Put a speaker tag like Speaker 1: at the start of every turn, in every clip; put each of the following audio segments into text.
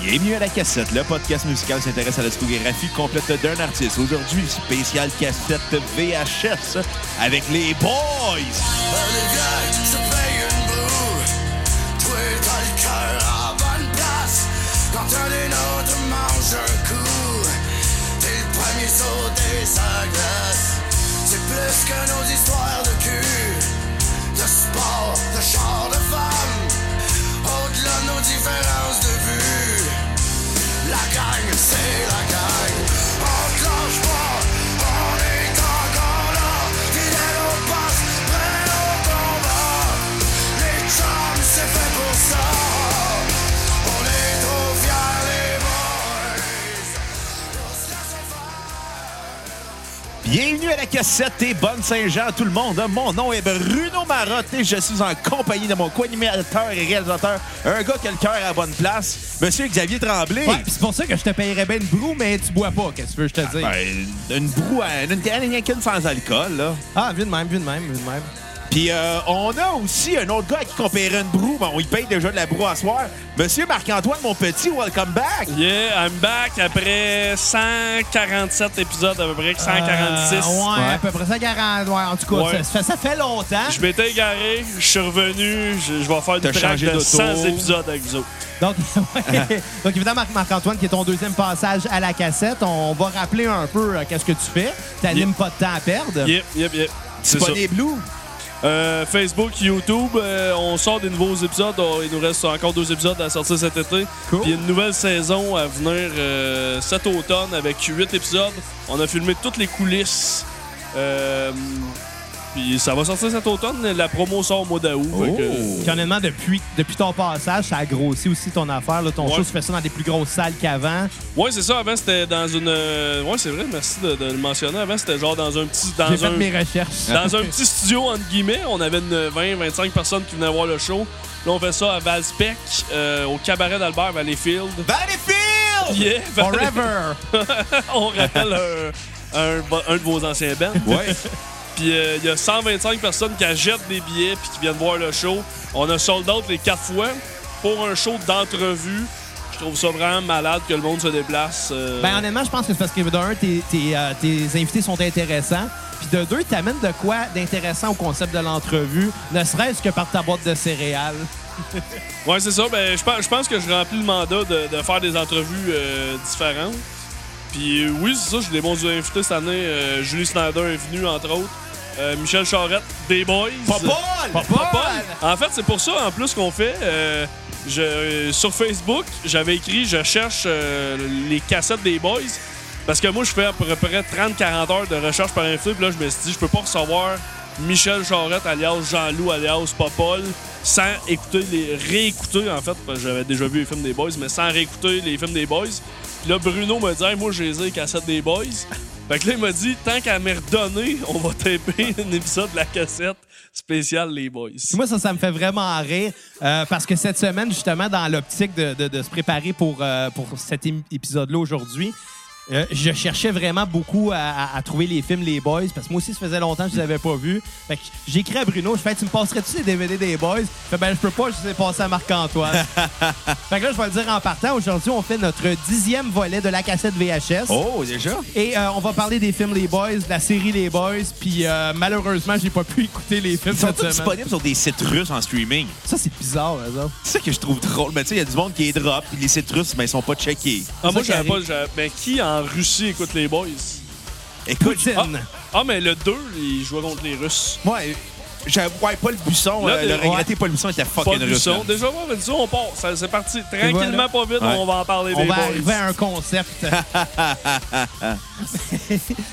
Speaker 1: Bienvenue à la cassette, le podcast musical s'intéresse à la discographie complète d'un artiste. Aujourd'hui, spécial cassette VHS avec les boys.
Speaker 2: C'est plus que nos histoires de cul, de sport, de char, de femme, au-delà de nos différences de vue. La gang, c'est la gang. On cloche pas, on est encore là. Fidèle au poste, prêt au combat. Les chums, c'est fait pour ça. On est trop fiers, les boys. On se laisse faire.
Speaker 1: Bienvenue à la cassette et bonne Saint-Jean à tout le monde. Mon nom est Bruno Marotte et je suis en compagnie de mon co-animateur et réalisateur, un gars qui a le cœur à la bonne place, Monsieur Xavier Tremblay.
Speaker 3: Ouais, pis c'est pour ça que je te payerais bien une broue, mais tu bois pas, qu'est-ce que tu veux que je te dise?
Speaker 1: Ben, une brouhaha, une canne canne sans alcool, là.
Speaker 3: Ah, vu de même, vu de même, vu de même.
Speaker 1: Puis euh, on a aussi un autre gars à qui qu'on paierait une broue. Bon, il paye déjà de la broue à soir. Monsieur Marc-Antoine, mon petit, welcome back.
Speaker 4: Yeah, I'm back après 147 épisodes à peu près, 146.
Speaker 3: Euh, ouais, à peu près 140. Ouais, en tout cas,
Speaker 4: Ouais.
Speaker 3: ça, ça, ça fait longtemps.
Speaker 4: Je m'étais égaré, je suis revenu, je, je vais faire
Speaker 1: T'as
Speaker 4: une track
Speaker 1: changé
Speaker 4: de
Speaker 1: d'auto.
Speaker 4: 100 épisodes avec vous autres.
Speaker 3: Donc, ouais. Donc, évidemment, Marc- Marc-Antoine, qui est ton deuxième passage à la cassette, on va rappeler un peu euh, qu'est-ce que tu fais. T'animes pas de temps à perdre.
Speaker 4: Yep, yep, yep. C'est ça.
Speaker 1: Disponible où?
Speaker 4: Euh, Facebook, YouTube, euh, on sort des nouveaux épisodes. On- il nous reste encore deux épisodes à sortir cet été.
Speaker 3: Cool.
Speaker 4: Puis une nouvelle saison à venir euh, cet automne avec huit épisodes. On a filmé toutes les coulisses. Euh, puis ça va sortir cet automne. La promo sort au mois d'août. fait que-
Speaker 3: Puis honnêtement, depuis, depuis ton passage, ça a grossi aussi ton affaire. là. Ton
Speaker 4: Ouais.
Speaker 3: show, tu fais ça dans des plus grosses salles qu'avant.
Speaker 4: Ouais, c'est ça. Avant, c'était dans une. euh, Ouais, c'est vrai, merci de, de le mentionner. Avant, c'était genre dans un petit. Dans
Speaker 3: J'ai
Speaker 4: un...
Speaker 3: fait mes recherches.
Speaker 4: Dans un petit studio, entre guillemets, on avait une 20-25 personnes qui venaient voir le show. Là, on fait ça à Valspec, euh, au cabaret d'Albert Valleyfield.
Speaker 1: Battlefield!
Speaker 4: Yeah, Valley-
Speaker 3: Forever!
Speaker 4: on rappelle un, un bo- un de vos anciens bands.
Speaker 1: Ouais.
Speaker 4: Puis euh, il y a 125 personnes qui achètent des billets puis qui viennent voir le show. On a sold out les quatre fois pour un show d'entrevue. Je trouve ça vraiment malade que le monde se déplace. euh,
Speaker 3: Ben honnêtement, je pense que c'est parce que d'un, tes, tes, euh, tes invités sont intéressants. Puis de deux, t'amènes de quoi d'intéressant au concept de l'entrevue, ne serait-ce que par ta boîte de céréales.
Speaker 4: Ouais, c'est ça. Ben, je pense, je pense que je remplis le mandat de, de faire des entrevues euh, différentes. Puis euh, oui, c'est ça, j'ai des bons invités cette année. Euh, Julie Snyder est venue, entre autres. Euh, Michel Charette, des Boys.
Speaker 1: Popol!
Speaker 4: Pas Paul. En fait, c'est pour ça, en plus, qu'on fait. euh, je, euh, sur Facebook, j'avais écrit Je cherche euh, les cassettes des Boys. Parce que moi, je fais à peu près 30-40 heures de recherche par info. Puis là, je me suis dit, je peux pas recevoir Michel Charette, alias Jean-Loup, alias Popol, sans écouter les. réécouter, en fait. parce que J'avais déjà vu les films des Boys, mais sans réécouter les films des Boys. Puis là, Bruno me dit, Hey, moi, j'ai les cassettes des Boys. Fait que là, il m'a dit, tant qu'à me redonner, on va taper un épisode de la cassette spéciale Les Boys.
Speaker 3: Puis moi, ça, ça me fait vraiment rire euh, parce que cette semaine, justement, dans l'optique de, de- de se préparer pour, euh, pour cet ém- épisode-là aujourd'hui, euh, je cherchais vraiment beaucoup à, à- à trouver les films Les Boys parce que moi aussi, ça faisait longtemps que je les avais pas vus. Fait que j'écris à Bruno, je fais Tu me passerais-tu les DVD des Boys Il fait, Ben, je peux pas, je les ai passés à Marc-Antoine. fait que là, je vais le dire en partant. Aujourd'hui, on fait notre dixième volet de la cassette VHS.
Speaker 1: Oh, déjà?
Speaker 3: Et euh, on va parler des films Les Boys, de la série Les Boys. Puis euh, malheureusement, j'ai pas pu écouter les films
Speaker 1: Ils sont
Speaker 3: cette
Speaker 1: tous
Speaker 3: semaine.
Speaker 1: disponibles sur des sites russes en streaming.
Speaker 3: Ça, c'est bizarre, par exemple.
Speaker 1: C'est ça que je trouve drôle. Mais tu sais, il y a du monde qui est drop, puis les sites russes, mais ils sont pas checkés.
Speaker 4: Ah, moi,
Speaker 3: C'est ça
Speaker 4: j'avais
Speaker 3: qui
Speaker 4: pas. j'avais- Ben, qui en Russie écoute les boys?
Speaker 1: Écoute, ah,
Speaker 3: Poutine.
Speaker 4: Ah, ah, mais le 2, il jouait contre les Russes.
Speaker 1: moi, j'avoue ouais, Paul Buisson,
Speaker 4: Là,
Speaker 1: euh, le
Speaker 4: ouais.
Speaker 1: regretter Paul Buisson avec la
Speaker 4: Pas
Speaker 1: fucking
Speaker 4: de
Speaker 1: russe. là.
Speaker 4: son. Déjà, ouais, ben, disons, on part. Ça- C'est parti.
Speaker 3: voilà.
Speaker 4: Tranquillement, pas vite,
Speaker 1: Ouais.
Speaker 4: on va en parler
Speaker 3: On
Speaker 4: des
Speaker 3: va
Speaker 4: boys.
Speaker 3: arriver à un concept.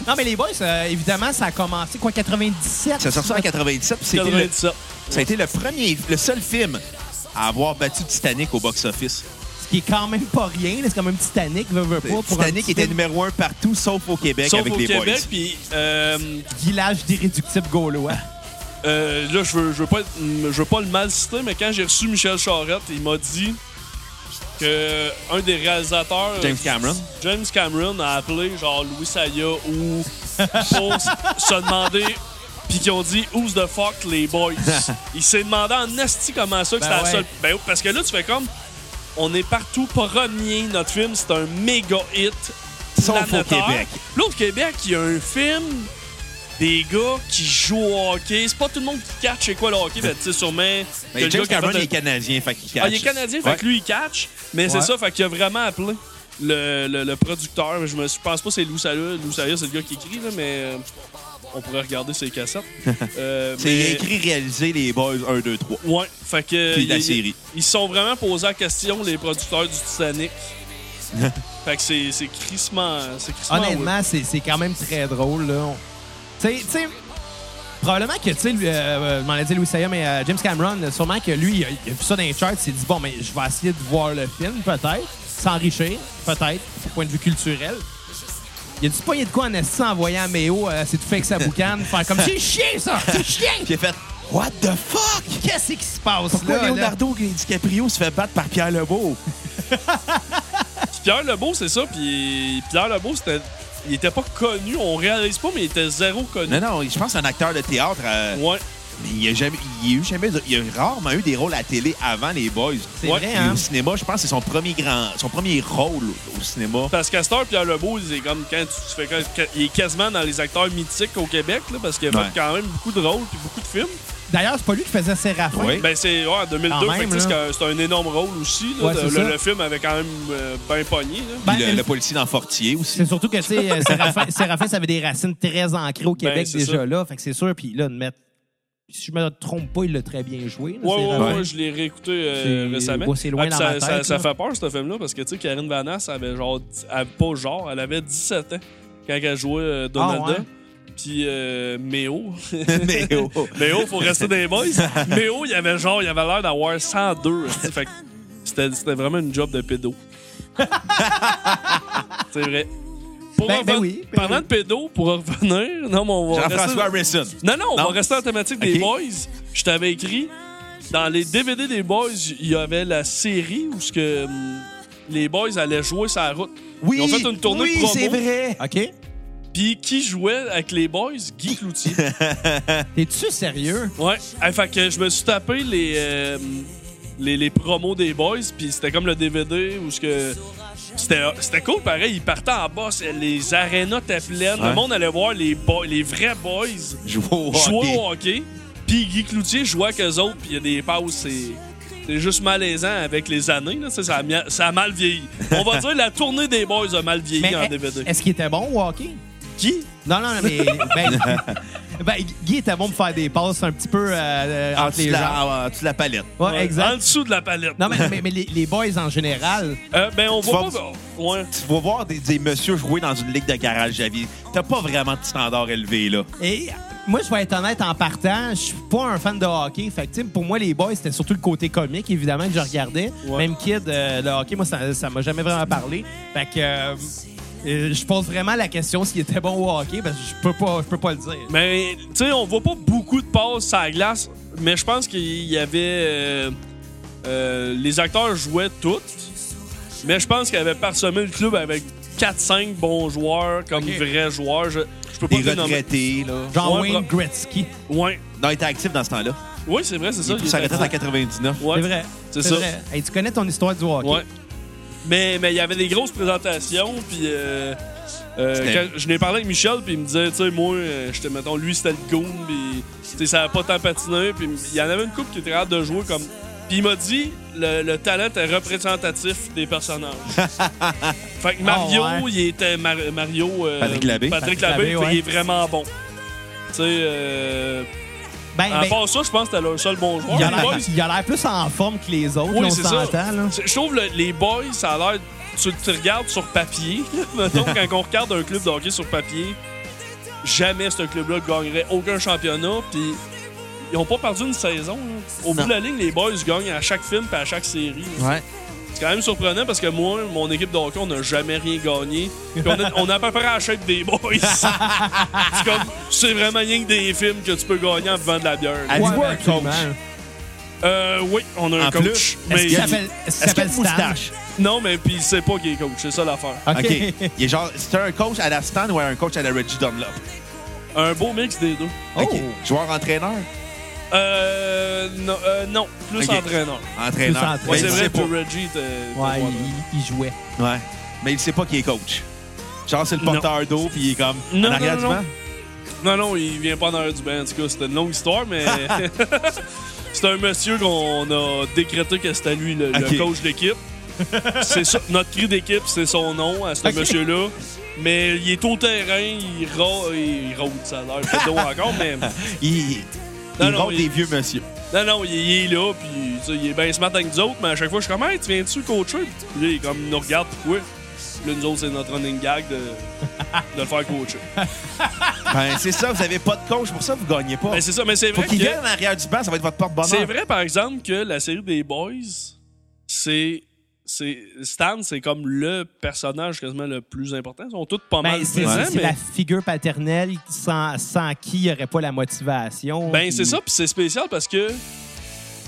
Speaker 3: non, mais les boys, euh, évidemment, ça a commencé, quoi, 97?
Speaker 1: Ça sort ça en 97, puis c'était le-
Speaker 4: 97.
Speaker 1: ça a été le premier, le seul film à avoir battu Titanic au box-office.
Speaker 3: Ce qui est quand même pas rien. là, C'est quand même Titanic, veux, veux pas. pour un
Speaker 1: Titanic
Speaker 3: petit
Speaker 1: était
Speaker 3: film
Speaker 1: numéro un partout, sauf au Québec
Speaker 4: Sauf
Speaker 1: avec
Speaker 4: au
Speaker 1: les
Speaker 4: Québec,
Speaker 1: boys.
Speaker 4: puis euh,
Speaker 3: Village d'irréductibles gaulois.
Speaker 4: euh, là, je veux, je, veux pas, être- je veux pas le mal citer, mais quand j'ai reçu Michel Charette, il m'a dit que un des réalisateurs.
Speaker 1: James Cameron.
Speaker 4: James Cameron a appelé genre Louis Saya ou pour s- se demander puis qui ont dit Who's the fuck les boys Il s'est demandé en esti comment ça que
Speaker 3: Ben
Speaker 4: c'était la
Speaker 3: ouais.
Speaker 4: seule ben, parce que là tu fais comme On est partout premier. Notre film, c'est un méga hit.
Speaker 1: Sauf au
Speaker 4: planétaire.
Speaker 1: Québec.
Speaker 4: L'autre Québec, il y a un film des gars qui jouent au hockey. C'est pas tout le monde qui catch c'est quoi le hockey, mais tu sais, sûrement. que le
Speaker 1: Mais James
Speaker 4: gars qui a fait
Speaker 1: Cameron
Speaker 4: le-
Speaker 1: est canadien, fait qu'il
Speaker 4: Ah, il est
Speaker 1: catch.
Speaker 4: canadien,
Speaker 1: Ouais.
Speaker 4: fait que lui, il catch. Mais c'est
Speaker 3: Ouais.
Speaker 4: ça, fait qu'il a vraiment appelé le, le- le producteur. Je, me, je pense pas que c'est Lou Salia. Lou Salia, c'est le gars qui écrit, là, mais euh, on pourrait regarder ses cassettes. Euh,
Speaker 1: C'est
Speaker 4: mais-
Speaker 1: écrit, réalisé, les boys 1, 2, 3.
Speaker 4: Ouais, fait que.
Speaker 1: Puis la
Speaker 4: ils-
Speaker 1: série.
Speaker 4: Ils se sont vraiment posés la question, les producteurs du Titanic. fait que c'est c'est crissement. C'est crissement. ouais.
Speaker 1: Ah,
Speaker 3: Honnêtement, c'est c'est quand même très drôle. Là. On- Tu sais- tu sais, probablement que, tu sais, lui, euh, euh, je m'en ai dit Louis Saya, mais euh, James Cameron, euh, sûrement que lui, il a, il a vu ça dans les charts, il s'est dit, bon, mais je vais essayer de voir le film, peut-être, s'enrichir, peut-être, du point de vue culturel. Il a dit, pas, il y a de quoi en esti en voyant Méo, euh, c'est tout fait avec sa boucane, faire comme, c'est chier, ça, c'est
Speaker 1: Puis
Speaker 3: chier!
Speaker 1: il a fait What the fuck?
Speaker 3: Qu'est-ce qui se passe,
Speaker 1: Pourquoi
Speaker 3: là, là?
Speaker 1: Leonardo DiCaprio se fait battre par Pierre Lebeau?
Speaker 4: Puis Pierre Lebeau, c'est ça. Puis Pierre Lebeau, c'était. Il était pas connu, on réalise pas, mais il était zéro connu.
Speaker 1: Non, non, je pense que c'est un acteur de théâtre. euh,
Speaker 4: Ouais.
Speaker 1: mais il a jamais, il a eu jamais, de- il a rarement eu des rôles à la télé avant les boys.
Speaker 3: C'est
Speaker 4: Ouais,
Speaker 3: vrai,
Speaker 1: Puis
Speaker 3: hein?
Speaker 1: au cinéma, je pense que c'est son premier grand, son premier rôle au- au cinéma.
Speaker 4: Parce qu'à cette heure, Pierre Lebeau, il est comme quand tu, tu fais quand- quand- il est quasiment dans les acteurs mythiques au Québec, là, parce qu'il a
Speaker 1: Ouais.
Speaker 4: fait quand même beaucoup de rôles puis beaucoup de films.
Speaker 3: D'ailleurs, c'est pas lui qui faisait Séraphin.
Speaker 1: Oui.
Speaker 4: Ben c'est ouais, en 2002,
Speaker 3: Quand même,
Speaker 4: fait que tu sais, c'est
Speaker 3: là.
Speaker 4: un- c'est un énorme rôle aussi. là.
Speaker 3: Ouais,
Speaker 4: le,
Speaker 3: c'est ça.
Speaker 4: le film avait quand même euh, bien pogné. là.
Speaker 3: Ben,
Speaker 1: Puis le,
Speaker 3: elle-
Speaker 1: le policier dans Fortier aussi.
Speaker 3: C'est surtout que, tu sais, euh, Séraphin, Séraphin, ça avait des racines très ancrées au Québec
Speaker 4: Ben, c'est
Speaker 3: déjà
Speaker 4: ça.
Speaker 3: là. Fait que c'est sûr. Puis là, de mettre. Si je me trompe pas, il l'a très bien joué. là,
Speaker 4: Ouais, ouais,
Speaker 3: Séraphin.
Speaker 4: ouais, je l'ai réécouté euh,
Speaker 3: C'est-
Speaker 4: récemment.
Speaker 3: ouais, c'est loin
Speaker 4: Ah, puis
Speaker 3: dans
Speaker 4: ça,
Speaker 3: ma tête,
Speaker 4: ça-
Speaker 3: là.
Speaker 4: ça fait peur, ce film-là, parce que, tu sais, Karine Vanasse avait genre. dix- elle- pas genre, elle avait 17 ans quand elle jouait euh, Donalda.
Speaker 3: Ah, ouais?
Speaker 4: Puis euh, Méo.
Speaker 1: mais oh.
Speaker 4: Méo, faut rester dans les boys. Méo, il avait genre, il avait l'air d'avoir 102. tu sais, Fait que c'était c'était vraiment une job de pédo. c'est vrai. Pour
Speaker 3: Ben- ben
Speaker 4: reven-
Speaker 3: oui, ben
Speaker 4: parlant
Speaker 3: oui.
Speaker 4: de pédo, pour revenir. Non, mais on va rester-
Speaker 1: Jean-François Harrison.
Speaker 4: non, non, on
Speaker 1: Non.
Speaker 4: va rester à la thématique des
Speaker 1: Ok.
Speaker 4: Boys. Je t'avais écrit, dans les DVD des Boys, il y avait la série où ce que, hum, les Boys allaient jouer sa route.
Speaker 1: Oui,
Speaker 4: Ils ont fait une tournée
Speaker 1: oui,
Speaker 4: de promo.
Speaker 1: c'est vrai.
Speaker 3: OK.
Speaker 4: Puis qui jouait avec les Boys? Guy Cloutier.
Speaker 3: T'es-tu sérieux?
Speaker 4: ouais. Hey, fait que je me suis tapé les, euh, les, les promos des Boys, puis c'était comme le DVD où ce que... C'était c'était cool, pareil. Ils partaient en bas, les arénas étaient pleines.
Speaker 1: Ouais.
Speaker 4: Le monde allait voir les, boys, les vrais Boys.
Speaker 1: Jouer au
Speaker 4: jouer
Speaker 1: hockey.
Speaker 4: au hockey. Puis Guy Cloutier jouait avec eux autres, puis il y a des passes, c'est. C'est juste malaisant avec les années, là, tu sais, ça, a, mia- ça a mal vieilli. On va dire la tournée des boys a mal vieilli
Speaker 3: Mais
Speaker 4: en
Speaker 3: est-
Speaker 4: DVD.
Speaker 3: Est-ce qu'il était bon au hockey?
Speaker 4: Qui?
Speaker 3: Non, non, non, mais. ben, ben, Guy était bon pour faire des passes un petit peu euh, euh,
Speaker 1: En
Speaker 3: entre
Speaker 1: dessous
Speaker 3: les
Speaker 1: de
Speaker 3: gens.
Speaker 1: la, en dessous de la palette.
Speaker 3: Ouais,
Speaker 4: Ouais, En
Speaker 3: exact.
Speaker 4: dessous de la palette.
Speaker 3: Non, mais, mais, mais les, les boys en général.
Speaker 4: Euh, ben, on voit
Speaker 1: vas-
Speaker 4: pas. Ouais.
Speaker 1: Tu vas voir des, des messieurs jouer dans une ligue de garage, Javier. T'as pas vraiment de standard élevé, là.
Speaker 3: Et moi, je vais être honnête en partant, je suis pas un fan de hockey. Fait que, tu sais, pour moi, les boys, c'était surtout le côté comique, évidemment, que je regardais.
Speaker 4: Ouais.
Speaker 3: Même Kid, euh, le hockey, moi, ça, ça m'a jamais vraiment parlé. Fait que euh, euh, je pose vraiment la question s'il était bon au hockey, parce que je peux pas, je peux pas le dire.
Speaker 4: Mais, Ben, tu sais, on voit pas beaucoup de passes à la glace, mais je pense qu'il y avait. euh, euh, les acteurs jouaient toutes, mais je pense qu'il avait parsemé le club avec 4-5 bons joueurs, comme
Speaker 3: Ok.
Speaker 4: vrais joueurs. Je, je peux pas
Speaker 1: Des
Speaker 4: les nommer.
Speaker 1: retraités, là.
Speaker 3: Genre
Speaker 4: Ouais,
Speaker 3: Wayne Gretzky.
Speaker 4: Ouais.
Speaker 1: Non, il était actif dans ce temps-là.
Speaker 4: Oui, c'est vrai, c'est ça.
Speaker 1: Il
Speaker 4: il
Speaker 1: s'est
Speaker 4: était-
Speaker 1: retraite à 99.
Speaker 4: Ouais,
Speaker 3: C'est vrai.
Speaker 4: C'est ça.
Speaker 3: vrai. Hey, tu connais ton histoire du hockey.
Speaker 4: Ouais. Mais mais il y avait des grosses présentations, puis euh, euh,
Speaker 1: C'était-
Speaker 4: quand je n'ai parlé avec Michel, puis il me disait, tu sais, moi, euh, j'étais, mettons, lui, c'était le goon, puis tu sais, ça n'a pas tant patiné, puis il y en avait une coupe qui était hâte de jouer comme. Puis il m'a dit, le, le talent est représentatif des personnages. fait que Mario,
Speaker 3: Ah ouais.
Speaker 4: il était Mar- Mario. euh,
Speaker 1: Patrick Labbé.
Speaker 4: Patrick
Speaker 3: Patrick
Speaker 4: Labbé,
Speaker 3: Labbé, ouais.
Speaker 4: il est vraiment bon. Tu sais, euh,
Speaker 3: Ben,
Speaker 4: à
Speaker 3: ben,
Speaker 4: part ça, je pense que c'était leur seul bon joueur.
Speaker 3: il a
Speaker 4: Les
Speaker 3: l'air-
Speaker 4: boys,
Speaker 3: il a l'air plus en forme que les autres, là,
Speaker 4: Oui,
Speaker 3: on
Speaker 4: c'est ça.
Speaker 3: s'entend. là.
Speaker 4: C'est- Je trouve le- les boys, ça a l'air. Tu te regardes sur papier. Mettons, quand on regarde un club de hockey sur papier, jamais ce club-là gagnerait aucun championnat. Puis ils ont pas perdu une saison. là. Au bout
Speaker 1: Non.
Speaker 4: de la ligne, les boys gagnent à chaque film et à chaque série.
Speaker 1: Ouais.
Speaker 4: C'est quand même surprenant parce que moi, mon équipe de hockey, on n'a jamais rien gagné. Puis on, est- on est à peu près à la chèque des boys. c'est comme, c'est vraiment rien que des films que tu peux gagner en buvant de la bière. là.
Speaker 1: Avez-vous
Speaker 3: Ouais, ben,
Speaker 1: un
Speaker 3: absolument.
Speaker 1: coach?
Speaker 4: Euh, oui, on a un
Speaker 1: En
Speaker 4: coach.
Speaker 1: plus,
Speaker 4: mais
Speaker 3: Est-ce qu'il s'appelle- est-ce qu'il
Speaker 1: Est-ce qu'il y a
Speaker 3: s'appelle
Speaker 1: une
Speaker 3: Stan?
Speaker 1: moustache?
Speaker 4: Non, mais puis il sait pas qui est coach, c'est ça l'affaire.
Speaker 1: OK.
Speaker 3: OK.
Speaker 1: Il est genre, c'était un coach à la Stan ou un coach à la Reggie Dunlop?
Speaker 4: Un beau mix des deux.
Speaker 3: Oh.
Speaker 1: Joueur-entraîneur?
Speaker 4: Euh, non, euh, non, plus
Speaker 1: Ok.
Speaker 4: entraîneur.
Speaker 1: Entraîneur.
Speaker 3: Tout s'entraîne.
Speaker 1: Mais
Speaker 4: Ouais, c'est
Speaker 1: il
Speaker 4: vrai,
Speaker 1: sait
Speaker 4: pour
Speaker 1: pas.
Speaker 4: Reggie, t'es- t'es
Speaker 3: Ouais,
Speaker 4: droit,
Speaker 3: il, il jouait.
Speaker 1: Ouais. Mais il sait pas qu'il est coach. Genre, c'est le
Speaker 4: Non.
Speaker 1: porteur d'eau, puis il est comme
Speaker 4: Non,
Speaker 1: en
Speaker 4: non,
Speaker 1: arrière
Speaker 4: non,
Speaker 1: du
Speaker 4: non.
Speaker 1: banc.
Speaker 4: là. Non, non, il vient pas en arrière du banc. En tout cas, c'était une longue histoire, mais c'est un monsieur qu'on a décrété que c'était lui le, le
Speaker 1: Ok.
Speaker 4: coach d'équipe. C'est ça, notre cri d'équipe, c'est son nom à ce
Speaker 3: Ok.
Speaker 4: monsieur-là. Mais il est au terrain, il rôde, il rôde, ça a l'air fait d'eau encore, mais
Speaker 1: Il, il
Speaker 4: Non,
Speaker 1: il
Speaker 4: non,
Speaker 1: rôde des
Speaker 4: il-
Speaker 1: vieux monsieur.
Speaker 4: non, non, il, il est là, puis tu sais, il est bien smart avec nous autres, mais à chaque fois, je suis comme, hey, tu viens-tu coacher? Puis là, il, est comme, il nous regarde, pourquoi? Là, nous autres, c'est notre running gag de, de le faire coacher.
Speaker 1: Ben, c'est ça, vous avez pas de coach, pour ça vous gagnez pas.
Speaker 4: Mais Ben, c'est ça, mais c'est
Speaker 1: Faut
Speaker 4: vrai
Speaker 1: qu'il hein,
Speaker 4: que-
Speaker 1: vienne en arrière du banc, ça va être votre porte-bonheur.
Speaker 4: C'est vrai, par exemple, que la série des Boys, c'est. c'est- Stan, c'est comme le personnage quasiment le plus important. Ils sont tous pas
Speaker 3: Ben,
Speaker 4: mal
Speaker 3: c'est
Speaker 4: présents,
Speaker 3: c'est
Speaker 4: mais.
Speaker 3: la figure paternelle sans, sans qui il n'y aurait pas la motivation.
Speaker 4: Ben,
Speaker 3: Puis-
Speaker 4: c'est ça, puis c'est spécial parce que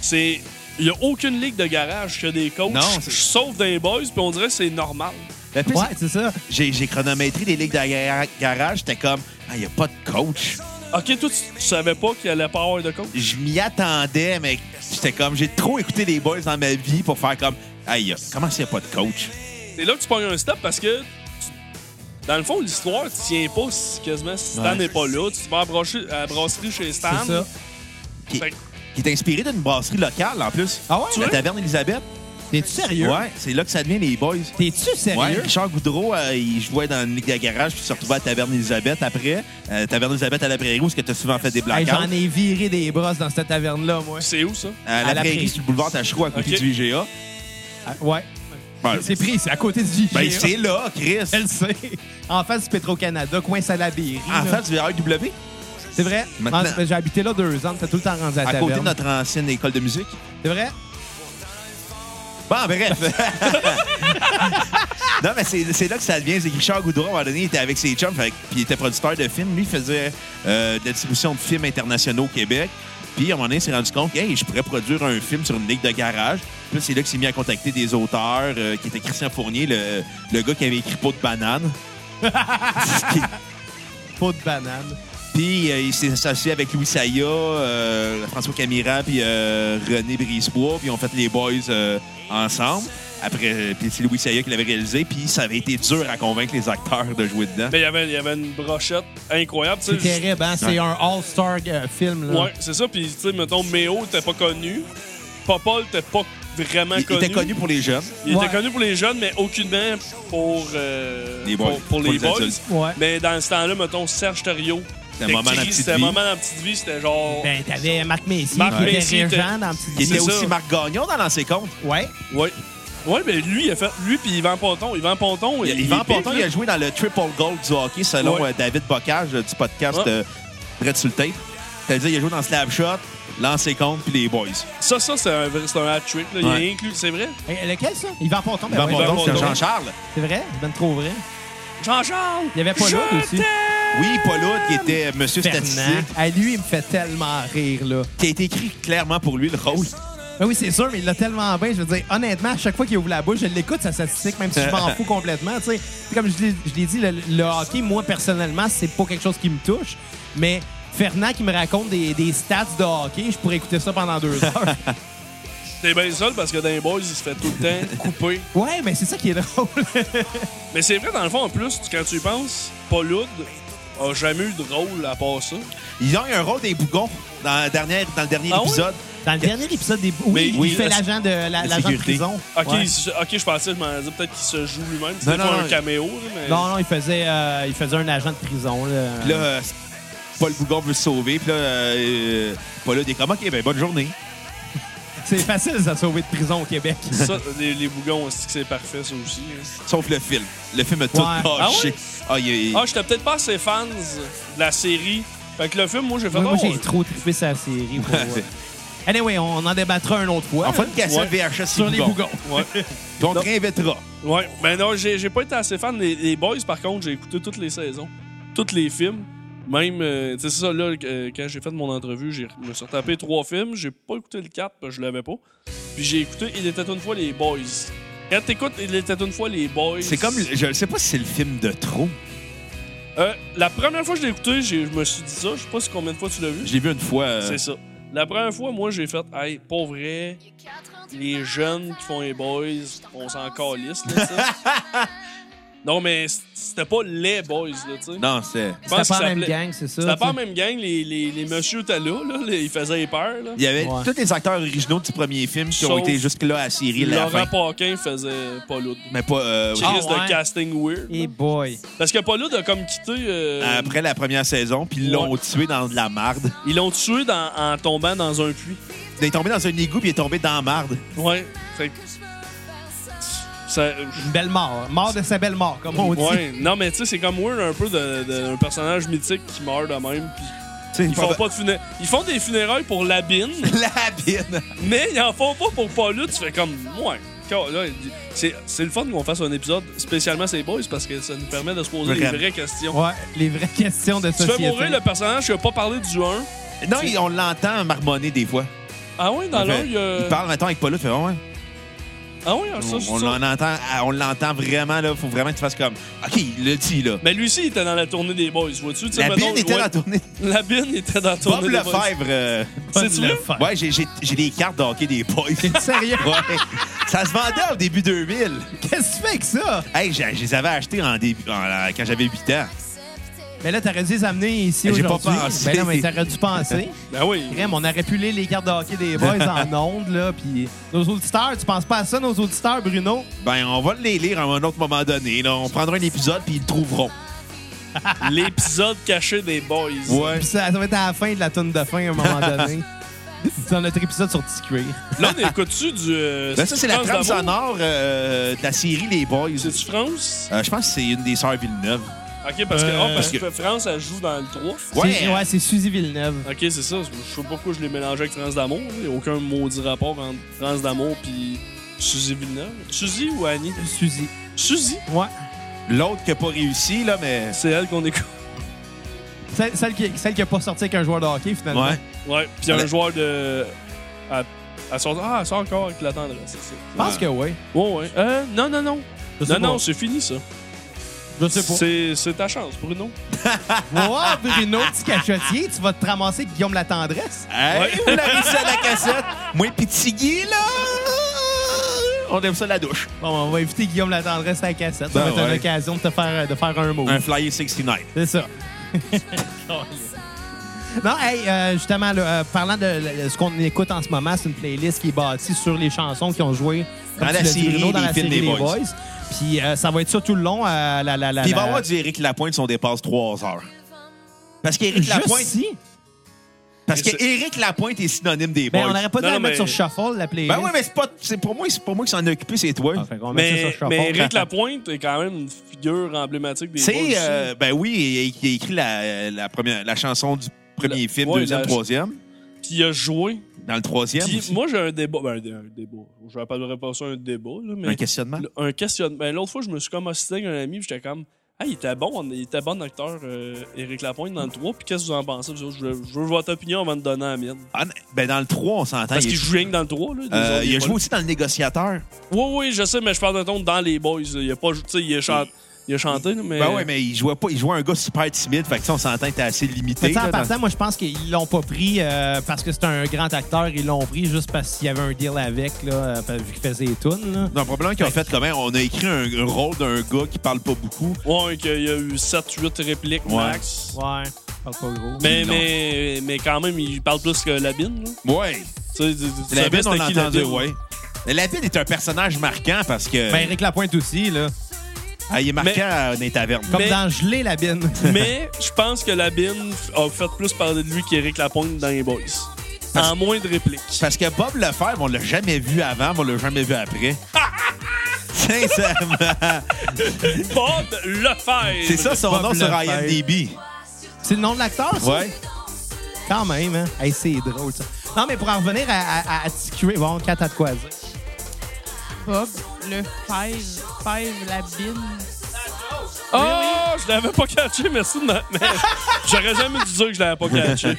Speaker 4: c'est. Il n'y a aucune ligue de garage que des coachs,
Speaker 1: Non, c'est-
Speaker 4: sauf des boys, puis on dirait que c'est normal.
Speaker 1: Le pire,
Speaker 3: Ouais,
Speaker 1: c'est que
Speaker 3: c'est ça.
Speaker 1: j'ai, j'ai chronométré les ligues de gar- garage, j'étais comme, ah, il a pas de coach.
Speaker 4: Ok, toi, tu, tu savais pas qu'il allait pas avoir de coach?
Speaker 1: Je m'y attendais, mais j'étais comme, j'ai trop écouté les boys dans ma vie pour faire comme, aïe, comment s'il n'y a pas de coach?
Speaker 4: C'est là que tu pognes un step parce que. tu- Dans le fond, l'histoire, tu tiens pas si- quasiment si Stan
Speaker 1: Ouais.
Speaker 4: n'est pas là. Tu te vas à brocher- à la brasserie chez Stan.
Speaker 3: C'est ça.
Speaker 1: Qui,
Speaker 4: Fait que-
Speaker 1: qui est inspiré d'une brasserie locale, en plus.
Speaker 3: Ah ouais?
Speaker 1: La
Speaker 3: Tu
Speaker 1: taverne Elisabeth.
Speaker 3: T'es-tu sérieux?
Speaker 1: Ouais, c'est là que ça devient les boys.
Speaker 3: T'es-tu
Speaker 1: Ouais,
Speaker 3: sérieux?
Speaker 1: Richard Goudreau, euh, il jouait dans une ligue de garage, puis il se retrouvait à Taverne Elisabeth après. Euh, taverne Elisabeth à la Prairie, où est-ce que tu as souvent fait des
Speaker 3: Hey,
Speaker 1: blagues
Speaker 3: J'en ai viré des brosses dans cette taverne-là, moi.
Speaker 4: C'est où ça?
Speaker 1: Euh, À
Speaker 3: à
Speaker 1: la
Speaker 3: la
Speaker 1: Prairie,
Speaker 3: Prairie.
Speaker 1: sur le boulevard Tachereau, à côté
Speaker 4: Ok.
Speaker 1: du IGA.
Speaker 3: Ah, ouais.
Speaker 1: Ben,
Speaker 3: C'est pris, c'est à côté du
Speaker 1: ben,
Speaker 3: IGA.
Speaker 1: c'est là, Chris.
Speaker 3: euh, Elle sait. En face du Petro-Canada, coin Salaberry.
Speaker 1: En
Speaker 3: là.
Speaker 1: fait, du RW,
Speaker 3: C'est vrai.
Speaker 1: Maintenant-
Speaker 3: Ah, J'ai habité là deux ans, t'as tout le temps rendu à la
Speaker 1: à côté de
Speaker 3: taverne.
Speaker 1: notre ancienne école de musique.
Speaker 3: C'est vrai?
Speaker 1: Bon, bref. non, mais c'est c'est là que ça devient. C'est que Richard Goudreau, à un moment donné, il était avec ses chums, fait que- puis il était producteur de films. Lui, il faisait euh, de la distribution de films internationaux au Québec. Puis, à un moment donné, il s'est rendu compte que hey, je pourrais produire un film sur une ligue de garage. Puis là, c'est là qu'il s'est mis à contacter des auteurs, euh, qui était Christian Fournier, le, le gars qui avait écrit Peau de banane.
Speaker 3: Peau de banane.
Speaker 1: Puis euh, il s'est associé avec Louis Saya, euh, François Camira, puis euh, René Brisebois, puis ils ont fait les Boys euh, ensemble. Après, euh, puis c'est Louis Saya qui l'avait réalisé, puis ça avait été dur à convaincre les acteurs de jouer dedans.
Speaker 4: Mais il y avait, il y avait une brochette incroyable. tu sais,
Speaker 3: C'est terrible, hein?
Speaker 1: Ouais.
Speaker 3: C'est un all-star euh, film, là.
Speaker 4: Ouais, c'est ça. Puis, tu sais, mettons, Méo, t'es pas connu. Popol, t'es pas vraiment
Speaker 1: Il
Speaker 4: connu.
Speaker 1: était connu pour les jeunes.
Speaker 4: Il
Speaker 3: Ouais.
Speaker 4: était connu pour les jeunes, mais aucunement pour, euh,
Speaker 1: Les boys.
Speaker 4: pour, pour
Speaker 1: Pour
Speaker 4: les
Speaker 1: les
Speaker 4: boys.
Speaker 1: adultes.
Speaker 3: Ouais.
Speaker 4: Mais dans ce temps-là, mettons, Serge Thériault.
Speaker 1: C'était un moment dans la petite
Speaker 4: C'était
Speaker 1: vie.
Speaker 4: moment dans la petite vie, c'était genre.
Speaker 3: Ben, t'avais Marc Messi,
Speaker 4: Marc
Speaker 3: qui
Speaker 4: Messi
Speaker 3: était
Speaker 4: était-
Speaker 3: régent dans Petite
Speaker 1: Il
Speaker 3: Vie.
Speaker 1: était
Speaker 4: C'est
Speaker 1: aussi
Speaker 4: ça.
Speaker 1: Marc Gagnon dans l'ancien compte.
Speaker 3: Ouais.
Speaker 4: Ouais. Ouais, mais lui, il a fait. Lui, puis Yvan Ponton. Yvan Ponton.
Speaker 1: Il,
Speaker 4: il
Speaker 1: Yvan
Speaker 4: est big,
Speaker 1: Ponton,
Speaker 4: là.
Speaker 1: il a joué dans le triple gold du hockey selon
Speaker 4: Ouais.
Speaker 1: euh, David Bocage euh, du podcast
Speaker 4: Ouais.
Speaker 1: euh, Red sur le tape. C'est-à-dire, il a joué dans Slap Shot, l'ancien compte, puis les Boys.
Speaker 4: Ça, ça, c'est un, vrai- c'est un hat-trick. là. Il
Speaker 1: Ouais.
Speaker 4: est inclus, c'est vrai.
Speaker 3: Et lequel, ça? Yvan Ponton, ben
Speaker 1: Yvan
Speaker 3: ouais,
Speaker 4: Ponton.
Speaker 1: Ponton, c'est
Speaker 4: Ponton.
Speaker 1: Jean-Charles.
Speaker 3: C'est vrai? C'est ben trop vrai.
Speaker 4: Jean-Charles!
Speaker 3: Il y avait Paul
Speaker 4: Je
Speaker 3: Hood aussi.
Speaker 4: t'aime!
Speaker 1: Oui, Paul qui était euh, monsieur
Speaker 3: Fernand.
Speaker 1: statistique.
Speaker 3: À Ah, lui, il me fait tellement rire, là.
Speaker 1: qui a été écrit clairement pour lui, le rôle.
Speaker 3: Ben oui, c'est sûr, mais il l'a tellement bien. Je veux dire, honnêtement, à chaque fois qu'il ouvre la bouche, je l'écoute, sa statistique, même si je m'en fous complètement. tu sais. C'est Comme je l'ai je l'ai dit, le, le hockey, moi, personnellement, c'est pas quelque chose qui me touche. Mais Fernand qui me raconte des, des stats de hockey, je pourrais écouter ça pendant deux heures.
Speaker 4: T'es bien seul parce que dans les boys, il se fait tout le temps couper.
Speaker 3: ouais, mais c'est ça qui est drôle.
Speaker 4: Mais c'est vrai, dans le fond, en plus, tu- quand tu y penses, Paul Hood a jamais eu de rôle à part ça.
Speaker 1: Ils ont eu un rôle des bougons dans, la dernière, dans le dernier
Speaker 4: Ah oui?
Speaker 1: épisode.
Speaker 3: Dans le dernier épisode des. Oui,
Speaker 1: Mais-
Speaker 3: il
Speaker 1: oui,
Speaker 3: fait
Speaker 1: la-
Speaker 3: l'agent de, la, l'agent de
Speaker 1: sécurité.
Speaker 3: prison.
Speaker 4: Ok,
Speaker 3: Ouais.
Speaker 4: il se- ok, je pensais, je m'en disais peut-être qu'il se joue lui-même.
Speaker 1: Non,
Speaker 4: C'était
Speaker 1: non,
Speaker 4: pas
Speaker 1: non.
Speaker 4: un caméo, là, mais.
Speaker 3: Non, non, il faisait, euh, il faisait un agent de prison. Là.
Speaker 1: Puis là, euh, Paul Bougon veut se sauver. Puis là, euh, Paul Hood est comme, OK, ben, bonne journée.
Speaker 3: C'est facile, ça, sauver de prison au Québec.
Speaker 4: Ça, les, les bougons, c'est que c'est parfait, ça aussi. hein.
Speaker 1: Sauf le film. Le film a tout
Speaker 3: Ouais.
Speaker 4: Ah
Speaker 1: gâché.
Speaker 4: ouais?
Speaker 1: Ah, il- il-
Speaker 4: Ah, j'étais peut-être pas assez fans de la série. Fait que le film, moi, j'ai fait.
Speaker 3: Moi, moi,
Speaker 4: oh,
Speaker 3: j'ai trop trippé sa série. Pour, euh. Anyway, on en débattra une autre fois.
Speaker 1: Enfin, une cassette VHS
Speaker 3: sur les bougons.
Speaker 4: Ouais.
Speaker 1: Puis on te réinvitera.
Speaker 4: ouais. Ben non, j'ai j'ai pas été assez fan des, des Boys, par contre, j'ai écouté toutes les saisons, tous les films. Même, euh, tu sais, c'est ça, là, euh, quand j'ai fait mon entrevue, j'ai- je me suis retapé trois films. J'ai pas écouté le 4, parce que je l'avais pas. Puis j'ai écouté Il était une fois les Boys. Quand t'écoutes Il était une fois les Boys.
Speaker 1: C'est comme, je ne sais pas si c'est le film de trop.
Speaker 4: Euh, la première fois que je l'ai écouté, j'ai- je me suis dit ça. Je sais pas si combien de fois tu l'as vu.
Speaker 1: Je l'ai vu une fois. euh,
Speaker 4: C'est ça. La première fois, moi, j'ai fait, hey, pour vrai, les jeunes qui font les boys, on s'en calisse, là, tu sais. Non, mais c- c'était pas les boys, là, tu sais.
Speaker 1: Non, c'est.
Speaker 4: Je
Speaker 3: C'était
Speaker 4: pense
Speaker 3: pas
Speaker 4: qu'il
Speaker 3: la même
Speaker 4: s'appelait-
Speaker 3: gang, c'est ça.
Speaker 4: C'était
Speaker 3: tu
Speaker 4: pas la
Speaker 3: sais.
Speaker 4: même gang, les, les, les messieurs étaient là, là, les- ils faisaient peur, là.
Speaker 1: Il y avait
Speaker 3: Ouais.
Speaker 1: tous les acteurs originaux du premier film qui ont
Speaker 4: Sauf
Speaker 1: été jusque-là à Syrie la
Speaker 4: Laurent
Speaker 1: fin.
Speaker 4: Paquin faisait Paulude.
Speaker 1: Mais pas. euh,
Speaker 4: Chris
Speaker 1: oui.
Speaker 3: Ah, ouais.
Speaker 4: de casting weird.
Speaker 3: Et boy.
Speaker 4: Parce que Paulude a comme quitté. euh,
Speaker 1: Après la première saison, puis ils l'ont
Speaker 4: Ouais.
Speaker 1: tué dans de la marde.
Speaker 4: Ils l'ont tué dans- en tombant dans un puits.
Speaker 1: Il est tombé dans un égout, puis il est tombé dans la marde.
Speaker 4: Ouais. Fait que ça-
Speaker 3: Une belle mort. Mort de sa belle mort, comme on dit.
Speaker 4: Ouais. Non, mais tu sais, c'est comme weird un peu d'un de, d'un personnage mythique qui meurt de même. puis
Speaker 1: Tu sais,
Speaker 4: ils, font pas de funé- ils font des funérailles pour Labine,
Speaker 1: La bine.
Speaker 4: mais ils en font pas pour Paulude. Tu fais comme. Ouais. Car- là, C'est c'est le fun qu'on fasse un épisode spécialement ces boys parce que ça nous permet de se poser les
Speaker 1: Vraiment.
Speaker 4: vraies questions.
Speaker 3: Ouais, les vraies questions de
Speaker 4: Tu
Speaker 3: société.
Speaker 4: fais mourir le personnage qui a pas parlé du 1.
Speaker 1: Non, il- on l'entend marmonner des fois.
Speaker 4: Ah oui, dans
Speaker 1: Il fait-
Speaker 4: l'un, il y a.
Speaker 1: Il parle, maintenant avec Paul, il fait Ouais, ouais.
Speaker 4: Ah oui, ça,
Speaker 1: On,
Speaker 4: c'est
Speaker 1: on
Speaker 4: ça.
Speaker 1: l'en entend, ah, on l'entend vraiment, là. Faut vraiment que tu fasses comme. OK, il le dit, là.
Speaker 4: Mais lui aussi, il était dans la tournée des boys, vois-tu? Tu sais,
Speaker 1: La
Speaker 4: mettons,
Speaker 1: bine était
Speaker 4: ouais,
Speaker 1: dans la tournée.
Speaker 4: La bine était dans la tournée
Speaker 1: Bob
Speaker 4: des boys.
Speaker 1: Lefebvre. euh,
Speaker 3: Bob
Speaker 4: C'est-tu vrai?
Speaker 3: Lefebvre.
Speaker 1: Ouais, j'ai- j'ai j'ai des cartes de hockey des boys.
Speaker 3: T'es sérieux?
Speaker 1: Ouais. Ça se vendait au début 2000.
Speaker 3: Qu'est-ce que tu fais que ça?
Speaker 1: Hey, j'ai- je les avais achetés en début, en- euh, quand j'avais 8 ans.
Speaker 3: Mais Ben là, t'aurais dû les amener ici
Speaker 1: J'ai pas
Speaker 3: aujourd'hui.
Speaker 1: pensé.
Speaker 3: Mais non, mais t'aurais dû penser.
Speaker 4: Ben oui.
Speaker 3: Crème, on aurait pu lire les cartes de hockey des boys en ondes, là. Puis nos auditeurs, tu penses pas à ça, nos auditeurs, Bruno?
Speaker 1: Ben, on va les lire à un autre moment donné. là. On prendra un épisode, puis ils le trouveront.
Speaker 4: L'épisode caché des boys.
Speaker 1: Ouais.
Speaker 3: Puis ça, ça va être à la fin de la tonne de fin à un moment donné. Dans notre épisode sur TQI.
Speaker 4: Là, on écoute-tu du. euh,
Speaker 1: Ben, ça, c'est la
Speaker 4: France
Speaker 1: trame
Speaker 4: d'amour?
Speaker 1: sonore euh, de la série Les Boys.
Speaker 4: C'est-tu France?
Speaker 1: Euh, je pense que c'est une des sœurs Villeneuve.
Speaker 4: Ok, parce que,
Speaker 3: Euh,
Speaker 4: ah,
Speaker 1: parce
Speaker 4: parce que France, elle joue dans le 3.
Speaker 3: C'est- Ouais, c'est Suzy Villeneuve.
Speaker 4: Ok, c'est ça. Je sais pas pourquoi je l'ai mélangé avec France d'amour. Il n'y a aucun maudit rapport entre France d'amour puis Suzy Villeneuve. Suzy ou Annie?
Speaker 3: Suzy.
Speaker 4: Suzy.
Speaker 3: Ouais.
Speaker 1: L'autre qui n'a pas réussi, là, mais.
Speaker 4: C'est elle qu'on écoute.
Speaker 3: Celle, celle qui, celle qui a pas sorti avec un joueur de hockey, finalement.
Speaker 1: Ouais.
Speaker 4: Ouais. Puis un
Speaker 1: Ouais.
Speaker 4: joueur de. Elle, elle sort... Ah, elle sort encore avec la tendresse. c'est ça.
Speaker 3: Je pense que oui.
Speaker 4: Ouais, ouais. Euh, non, non, non.
Speaker 3: Je sais
Speaker 4: Non,
Speaker 3: pas.
Speaker 4: non, c'est fini, ça.
Speaker 3: Je sais pas.
Speaker 4: C'est c'est ta chance, Bruno.
Speaker 3: Wow, Bruno, petit cachotier, tu vas te ramasser avec Guillaume la tendresse.
Speaker 1: Hey,
Speaker 4: Ouais.
Speaker 1: vous l'avez dit à la cassette. Moi, pis Tiggy, là. On aime ça la douche.
Speaker 3: Bon, on va éviter Guillaume la tendresse à la cassette. Ça
Speaker 1: Ben
Speaker 3: va être
Speaker 1: ouais.
Speaker 3: l'occasion de te faire, de faire un mot.
Speaker 1: Un Flyer 69.
Speaker 3: C'est ça. Non, hey, euh, justement, là, euh, parlant de, de ce qu'on écoute en ce moment, c'est une playlist qui est bâtie sur les chansons qui ont joué comme
Speaker 1: Dans
Speaker 3: tu
Speaker 1: la
Speaker 3: l'as dit,
Speaker 1: série
Speaker 3: Bruno, dans
Speaker 1: des
Speaker 3: la
Speaker 1: films
Speaker 3: série
Speaker 1: des
Speaker 3: Les
Speaker 1: Boys.
Speaker 3: Puis euh, ça va être ça tout le long. euh, la, la, la,
Speaker 1: Puis il va y
Speaker 3: la-
Speaker 1: avoir du Éric Lapointe si on dépasse 3 heures. Parce qu'Éric
Speaker 3: Juste
Speaker 1: Lapointe.
Speaker 3: si.
Speaker 1: Parce que
Speaker 4: C'est-
Speaker 1: Éric Lapointe est synonyme des
Speaker 3: Ben,
Speaker 1: boys.
Speaker 3: on n'aurait pas dû
Speaker 4: Non,
Speaker 3: la
Speaker 4: non,
Speaker 3: mettre
Speaker 4: mais-
Speaker 3: sur Shuffle, la playlist.
Speaker 1: Ben ouais, mais c'est pas. C'est pour moi, c'est pas moi qui s'en est occupé, c'est toi.
Speaker 3: Ah, fait qu'on met ça
Speaker 4: Mais,
Speaker 3: sur Shuffle.
Speaker 4: mais Eric Lapointe est quand même une figure emblématique des Boys
Speaker 1: C'est
Speaker 4: aussi.
Speaker 1: euh, ben oui, il a- il a écrit la, la première la chanson du premier
Speaker 4: La-
Speaker 1: film,
Speaker 4: ouais,
Speaker 1: deuxième,
Speaker 4: la-
Speaker 1: troisième.
Speaker 4: Puis il a joué.
Speaker 1: Dans le troisième,
Speaker 4: Puis
Speaker 1: aussi.
Speaker 4: moi, j'ai un débat. Ben, un dé- un débat. Je n'appellerais pas ça un débat, là, mais.
Speaker 1: un questionnement.
Speaker 4: le- un questionnement. Ben, L'autre fois, je me suis comme hostilé avec un ami, puis j'étais comme. Ah, il était bon, il était bon acteur, Eric Lapointe, dans le 3. Puis qu'est-ce que vous en pensez? Vous autres? Je veux, je veux votre opinion avant de donner la mienne.
Speaker 1: Ah, ben dans le 3, on s'entend.
Speaker 4: Parce
Speaker 1: il-
Speaker 4: qu'il joue rien que dans le 3. Là, les
Speaker 1: euh,
Speaker 4: autres,
Speaker 1: il a
Speaker 4: pas
Speaker 1: joué aussi dans le négociateur.
Speaker 4: là. Oui, oui, je sais, mais je parle d'un ton dans les boys. là. Il a pas. jou- Tu sais, il, a chan- il a chanté, là, mais.
Speaker 1: Ben ouais, mais il jouait pas, il jouait un gars super timide, fait que ça, on s'entend, était assez
Speaker 3: Mais
Speaker 1: limité.
Speaker 3: tu sais, en
Speaker 1: là, dans-
Speaker 3: partant, moi, je pense qu'ils l'ont pas pris euh, parce que c'est un grand acteur. Ils l'ont pris juste parce qu'il y avait un deal avec, là, euh, vu qu'il faisait les tunes. là.
Speaker 1: Non, probablement qu'ils ont fait quand même, on a écrit un, un rôle d'un gars qui parle pas beaucoup.
Speaker 4: Ouais, qu'il y a eu 7-8 répliques
Speaker 1: Ouais.
Speaker 4: max.
Speaker 3: Ouais, parle pas gros.
Speaker 4: Mais,
Speaker 1: Non.
Speaker 4: mais, mais quand même, il parle plus que Labine. Là.
Speaker 1: Ouais.
Speaker 4: Tu sais, tu- tu
Speaker 1: La
Speaker 4: savais
Speaker 1: bine, on
Speaker 4: c'était qui,
Speaker 1: l'entendait,
Speaker 4: Labine.
Speaker 1: ouais. Mais La bine est un personnage marquant parce que
Speaker 3: Ben, Eric Lapointe aussi, là.
Speaker 1: ah, il est marquant
Speaker 4: mais-
Speaker 1: euh, dans les tavernes.
Speaker 3: Comme
Speaker 4: Mais-
Speaker 3: dans Gelé, la bine.
Speaker 4: Mais je pense que Labine f- a fait plus parler de lui qu'Éric Lapointe dans les boys. En moins de répliques.
Speaker 1: Parce que Bob Lefebvre, on l'a jamais vu avant, mais on l'a jamais vu après. Sincèrement.
Speaker 4: Bob Lefebvre.
Speaker 1: C'est ça son
Speaker 3: Bob
Speaker 1: nom sur
Speaker 3: Lefebvre.
Speaker 1: IMDb.
Speaker 3: c'est le nom de l'acteur, ça?
Speaker 1: Ouais.
Speaker 3: Quand même, hein. Hey, c'est drôle, ça. Non, mais pour en revenir à, à, à, à TQA, bon, Kat a de quoi dire.
Speaker 5: Bob, le Five, Five, la bine.
Speaker 4: Oh, je l'avais pas catché, merci de ma. mais J'aurais jamais dû dire que je l'avais pas catché.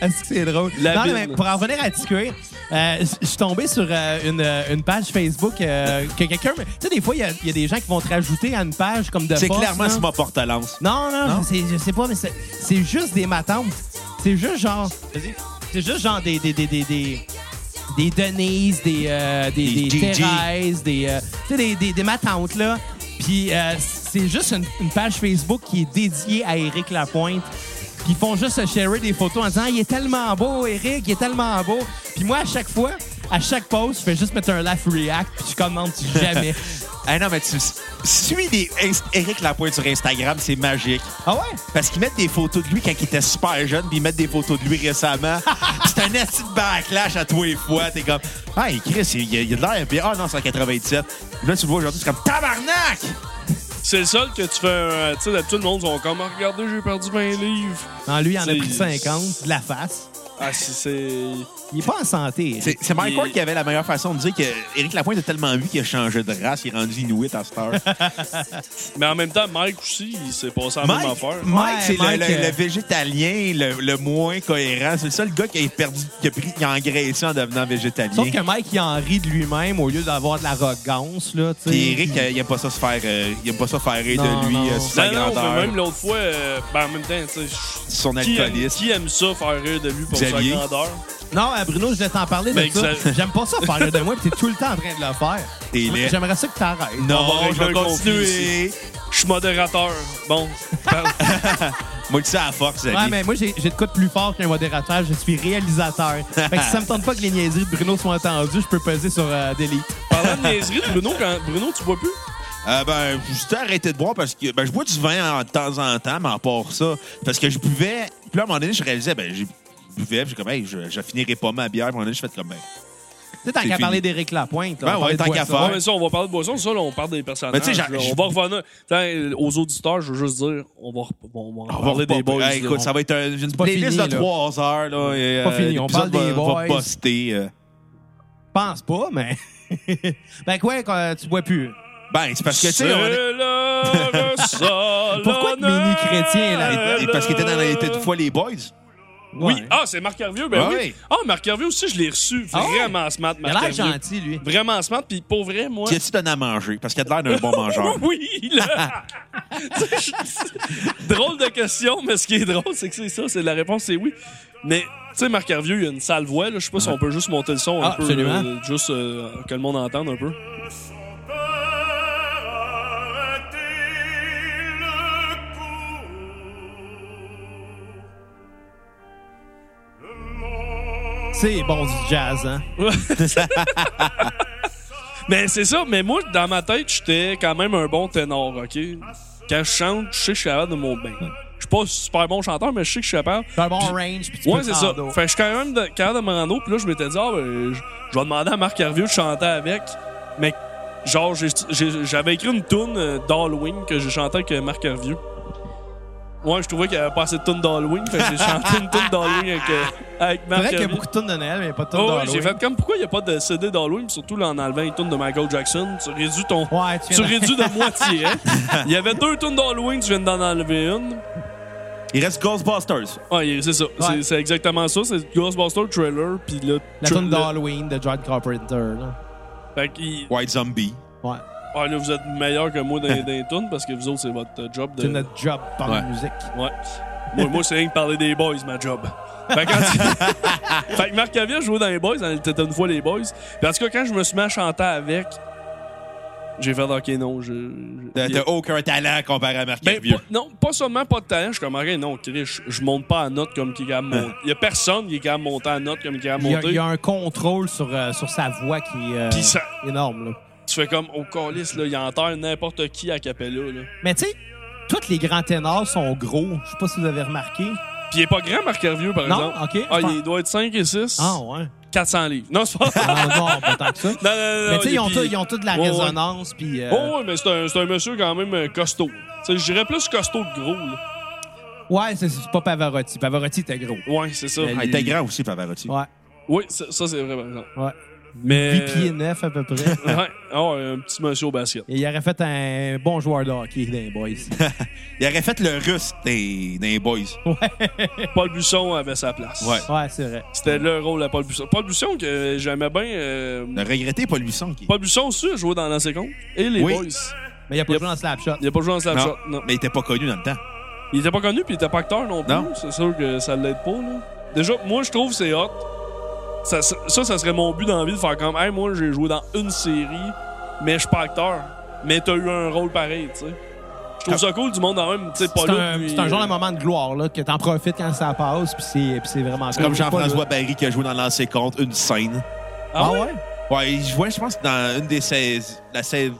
Speaker 3: Est-ce que c'est drôle?
Speaker 4: La
Speaker 3: non,
Speaker 4: bine.
Speaker 3: mais pour en revenir à TQA, euh, je suis tombé sur euh, une, euh, une page Facebook euh, que quelqu'un... Tu sais, des fois, il y a- il y, a des gens qui vont te rajouter à une page comme de
Speaker 1: C'est
Speaker 3: force,
Speaker 1: clairement
Speaker 3: là.
Speaker 1: ce ma porte-lance.
Speaker 3: Non, non,
Speaker 1: Non?
Speaker 3: Je, sais, je sais pas, mais c'est c'est juste des matantes. Tu c'est juste genre. C'est juste genre des. des, des, des, des des Denise, des, euh, des,
Speaker 1: Des
Speaker 3: des
Speaker 1: Gigi.
Speaker 3: Thérèse, des, euh, tu sais, des, des, des matantes, là. Puis euh, c'est juste une, une page Facebook qui est dédiée à Éric Lapointe. Puis ils font juste se sharer des photos en disant Ah, Il est tellement beau, Éric, il est tellement beau. Puis moi, à chaque fois, à chaque post, je fais juste mettre un laugh react, puis je commente jamais.
Speaker 1: Ah non, mais tu suis les Ins- Éric Lapointe sur Instagram, c'est magique.
Speaker 3: ah ouais?
Speaker 1: Parce qu'ils mettent des photos de lui quand il était super jeune, puis ils mettent des photos de lui récemment. c'est un esti de backlash à tous les fois. T'es comme, ah, Chris, il y a, il y a de l'air. Puis, ah non, c'est en 87. Puis là, tu le vois aujourd'hui, c'est comme, tabarnak!
Speaker 4: C'est le seul que tu fais. un- Tu sais, d'habitude, le monde, ils vont comme, Ah, regardez, j'ai perdu 20 livres.
Speaker 3: Non, lui, il en a
Speaker 4: C'est-
Speaker 3: pris 50, de la face.
Speaker 4: Ah, si c'est.
Speaker 3: Il est pas en santé.
Speaker 1: C'est c'est Mike
Speaker 4: Il-
Speaker 1: Ward qui avait la meilleure façon de dire que Éric Lapointe a tellement vu qu'il a changé de race, il est rendu Inuit à cette heure.
Speaker 4: Mais en même temps, Mike aussi, il s'est passé la même
Speaker 1: Mike,
Speaker 4: affaire.
Speaker 1: Mike,
Speaker 3: Ouais,
Speaker 1: c'est le,
Speaker 3: Mike,
Speaker 1: le-
Speaker 3: euh,
Speaker 1: le végétalien le, le moins cohérent. C'est le seul gars qui a perdu, qui a, pris, qui a engraissé en devenant végétalien.
Speaker 3: Sauf que Mike, il en rit de lui-même au lieu d'avoir de l'arrogance, là, tu sais.
Speaker 1: Puis Eric, il n'aime pas ça se faire, euh, il aime pas ça faire rire
Speaker 3: Non,
Speaker 1: de lui,
Speaker 3: non.
Speaker 1: euh, sur sa
Speaker 4: Non, non,
Speaker 1: grandeur,
Speaker 4: mais même l'autre fois, euh, ben, en même temps, tu sais, je-
Speaker 1: son
Speaker 4: qui aime,
Speaker 1: alcoolisme.
Speaker 4: qui aime ça faire rire de lui pour
Speaker 1: Xavier.
Speaker 4: sa grandeur?
Speaker 3: Non, euh, Bruno, je vais t'en parler de
Speaker 4: Ben,
Speaker 3: ça.
Speaker 4: exact.
Speaker 3: J'aime pas ça parler de moi, puis t'es tout le temps en train de le faire.
Speaker 1: T'es laid.
Speaker 3: J'aimerais ça que t'arrêtes.
Speaker 4: On va
Speaker 1: Non, je
Speaker 4: régler
Speaker 1: vais
Speaker 4: un conflit
Speaker 1: continuer.
Speaker 4: ici. Je suis modérateur. Bon, parle.
Speaker 1: Moi, tu sais, à force, Xavier.
Speaker 3: Ouais, mais moi, j'ai j'ai de quoi de plus fort qu'un modérateur. Je suis réalisateur. fait que si ça me tente pas que les niaiseries de Bruno soient entendues, je peux peser sur euh, Delete.
Speaker 4: parlant de niaiserie de Bruno, quand, Bruno, tu bois plus?
Speaker 1: Euh, ben, je suis arrêté de boire parce que ben, je bois du vin en- de temps en temps, mais à part ça, parce que je buvais. Puis là, à un moment donné, je réalisais, ben, je buvais, puis j'ai comme, hey, je, je finirai pas ma bière. Puis à un moment donné, je fais comme, ben.
Speaker 3: Tu sais, tant
Speaker 1: C'est
Speaker 3: qu'à
Speaker 1: fini.
Speaker 3: parler d'Éric Lapointe,
Speaker 1: Ben
Speaker 3: là, on va
Speaker 1: ouais,
Speaker 3: parler de
Speaker 1: tant qu'à
Speaker 3: boisson.
Speaker 1: faire.
Speaker 4: Ouais, Ah, mais ça, on va parler de boisson. Ça, là, on parle des personnages.
Speaker 1: Mais tu sais,
Speaker 4: là.
Speaker 1: j'ai-
Speaker 4: on va revenir. Attends, aux auditeurs, je veux juste dire, on va, rep- on va
Speaker 1: Ah, on va
Speaker 4: parler
Speaker 1: pas-
Speaker 4: des boys.
Speaker 1: Hey,
Speaker 4: là.
Speaker 1: écoute, ça va être un- une
Speaker 3: pas
Speaker 1: playlist
Speaker 3: fini,
Speaker 1: de
Speaker 3: là.
Speaker 1: 3 heures. Là, et,
Speaker 3: Pas
Speaker 1: euh,
Speaker 3: fini, on
Speaker 1: l'épisode
Speaker 3: parle
Speaker 1: va,
Speaker 3: des
Speaker 1: va
Speaker 3: boys.
Speaker 1: poster. euh.
Speaker 3: Je pense pas, mais. ben, quoi, quand tu bois plus.
Speaker 1: Ben, c'est parce que, tu sais,
Speaker 4: C'est
Speaker 1: on est-
Speaker 4: l'heure
Speaker 3: Pourquoi que Mini Chrétien est là?
Speaker 4: solennelle?
Speaker 1: Et- et parce qu'il était dans les était deux fois les boys.
Speaker 4: Oui,
Speaker 3: Ouais.
Speaker 4: ah, c'est Marc Hervieux, ben
Speaker 1: Ouais,
Speaker 4: oui.
Speaker 1: ouais.
Speaker 4: Ah, Marc Hervieux aussi, je l'ai reçu.
Speaker 3: Ah ouais?
Speaker 4: Vraiment smart,
Speaker 3: Il a
Speaker 4: Marc
Speaker 3: l'air
Speaker 4: Hervieux.
Speaker 3: gentil, lui.
Speaker 4: Vraiment smart, puis pour vrai, moi...
Speaker 1: Qui a-tu donné à manger? Parce qu'il a de l'air d'un bon
Speaker 3: Ah.
Speaker 1: mangeur.
Speaker 4: Oui, là! Tu sais, je- drôle de question, mais ce qui est drôle, c'est que c'est ça, c'est la réponse, c'est oui. Mais, tu sais, Marc Hervieux, il a une sale voix, là. Je sais pas si on peut juste monter le son un
Speaker 3: Ah,
Speaker 4: peu.
Speaker 3: absolument.
Speaker 4: là, juste euh, que le monde entende un peu.
Speaker 3: C'est bon du jazz, hein.
Speaker 4: Mais c'est ça, mais moi, dans ma tête, j'étais quand même un bon ténor, OK? Quand je chante, je sais que je suis capable de mon bain. Je suis pas super bon chanteur, mais je sais que je suis capable.
Speaker 3: C'est un bon range, puis tu
Speaker 4: Ouais,
Speaker 3: peux
Speaker 4: c'est
Speaker 3: te
Speaker 4: ça.
Speaker 3: rendre au-
Speaker 4: Fait que je suis quand même de- capable de me rendre haut, puis là, je m'étais dit, ah, ben, je je vais demander à Marc Hervieux de chanter avec. Mais, genre, j'ai- j'ai- j'avais écrit une tune euh, d'Halloween que j'ai chantée avec euh, Marc Hervieux. Ouais, je trouvais qu'il n'y avait pas assez de tunes d'Halloween, fait que j'ai chanté une tune d'Halloween avec, euh, avec
Speaker 3: C'est vrai qu'il
Speaker 4: Marc
Speaker 3: y a
Speaker 4: Hervieux.
Speaker 3: beaucoup de tunes de Noël, mais il y a pas de tunes
Speaker 4: Oh, ouais,
Speaker 3: d'Halloween.
Speaker 4: j'ai fait comme pourquoi il n'y a pas de CD d'Halloween, surtout là, en enlevant les tunes de Michael Jackson. Tu réduis ton.
Speaker 3: Ouais, tu
Speaker 4: tu
Speaker 3: viens de-
Speaker 4: réduis de moitié, hein? Il y avait deux tunes d'Halloween, tu viens d'en enlever une.
Speaker 1: Il reste Ghostbusters.
Speaker 4: Ah, il- c'est ça. C'est- C'est exactement ça. C'est Ghostbuster Trailer, puis là.
Speaker 3: La
Speaker 4: tra-
Speaker 3: tune
Speaker 4: là-
Speaker 3: d'Halloween de John Carpenter, là.
Speaker 4: Fait qu'il-
Speaker 1: White Zombie.
Speaker 3: Ouais.
Speaker 4: ah, là, vous êtes meilleur que moi dans, dans les tunes parce que vous autres, c'est votre euh, job de.
Speaker 3: C'est notre job par la
Speaker 1: Ouais.
Speaker 3: musique.
Speaker 4: Ouais. Moi, moi c'est rien que parler des boys, ma job. Fait que, quand- Fait que Marc Cavier jouait dans les boys, dans était une fois les boys. Puis en tout cas, quand je me suis mis à chanter avec, j'ai fait OK, non, je. je-
Speaker 1: T'as
Speaker 4: il-
Speaker 1: t'as aucun talent comparé à Marc
Speaker 4: Ben,
Speaker 1: Hervieux.
Speaker 4: pas- non, pas seulement pas de talent, je suis comme OK, non, Chris, je, je monte pas à note comme qui est capable de monter. Il y a personne qui est capable de monter à note comme qui est capable
Speaker 3: Il
Speaker 4: de
Speaker 3: y, a,
Speaker 4: monter.
Speaker 3: il y a un contrôle sur, euh, sur sa voix qui est euh,
Speaker 4: Puis ça-
Speaker 3: énorme. là.
Speaker 4: Tu fais comme au calice, là, il enterre n'importe qui à Capella, là.
Speaker 3: Mais tu sais, tous les grands ténors sont gros. Je sais pas si vous avez remarqué.
Speaker 4: Puis il est pas grand, Marc Hervieux, par
Speaker 3: Non,
Speaker 4: exemple.
Speaker 3: OK.
Speaker 4: Ah,
Speaker 3: Je pense-
Speaker 4: il doit être 5 et 6.
Speaker 3: Ah ouais.
Speaker 4: 400 livres. Non, c'est pas ça.
Speaker 3: Ah, non, pas tant que ça.
Speaker 4: Non, non, non,
Speaker 3: Mais tu sais,
Speaker 4: il-
Speaker 3: ils, ont
Speaker 4: puis-
Speaker 3: tout- ils ont tous de la
Speaker 4: Ouais, ouais.
Speaker 3: résonance. Puis, euh,
Speaker 4: Oh, ouais, mais c'est un, c'est un monsieur quand même euh, costaud. Tu sais, je dirais plus costaud que gros, là.
Speaker 3: ouais, c'est c'est pas Pavarotti. Pavarotti était gros.
Speaker 4: Ouais, c'est ça.
Speaker 1: Ah, il était grand aussi, Pavarotti.
Speaker 3: Ouais,
Speaker 4: Oui, ça, ça, c'est vrai, par exemple.
Speaker 3: ouais.
Speaker 4: Mais.
Speaker 3: 8 pieds 9 à peu près.
Speaker 4: Ouais. Oh, un petit monsieur au basket.
Speaker 3: Et il aurait fait un bon joueur de hockey dans les boys.
Speaker 1: Il aurait fait le russe des, des boys.
Speaker 4: Paul Busson avait sa place.
Speaker 1: Ouais.
Speaker 3: ouais, c'est vrai.
Speaker 4: C'était le rôle à Paul Busson. Paul Busson, que j'aimais bien. euh,
Speaker 1: Le regretté pas lui son qui.
Speaker 4: Paul Busson aussi a joué dans la seconde. Et les
Speaker 1: Oui.
Speaker 4: Boys.
Speaker 3: Mais il a pas
Speaker 4: Yep.
Speaker 3: joué dans Slapshot.
Speaker 4: Il a pas joué dans Snapchat, non.
Speaker 1: Mais il était pas connu dans le temps.
Speaker 4: Il était pas connu, puis il était pas acteur non plus.
Speaker 1: Non.
Speaker 4: C'est sûr que ça l'aide pas, là. Déjà, moi, je trouve que c'est hot. Ça, ça, ça, ça serait mon but dans la vie de faire comme, hey, moi, j'ai joué dans une série, mais je suis pas acteur. Mais t'as eu un rôle pareil, tu sais. Je trouve ça cool du monde en même, tu sais, pas
Speaker 3: C'est
Speaker 4: là.
Speaker 3: un,
Speaker 4: puis-
Speaker 3: c'est un genre
Speaker 1: euh,
Speaker 3: de moment de gloire, là, que t'en profites quand ça passe, puis c'est- puis c'est vraiment
Speaker 1: C'est comme Jean-François Barry qui a joué dans Lancer Compte, une scène.
Speaker 4: Ah ouais?
Speaker 1: Ouais, il jouait, je pense, dans une des 16. La 16.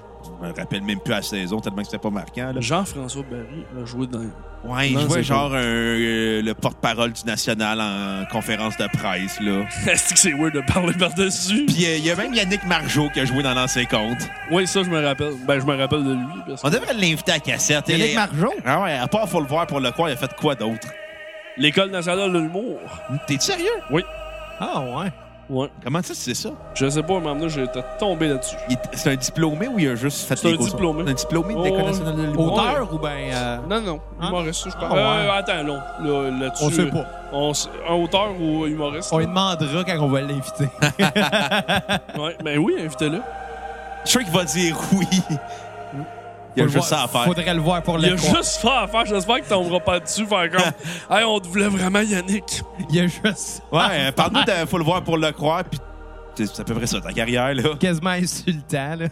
Speaker 1: Je me rappelle même plus à la saison, tellement que c'était pas marquant. Là.
Speaker 4: Jean-François Barry a joué dans.
Speaker 1: Ouais, il
Speaker 4: Lancer
Speaker 1: jouait
Speaker 4: Compte.
Speaker 1: genre un, euh, le porte-parole du national en conférence de presse. là.
Speaker 4: Est-ce que c'est weird de parler par-dessus?
Speaker 1: Puis euh, il y a même Yannick Margeau qui a joué dans Lancer Compte.
Speaker 4: Oui, ça, je me rappelle. Ben, je me rappelle de lui. Parce que...
Speaker 1: On devrait l'inviter à cassette.
Speaker 3: Yannick
Speaker 1: Et-
Speaker 3: Margeau?
Speaker 1: Ah ouais, à part faut le voir pour le croire, il a fait quoi d'autre?
Speaker 4: L'École nationale de l'humour.
Speaker 1: T'es sérieux?
Speaker 3: Ah ouais.
Speaker 4: Ouais.
Speaker 1: Comment ça, c'est ça?
Speaker 4: Je sais pas, mais maintenant, j'étais tombé là-dessus.
Speaker 1: Il- C'est un diplômé ou il a juste fait
Speaker 4: C'est
Speaker 1: des
Speaker 4: un
Speaker 1: cours-
Speaker 4: diplômé.
Speaker 1: C'est Un diplômé de l'École
Speaker 4: Oh,
Speaker 1: nationale de l'humour.
Speaker 3: Auteur ou ben euh,
Speaker 4: Non, non.
Speaker 3: Hein?
Speaker 4: Humoriste, je pense.
Speaker 3: Ah, ouais.
Speaker 4: Euh, attends, non. Là, là-dessus,
Speaker 3: On sait pas.
Speaker 4: on s- un auteur ou humoriste?
Speaker 3: On lui demandera quand on va l'inviter.
Speaker 4: Ouais, ben oui, invitez-le.
Speaker 1: Je suis sûr qu'il va dire oui. Il y a
Speaker 3: Faut le
Speaker 1: juste ça à
Speaker 3: voir-
Speaker 1: faire.
Speaker 3: Faudrait le voir pour
Speaker 4: Il y
Speaker 3: le
Speaker 4: a
Speaker 3: croire.
Speaker 4: juste ça à faire. J'espère que tomberas pas dessus. Faire comme, hey, on te voulait vraiment, Yannick.
Speaker 3: Il y a juste
Speaker 1: Ouais, euh, parle-nous de Faut le voir pour le croire, puis c'est c'est à peu près ça, ta carrière, là.
Speaker 3: quasiment insultant, là.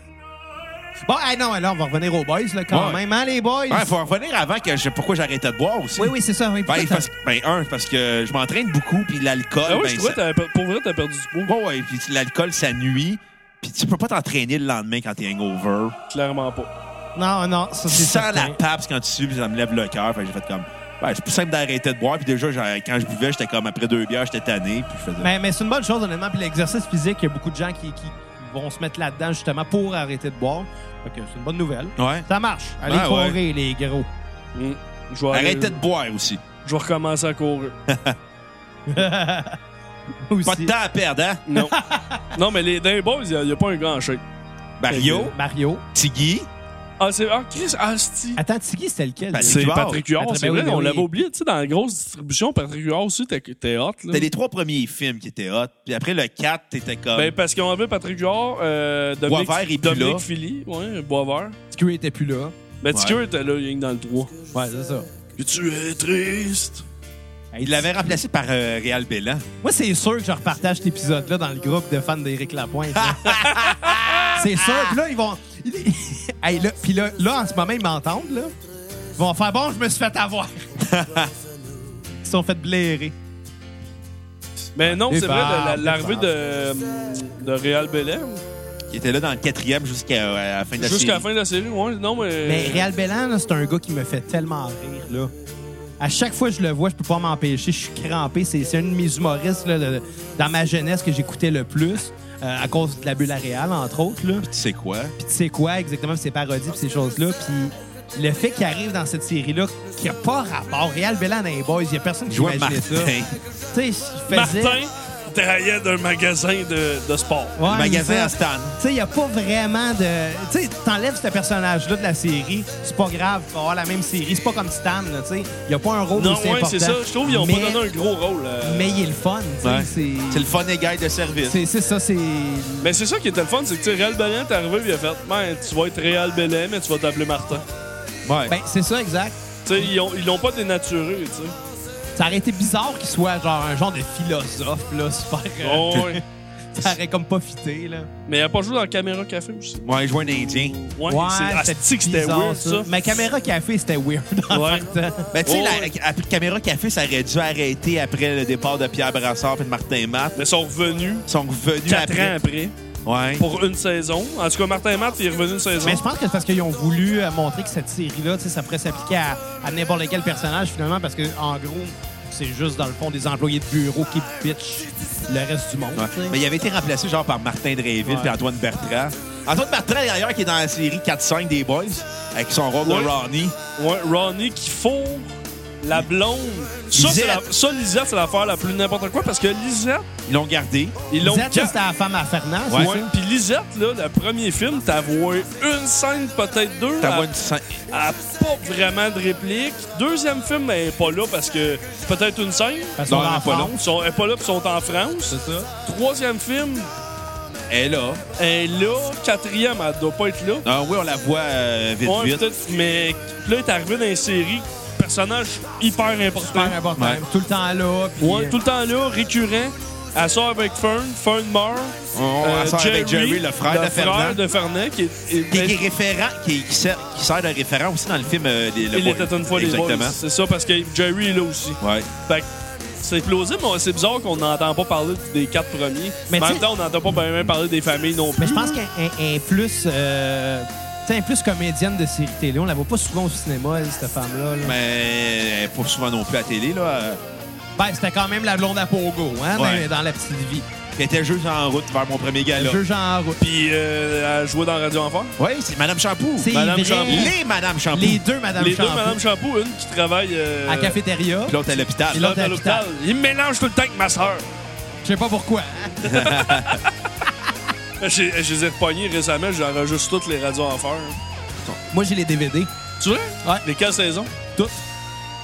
Speaker 3: Bon, ah non, alors on va revenir aux boys, là, quand
Speaker 1: Ouais.
Speaker 3: même, hein, les boys?
Speaker 1: Ouais, faut en revenir avant que je, pourquoi j'arrêtais de boire aussi.
Speaker 3: Oui, oui, c'est ça. Oui,
Speaker 1: Ben,
Speaker 3: pourquoi
Speaker 1: parce, ben, un, parce que je m'entraîne beaucoup, puis l'alcool.
Speaker 4: Ah oui,
Speaker 1: ben,
Speaker 4: je trouvais
Speaker 1: ça-
Speaker 4: que t'avais per- pour vrai, t'as perdu du poids.
Speaker 1: Ouais, ouais, puis l'alcool, ça nuit. Puis tu peux pas t'entraîner le lendemain quand t'es hangover.
Speaker 4: Clairement pas.
Speaker 3: t'as- Non, non, ça,
Speaker 1: Tu
Speaker 3: c'est
Speaker 1: sens
Speaker 3: certain.
Speaker 1: la papse quand tu subis, ça me lève le cœur. Fait que j'ai fait comme. Ben, c'est plus simple d'arrêter de boire. Puis déjà, j'ai- quand je buvais, j'étais comme après deux bières, j'étais tanné. Puis je faisais.
Speaker 3: Mais, mais c'est une bonne chose, honnêtement. Puis l'exercice physique, il y a beaucoup de gens qui, qui vont se mettre là-dedans, justement, pour arrêter de boire. Fait que c'est une bonne nouvelle.
Speaker 1: ouais.
Speaker 3: Ça marche. Allez
Speaker 1: Ouais,
Speaker 3: courir, les gros.
Speaker 4: Mm. Je vais aller-
Speaker 1: Arrêtez de boire aussi.
Speaker 4: Je vais recommencer à courir.
Speaker 3: Aussi.
Speaker 1: Pas de temps à perdre, hein?
Speaker 4: Non. non, mais les, dans les boys, il n'y a, pas un grand chèque.
Speaker 1: Mario,
Speaker 3: Mario.
Speaker 1: Tiggy.
Speaker 4: Ah, c'est. Ah, Chris Asti.
Speaker 3: Attends, Tiggy, c'était lequel?
Speaker 1: Ben,
Speaker 3: lui?
Speaker 4: C'est
Speaker 1: Huard.
Speaker 4: Patrick Huard,
Speaker 3: Patrick-
Speaker 4: c'est
Speaker 3: ben
Speaker 4: vrai,
Speaker 3: oui, ben
Speaker 4: on
Speaker 3: oui.
Speaker 4: l'avait oublié, tu sais, dans la grosse distribution, Patrick Huard aussi, t'es- t'es hot, là.
Speaker 1: T'as les trois premiers films qui étaient hot. Puis après, le 4, t'étais comme.
Speaker 4: Ben, parce qu'on avait Patrick Huard, euh, Dominique,
Speaker 1: Boisvert est plus là.
Speaker 4: Dominique Philly, ouais, Boisvert.
Speaker 3: Tiggy était plus là.
Speaker 4: Ben,
Speaker 1: Ouais.
Speaker 4: Ticker était là, il est dans le 3.
Speaker 3: Ouais, c'est ça.
Speaker 4: Que tu es triste.
Speaker 1: Il l'avait remplacé par euh, Réal Bellan.
Speaker 3: Moi, c'est sûr que je repartage cet épisode-là dans le groupe de fans d'Éric Lapointe. là. c'est sûr. Puis là, ils vont. Hey, là, puis là, là, en ce moment, ils m'entendent. là. Ils vont faire bon, je me suis fait avoir. ils se sont fait blairer.
Speaker 4: Mais Ben, non,
Speaker 3: Et
Speaker 4: c'est vrai,
Speaker 3: bah,
Speaker 4: la- la- l'arrivée
Speaker 3: bah.
Speaker 4: de, de Real Belém,
Speaker 1: Qui était là dans le quatrième jusqu'à euh, à la fin de la série.
Speaker 4: jusqu'à la fin de la série, ouais, non, mais.
Speaker 3: Mais Réal Bellan, là, c'est un gars qui me fait tellement rire. là. À chaque fois que je le vois, je peux pas m'empêcher. Je suis crampé. C'est c'est un de mes humoristes là, de- dans ma jeunesse que j'écoutais le plus. euh, à cause de la bulle à Réal, entre autres. Là.
Speaker 1: Tu sais quoi?
Speaker 3: puis tu sais quoi exactement, ces parodies, puis ces choses-là. Puis le fait qu'il arrive dans cette série-là, qui a pas rapport. Réal Bellan dans les Boys, il y a personne qui
Speaker 1: Jouait
Speaker 3: imaginait
Speaker 1: Martin.
Speaker 3: ça. Tu sais, il faisait...
Speaker 4: Martin travaillait d'un magasin de, de sport.
Speaker 3: Ouais,
Speaker 1: Le magasin
Speaker 3: il
Speaker 1: à
Speaker 3: fait-
Speaker 1: Stan.
Speaker 3: Tu sais, il n'y a pas vraiment de... Tu sais, t'enlèves ce personnage-là de la série, c'est pas grave, tu vas avoir la même série. C'est pas comme Stan, là, tu sais. Il n'y a pas un rôle
Speaker 4: Non,
Speaker 3: aussi
Speaker 4: ouais,
Speaker 3: important.
Speaker 4: c'est ça. Je trouve qu'ils ont
Speaker 3: mais...
Speaker 4: pas donné un gros rôle. euh.
Speaker 3: Mais il est le fun, tu sais.
Speaker 1: Ouais. C'est
Speaker 3: c'est-
Speaker 1: le fun et guy de service.
Speaker 3: C'est c'est ça, c'est...
Speaker 4: Mais c'est ça qui était le fun, c'est que tu sais, Real Belém, t'es arrivé, puis il a fait, man, tu vas être Real Belém, mais tu vas t'appeler Martin.
Speaker 1: Ouais.
Speaker 3: Ben, c'est ça, exact.
Speaker 4: Tu sais, ils, ont- ils l'ont pas dénaturé, tu sais.
Speaker 3: Ça aurait été bizarre qu'il soit genre un genre de philosophe, là, super... euh,
Speaker 4: Oh, ouais.
Speaker 3: Ça aurait comme pas fité, là.
Speaker 4: Mais il a pas joué dans Caméra Café aussi.
Speaker 1: Ouais, il jouait un Indien.
Speaker 4: Ouais, c'est asti que c'était
Speaker 3: bizarre,
Speaker 4: weird, ça.
Speaker 3: Ma caméra café, c'était weird. en
Speaker 4: Ouais.
Speaker 3: même temps.
Speaker 1: Ben, tu sais,
Speaker 4: Oh,
Speaker 1: la,
Speaker 4: ouais.
Speaker 1: la- la caméra café, ça aurait dû arrêter après le départ de Pierre Brassard et de Martin Matt.
Speaker 4: Mais ils sont revenus
Speaker 1: Ils sont revenus
Speaker 4: 4 ans
Speaker 1: après.
Speaker 4: après
Speaker 1: Ouais.
Speaker 4: pour une saison. En tout cas, Martin Matt, il est revenu une saison.
Speaker 3: Mais je pense que c'est parce qu'ils ont voulu euh, montrer que cette série-là, tu sais, ça pourrait s'appliquer à, à n'importe quel personnage, finalement, parce que en gros, c'est juste, dans le fond, des employés de bureau qui pitchent le reste du monde.
Speaker 1: Ouais.
Speaker 3: tu sais.
Speaker 1: Mais il avait été remplacé genre par Martin Dreyville
Speaker 3: Ouais.
Speaker 1: puis Antoine Bertrand. Antoine Bertrand, d'ailleurs, qui est dans la série 4-5 des Boys, avec son rôle
Speaker 4: Ouais.
Speaker 1: de Ronnie.
Speaker 4: Ouais, Ronnie qui fourre la blonde. Ça, c'est la-
Speaker 1: Lisette.
Speaker 4: ça, Lisette, c'est l'affaire la plus n'importe quoi parce que Lisette,
Speaker 1: Ils l'ont gardé.
Speaker 4: ils l'ont
Speaker 3: Zed, ça,
Speaker 4: ca-
Speaker 3: c'était la femme à Fernand,
Speaker 4: Ouais.
Speaker 3: c'est ça?
Speaker 4: Puis Lisette, là, le premier film, t'as voué une scène, peut-être deux.
Speaker 1: T'as
Speaker 4: à-
Speaker 1: une scène-
Speaker 4: à pas vraiment de réplique. Deuxième film, elle est pas là parce que peut-être une scène.
Speaker 3: Parce
Speaker 1: Non,
Speaker 3: qu'on
Speaker 1: elle
Speaker 3: en
Speaker 1: est pas
Speaker 3: parle.
Speaker 4: Ils sont, elle est pas là puis ils sont en France.
Speaker 3: C'est ça.
Speaker 4: Troisième film,
Speaker 1: Elle est là.
Speaker 4: elle est là. Quatrième, elle doit pas être là.
Speaker 1: Ah oui, on la voit euh, vite,
Speaker 4: Ouais,
Speaker 1: vite.
Speaker 4: peut-être, mais là, elle est arrivée dans les séries personnage hyper important.
Speaker 3: Super important.
Speaker 1: Ouais.
Speaker 3: Tout le temps là. puis- euh,
Speaker 4: Ouais, tout le temps là, récurrent. Elle sort avec Fern, Fern meurt.
Speaker 1: On-
Speaker 4: Euh,
Speaker 1: Oh, elle sort avec Jerry, le frère de Fernand.
Speaker 4: frère de Fernand, qui est- ben, est-
Speaker 1: Qui, qui est référent, qui, qui sert, qui sert de référent aussi dans le film euh, les- le
Speaker 4: il
Speaker 1: Boys.
Speaker 4: était une fois les boys.
Speaker 1: Exactement.
Speaker 4: C'est ça, parce que Jerry est là aussi.
Speaker 1: Ouais.
Speaker 4: Fait que c'est plausible, mais c'est bizarre qu'on n'entend pas parler des quatre premiers.
Speaker 3: Mais
Speaker 4: Mais en
Speaker 3: tu
Speaker 4: même temps, on n'entend pas bien même parler des familles non
Speaker 3: Mais je
Speaker 4: plus.
Speaker 3: pense qu'elle elle- elle est plus. euh, tu sais, elle est plus comédienne de série télé. On la voit pas souvent au cinéma, elle, cette femme-là. là.
Speaker 1: Mais elle est pas souvent non plus à la télé, là. Euh,
Speaker 3: Ben, c'était quand même la blonde à Pogo, hein, dans-
Speaker 1: Ouais.
Speaker 3: dans, la petite vie.
Speaker 1: puis Elle était juste en route vers mon premier gala.
Speaker 3: Jeu genre.
Speaker 4: Puis euh, elle jouait dans Radio Enfer.
Speaker 1: Oui, c'est Madame Champoux.
Speaker 3: C'est
Speaker 4: Madame
Speaker 3: vrai.
Speaker 4: Champoux.
Speaker 1: Les Madame Champoux.
Speaker 3: Les deux, Madame
Speaker 4: les
Speaker 3: Champoux,
Speaker 4: deux, Madame Champoux, une qui travaille euh,
Speaker 3: à cafétéria.
Speaker 1: Puis l'autre à l'hôpital.
Speaker 3: Puis
Speaker 4: l'autre à
Speaker 3: l'hôpital.
Speaker 4: l'hôpital. Il me mélange tout le temps avec ma soeur.
Speaker 3: Je sais pas pourquoi.
Speaker 4: Je Euh, je les ai repognés récemment, j'enregistre toutes les radios Enfer. hein.
Speaker 3: Moi, j'ai les DVD.
Speaker 4: Tu vois?
Speaker 3: Ouais.
Speaker 4: Les quelles saisons?
Speaker 3: Toutes.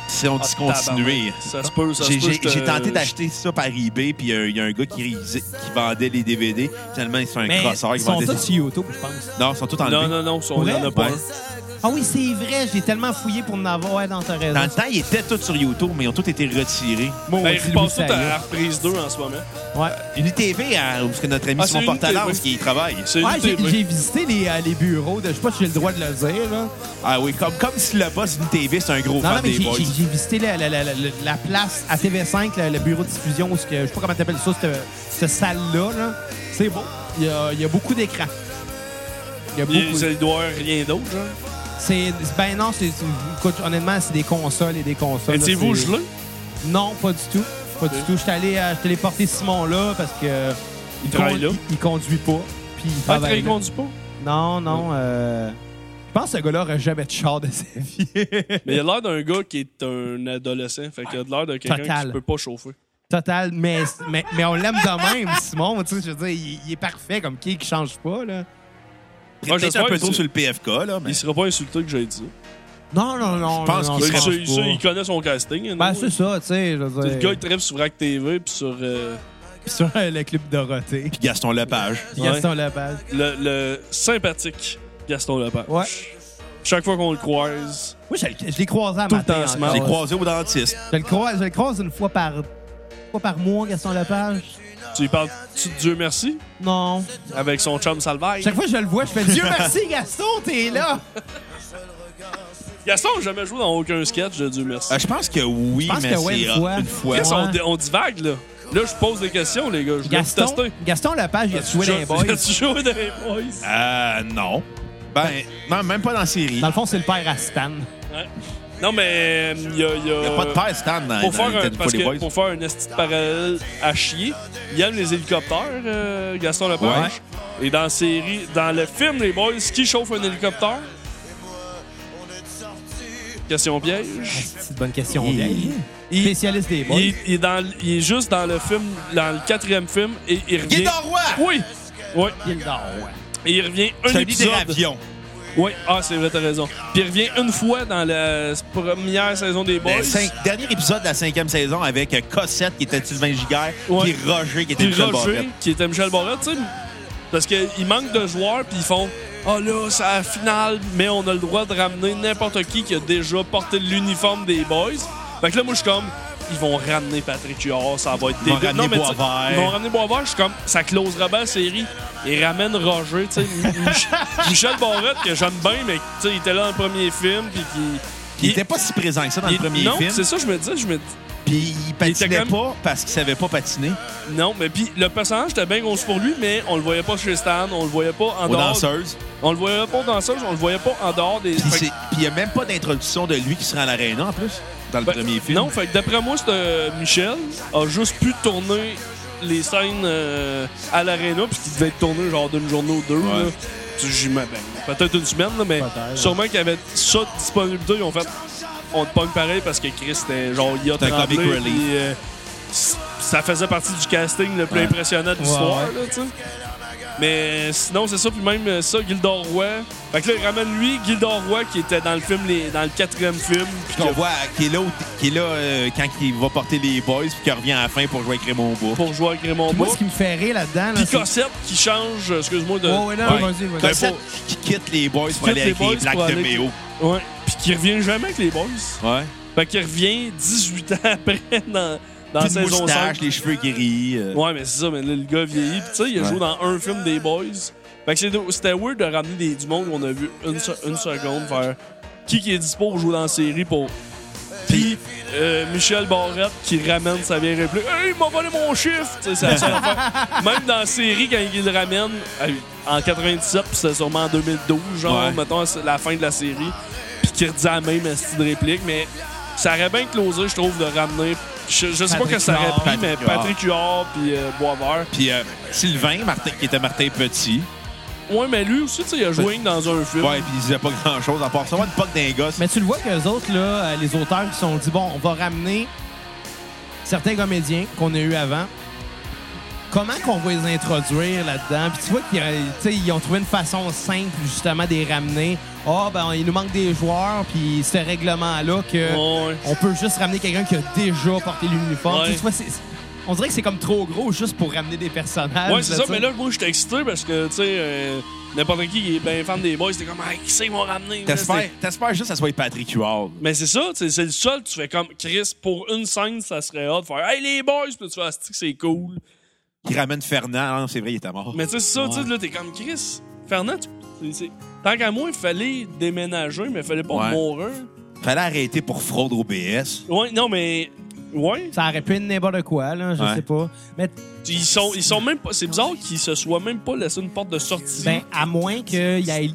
Speaker 1: Si on discontinuait.
Speaker 4: Ah, tabarnak. Ça se peut, ça se
Speaker 1: J'ai-
Speaker 4: peut,
Speaker 1: J'ai
Speaker 4: je te-
Speaker 1: j'ai tenté d'acheter ça par eBay, puis euh, il y a un gars qui, risait- qui vendait les DVD. Finalement, il se fait un
Speaker 3: Mais
Speaker 1: crosseur.
Speaker 3: ils
Speaker 1: qui
Speaker 3: sont
Speaker 1: vendait
Speaker 3: tous sur YouTube, je pense.
Speaker 1: Non, ils sont tous
Speaker 4: Non,
Speaker 1: enlevés.
Speaker 4: non, non, on
Speaker 3: Ouais.
Speaker 4: n'en a pas Ben,
Speaker 1: Ouais.
Speaker 4: un.
Speaker 3: Ah oui, c'est vrai. J'ai tellement fouillé pour en avoir ouais, dans ta raison.
Speaker 1: Dans le temps, ils étaient tous sur YouTube, mais ils ont tous été retirés.
Speaker 3: Maudit
Speaker 4: Ben,
Speaker 3: Louis
Speaker 4: ils repassent tout à
Speaker 3: Saillot.
Speaker 4: la reprise 2 en ce moment.
Speaker 3: Ouais.
Speaker 1: Unitv, hein, où est-ce que notre ami
Speaker 4: Ah,
Speaker 1: Simon
Speaker 4: c'est
Speaker 1: Portalance
Speaker 4: UniTV.
Speaker 1: qui y travaille.
Speaker 4: C'est
Speaker 3: Ouais, j'ai,
Speaker 4: UTV.
Speaker 3: j'ai visité les, euh, les bureaux de. Je sais pas si j'ai le droit de le dire, là.
Speaker 1: Ah oui, comme, comme si le boss d'UniTV, c'est un gros
Speaker 3: Non, non,
Speaker 1: fan
Speaker 3: mais
Speaker 1: des
Speaker 3: j'ai,
Speaker 1: boys.
Speaker 3: j'ai-
Speaker 4: Ah,
Speaker 3: j'ai visité la, la- la- la- la place à TV5, le, le bureau de diffusion, où ce que- je sais pas comment t'appelles ça, cette, cette salle-là. là. C'est beau. Il y a, il y a beaucoup d'écrans. Il y a
Speaker 4: Il,
Speaker 3: beaucoup.
Speaker 4: ça, il doit avoir rien d'autre, genre.
Speaker 3: C'est, ben non, c'est, c'est- écoute, honnêtement, c'est des consoles et des consoles. là,
Speaker 4: Étiez-vous
Speaker 3: c'est-
Speaker 4: gelé?
Speaker 3: Non, pas du tout. Pas du tout. Je suis allé, euh, j'étais allé porter Simon là parce que euh, il,
Speaker 4: travaille
Speaker 3: con-
Speaker 4: là.
Speaker 3: il- il conduit pas. Puis il
Speaker 4: Ah,
Speaker 3: travaille
Speaker 4: il
Speaker 3: là.
Speaker 4: conduit pas.
Speaker 3: Non, non. euh, je pense que ce gars-là aurait jamais de char de sa vie.
Speaker 4: Mais il a l'air d'un gars qui est un adolescent. Fait qu'il a l'air de quelqu'un
Speaker 3: Total.
Speaker 4: qui peut pas chauffer.
Speaker 3: Total, mais, mais, mais on l'aime de même, Simon. Tu sais, je veux dire, il, il est parfait comme qui qui change pas, là.
Speaker 4: Moi,
Speaker 1: Peut-être
Speaker 4: j'espère
Speaker 1: un peu
Speaker 4: que
Speaker 1: trop
Speaker 4: c'est-
Speaker 1: sur le PFK, là, mais
Speaker 4: Il sera pas insulté que j'ai dit.
Speaker 3: Non, non, non.
Speaker 1: Je pense
Speaker 3: non,
Speaker 1: qu'il
Speaker 4: Il,
Speaker 1: se
Speaker 3: change
Speaker 4: ça, il,
Speaker 3: pas.
Speaker 4: ça, il connaît son casting. hein,
Speaker 3: Ben,
Speaker 4: non?
Speaker 3: c'est ça, tu sais, je veux
Speaker 4: Le gars,
Speaker 3: dire.
Speaker 4: il tripe sur Rack TV puis sur euh,
Speaker 3: Sur euh, le clip Dorothée.
Speaker 1: puis Gaston Lepage.
Speaker 3: Puis
Speaker 4: Ouais.
Speaker 3: Gaston Lepage.
Speaker 4: le, le sympathique Gaston Lepage.
Speaker 3: Ouais.
Speaker 4: Chaque fois qu'on le croise,
Speaker 3: Moi, je, le- je l'ai croisé à
Speaker 4: Tout le
Speaker 3: matin.
Speaker 4: temps,
Speaker 3: encore.
Speaker 4: ce man.
Speaker 1: J'ai croisé au dentiste.
Speaker 3: Je le croise, je le croise une fois par, fois par mois, Gaston Lepage.
Speaker 4: tu lui parles tu- Dieu merci
Speaker 3: Non.
Speaker 4: avec son chum Salvaille.
Speaker 3: Chaque fois que je le vois, je fais Dieu merci, Gaston, t'es là.
Speaker 4: Gaston n'a jamais joué dans aucun sketch de Dieu merci.
Speaker 1: Euh, je pense que oui,
Speaker 3: Je pense
Speaker 1: mais
Speaker 3: que
Speaker 1: c'est
Speaker 3: ouais, une
Speaker 1: ah,
Speaker 3: fois.
Speaker 1: une fois.
Speaker 4: Qu'est-ce qu'on
Speaker 3: ouais.
Speaker 4: di- on, divague, là. Là, je pose des questions, les gars. Je vais vous
Speaker 3: Gaston,
Speaker 4: tester.
Speaker 3: Gaston Lepage, il a tué les boys.
Speaker 4: As-tu joué dans les boys?
Speaker 1: Euh, non. Ben, non, même pas dans la série.
Speaker 3: Dans le fond, c'est le père à Stan.
Speaker 4: Non, mais euh, il y a... il y a-
Speaker 1: Il n'y a pas de père Stan dans,
Speaker 4: Pour
Speaker 1: dans
Speaker 4: faire, un,
Speaker 1: Ted
Speaker 4: parce
Speaker 1: Foley
Speaker 4: que,
Speaker 1: Boys.
Speaker 4: pour faire un esti de parallèle à chier, il aime les hélicoptères, euh, Gaston Lepage. Et dans la série, dans le film Les Boys, qui chauffe un hélicoptère? Question piège.
Speaker 3: C'est une bonne question.
Speaker 1: Il-
Speaker 3: vieille. Spécialiste des boys.
Speaker 4: Il, est- il est dans, le- il est juste dans le film, dans le quatrième film, et il revient.
Speaker 1: Guy Roy!
Speaker 4: Oui! Oui,
Speaker 3: Gildor, ouais.
Speaker 4: et il revient un
Speaker 1: Tony des
Speaker 4: épisode.
Speaker 1: avions.
Speaker 4: Oui, ah, c'est vrai, t'as raison. Puis il revient une fois dans la première saison des Boys.
Speaker 1: Le Ben, cinq- dernier épisode de la cinquième saison avec euh, Cossette qui était Sylvain Giguère,
Speaker 4: Ouais.
Speaker 1: puis Roger qui était
Speaker 4: Puis
Speaker 1: Michel
Speaker 4: Roger,
Speaker 1: Barrette.
Speaker 4: qui était Michel Barrette, tu sais. Parce qu'il manque de joueurs, puis ils font Ah là, c'est la finale, mais on a le droit de ramener n'importe qui qui a déjà porté l'uniforme des Boys. Fait que là, moi, je suis comme Ils vont ramener Patrick Huard, ça va être
Speaker 1: Ils vont
Speaker 4: dégueu.
Speaker 1: ramener
Speaker 4: Non, mais tu sais,
Speaker 1: Boisvert.
Speaker 4: Ils vont ramener Boisvert, je suis comme Ça closera bien la série. Ils ramènent Roger, tu sais. Mich- Michel Barrette, que j'aime bien, mais tu sais, il était là dans le premier film, puis qui.
Speaker 1: Il n'était pas si présent que ça dans le premier
Speaker 4: non,
Speaker 1: film.
Speaker 4: c'est ça, je me disais, je me dis,
Speaker 1: Puis il patinait
Speaker 4: était comme-
Speaker 1: pas parce qu'il savait pas patiner.
Speaker 4: non, mais puis le personnage était bien grosse pour lui, mais on le voyait pas chez Stan, on le voyait pas en
Speaker 1: aux
Speaker 4: dehors
Speaker 1: danseuses.
Speaker 4: On le voyait pas dans ça, on le voyait pas en dehors des.
Speaker 1: Puis
Speaker 4: Fait que-
Speaker 1: c'est- puis il n'y a même pas d'introduction de lui qui sera à l'aréna en plus dans le
Speaker 4: ben,
Speaker 1: premier film.
Speaker 4: Non, fait que d'après moi, c'est, euh, Michel a juste pu tourner les scènes euh, à l'aréna, puis qui devait être tourné genre d'une journée ou deux.
Speaker 1: Ouais.
Speaker 4: là. Tu- j'imagine. Ben, Peut-être une semaine, là, mais
Speaker 3: Peut-être, ouais.
Speaker 4: sûrement qu'il y avait ça de disponibilité. Ils ont fait. On te pogne pareil parce que Chris, c'était genre, il a
Speaker 1: C'est un
Speaker 4: tremblé,
Speaker 1: comic relief.
Speaker 4: puis, euh, c- ça faisait partie du casting le plus
Speaker 1: Ouais.
Speaker 4: impressionnant de l'histoire,
Speaker 3: ouais.
Speaker 4: là, tu sais. Mais sinon, c'est ça. Puis même euh, ça, Gildor Roy. Fait que là, il ramène lui, Gildor Roy, qui était dans le film, les- dans le quatrième film. Puis
Speaker 1: Qu'on
Speaker 4: que-
Speaker 1: voit euh, qui est là, au- qui est là euh, quand il va porter les boys puis qu'il revient à la fin pour jouer avec Raymond Bourg.
Speaker 4: pour jouer avec Raymond
Speaker 3: Puis Moi,
Speaker 4: Bourg.
Speaker 3: ce qui me fait rire là-dedans, là,
Speaker 4: Puis
Speaker 3: c'est.
Speaker 4: Cossette qui change, euh, excuse-moi, de.
Speaker 3: Ouais, Ben, ouais, non,
Speaker 1: Ouais. Ben,
Speaker 3: vas-y, vas-y.
Speaker 1: Cossette qui quitte les boys pour
Speaker 4: quitte
Speaker 1: aller avec
Speaker 4: les
Speaker 1: les
Speaker 4: boys pour
Speaker 1: Blacks de
Speaker 4: aller-
Speaker 1: Méo.
Speaker 4: Ouais. Puis qui revient jamais avec les boys.
Speaker 1: Ouais.
Speaker 4: Fait Fait qu'il revient 18 ans après dans, dans
Speaker 1: Petite
Speaker 4: saison 5.
Speaker 1: moustache, les cheveux gris. euh,
Speaker 4: Ouais, mais c'est ça, mais là, le gars vieillit. Puis tu sais, il a joué
Speaker 1: Ouais.
Speaker 4: dans un film des Boys. Fait que c'est- c'était weird de ramener des, du monde qu'on a vu une, se- une seconde vers qui qui est dispo pour jouer dans la série pour. Puis euh, Michel Barrette qui ramène sa vieille réplique. Hey, il m'a volé mon chiffre! Tu sais, c'est la seule affaire. Même dans la série, quand il le ramène, euh, en 97, puis c'est sûrement en 2012, genre,
Speaker 1: Ouais.
Speaker 4: mettons, c'est la fin de la série, puis qu'il redit la même euh, style de réplique, mais ça aurait bien closé, je trouve, de ramener. Je, je sais pas
Speaker 3: Patrick
Speaker 4: que ça aurait
Speaker 3: Huard.
Speaker 4: pris, mais
Speaker 1: Patrick Huard.
Speaker 4: Patrick Huard puis euh, Boisvert.
Speaker 1: Puis euh, Sylvain, Martin, qui était Martin Petit.
Speaker 4: Ouais, mais lui aussi, tu sais, il a joué dans un film.
Speaker 1: Ouais, puis il disait pas grand-chose, à part ça, une pote d'un gosse.
Speaker 3: Mais tu le vois qu'eux autres, là, euh, les auteurs, ils se sont dit, bon, on va ramener certains comédiens qu'on a eu avant. Comment qu'on va les introduire là-dedans? Puis tu vois qu'ils euh, tu sais, ils ont trouvé une façon simple, justement, de les ramener. Ah, ben, il nous manque des joueurs, puis ce règlement-là que
Speaker 4: Ouais.
Speaker 3: on peut juste ramener quelqu'un qui a déjà porté l'uniforme.
Speaker 4: Oh. Ouais.
Speaker 3: Tu sais, tu vois, c'est- on dirait que c'est comme trop gros juste pour ramener des personnages.
Speaker 4: Ouais, c'est ça,
Speaker 3: tu sais.
Speaker 4: mais là, moi, j'étais excité parce que, tu sais, euh, n'importe qui qui est bien fan des boys, c'était comme, ah, qui c'est qu'ils m'ont ramené?
Speaker 1: T'espères t'espères juste que ça soit Patrick Huard.
Speaker 4: Mais c'est ça, tu sais, c'est le seul, tu fais comme, Chris, pour une scène, ça serait hot de faire, hey, les boys, puis tu fais, Ah, c'est-tu que c'est cool.
Speaker 1: Qui ramène Fernand. Ah, non, c'est vrai, il était mort.
Speaker 4: Mais tu sais, c'est ça, tu sais, là, t'es comme, Chris, Fernand, tu- c'est- c'est- tant qu'à moi, il fallait déménager, mais il fallait pas
Speaker 1: Ouais.
Speaker 4: mourir.
Speaker 1: Fallait arrêter pour fraude au BS.
Speaker 4: Ouais, non, mais. Ouais,
Speaker 3: Ça aurait pu être n'importe quoi, là, je
Speaker 1: Ouais.
Speaker 3: sais pas. Mais
Speaker 4: ils sont, ils sont même pas. C'est bizarre qu'ils se soient même pas laissé une porte de sortie.
Speaker 3: Ben, à moins qu'il y ait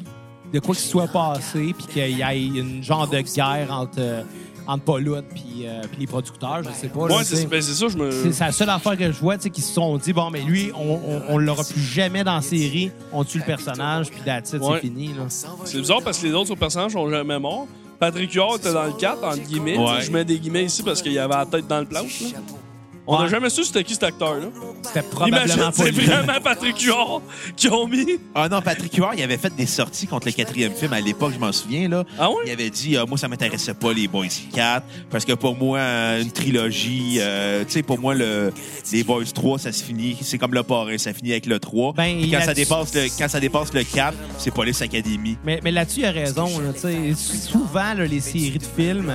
Speaker 3: de quoi qui soit passé, puis qu'il y ait une genre de guerre entre, euh, entre Paulotte puis euh, puis les producteurs, je sais pas. là,
Speaker 4: ouais,
Speaker 3: tu
Speaker 4: c'est
Speaker 3: sais.
Speaker 4: ben, c'est ça, je me.
Speaker 3: C'est la seule affaire que je vois, tu sais, qu'ils se sont dit, bon, mais lui, on, on, on l'aura plus jamais dans la série, on tue le personnage, puis that's it,
Speaker 4: Ouais.
Speaker 3: c'est fini, là.
Speaker 4: C'est bizarre parce que les autres personnages sont jamais morts. Patrick Huard était dans le 4, entre guillemets.
Speaker 1: Ouais.
Speaker 4: Je mets des guillemets ici parce qu'il y avait la tête dans le plâtre. là. On n'a
Speaker 3: Ouais.
Speaker 4: jamais su c'était qui cet acteur-là.
Speaker 3: C'était
Speaker 4: Imagine,
Speaker 3: probablement pas
Speaker 4: c'est
Speaker 3: lui.
Speaker 4: vraiment Patrick Huard qui ont mis.
Speaker 1: Ah non, Patrick Huard, il avait fait des sorties contre le quatrième film à l'époque, je m'en souviens, là.
Speaker 4: Ah ouais?
Speaker 1: Il avait dit, euh, moi, ça m'intéressait pas, les Boys 4, parce que pour moi, euh, une trilogie, euh, tu sais, pour moi, le, les Boys 3, ça se finit, c'est comme le parrain, ça finit avec le 3.
Speaker 3: Ben,
Speaker 1: Puis quand,
Speaker 3: il
Speaker 1: ça
Speaker 3: a-
Speaker 1: dépasse le, quand ça dépasse le 4, c'est Police Academy.
Speaker 3: Mais, mais là-dessus, il a raison, là, tu sais. Souvent, là, les séries de films,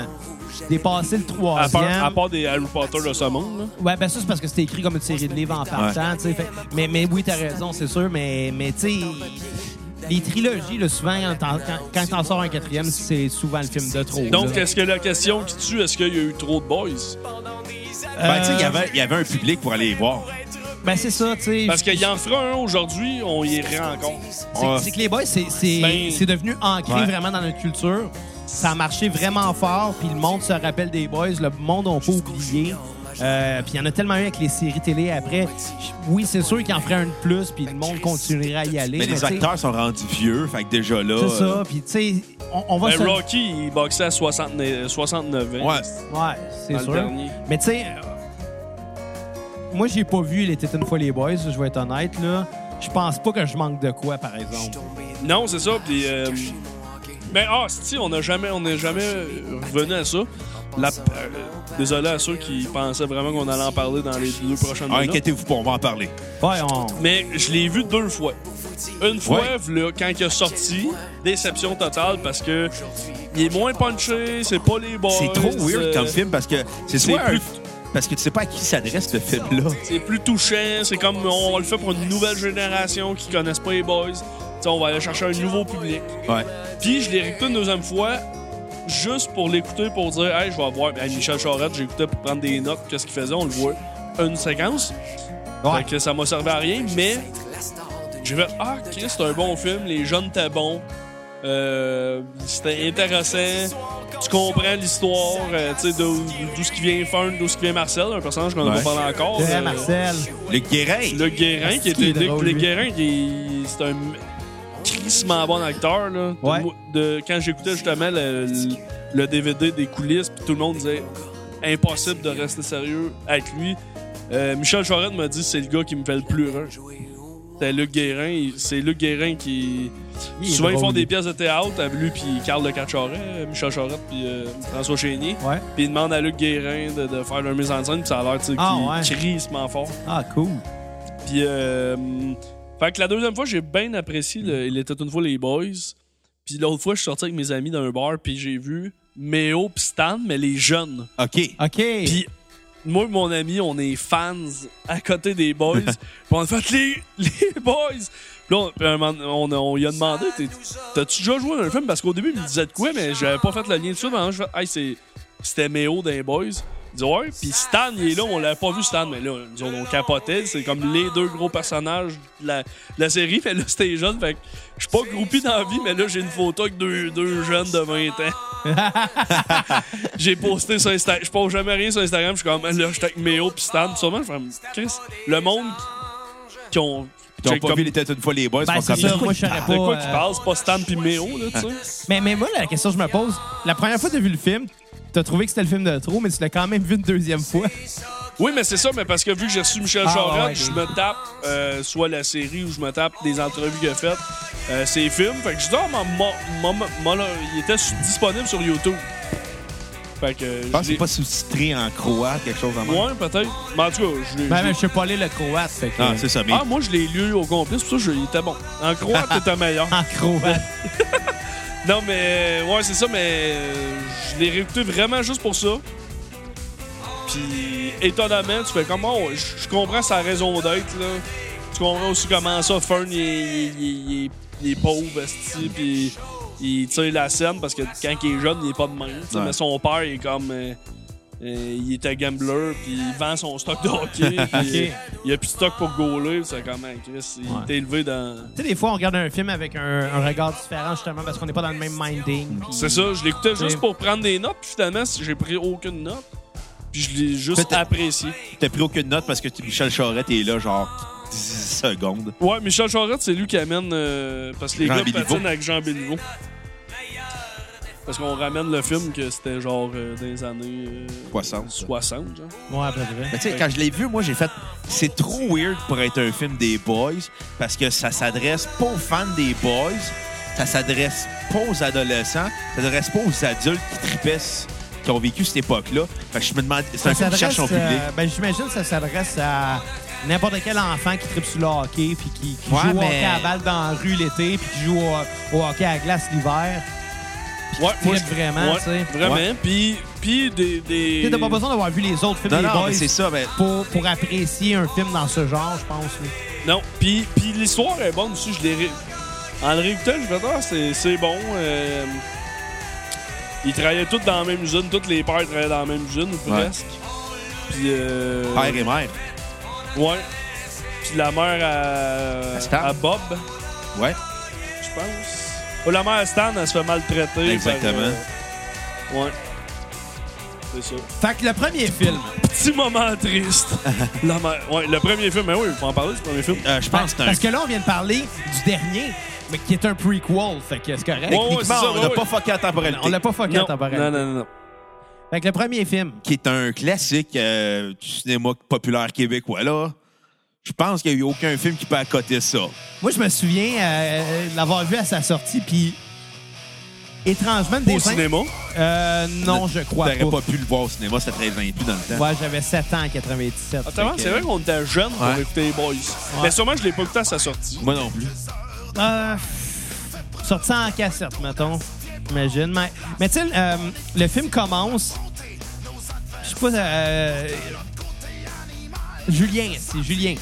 Speaker 3: dépasser le
Speaker 4: À part,
Speaker 3: troisième...
Speaker 4: à part des Harry Potter de ce monde. là.
Speaker 3: Ouais, ben ça, c'est parce que c'était écrit comme une série de livres en partant. tu sais. Fait- mais, mais oui, t'as raison, c'est sûr. Mais, mais tu sais, les trilogies, là, souvent, quand t'en- quand, quand t'en sors un quatrième, c'est souvent le film de trop.
Speaker 4: Donc,
Speaker 3: là.
Speaker 4: est-ce que la question qui tue, est-ce qu'il y a eu trop de boys?
Speaker 1: Ben, tu sais, il y
Speaker 3: Euh,
Speaker 1: avait, il y avait un public pour aller les voir.
Speaker 3: ben, c'est ça, tu sais.
Speaker 4: Parce qu'il y en fera un aujourd'hui, on y irait encore.
Speaker 1: Ouais.
Speaker 3: C'est c'est que les boys, c'est c'est-
Speaker 4: Ben-
Speaker 3: c'est devenu ancré
Speaker 1: Ouais.
Speaker 3: vraiment dans notre culture. Ça a marché vraiment fort, puis le monde se rappelle des boys. Le monde, on peut oublier. Euh, puis il y en a tellement eu avec les séries télé après. Oui, c'est sûr qu'il en ferait un de plus, puis le monde continuerait à y aller.
Speaker 1: Mais
Speaker 3: tu
Speaker 1: les
Speaker 3: sais,
Speaker 1: acteurs sont rendus vieux, fait que déjà là.
Speaker 3: C'est
Speaker 1: euh,
Speaker 3: ça, puis tu sais, on, on va
Speaker 4: Ben,
Speaker 3: se...
Speaker 4: Rocky, il boxait à 69 69 ans.
Speaker 1: euh, Ouais.
Speaker 3: Ouais, c'est
Speaker 4: Dans le
Speaker 3: sûr.
Speaker 4: dernier.
Speaker 3: Mais tu sais, euh, moi, j'ai pas vu Les Était une fois les boys, je vais être honnête, là. Je pense pas que je manque de quoi, par exemple.
Speaker 4: Non, c'est ça. Puis, euh, ben, ah, si, on n'a jamais, on n'est jamais revenu à ça. La- euh, désolé à ceux qui pensaient vraiment qu'on allait en parler dans les deux prochaines
Speaker 1: Ah,
Speaker 4: minutes.
Speaker 1: inquiétez-vous pas, on va en parler.
Speaker 3: Ouais, on...
Speaker 4: Mais je l'ai vu deux fois. Une fois,
Speaker 1: Ouais.
Speaker 4: v'là, quand il a sorti, déception totale parce que il est moins punché, c'est pas les boys.
Speaker 1: C'est trop weird
Speaker 4: euh,
Speaker 1: comme film parce que c'est
Speaker 4: c'est
Speaker 1: soit un-
Speaker 4: plus-
Speaker 1: parce que tu sais pas à qui s'adresse ce film-là.
Speaker 4: C'est plus touchant, c'est comme on le fait pour une nouvelle génération qui connaissent pas les boys. Tu sais, on va aller chercher un nouveau public.
Speaker 1: Ouais.
Speaker 4: Puis je l'ai réécouté une deuxième fois juste pour l'écouter pour dire Hey, je vais voir Hey, Michel Charette, j'écoutais pour prendre des notes, qu'est-ce qu'il faisait, on le voit une séquence.
Speaker 3: Ouais.
Speaker 4: Fait que ça m'a servi à rien, mais j'ai fait Ah Chris, c'est un bon film, les jeunes étaient bons. Euh, c'était intéressant. Tu comprends l'histoire, euh, tu sais, d'où d'où ce qui vient Fern, d'où ce qui vient Marcel, un personnage qu'on n'a
Speaker 1: Ouais.
Speaker 4: pas parlé encore.
Speaker 3: Ouais,
Speaker 4: Euh,
Speaker 3: Marcel.
Speaker 1: Le Guérin.
Speaker 4: le Guérin qui
Speaker 3: Est-ce qu'il est
Speaker 4: était.
Speaker 3: Ah, drôle,
Speaker 4: le
Speaker 3: lui?
Speaker 4: Guérin qui. C'est un crissement bon acteur, là.
Speaker 3: Ouais.
Speaker 4: De- de- quand j'écoutais justement le, le- le DVD des coulisses, puis tout le monde disait impossible de rester sérieux avec lui. Euh, Michel Charette m'a dit c'est le gars qui me fait le plus rire. C'était Luc Guérin. il- C'est Luc Guérin qui.
Speaker 3: Il est
Speaker 4: Souvent, ils
Speaker 3: drôle,
Speaker 4: font des
Speaker 3: lui.
Speaker 4: pièces de théâtre avec lui, puis Carl Le Cachoret, euh, Michel Charette, puis euh, François Chénier.
Speaker 3: Ouais.
Speaker 4: Puis ils demandent à Luc Guérin de, de faire leur mise en scène, puis ça a l'air, tu sais,
Speaker 3: Ah,
Speaker 4: qu'il crissement fort.
Speaker 3: Ah, cool.
Speaker 4: Puis, euh, fait que la deuxième fois, j'ai bien apprécié. le- il était une fois les boys. Puis l'autre fois, je suis sorti avec mes amis dans un bar, puis j'ai vu Méo pis Stan, mais les jeunes.
Speaker 1: OK.
Speaker 3: OK.
Speaker 4: Puis moi et mon ami, on est fans à côté des boys. Puis on a fait les, les boys. Puis là, on, puis un moment- on, on lui a demandé T'es- T'as-tu déjà joué à un film Parce qu'au début, il me disait de quoi, mais j'avais pas fait le lien dessus. Mais maintenant, je fais Hey, c'est- c'était Méo des boys. Il dit Ouais. Puis Stan, il est là, on l'avait pas vu Stan, mais là, nous autres, on capotait. C'est comme les deux gros personnages de la, de la série. Mais là, c'était jeune. Fait que je suis pas groupé dans la vie, mais là, j'ai une photo avec deux, deux jeunes de 20 ans. J'ai posté sur Instagram. Je pose jamais rien sur Instagram. Je suis comme, là, je suis avec Méo pis Stan. Sûrement, je fais, comme, Chris, le monde qui ont.
Speaker 1: Ils n'ont
Speaker 4: check
Speaker 1: pas
Speaker 4: comme- Ah,
Speaker 1: vu les têtes une fois les boys.
Speaker 3: Ben,
Speaker 1: ils sont
Speaker 3: c'est
Speaker 1: comme-
Speaker 3: ça, moi, je saurais
Speaker 4: de
Speaker 3: pas.
Speaker 4: quoi qui
Speaker 3: euh,
Speaker 4: parle, c'est pas Stan pis Méo, là, tu sais.
Speaker 3: Mais, mais moi, la question que je me pose, la première fois que tu as vu le film, tu as trouvé que c'était le film de trop, mais tu l'as quand même vu une deuxième fois.
Speaker 4: Oui, mais c'est ça, mais parce que vu que j'ai reçu Michel
Speaker 3: Ah,
Speaker 4: Charette,
Speaker 3: ouais,
Speaker 4: je
Speaker 3: ok.
Speaker 4: me tape euh, soit la série ou je me tape des entrevues qu'il a faites, euh, ses films. Fait que je dis, ah, ma- ma- ma- ma- là, il était su- disponible sur YouTube. Fait que. euh,
Speaker 1: Je pense
Speaker 4: je
Speaker 1: que c'est
Speaker 4: l'ai-
Speaker 1: pas sous-titré en croate, quelque chose en même.
Speaker 4: Ouais, peut-être. Mais en tout cas, je l'ai.
Speaker 3: Ben,
Speaker 4: je l'ai-
Speaker 3: mais je sais pas lire le croate, fait que...
Speaker 1: Ah, c'est ça. Mais
Speaker 4: Ah, moi, je l'ai lu au complet, c'est pour ça que je- il était bon. En croate, c'était meilleur.
Speaker 3: en croate.
Speaker 4: Non, mais ouais, c'est ça, mais euh, je l'ai réécouté vraiment juste pour ça. Puis, étonnamment, tu fais comme, oh, je je comprends sa raison d'être, là. Tu comprends aussi comment ça, Fern, il est, il est- il est- il est pauvre, esti, puis il tire la scène parce que quand il est jeune, il est pas de main. tu sais.
Speaker 1: Ouais.
Speaker 4: Mais son père, il est comme. euh, euh, il était gambler, puis il vend son stock de hockey. puis
Speaker 3: Ok.
Speaker 4: Il a plus de stock pour gauler. C'est comme, hey, Chris, il
Speaker 3: Ouais.
Speaker 4: était élevé dans.
Speaker 3: tu sais, des fois, on regarde un film avec un, un regard différent, justement, parce qu'on n'est pas dans le même minding. puis-
Speaker 4: C'est ça, je l'écoutais
Speaker 3: Ouais.
Speaker 4: juste pour prendre des notes, puis finalement, si j'ai pris aucune note. Puis je l'ai juste
Speaker 1: Peut-être-
Speaker 4: apprécié.
Speaker 1: t'as pris aucune note parce que tu- Michel Charette est là, genre 10 secondes.
Speaker 4: Ouais, Michel Charette, c'est lui qui amène. euh, parce que les
Speaker 1: Jean
Speaker 4: gars
Speaker 1: Béliveau.
Speaker 4: patinent avec Jean Béliveau. Parce qu'on ramène le film que c'était genre euh, dans les années. euh,
Speaker 1: 60, ça.
Speaker 4: 60, genre.
Speaker 3: Ouais, après, c'est vrai.
Speaker 1: Mais tu sais, quand je l'ai vu, moi, j'ai fait. C'est trop weird pour être un film des boys parce que ça s'adresse pas aux fans des boys, ça s'adresse pas aux adolescents, ça s'adresse pas aux adultes qui tripessent, qui ont vécu cette époque-là. Fait que je me demande. C'est un film qui cherche son
Speaker 3: euh,
Speaker 1: public.
Speaker 3: ben, j'imagine que ça s'adresse à n'importe quel enfant qui tripe sur le hockey, puis qui, qui
Speaker 1: Ouais,
Speaker 3: joue au
Speaker 1: mais-
Speaker 3: hockey à balle dans la rue l'été, puis qui joue au, au hockey à glace l'hiver.
Speaker 4: Ouais,
Speaker 3: trippes vraiment, tu sais.
Speaker 4: Vraiment. Puis, puis des. des...
Speaker 3: Tu n'as pas besoin d'avoir vu les autres films
Speaker 1: Non,
Speaker 3: des
Speaker 1: non, mais
Speaker 3: boys
Speaker 1: c'est ça. Mais
Speaker 3: pour, pour apprécier un film dans ce genre, je pense. oui.
Speaker 4: Non, puis puis l'histoire est bonne aussi, je l'ai ré- en le réécoutant, je me dis ah, c'est c'est bon. euh, Ils travaillaient tous dans la même usine, tous les pères travaillaient dans la même usine, ou
Speaker 1: Ouais.
Speaker 4: presque. Puis euh...
Speaker 1: père et mère.
Speaker 4: ouais. Puis la mère à,
Speaker 1: À Stan.
Speaker 4: à Bob,
Speaker 1: Ouais.
Speaker 4: je pense. Ou la mère à Stan, elle se fait maltraiter. par,
Speaker 1: Exactement.
Speaker 4: euh, Ouais. C'est ça.
Speaker 3: Fait que le premier film,
Speaker 4: Petit moment triste. la mère... Ouais, le premier film, mais oui, il faut en parler du premier film.
Speaker 1: Euh, je pense que c'est un.
Speaker 3: parce que là, on vient de parler du dernier, mais qui est un prequel, fait que c'est correct.
Speaker 4: Ouais, ouais, c'est
Speaker 1: Techniquement,
Speaker 4: ça,
Speaker 1: on
Speaker 4: ouais,
Speaker 1: n'a
Speaker 4: ouais.
Speaker 1: pas fucké la temporalité.
Speaker 3: On l'a pas fucké en
Speaker 4: non,
Speaker 3: temporalité.
Speaker 4: non, non, non, non.
Speaker 3: Fait que le premier film,
Speaker 1: qui est un classique euh, du cinéma populaire québécois, là. Je pense qu'il n'y a eu aucun film qui peut accoter ça.
Speaker 3: moi, je me souviens euh, de l'avoir vu à sa sortie, puis étrangement, des
Speaker 4: Au cinéma.
Speaker 3: Euh, non, je crois
Speaker 1: T'aurais
Speaker 3: pas.
Speaker 1: pas hein. pu le voir au cinéma, c'était très intu dans le temps.
Speaker 3: Ouais, j'avais 7 ans en 97.
Speaker 4: Attends,
Speaker 3: fait que-
Speaker 4: Ah, c'est vrai qu'on était jeunes pour
Speaker 1: Ouais.
Speaker 4: écouter les Boys. Mais sûrement, je l'ai pas écouté à sa sortie.
Speaker 1: Moi non plus.
Speaker 3: Euh, sorti en cassette, mettons. J'imagine. Mais, mais tu sais, euh, le film commence. Je sais pas. euh, Julien, c'est Julien.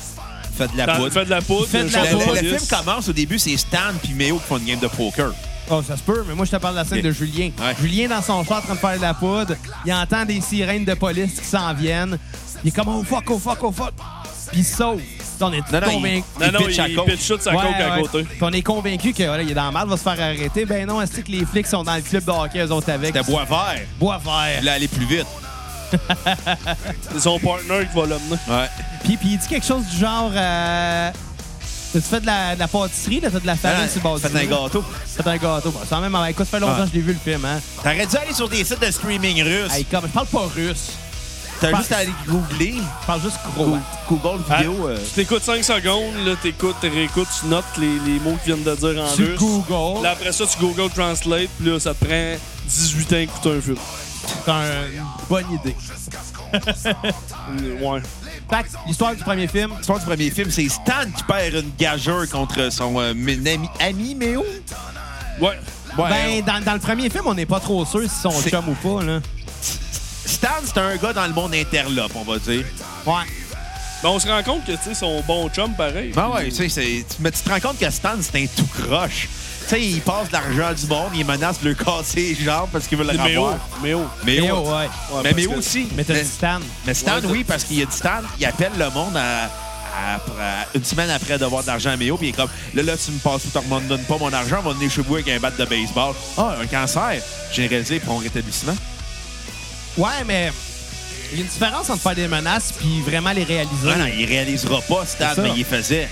Speaker 1: Fait de la
Speaker 4: Dans-
Speaker 1: poudre.
Speaker 4: Fais de la poudre.
Speaker 3: Fais de la
Speaker 4: chanson
Speaker 3: poudre.
Speaker 1: Le, le- le
Speaker 4: police.
Speaker 1: film commence, au début, c'est Stan puis Méo qui font une game de poker.
Speaker 3: Oh, ça se peut, mais moi, je te parle de la scène
Speaker 1: Ok.
Speaker 3: de Julien.
Speaker 1: Ouais.
Speaker 3: Julien, dans son char, en train de faire de la poudre, il entend des sirènes de police qui s'en viennent. Il est comme, oh fuck, oh fuck, oh fuck. Puis il sauve. On est
Speaker 1: Non, non,
Speaker 3: convaincu.
Speaker 1: il-
Speaker 4: Non, non,
Speaker 1: pitch à
Speaker 4: il
Speaker 1: coke.
Speaker 4: pitch shoot sa
Speaker 3: Ouais,
Speaker 4: coke à
Speaker 3: ouais.
Speaker 4: côté.
Speaker 3: Puis on est convaincu qu'il est dans le mal, va se faire arrêter. Ben non, est-ce que les flics sont dans le club de hockey, eux autres avec?
Speaker 1: C'était bois vert.
Speaker 3: Bois
Speaker 1: Il
Speaker 3: vert.
Speaker 1: voulait aller plus vite.
Speaker 4: C'est son partner qui va l'emmener.
Speaker 1: Ouais.
Speaker 3: Puis, puis il dit quelque chose du genre... Euh... Tu fais de la, de la pâtisserie, là, t'as de la farine sur le bord
Speaker 1: Faites un gâteau.
Speaker 3: Faites un gâteau. Bon, c'est la même affaire. Écoute, ça fait longtemps
Speaker 1: Ouais.
Speaker 3: que je l'ai vu le film, hein.
Speaker 1: T'aurais dû aller sur des sites de streaming russe.
Speaker 3: Hey, comme, je parle pas russe.
Speaker 1: T'as
Speaker 3: pas-
Speaker 1: juste à aller googler.
Speaker 3: Je parle juste gros.
Speaker 1: Google Google
Speaker 4: Ah,
Speaker 1: vidéo. euh,
Speaker 4: Tu t'écoutes 5 secondes, là, t'écoutes, tu réécoutes, tu notes les, les mots qu'ils viennent de dire en
Speaker 3: Sur
Speaker 4: russe.
Speaker 3: Google.
Speaker 4: Là, après ça, tu Google Translate, puis là, ça te prend 18 ans d'écouter un film.
Speaker 3: C'est un- une bonne idée.
Speaker 4: Ouais.
Speaker 3: Fait que l'histoire du premier film,
Speaker 1: L'histoire du premier film, c'est Stan qui perd une gageure contre son euh, ami, ami Méo.
Speaker 4: Ouais.
Speaker 1: Ouais,
Speaker 3: Ben, dans, dans le premier film, on n'est pas trop sûr si son
Speaker 1: C'est-
Speaker 3: chum ou pas, là.
Speaker 1: Stan, c'est un gars dans le monde interlope, on va dire.
Speaker 3: Ouais.
Speaker 4: Ben, on se rend compte que, tu sais, son bon chum, pareil.
Speaker 1: Ben ouais, tu sais, c'est- tu- mais tu te rends compte que Stan, c'est un tout croche. Tu sais, il passe de l'argent du monde, il menace de lui casser les jambes parce qu'il veut le
Speaker 4: Mais oh,
Speaker 1: revoir.
Speaker 4: mais oh.
Speaker 1: Mais
Speaker 3: Eh
Speaker 1: oh.
Speaker 3: oh, ouais.
Speaker 4: Ouais,
Speaker 1: mais
Speaker 4: parce
Speaker 1: mais
Speaker 4: que-
Speaker 1: aussi.
Speaker 3: Mais t'as
Speaker 1: mais-
Speaker 3: dit Stan.
Speaker 1: Mais Stan,
Speaker 4: Ouais, t'as-
Speaker 1: oui, parce qu'il a dit Stan, il appelle le monde à, à- à- une semaine après d'avoir de l'argent à Méo, puis il est comme Là, là, tu me passes tout, tu me donnes pas mon argent, on va venir chez vous avec un bat de baseball. Ah, un cancer. Généralisé pour un rétablissement.
Speaker 3: Ouais, mais il y a une différence entre faire des menaces puis vraiment les réaliser.
Speaker 1: Non, non, il réalisera pas, Stan,
Speaker 3: C'est ça.
Speaker 1: mais il faisait.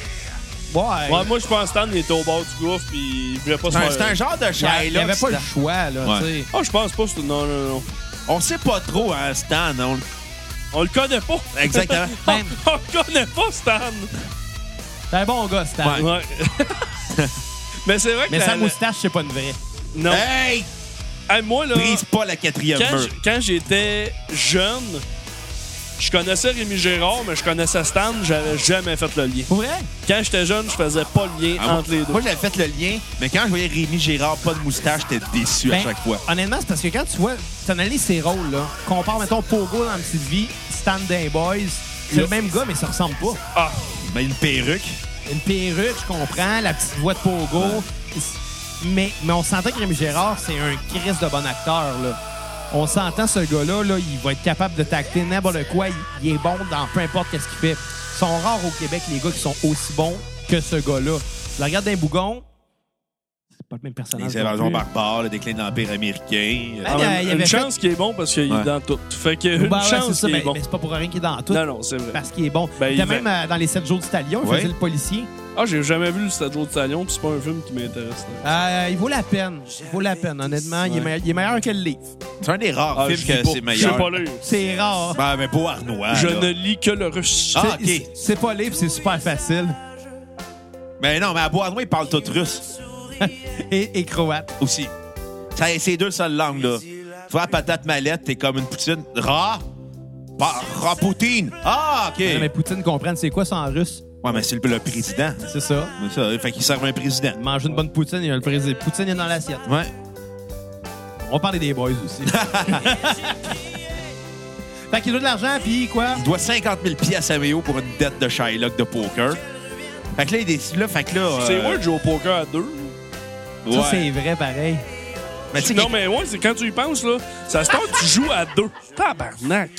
Speaker 3: Ouais.
Speaker 4: Ouais, moi, je pense que Stan, il était au bord du gouffre, puis il voulait pas se
Speaker 1: C'est un,
Speaker 4: faire.
Speaker 1: c'est un genre de
Speaker 3: il y a- il y
Speaker 1: Shylock.
Speaker 3: avait pas le
Speaker 1: Stan.
Speaker 3: choix, là,
Speaker 1: Ouais.
Speaker 3: tu sais.
Speaker 4: Ah, je pense pas. c'est- Non, non, non.
Speaker 1: On sait pas trop, hein, Stan. on-
Speaker 4: On le connaît pas.
Speaker 1: Exactement.
Speaker 3: Ben-
Speaker 4: on le connaît pas, Stan.
Speaker 3: C'est un bon gars, Stan.
Speaker 1: Ouais.
Speaker 4: Ouais. mais c'est vrai que.
Speaker 3: Mais
Speaker 4: la-
Speaker 3: sa
Speaker 4: la-
Speaker 3: moustache, c'est pas une vraie.
Speaker 4: Non.
Speaker 1: Hey!
Speaker 4: Hey, moi, là.
Speaker 1: Hein? Brise pas la quatrième
Speaker 4: quand,
Speaker 1: mur.
Speaker 4: j- quand j'étais jeune, je connaissais Rémi Gérard, mais je connaissais Stan, j'avais jamais fait le lien.
Speaker 3: Pour vrai?
Speaker 4: Quand j'étais jeune, je faisais pas le lien
Speaker 1: Ah, moi-
Speaker 4: entre les deux.
Speaker 1: Moi, j'avais fait le lien, mais quand je voyais Rémi Gérard pas de moustache, j'étais déçu à
Speaker 3: Ben,
Speaker 1: chaque fois.
Speaker 3: Honnêtement, c'est parce que quand tu vois, tu analyses ses rôles, là, compare, mettons, Pogo dans Petite Vie, Stan Day Boys, c'est le même gars, mais ça ressemble pas.
Speaker 4: Ah,
Speaker 1: Ben, une perruque.
Speaker 3: Une perruque, je comprends, la petite voix de Pogo. Mais, mais on s'entend que Rémi Gérard, c'est un Christ de bon acteur. Là. On s'entend, ce gars-là, là, il va être capable de tacter n'importe quoi. Il, il est bon dans peu importe qu'est-ce qu'il fait. Ils sont rares au Québec, les gars qui sont aussi bons que ce gars-là. Tu le regardes d'un bougon, c'est pas le même personnage.
Speaker 1: Les
Speaker 3: non
Speaker 1: invasions
Speaker 3: plus.
Speaker 1: barbares, le déclin de l'Empire américain. euh,
Speaker 3: Ah,
Speaker 4: en même-
Speaker 3: il y avait
Speaker 4: une
Speaker 3: fait-
Speaker 4: chance qu'il est bon parce qu'il
Speaker 1: Ouais.
Speaker 4: est dans tout. Fait que une
Speaker 3: Ben ouais, c'est
Speaker 4: chance
Speaker 3: ça,
Speaker 4: qu'il
Speaker 3: mais,
Speaker 4: est bon.
Speaker 3: mais c'est pas pour rien qu'il est dans tout. Bah.
Speaker 4: Non, non, c'est vrai.
Speaker 3: Parce qu'il est bon.
Speaker 4: Ben,
Speaker 3: il
Speaker 4: il
Speaker 3: était même
Speaker 4: va-
Speaker 3: euh, dans les 7 jours du Talion, il
Speaker 1: Ouais.
Speaker 3: faisait le policier.
Speaker 4: Ah, j'ai jamais vu le Stadio de Talion, puis c'est pas un film qui m'intéresse. là.
Speaker 3: Euh, il vaut la peine. Il vaut la peine, honnêtement. Il, est meilleur, il est meilleur que le livre.
Speaker 1: C'est un des rares
Speaker 4: Ah, je
Speaker 1: films
Speaker 4: sais
Speaker 1: que
Speaker 4: pas.
Speaker 1: c'est
Speaker 4: Je sais
Speaker 1: meilleur.
Speaker 4: pas lire.
Speaker 3: C'est rare.
Speaker 1: Ben, mais beau Arnois.
Speaker 4: Je
Speaker 1: là.
Speaker 4: ne lis que le russe.
Speaker 1: Ah,
Speaker 4: C'est-
Speaker 1: ok.
Speaker 3: C'est- C'est pas libre, c'est super facile.
Speaker 1: Mais Ben, non, mais à Bois-Arnois, il parle tout russe
Speaker 3: Et, et croate.
Speaker 1: aussi. Ça- C'est deux seules langues, là. Tu vois, patate mallette, t'es comme une poutine. Ra? Pas- Ra Poutine. Ah, OK.
Speaker 3: Non, mais Poutine comprenne c'est quoi ça en russe.
Speaker 1: Ouais, mais c'est le, le président.
Speaker 3: C'est ça.
Speaker 1: Mais Ça, fait qu'il sert un président.
Speaker 3: Manger une bonne poutine, il y a le président. Poutine est dans l'assiette.
Speaker 1: Ouais.
Speaker 3: On va parler des boys aussi. fait qu'il a de l'argent, puis quoi?
Speaker 1: Il doit 50 000 pièces à Méo pour une dette de Shylock de poker. Fait que là, il décide là, fait que là... euh,
Speaker 4: C'est moi de jouer au poker à deux.
Speaker 1: ouais.
Speaker 3: Ça, c'est vrai, pareil.
Speaker 1: Mais tu sais,
Speaker 4: Non, mais ouais, c'est quand tu y penses, là. Ça se passe, tu joues à deux. Tabarnak.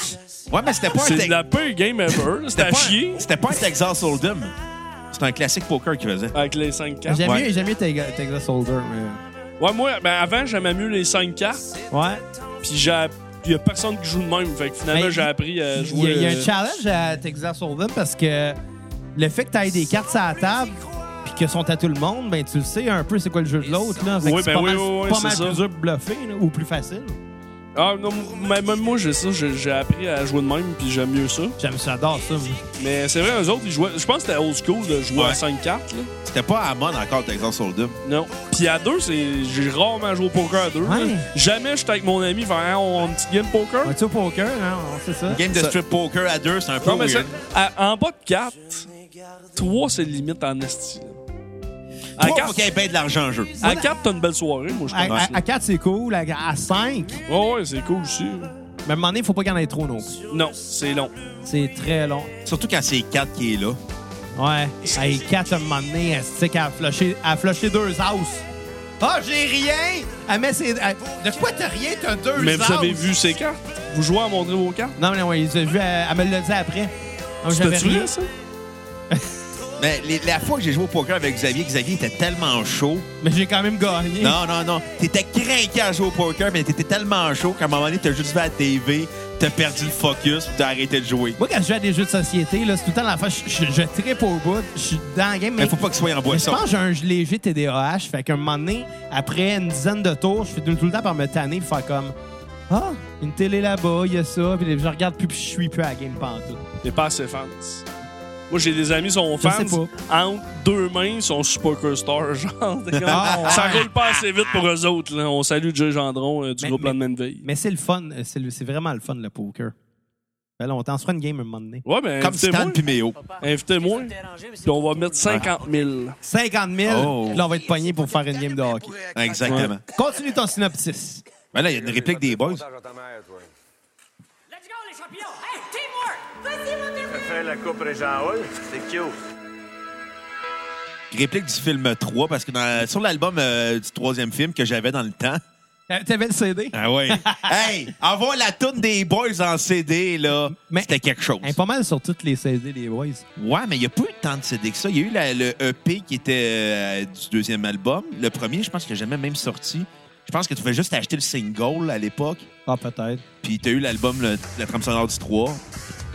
Speaker 1: Ouais, mais c'était pas un...
Speaker 4: C'est
Speaker 1: tec-
Speaker 4: de la pire game ever. là. C'était
Speaker 1: C'était
Speaker 4: à
Speaker 1: pas,
Speaker 4: chier.
Speaker 1: un- c'était pas un Texas Hold'em. C'était un classique poker qu'il faisait.
Speaker 4: Avec les 5 cartes.
Speaker 3: J'aime
Speaker 1: Ouais.
Speaker 3: mieux, j'aime mieux Tega- Texas Holder. mais-
Speaker 4: Ouais, moi, ben avant, j'aimais mieux les 5 cartes.
Speaker 3: Ouais.
Speaker 4: Puis j'ai. Il y a personne qui joue de même. Fait que finalement,
Speaker 3: Mais
Speaker 4: j'ai appris à
Speaker 3: Il Ben, y, a-
Speaker 4: jouer.
Speaker 3: il y a un
Speaker 4: euh,
Speaker 3: challenge à Texas Hold'em parce que le fait que tu aies des cartes à la table puis que sont à tout le monde, ben tu le sais un peu c'est quoi le jeu de l'autre là. Fait que
Speaker 4: Oui,
Speaker 3: c'est
Speaker 4: ben
Speaker 3: pas mal,
Speaker 4: oui, oui, oui,
Speaker 3: pas
Speaker 4: c'est
Speaker 3: mal
Speaker 4: ça.
Speaker 3: plus dur pour bluffer là, ou plus facile.
Speaker 4: Ah, non, mais même moi, j'ai ça. J'ai j'ai appris à jouer de même. Puis j'aime mieux ça.
Speaker 3: J'aime ça, j'adore ça. moi.
Speaker 4: Mais c'est vrai, eux autres, ils jouaient. Je pense que c'était old school de jouer
Speaker 1: Ouais.
Speaker 4: à 5 cartes, là.
Speaker 1: C'était pas à Amon encore, Texas Hold'em.
Speaker 4: Non. Puis à deux, c'est. J'ai rarement joué au poker à deux. là.
Speaker 3: Ouais.
Speaker 4: Jamais j'étais avec mon ami faire Ah, on a une petite game poker.
Speaker 3: On va-tu au poker, hein? On sait ça.
Speaker 1: Game de
Speaker 4: Ça-
Speaker 1: strip poker à deux, c'est un peu
Speaker 4: Non, mais ça,
Speaker 1: weird.
Speaker 4: à- en bas de 4, 3, c'est limite en esti. là. À
Speaker 1: Trois, faut
Speaker 4: 4,
Speaker 1: qu'il y ait bien de l'argent en jeu.
Speaker 4: à quatre, t'as une belle soirée, moi, je
Speaker 3: À,
Speaker 4: pense.
Speaker 3: à- à 4, c'est cool. À, 5,
Speaker 4: Ouais, ouais, c'est cool aussi.
Speaker 3: mais à un moment donné, il faut pas qu'il y en ait trop non plus.
Speaker 4: Non, c'est long.
Speaker 3: C'est très long.
Speaker 1: Surtout quand c'est 4 qui est là.
Speaker 3: Ouais. À 4, à un moment donné, elle se dit qu'elle a flushé- elle a flushé deux houses. Ah, j'ai rien! Elle met ses... elle- De quoi t'as rien? T'as deux
Speaker 4: Mais vous
Speaker 3: houses.
Speaker 4: avez vu ces cartes? Vous jouez à montrer vos cartes?
Speaker 3: Non, mais ouais, il s'est vu, euh, elle, elle me l'a dit après. Donc, j'avais
Speaker 4: T'as-tu
Speaker 3: rien.
Speaker 4: là, ça?
Speaker 1: Mais les- la fois que j'ai joué au poker avec Xavier, Xavier était tellement chaud.
Speaker 3: Mais j'ai quand même gagné.
Speaker 1: Non, non, non. T'étais craqué à jouer au poker, mais t'étais tellement chaud qu'à un moment donné, t'as juste vu à la TV, t'as perdu le focus, puis t'as arrêté de jouer.
Speaker 3: Moi, quand je joue à des jeux de société, là, c'est tout le temps l'affaire. Je, je, je trippe au bout. Je suis dans le game. Mais,
Speaker 1: Mais faut pas que ce soit en
Speaker 3: mais je
Speaker 1: boisson.
Speaker 3: pense que j'ai un léger TDAH. Fait qu'à un moment donné, après une dizaine de tours, je finis tout le temps par me tanner pour faire comme Ah, une télé là-bas, il y a ça. Puis je regarde plus, puis je suis plus à la game pantoute.
Speaker 4: T'es pas assez fans. Moi, j'ai des amis qui sont
Speaker 3: Je
Speaker 4: fans.
Speaker 3: sais
Speaker 4: Entre deux mains, ils sont sur Poker Star, genre. T'es comme-
Speaker 3: Ah, ouais.
Speaker 4: Ça roule pas assez vite pour eux autres. Là. On salue Jay Gendron euh, du
Speaker 3: Mais-
Speaker 4: groupe
Speaker 3: mais-
Speaker 4: Lendemain de Veille.
Speaker 3: Mais c'est le fun. euh, C'est le- c'est vraiment le fun, le poker. fait longtemps. On se fera une game un moment donné.
Speaker 4: Ouais, mais
Speaker 1: Comme Stan
Speaker 4: invitez-moi.
Speaker 1: puis Méo.
Speaker 4: Invitez-moi. Puis on va mettre 50 000.
Speaker 3: 50 000.
Speaker 1: Oh.
Speaker 3: Là, on va être pogné pour faire une game de hockey.
Speaker 1: Exactement.
Speaker 3: Continue ton synopsis.
Speaker 1: Ben là, il y a une réplique des boys.
Speaker 6: Let's go, les champions! Hey, teamwork! Vas-y, mon Dieu!
Speaker 7: Fais la coupe Régent-Hall, c'est cute.
Speaker 1: Réplique du film 3, parce que dans- sur l'album euh, du troisième film que j'avais dans le temps.
Speaker 3: Euh, T'avais le CD?
Speaker 1: Ah oui. hey, avoir la toune des boys en CD, là,
Speaker 3: Mais-
Speaker 1: c'était quelque chose.
Speaker 3: Hein, pas mal sur toutes les CD, les boys.
Speaker 1: Ouais, mais il n'y a pas eu tant de CD que ça. Il y a eu la- le EP qui était euh, du deuxième album. Le premier, je pense que jamais même sorti. Je pense que tu pouvais juste acheter le single à l'époque.
Speaker 3: Ah, peut-être.
Speaker 1: Puis tu as eu l'album, le- la trame sonore du 3.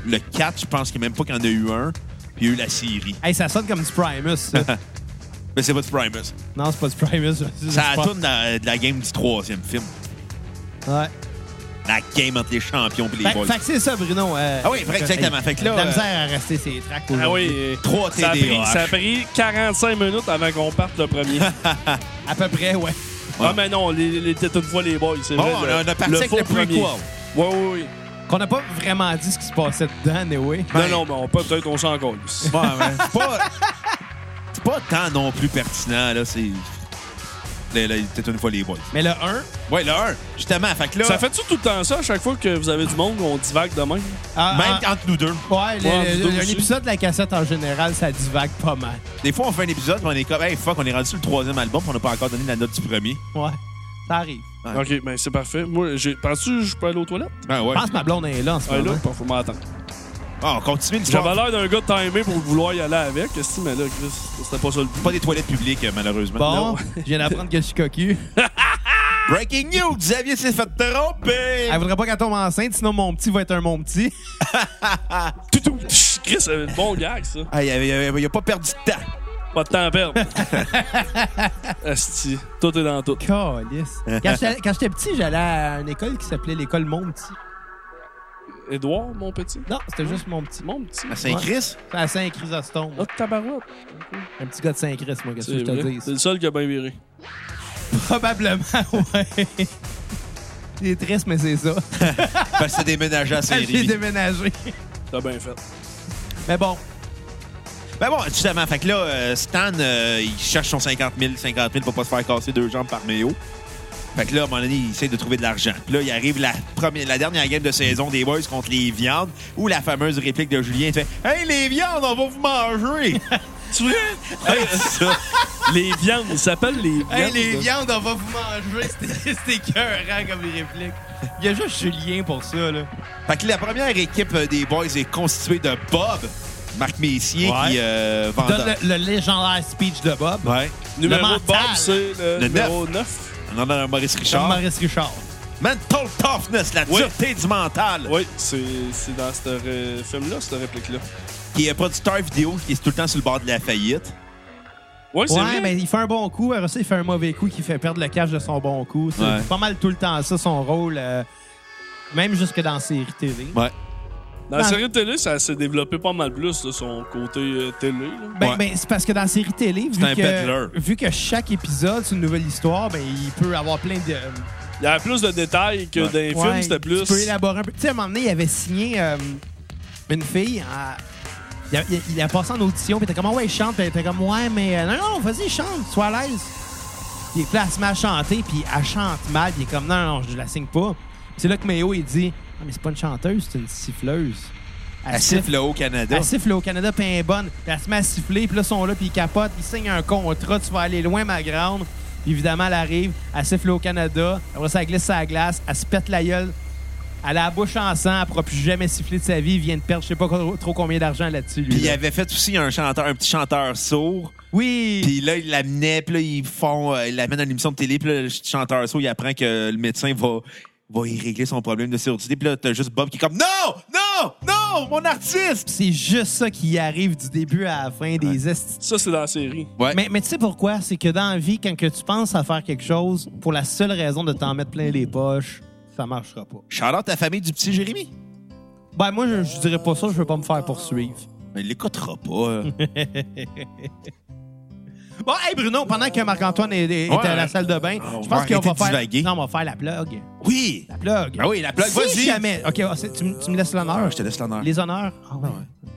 Speaker 1: Le 4, je pense que même pas qu'il y en a eu un. Puis il y a eu la série.
Speaker 3: Hey, ça sonne comme du Primus, ça.
Speaker 1: Mais c'est pas du Primus.
Speaker 3: non, c'est pas du Primus. c'est du
Speaker 1: Ça
Speaker 3: Primus.
Speaker 1: tourne dans- de la game du troisième film.
Speaker 3: Ouais.
Speaker 1: La game entre les champions et les
Speaker 3: Fait,
Speaker 1: boys.
Speaker 3: Ben, fait que c'est ça, Bruno. euh,
Speaker 1: Ah oui, vrai, exactement. Fait que là,
Speaker 3: de La
Speaker 1: euh,
Speaker 3: misère à rester ses tracks.
Speaker 4: Ah oui.
Speaker 3: aujourd'hui.
Speaker 4: euh,
Speaker 1: Trois
Speaker 4: ça a, pris,
Speaker 1: TDAH.
Speaker 4: ça a pris 45 minutes avant qu'on parte le premier.
Speaker 3: À peu près, ouais.
Speaker 4: ah, mais non, les, les Têtes une fois les boys. C'est
Speaker 1: Bon,
Speaker 4: vrai,
Speaker 1: on
Speaker 4: le-
Speaker 1: a- on a parti
Speaker 4: le
Speaker 1: avec
Speaker 4: faux
Speaker 1: le
Speaker 4: premier.
Speaker 1: prequel.
Speaker 4: Ouais, ouais, ouais.
Speaker 3: Qu'on n'a pas vraiment dit ce qui se passait dedans, mais oui.
Speaker 1: Ben.
Speaker 4: Non, non, mais on peut- peut-être on s'en colle.
Speaker 1: Ouais, ouais. C'est pas, c'est pas tant non plus pertinent, là. C'est. Là, là, Peut-être une fois les boys.
Speaker 3: Mais le 1,
Speaker 1: Ouais, là, un, justement. Fait que là,
Speaker 4: Ça fait-tu tout le temps ça à chaque fois que vous avez du monde, on divague de même?
Speaker 3: ah,
Speaker 1: même
Speaker 3: ah,
Speaker 1: entre nous deux,
Speaker 3: ouais, le-
Speaker 4: Ouais,
Speaker 3: le-
Speaker 4: vous deux
Speaker 3: un
Speaker 4: aussi.
Speaker 3: épisode de la cassette en général, ça divague pas mal.
Speaker 1: des fois, on fait un épisode, puis on est comme, hey, fuck, on est rendu sur le troisième album, puis on n'a pas encore donné la note du premier.
Speaker 3: Ouais, ça arrive.
Speaker 1: Ouais.
Speaker 4: Ok, ben c'est parfait. Moi, j'ai- penses-tu que je peux aller aux toilettes?
Speaker 1: Ah ouais.
Speaker 3: Je pense que ma blonde est là en ce
Speaker 4: Ah, là,
Speaker 3: moment.
Speaker 4: faut m'attendre.
Speaker 1: Ah, on continue
Speaker 4: J'avais
Speaker 1: l'histoire.
Speaker 4: l'air d'un gars timé pour vouloir y aller avec. Qu'est-ce que mais là, Chris, c'était pas ça le but.
Speaker 1: Pas des toilettes publiques, euh, malheureusement.
Speaker 3: Bon,
Speaker 1: Non.
Speaker 3: je viens d'apprendre que je suis cocu.
Speaker 1: Breaking news, Xavier s'est fait tromper.
Speaker 3: Elle voudrait pas qu'elle tombe enceinte, sinon mon petit va être un mon petit.
Speaker 4: Toutou! Chut, Chris, c'est un bon gag, ça.
Speaker 1: Ah, il a, il a- il a pas perdu de temps.
Speaker 4: Pas de temps à perdre. Asti, tout est dans tout.
Speaker 3: Calice. Quand j'étais quand j'étais petit, j'allais à une école qui s'appelait l'école Mon Petit.
Speaker 4: Édouard, mon petit.
Speaker 3: Non, Ah, c'était juste Mon Petit.
Speaker 4: Mon petit.
Speaker 1: À Saint-Chris?
Speaker 3: C'était à Saint-Chrysostome.
Speaker 4: Oh, tabarouette.
Speaker 3: Un petit gars de Saint-Christ, moi, qu'est-ce que
Speaker 4: C'est
Speaker 3: je te
Speaker 4: vrai. C'est
Speaker 3: dis?
Speaker 4: le seul qui a bien viré.
Speaker 3: Probablement, ouais. Il est triste, mais c'est ça.
Speaker 1: Parce que Ben, c'est déménagé à
Speaker 3: J'ai
Speaker 1: Saint-Rémy.
Speaker 3: déménagé.
Speaker 4: T'as bien fait.
Speaker 3: Mais bon,
Speaker 1: Ben bon, justement, fait que là, euh, Stan, euh, il cherche son 50 000, 50 000 pour pas se faire casser deux jambes par Méo. Fait que là, à un moment donné, il essaie de trouver de l'argent. Puis là, il arrive la, première, la dernière game de saison des Boys contre les Viandes, où la fameuse réplique de Julien fait « Hey, les Viandes, on va vous manger!
Speaker 4: Tu vois? Hey, ça, les viandes, ils s'appellent les viandes.
Speaker 3: hey, les viandes, on va vous manger. C'était- C'était écœurant comme réplique. Il y a juste Julien pour ça, là. »
Speaker 1: Fait que la première équipe euh, des Boys est constituée de Bob, Marc Messier,
Speaker 3: Ouais.
Speaker 1: qui euh, vendeur.
Speaker 3: Donne le, le légendaire speech de Bob.
Speaker 1: Ouais.
Speaker 4: Numéro
Speaker 3: Le
Speaker 4: de
Speaker 3: mental.
Speaker 4: Bob, c'est le,
Speaker 1: Le
Speaker 4: numéro 9.
Speaker 1: On en a un Maurice
Speaker 3: Comme
Speaker 1: Richard.
Speaker 3: Maurice Richard.
Speaker 1: Mental toughness, la
Speaker 4: Oui.
Speaker 1: dureté du mental.
Speaker 4: Oui, c'est c'est dans ce ré- film-là, cette réplique-là.
Speaker 1: Qui est producteur vidéo, qui est tout le temps sur le bord de la faillite.
Speaker 4: Oui, c'est
Speaker 3: Ouais,
Speaker 4: vrai.
Speaker 3: mais il fait un bon coup. Après ça, il fait un mauvais coup qui fait perdre le cash de son bon coup. C'est
Speaker 1: Ouais.
Speaker 3: pas mal tout le temps ça, son rôle. euh, même jusque dans série TV.
Speaker 1: Ouais.
Speaker 4: Dans la
Speaker 3: Dans-
Speaker 4: série de télé, ça s'est développé pas mal plus, là, son côté euh, télé. là.
Speaker 3: Ben,
Speaker 1: Ouais.
Speaker 3: ben, c'est parce que dans la série télé, vu
Speaker 1: un peddler.
Speaker 3: que, vu que chaque épisode, c'est une nouvelle histoire, ben, il peut avoir plein de... euh,
Speaker 4: Il y avait plus de détails que dans les films,
Speaker 3: Ouais,
Speaker 4: c'était plus.
Speaker 3: Tu peux élaborer un peu. Tu sais, à un moment donné, il avait signé euh, une fille. à- Il, a, il a- il a passé en audition, puis t'es comme, Ah ouais, il chante. Puis elle était comme, ouais, mais euh, non, non, vas-y, chante, sois à l'aise. Puis là, elle se met à chanter, puis elle chante mal, puis il est comme, non, non, je la signe pas. Puis c'est là que Méo, il dit, ah, mais c'est pas une chanteuse, c'est une siffleuse.
Speaker 1: À Sif, le Haut-Canada.
Speaker 3: Elle siffle au Canada, puis elle est bonne. Puis elle se met à siffler, puis là, ils sont là, puis ils capotent. Ils signent un contrat, tu vas aller loin, ma grande. Puis évidemment, elle arrive, elle siffle au Canada. Après ça, elle glisse sa glace, elle se pète la gueule. Elle a la bouche en sang, elle pourra plus jamais siffler de sa vie. Il vient de perdre je sais pas co- trop combien d'argent là-dessus, lui.
Speaker 1: Puis il
Speaker 3: là.
Speaker 1: avait fait aussi un chanteur, un petit chanteur sourd.
Speaker 3: Oui!
Speaker 1: Puis là, il l'amenait, puis là, ils font, euh, il l'amène à une émission de télé, puis là, le chanteur sourd, il apprend que le médecin va, va y régler son problème de surdité. Puis là, t'as juste Bob qui est comme Non! Non! Non! Mon artiste!
Speaker 3: C'est juste ça qui arrive du début à la fin des esti-
Speaker 4: Ça, c'est dans la série.
Speaker 1: Ouais.
Speaker 3: Mais, mais tu sais pourquoi? C'est que dans la vie, quand que tu penses à faire quelque chose, pour la seule raison de t'en mettre plein les poches, ça marchera pas.
Speaker 1: Charlotte, ta famille du petit Jérémy.
Speaker 3: Ben, moi, je, je dirais pas ça,
Speaker 1: euh.
Speaker 3: je veux pas me faire poursuivre.
Speaker 1: Mais il l'écoutera pas.
Speaker 3: Bon, hey Bruno, pendant que Marc-Antoine est, est
Speaker 1: Ouais.
Speaker 3: à la salle de bain, je pense
Speaker 1: va arrêter
Speaker 3: qu'on va
Speaker 1: de
Speaker 3: faire.
Speaker 1: divaguer.
Speaker 3: Non, on va faire la plug.
Speaker 1: Oui!
Speaker 3: La plug.
Speaker 1: Ah oui, la plug,
Speaker 3: si
Speaker 1: vas-y.
Speaker 3: jamais. OK, ah, c'est- tu, m- tu me laisses l'honneur.
Speaker 1: Ah, Je te laisse l'honneur.
Speaker 3: Les honneurs. Ah ouais.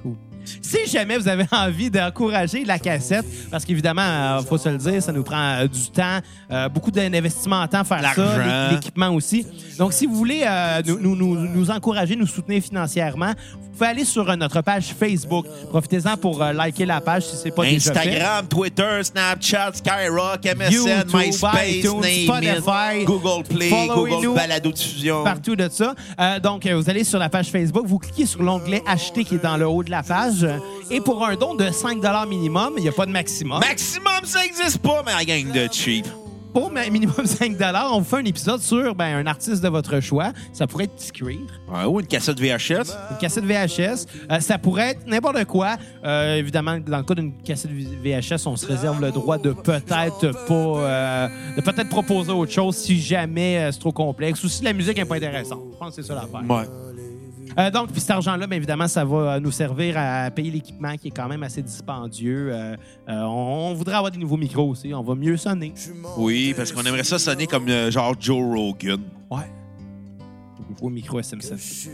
Speaker 3: Cool. Si jamais vous avez envie d'encourager la cassette, parce qu'évidemment, il faut se le dire, ça nous prend euh, du temps, euh, beaucoup d'investissement en temps faire ça,
Speaker 1: L'argent.
Speaker 3: l'é- l'équipement aussi. Donc, si vous voulez euh, nous, nous- nous- nous encourager, nous soutenir financièrement, vous pouvez aller sur euh, notre page Facebook. Profitez-en pour euh, liker la page si c'est pas déjà fait.
Speaker 1: Instagram, Twitter, Snapchat, Skyrock, MSN,
Speaker 3: YouTube,
Speaker 1: MySpace,
Speaker 3: iTunes,
Speaker 1: name it,
Speaker 3: Spotify.
Speaker 1: Google Play,
Speaker 3: Followez-nous
Speaker 1: Google Balado Diffusion.
Speaker 3: partout de ça. Euh, donc, euh, vous allez sur la page Facebook, vous cliquez sur l'onglet Acheter qui est dans le haut de la page. euh, Et pour un don de 5 minimum, il n'y a pas de maximum.
Speaker 1: Maximum, ça existe pas, ma gang de cheap.
Speaker 3: pour ma- minimum 5 on vous fait un épisode sur ben, un artiste de votre choix. Ça pourrait être Discreet,
Speaker 1: Ouais, ou une cassette VHS.
Speaker 3: une cassette VHS. euh, ça pourrait être n'importe quoi. Euh, évidemment, dans le cas d'une cassette V- VHS, on se réserve le droit de peut-être pas... euh, de peut-être proposer autre chose si jamais euh, c'est trop complexe ou si la musique n'est pas intéressante. Je pense que c'est ça l'affaire.
Speaker 1: Ouais.
Speaker 3: Euh, donc, puis cet argent-là, bien évidemment, ça va euh, nous servir à payer l'équipement qui est quand même assez dispendieux. Euh, euh, on, on voudrait avoir des nouveaux micros aussi. On va mieux sonner.
Speaker 1: Oui, parce qu'on aimerait ça sonner comme euh, genre Joe Rogan.
Speaker 3: Ouais. Des nouveaux micros SMC.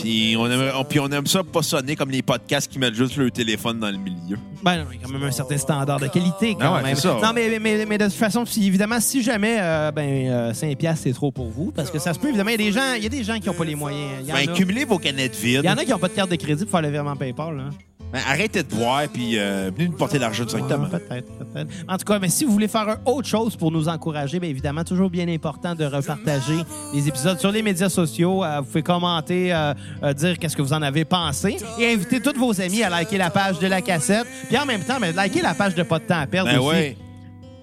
Speaker 1: Puis on, aimerait- on- puis on aime ça pas sonner comme les podcasts qui mettent juste le téléphone dans le milieu.
Speaker 3: Ben non, il y a quand même un certain standard de qualité quand
Speaker 1: Ah ouais,
Speaker 3: même.
Speaker 1: c'est ça.
Speaker 3: Non, mais, mais, mais de toute façon, si- évidemment, si jamais euh, ben, euh, 5 piastres, c'est trop pour vous, parce que ça se peut, évidemment, il y a des gens, il y a des gens qui n'ont pas les moyens. Il y, en
Speaker 1: Ben,
Speaker 3: a-
Speaker 1: cumulez vos canettes vides.
Speaker 3: il y en a qui n'ont pas de carte de crédit pour faire le virement PayPal. Hein.
Speaker 1: Ben, arrêtez de voir, puis euh, venez nous porter l'argent directement.
Speaker 3: Ouais, peut-être, peut-être. En tout cas, mais si vous voulez faire un autre chose pour nous encourager, bien évidemment, toujours bien important de repartager les épisodes sur les médias sociaux. Euh, vous pouvez commenter, euh, euh, dire qu'est-ce que vous en avez pensé et inviter tous vos amis à liker la page de la cassette. Puis en même temps, ben, liker la page de Pas de temps à perdre
Speaker 1: Ben
Speaker 3: aussi.
Speaker 1: ouais.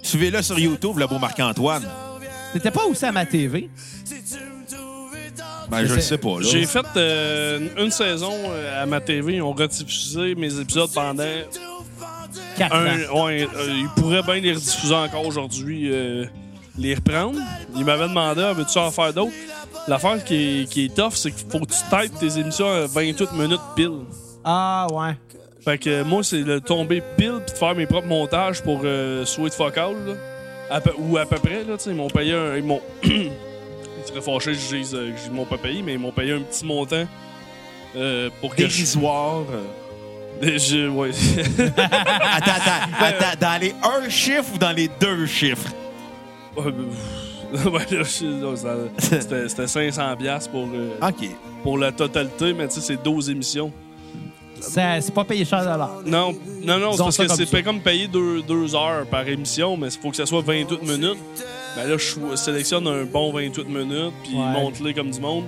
Speaker 1: Suivez-le sur YouTube, le beau Marc-Antoine.
Speaker 3: T'étais pas aussi à ma TV?
Speaker 1: Ben, je
Speaker 3: C'est-
Speaker 1: le sais pas, là.
Speaker 4: J'ai fait euh, une saison euh, à ma TV. On rediffusait mes épisodes pendant
Speaker 3: Quatre
Speaker 4: un.
Speaker 3: ans.
Speaker 4: ouais, euh, ils pourraient bien les rediffuser encore aujourd'hui, euh, les reprendre. Ils m'avaient demandé Ah, veux-tu en faire d'autres L'affaire qui est, qui est tough, c'est qu'il faut que tu types tes émissions à 28 minutes pile.
Speaker 3: Ah ouais.
Speaker 4: Fait que euh, moi, c'est le tomber pile puis de faire mes propres montages pour euh, Sweet Focal, là. À peu- ou à peu près, là, tu sais, ils m'ont payé un... Ils m'ont... ils seraient fâchés que je dise, euh, que je m'ont pas payé, mais ils m'ont payé un petit montant euh, pour que je...
Speaker 1: Dérisoire. euh.
Speaker 4: Des- je- ouais.
Speaker 1: Attends, attends, attends. Dans les un chiffre ou dans les deux chiffres?
Speaker 4: Ouais, ben, ouais, là, je- non, ça- c'était, c'était 500$ piastres pour, euh,
Speaker 1: OK.
Speaker 4: pour la totalité, mais tu sais, c'est 12 émissions.
Speaker 3: Ça- C'est pas payé cher de l'heure.
Speaker 4: Non, non, non, c'est
Speaker 3: Disons
Speaker 4: parce
Speaker 3: ça
Speaker 4: que
Speaker 3: comme
Speaker 4: c'est
Speaker 3: ça.
Speaker 4: pas comme payer deux, deux heures par émission, mais il faut que ça soit 28 minutes. Ben là, je cho- sélectionne un bon 28 minutes, puis
Speaker 3: Ouais.
Speaker 4: monte-les comme du monde.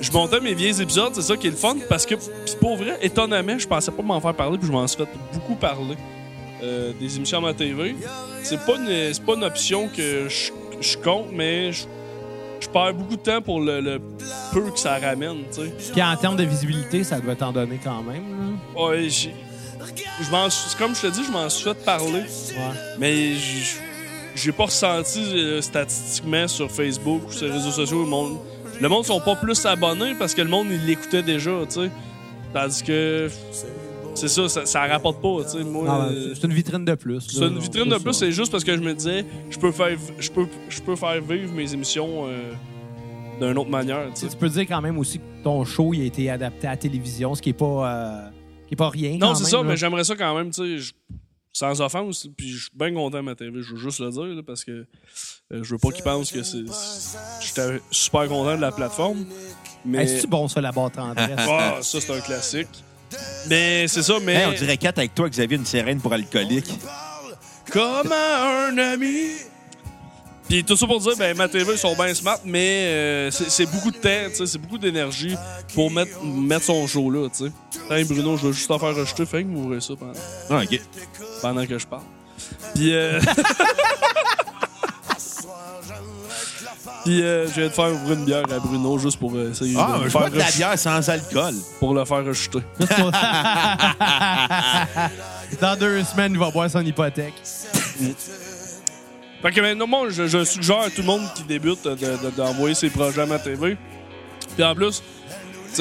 Speaker 4: Je montais mes vieux épisodes, c'est ça qui est le fun, parce que, pis pour vrai, étonnamment, je pensais pas m'en faire parler, puis je m'en suis fait beaucoup parler euh, des émissions à ma TV. C'est pas une, c'est pas une option que je, je compte, mais je, je perds beaucoup de temps pour le, le peu que ça ramène, tu sais.
Speaker 3: Puis en termes de visibilité, ça doit t'en donner quand même.
Speaker 4: Ouais, j'ai- je m'en suis- comme je te dis, je m'en suis fait parler.
Speaker 3: là. Ouais.
Speaker 4: Mais j- j'ai pas ressenti euh, statistiquement sur Facebook ou sur les réseaux sociaux le monde. Le monde sont pas plus abonnés parce que le monde il l'écoutait déjà, tu sais. Tandis que c'est ça, ça, ça rapporte pas, tu sais. Moi,
Speaker 3: Non,
Speaker 4: euh,
Speaker 3: Ah, C'est une vitrine de plus.
Speaker 4: c'est
Speaker 3: là.
Speaker 4: une vitrine de plus,
Speaker 3: ça.
Speaker 4: c'est juste parce que je me disais, je peux faire, v- je peux, je peux faire vivre mes émissions euh, d'une autre manière, tu
Speaker 3: Tu,
Speaker 4: sais.
Speaker 3: tu peux dire quand même aussi que ton show il a été adapté à la télévision, ce qui est pas, euh, qui est pas rien.
Speaker 4: Non,
Speaker 3: quand
Speaker 4: c'est
Speaker 3: même,
Speaker 4: ça,
Speaker 3: là.
Speaker 4: mais j'aimerais ça quand même, tu sais, je- sans offense, puis je suis bien content de ma TV, je veux juste le dire, là, parce que euh, je veux pas qu'ils pensent que c'est. c'est- J'étais super content de la plateforme, mais.
Speaker 3: Hey, C'est-tu bon, ça, la barre tendresse?
Speaker 4: Ah, ça, c'est un classique. Mais c'est ça, mais.
Speaker 1: Hey, on dirait 4 avec toi, Xavier, une sirène pour alcoolique.
Speaker 4: Comme à un ami. Puis tout ça pour dire, ben, ma TV, ils sont bien smart, mais euh, c'est c'est beaucoup de temps, tu sais, c'est beaucoup d'énergie pour mettre, mettre son show là, tu sais. Hey, Bruno, je veux juste en faire rejeter, fait que vous ouvrez ça pendant.
Speaker 1: Ah, OK.
Speaker 4: pendant que je parle. Puis, euh... Puis euh, je vais te faire ouvrir une bière à Bruno juste pour euh, essayer
Speaker 1: Ah,
Speaker 4: de,
Speaker 1: je
Speaker 4: le
Speaker 1: bois
Speaker 4: faire
Speaker 1: de la
Speaker 4: rejeter-
Speaker 1: bière sans alcool.
Speaker 4: pour le faire rejeter.
Speaker 3: Dans deux semaines, il va boire son hypothèque.
Speaker 4: Fait que maintenant, moi, je, je suggère à tout le monde qui débute de- de- d'envoyer ses projets à ma TV. Puis en plus, Tu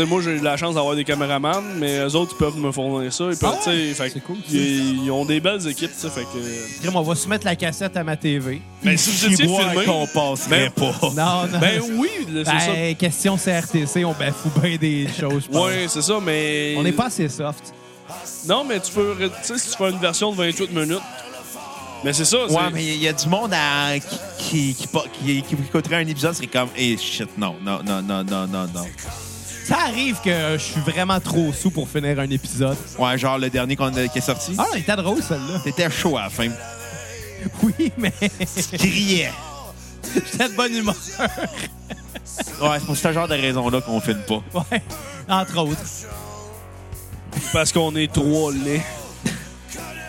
Speaker 4: sais, moi, j'ai eu la chance d'avoir des caméramans, mais eux autres, ils peuvent me fournir ça. Ils peuvent,
Speaker 3: Ah ouais?
Speaker 4: tu sais, fait
Speaker 3: C'est cool, ça.
Speaker 4: Ils, ils ont des belles équipes, tu sais, fait que. euh,
Speaker 3: Crime, on va soumettre la cassette à ma TV.
Speaker 4: Ben, si vous étiez
Speaker 1: Chibois
Speaker 4: filmé.
Speaker 1: qu'on passerait pas.
Speaker 3: Non, non.
Speaker 4: Ben oui, c'est ça.
Speaker 3: Ben, question CRTC, on bafoue bien des choses. je pense.
Speaker 4: Ouais, c'est ça, mais.
Speaker 3: On n'est pas assez soft.
Speaker 4: Non, mais tu peux. Tu sais, si tu fais une version de 28 minutes. Mais c'est ça.
Speaker 1: Ouais,
Speaker 4: c'est-
Speaker 1: mais il y a du monde à- qui, qui, qui, pa- qui- qui écouterait un épisode, serait comme, eh shit, non, non, non, non, non, non, non.
Speaker 3: Ça arrive que euh, je suis vraiment trop sous pour finir un épisode.
Speaker 1: Ouais, genre le dernier qu'on a- qui est sorti.
Speaker 3: Ah, il était drôle, celle-là.
Speaker 1: C'était chaud à la fin.
Speaker 3: Oui, mais
Speaker 1: Tu criais.
Speaker 3: j'étais de bonne humeur.
Speaker 1: Ouais, c'est pour ce genre de raison-là qu'on filme pas.
Speaker 3: Ouais, entre autres.
Speaker 4: Parce qu'on est trois laits.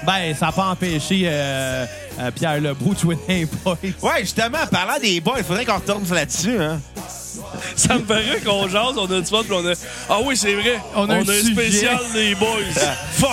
Speaker 3: Ben, ça n'a pas empêché euh, euh, Pierre Lebrou de jouer dans les boys.
Speaker 1: Ouais, justement, en parlant des boys, il faudrait qu'on retourne là-dessus, hein.
Speaker 4: Ça me ferait qu'on jase, on a du fun, puis on a. Ah oui, c'est vrai.
Speaker 3: On a un
Speaker 4: un
Speaker 3: sujet.
Speaker 4: spécial des boys.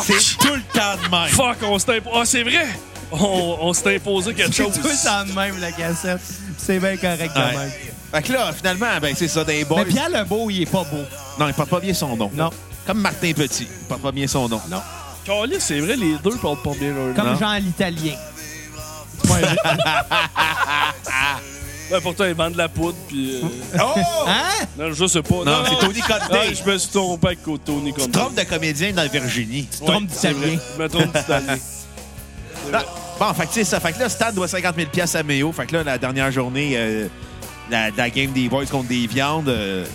Speaker 1: C'est
Speaker 4: Fuck.
Speaker 1: tout le temps de même.
Speaker 4: Fuck, on s'est imposé. Ah, c'est vrai. On, on s'est imposé quelque
Speaker 3: C'est tout
Speaker 4: chose.
Speaker 3: le temps de même, la cassette. C'est bien correct de
Speaker 1: Ouais.
Speaker 3: même.
Speaker 1: Fait que là, finalement, ben c'est ça, des boys.
Speaker 3: Mais Pierre Lebeau, il est pas beau.
Speaker 1: Non, il porte pas bien son nom.
Speaker 3: Non.
Speaker 1: Comme Martin Petit, il porte pas bien son nom. Non.
Speaker 4: Caliste, c'est vrai, les deux parlent pas bien. eux.
Speaker 3: Comme
Speaker 1: Non.
Speaker 3: Jean l'Italien. Ouais,
Speaker 4: Ben, pourtant, ils vendent de la poudre, puis. euh,
Speaker 1: Oh!
Speaker 3: hein?
Speaker 4: Non, je sais pas.
Speaker 1: Non, c'est Tony
Speaker 4: Ah,
Speaker 1: Cotton.
Speaker 4: je me suis trompé avec Tony Condé.
Speaker 1: Trompe de comédien dans Virginie.
Speaker 3: Tu te trompes d'Italien.
Speaker 4: Je me trompe d'Italien.
Speaker 1: Ah, Bon, fait que tu sais ça. Fait que là, Stan doit 50 000 pièces à Méo. Fait que là, la dernière journée euh, la, la game des boys contre des viandes. euh,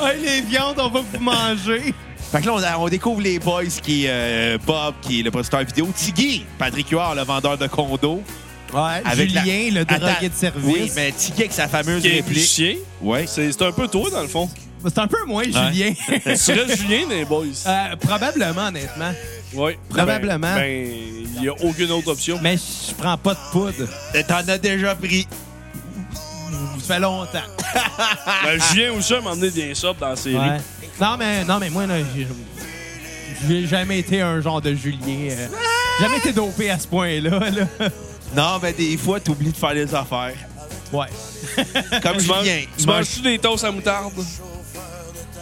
Speaker 3: Hey, les viandes, on va vous manger.
Speaker 1: Fait que là, on a- on, découvre les boys qui est euh, Bob, qui est le producteur vidéo. Tiggy, Patrick Huard, le vendeur de condos.
Speaker 3: Ouais,
Speaker 1: avec la-
Speaker 3: Julien, le
Speaker 1: Attends.
Speaker 3: drogué de service.
Speaker 1: Oui, mais Tiggy avec sa fameuse
Speaker 4: Qui est plus
Speaker 1: réplique.
Speaker 4: chien.
Speaker 1: Ouais.
Speaker 4: C'est c'est un peu toi, dans le fond.
Speaker 3: C'est un peu moins Julien.
Speaker 4: Ben, tu serais Julien des boys.
Speaker 3: Euh, probablement, honnêtement.
Speaker 4: Ah. Oui.
Speaker 3: probablement.
Speaker 4: Ben, il n'y a aucune autre option. Ben,
Speaker 3: Mais je prends pas de poudre.
Speaker 1: Euh, T'en as déjà pris.
Speaker 3: Ça fait longtemps.
Speaker 4: Ben, Julien aussi m'a emmené des sobres dans la série.
Speaker 3: Ouais. Non, mais, non, mais moi, là, j'ai- j'ai jamais été un genre de Julien. euh, jamais été dopé à ce point-là. là.
Speaker 1: Non, mais des fois, t'oublies de faire les affaires.
Speaker 3: Ouais.
Speaker 1: Comme
Speaker 4: Tu manges-
Speaker 1: Julien.
Speaker 4: Tu manges-tu des toasts à moutarde?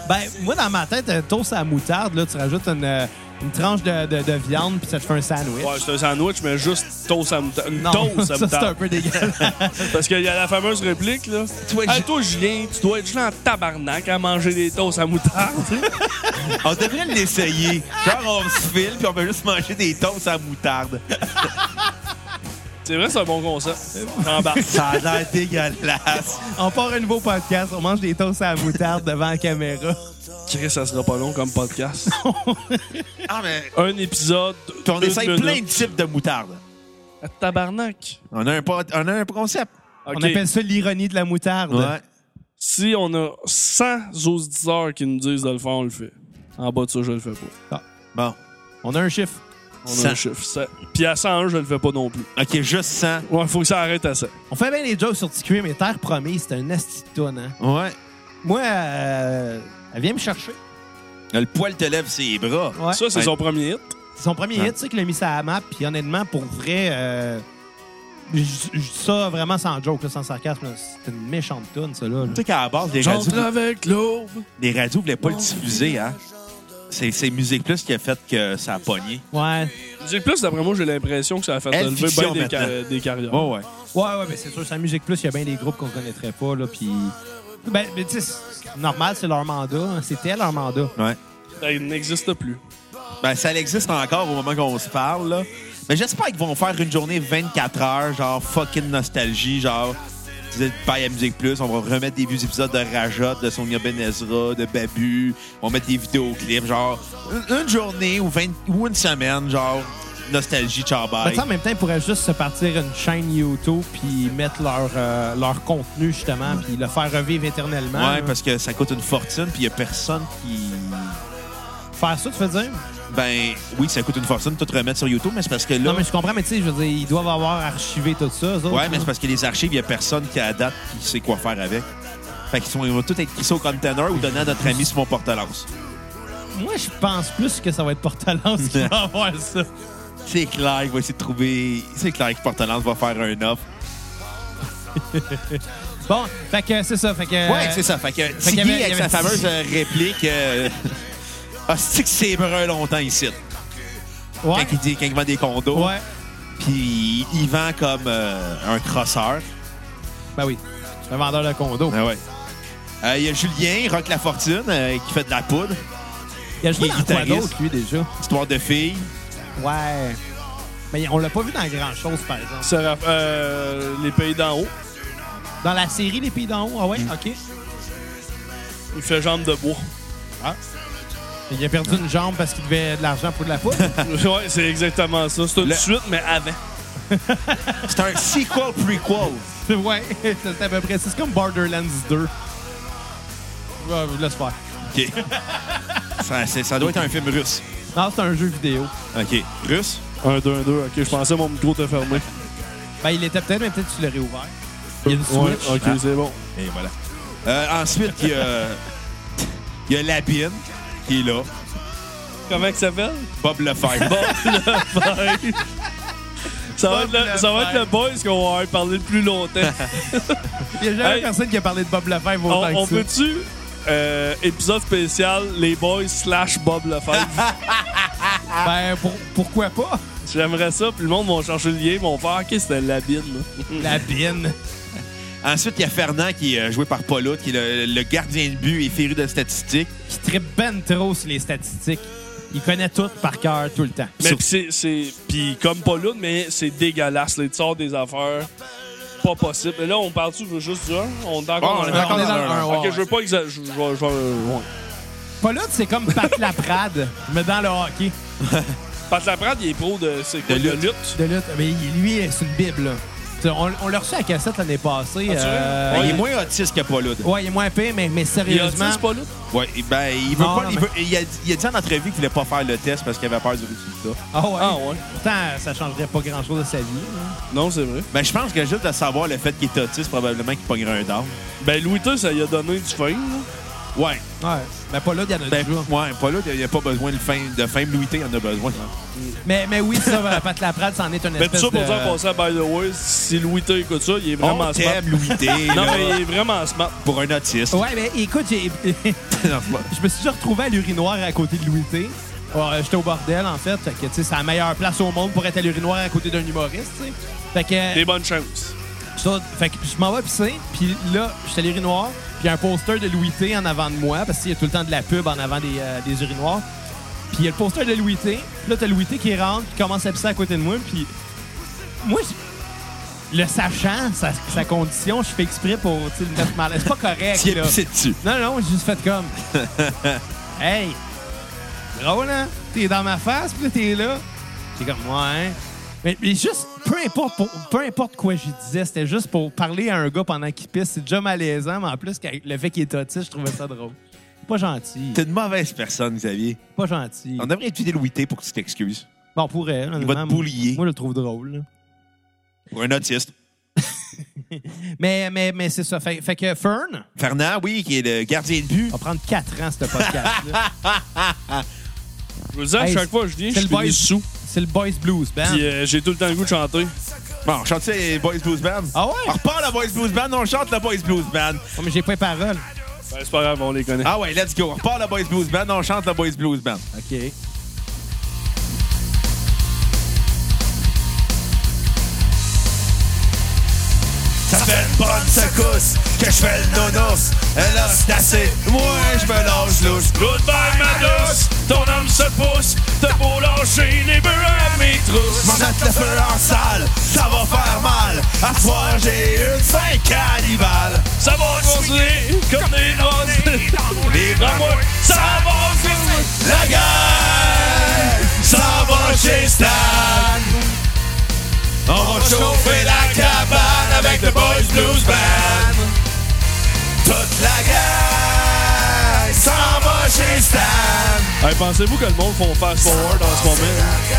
Speaker 3: Ben, moi, dans ma tête, un toast à la moutarde, là, tu rajoutes une, euh, une tranche de, de- de viande, puis ça te fait un sandwich.
Speaker 4: Ouais, c'est un sandwich, mais juste toast à moutarde. Une
Speaker 3: non,
Speaker 4: toast
Speaker 3: ça,
Speaker 4: à
Speaker 3: c'est un
Speaker 4: moutarde.
Speaker 3: peu dégueulasse.
Speaker 4: Parce qu'il y a la fameuse réplique, là.
Speaker 1: dois être
Speaker 4: Hey,
Speaker 1: ju-
Speaker 4: toi, Julien, tu dois être juste en tabarnak à manger des toasts à moutarde.
Speaker 1: On devrait l'essayer. Genre, on se file, puis on peut juste manger des toasts à moutarde.
Speaker 4: c'est vrai, c'est un bon concept. J'embarque.
Speaker 1: Bah, Ça a l'air dégueulasse.
Speaker 3: on part un nouveau podcast, on mange des toasts à la moutarde devant la caméra.
Speaker 4: Chris, ça sera pas long comme podcast.
Speaker 1: Ah, mais...
Speaker 4: un épisode.
Speaker 1: Puis on
Speaker 4: une
Speaker 1: essaye
Speaker 4: minute.
Speaker 1: plein de types de moutarde.
Speaker 4: Ah, Tabarnak.
Speaker 1: On a un, pot- on a un concept.
Speaker 4: Ok.
Speaker 3: On appelle ça l'ironie de la moutarde.
Speaker 4: Si on a 100 auditeurs qui nous disent de le faire, on le fait. En bas de ça, je le fais pas.
Speaker 1: Bon.
Speaker 3: On a un chiffre.
Speaker 4: On
Speaker 1: Cent.
Speaker 4: a un chiffre. cent. Puis à 101, je le fais pas non plus.
Speaker 1: OK, juste 100.
Speaker 4: Ouais, faut que ça arrête à ça.
Speaker 3: On fait bien les jokes sur TQM, mais Terre Promise, c'est un astitone, hein?
Speaker 1: Ouais.
Speaker 3: Moi, euh, elle vient me chercher.
Speaker 1: Le poil te lève ses bras.
Speaker 3: Ouais.
Speaker 4: Ça, c'est
Speaker 1: Ouais.
Speaker 4: son premier hit.
Speaker 3: C'est son premier hit, tu sais, qu'il a mis ça à la map. Puis honnêtement, pour vrai, euh, je je dis ça vraiment sans joke, là, sans sarcasme. là, C'est une méchante tune, ça, là. là.
Speaker 1: Tu sais qu'à la base, les radios,
Speaker 4: J'entre avec l'aube.
Speaker 1: les radios voulaient pas le diffuser, hein? C'est, c'est Musique Plus qui a fait que ça a pogné.
Speaker 3: Ouais.
Speaker 4: Musique Plus, d'après moi, j'ai l'impression que ça a fait
Speaker 1: Elle
Speaker 4: lever
Speaker 1: fiction
Speaker 4: bien des,
Speaker 1: maintenant.
Speaker 4: car- des carrières.
Speaker 1: Ouais, ouais.
Speaker 3: Ouais, ouais, mais c'est sûr, sa musique plus, il y a bien des groupes qu'on connaîtrait pas, là. Puis. Ben, mais tu sais, c'est normal, c'est leur mandat. hein, C'était leur mandat.
Speaker 1: ouais.
Speaker 4: Ben, il n'existe plus.
Speaker 1: Ben, ça existe encore au moment qu'on se parle, là. Mais j'espère qu'ils vont faire une journée 24 heures, genre fucking nostalgie, genre. Tu disais, paille à Musique Plus, on va remettre des vieux épisodes de Rajot, de Sonia Benezra, de Babu. On va mettre des vidéoclips, genre. Une, une journée ou, 20 ou une semaine, genre. Nostalgie, ciao,
Speaker 3: Mais
Speaker 1: bye.
Speaker 3: tu sais, en même temps, ils pourraient juste se partir une chaîne YouTube puis mettre leur, euh, leur contenu, justement, puis le faire revivre éternellement.
Speaker 1: Ouais,
Speaker 3: là.
Speaker 1: parce que ça coûte une fortune, puis il a personne qui.
Speaker 3: Faire ça, tu veux dire?
Speaker 1: Ben, oui, ça coûte une fortune de tout remettre sur YouTube, mais c'est parce que là.
Speaker 3: Non, mais je comprends, mais tu sais, je veux dire, ils doivent avoir archivé tout ça, eux autres,
Speaker 1: Ouais, mais
Speaker 3: là.
Speaker 1: c'est parce que les archives, il n'y a personne qui adapte qui sait quoi faire avec. Fait qu'ils sont- ils vont tous être crissés au container ou donner à notre ami Simon Portelance.
Speaker 3: Moi, je pense plus que ça va être Portalance qui va avoir ça.
Speaker 1: C'est clair qu'il va essayer de trouver. C'est clair que Portelance va faire un offre.
Speaker 3: Bon, fait que c'est ça. Fait que,
Speaker 1: Ouais, c'est ça. Euh, Fait que
Speaker 3: qu'il y
Speaker 1: Tiggy,
Speaker 3: avait- il y
Speaker 1: avec sa
Speaker 3: avait Tiggy.
Speaker 1: fameuse euh, réplique, euh, ah, c'est que c'est brun longtemps ici.
Speaker 3: Ouais.
Speaker 1: Quand, il dit, quand il vend des condos,
Speaker 3: Ouais.
Speaker 1: puis il vend comme euh, un crosseur.
Speaker 3: Ben oui. Le vendeur de condo.
Speaker 1: Ah ouais. Euh, Il y a Julien, Rock La Fortune, euh, qui fait de la poudre.
Speaker 3: Il a joué
Speaker 1: il est
Speaker 3: dans quoi
Speaker 1: guitariste.
Speaker 3: d'autre, lui, déjà?
Speaker 1: Histoire de filles.
Speaker 3: Ouais. Mais on l'a pas vu dans grand-chose, par exemple.
Speaker 4: Ça raf- euh, les pays d'en haut.
Speaker 3: Dans la série Les Pays d'en haut, ah ouais,
Speaker 1: Mm.
Speaker 3: OK.
Speaker 4: Il fait jambe de bois.
Speaker 3: Il a perdu une jambe parce qu'il devait de l'argent pour de la poudre.
Speaker 4: ouais, c'est exactement ça. C'est tout de
Speaker 1: Le-
Speaker 4: suite, mais avant.
Speaker 1: C'est un sequel prequel.
Speaker 3: ouais, c'est à peu près. C'est comme Borderlands 2. Ouais, laisse faire.
Speaker 1: OK. ça, c'est- ça doit être un film russe.
Speaker 3: Non, c'est un jeu vidéo.
Speaker 1: OK. Russe?
Speaker 4: 1, 2, 1, 2. OK, je pensais mon micro était fermé.
Speaker 3: Ben, il était peut-être, mais peut-être que tu l'aurais ouvert. Il y a une
Speaker 4: Ouais,
Speaker 3: Switch.
Speaker 4: OK, c'est bon.
Speaker 1: Et voilà. Euh, ensuite, il y a, il y a Labine, qui est là.
Speaker 4: Comment il s'appelle?
Speaker 1: Bob Lefebvre.
Speaker 4: Ça va,
Speaker 3: Bob
Speaker 4: être le, ça va être le
Speaker 3: Lefebvre.
Speaker 4: boys qu'on va avoir parlé le plus longtemps.
Speaker 3: Il y a jamais
Speaker 4: Hey.
Speaker 3: personne qui a parlé de Bob Lefebvre
Speaker 4: on
Speaker 3: autant
Speaker 4: on
Speaker 3: que ça.
Speaker 4: peut-tu, euh, épisode spécial, les boys slash Bob Lefebvre?
Speaker 3: Ben, pour- pourquoi pas?
Speaker 4: J'aimerais ça, puis le monde va chercher le lien, ils vont faire « OK, c'était la bine, là.
Speaker 3: La bine.
Speaker 1: ensuite, il y a Fernand, qui est euh, joué par Paulot, qui est le, le gardien de but et féru de statistiques.
Speaker 3: Qui tripe ben trop sur les statistiques. Il connaît tout par cœur, tout le temps. »
Speaker 4: Mais pis c'est- c'est... Puis comme pas l'autre, mais c'est dégueulasse. Les sortes des affaires, pas possible. Mais là, on parle-tu juste du 1? On est encore
Speaker 1: Ouais, on
Speaker 4: dans le
Speaker 1: est
Speaker 4: un?
Speaker 1: encore
Speaker 3: On est
Speaker 1: dans
Speaker 3: dans
Speaker 1: le
Speaker 3: le un, ouais,
Speaker 4: OK,
Speaker 3: ouais.
Speaker 4: je veux pas exa- je- je vais- je vais- ouais.
Speaker 3: Pas là, c'est comme Pat Laprade, mais dans le hockey.
Speaker 4: Pat Laprade, il est pro de, c'est quoi,
Speaker 1: De
Speaker 4: de
Speaker 1: lutte.
Speaker 4: lutte.
Speaker 3: De lutte, mais lui, c'est une bible. là. Tu sais, On, on l'a reçu à la cassette l'année passée.
Speaker 4: Ah, tu
Speaker 3: euh,
Speaker 1: Ben, Il est
Speaker 4: Ouais.
Speaker 1: moins autiste que Paulot.
Speaker 3: Ouais, il est moins payé, mais, mais
Speaker 4: Il est
Speaker 3: sérieusement.
Speaker 4: autiste, pas lutte?
Speaker 1: Ouais, et ben, il veut
Speaker 3: Non,
Speaker 1: pas.
Speaker 3: non,
Speaker 1: il,
Speaker 3: mais-
Speaker 1: veut- il a, il a dit en entrevue qu'il voulait pas faire le test parce qu'il avait peur du résultat.
Speaker 3: Ah ouais.
Speaker 4: Ah ouais.
Speaker 3: Pourtant, ça changerait pas grand-chose de sa vie.
Speaker 4: Non, c'est vrai.
Speaker 1: Ben, je pense que juste de savoir le fait qu'il est autiste, probablement qu'il pognerait un dard.
Speaker 4: Ben, Louis II, ça lui a donné du fame, là.
Speaker 1: Ouais.
Speaker 3: Ouais. Mais pas là, il y en a
Speaker 1: Ben,
Speaker 3: toujours.
Speaker 1: ouais, Paulot, il a pas besoin de fame. De fame, Louis T, il en a besoin.
Speaker 3: Mais, mais oui, ça, euh, Pat Laprade, c'en est une
Speaker 4: Mais
Speaker 3: espèce
Speaker 4: Ben, tout ça pour
Speaker 3: de...
Speaker 4: dire qu'on sait, by the way, si Louis T écoute ça, il est vraiment
Speaker 1: On
Speaker 4: smart.
Speaker 1: t'aime, Louis T,
Speaker 4: Non,
Speaker 1: Oh, là,
Speaker 4: mais il est vraiment smart.
Speaker 1: pour un autiste.
Speaker 3: Ouais, mais écoute, j'ai-
Speaker 1: Non, c'est pas-
Speaker 3: je me suis déjà retrouvé à l'urinoir à côté de Louis T. Ouais, J'étais au bordel, en fait. Fait que, tu sais, c'est la meilleure place au monde pour être à l'urinoir à côté d'un humoriste, tu sais. Fait que...
Speaker 4: Des bonnes chances.
Speaker 3: Ça, fait que je m'en vais pisser, puis là, je suis à l'urinoir, puis il y a un poster de Louis T en avant de moi, parce qu'il y a tout le temps de la pub en avant des, euh, des urinoirs. Puis il y a le poster de Louis T. Puis Là, t'as Louis T qui rentre, qui commence à pisser à côté de moi, puis moi, je- le sachant, sa, sa condition, je fais exprès pour tu sais, le mettre mal. à- C'est pas correct,
Speaker 1: Qui est
Speaker 3: là.
Speaker 1: pissé dessus.
Speaker 3: Non, non, j'ai juste fait comme. hey, drôle, hein? T'es dans ma face, puis là, t'es là. J'ai comme, ouais, hein? Mais, mais juste, peu importe, pour- peu importe quoi je disais, c'était juste pour parler à un gars pendant qu'il pisse. C'est déjà malaisant, mais en plus, qu'avec le fait qu'il est autiste, je trouvais ça drôle. Pas gentil.
Speaker 1: T'es une mauvaise personne, Xavier.
Speaker 3: Pas gentil.
Speaker 1: On devrait étudier Louis T pour que tu t'excuses.
Speaker 3: Bon, pour elle, honnêtement,
Speaker 1: te
Speaker 3: moi-
Speaker 1: boulier.
Speaker 3: Moi, je le trouve drôle. là.
Speaker 1: Pour un autiste.
Speaker 3: Mais, mais, mais c'est ça. Fait, fait que Fern
Speaker 1: Fernand, oui, qui est le gardien de but.
Speaker 3: va prendre 4 ans, ce podcast-là.
Speaker 4: Je veux dire, à
Speaker 3: Hey,
Speaker 4: chaque fois que je viens, je
Speaker 3: c'est le Ah. boys.
Speaker 4: finis sous.
Speaker 3: c'est le Boys Blues Ben. Band.
Speaker 4: Puis euh, j'ai tout le temps le goût de chanter. Ben,
Speaker 1: Bon, chante les Boys Blues Band.
Speaker 3: Ah ouais?
Speaker 1: On repart la Boys Blues Band, on chante la Boys Blues Band.
Speaker 3: Oh, mais j'ai pas les paroles.
Speaker 4: Ben, c'est pas grave, on les connaît.
Speaker 1: Ah ouais, let's go. On repart la Boys Blues Band, on chante la Boys Blues Band.
Speaker 3: OK.
Speaker 1: Ça fait une bonne secousse que je fais le nonos. Elle a c'est assez. Moi, je me lance louche.
Speaker 4: Goodbye, ma douce, ton âme se pousse. T'as beau lâcher les beurs à mes
Speaker 1: M'en
Speaker 4: trousses.
Speaker 1: mettre le feu en salle, ça va faire mal. À ce soir, j'ai une fin cannibale.
Speaker 4: Ça va continuer comme des roses.
Speaker 1: Les bras,
Speaker 4: Dans moi, ça va continuer.
Speaker 1: la gueule, ça va chez Stan. On va chauffer la cabane avec le Boys Blues Band. Toute la gueule, ça va chez Stan.
Speaker 4: Hey, pensez-vous que le monde font fast forward en ce moment?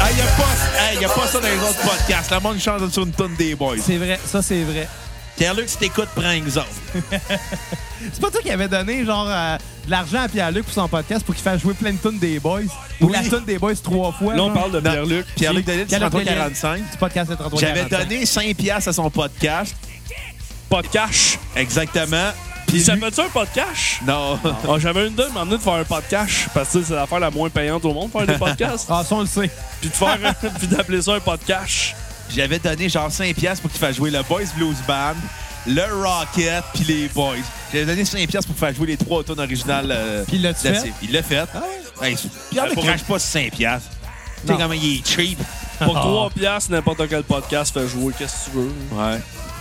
Speaker 1: Ah, y a pas, hey, y a pas ça dans les autres podcasts. La monde chante sur une tonne des boys.
Speaker 3: C'est vrai, ça c'est vrai.
Speaker 1: Pierre-Luc, si t'écoutes, prends les autres.
Speaker 3: C'est pas toi qui avait donné genre euh, de l'argent à Pierre-Luc pour son podcast pour qu'il fasse jouer plein de tunes des boys. Ou
Speaker 1: Oui.
Speaker 3: la tune des boys trois fois.
Speaker 4: Là,
Speaker 3: genre.
Speaker 4: on parle de
Speaker 1: Non.
Speaker 4: Pierre-Luc.
Speaker 1: Pierre-Luc Delisle,
Speaker 3: Pierre-Luc
Speaker 1: 33-45.
Speaker 3: Du podcast de 33
Speaker 1: J'avais donné 5 piastres à son podcast.
Speaker 4: podcast.
Speaker 1: Exactement. Puis
Speaker 4: Il
Speaker 1: lui-
Speaker 4: s'appelle-tu un podcast?
Speaker 1: Non.
Speaker 4: Ah, J'avais une idée de m'emmener de faire un podcast parce que c'est l'affaire la moins payante au monde, faire des podcasts.
Speaker 3: Ah, ça, on le sait.
Speaker 4: puis de faire puis d'appeler ça un podcast.
Speaker 1: J'avais donné genre 5 piastres pour qu'il fasse jouer le Boys Blues Band, le Rocket, puis les Boys. J'avais donné 5 piastres pour faire jouer les trois tonnes originales. euh,
Speaker 3: Puis il l'a-tu
Speaker 1: là-dessus.
Speaker 3: fait?
Speaker 1: Il l'a fait. Hey, c'est- puis on
Speaker 4: Ouais,
Speaker 1: ne
Speaker 4: pour
Speaker 1: crache pas sur 5 piastres. Tu sais
Speaker 3: Non.
Speaker 1: comment il est cheap.
Speaker 4: Pour 3 piastres, n'importe quel podcast fait jouer, qu'est-ce que tu veux.
Speaker 1: Ouais.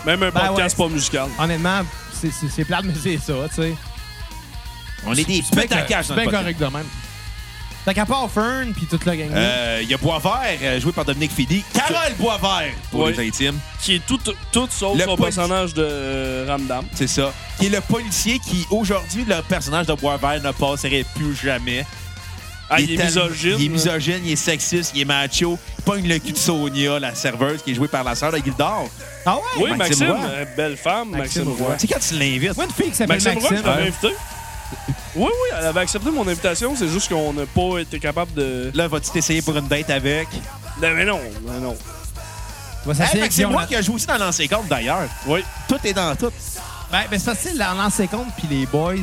Speaker 4: Même un
Speaker 3: Ben
Speaker 4: podcast
Speaker 3: ouais.
Speaker 4: pas musical.
Speaker 3: Honnêtement, c'est- c'est c'est plate, mais c'est ça, tu sais.
Speaker 1: On est des
Speaker 3: C'est
Speaker 1: pètes à cash dans le
Speaker 3: bien
Speaker 1: podcast.
Speaker 3: correct de même. Fait qu'à part Fern puis toute la gang.
Speaker 1: Euh, Il y a Boisvert, euh, joué par Dominique Fidi. Carole Boisvert, pour
Speaker 4: Oui.
Speaker 1: les intimes.
Speaker 4: Qui est tout, tout sauf
Speaker 1: Le
Speaker 4: son
Speaker 1: politi-
Speaker 4: personnage de euh, Ramdam.
Speaker 1: C'est ça. Qui est le policier qui, aujourd'hui, le personnage de Boisvert ne passerait plus jamais.
Speaker 4: Ah, il est
Speaker 1: tellement-
Speaker 4: misogyne.
Speaker 1: Il est misogyne, il est sexiste, il est macho. Il pogne le cul de Sonia, la serveuse, qui est jouée par la sœur de Gildor.
Speaker 3: Ah ouais?
Speaker 4: Oui,
Speaker 1: Maxime
Speaker 4: Maxime,
Speaker 1: Roy.
Speaker 4: euh, belle femme,
Speaker 3: Maxime
Speaker 4: Maxime Roy.
Speaker 3: Roy.
Speaker 1: Tu sais, quand tu l'invites,
Speaker 3: Moi, une fille qui s'appelle
Speaker 4: Maxime
Speaker 3: Maxime.
Speaker 4: Roy, je l'avais
Speaker 1: Ouais.
Speaker 4: invité. Oui, oui, elle avait accepté mon invitation, c'est juste qu'on n'a pas été capable de.
Speaker 1: là, vas-tu t'essayer pour une date avec?
Speaker 4: Non, mais non, non, non.
Speaker 3: Tu vas
Speaker 1: Hey,
Speaker 3: s'asseoir
Speaker 1: fait
Speaker 3: avec
Speaker 1: que c'est
Speaker 3: Guillaume
Speaker 1: moi
Speaker 3: Lat-
Speaker 1: qui a joué aussi dans l'ancien compte, d'ailleurs.
Speaker 4: Oui.
Speaker 1: Tout est dans tout.
Speaker 3: Ben, ben ça, c'est la l'ancien compte puis les boys.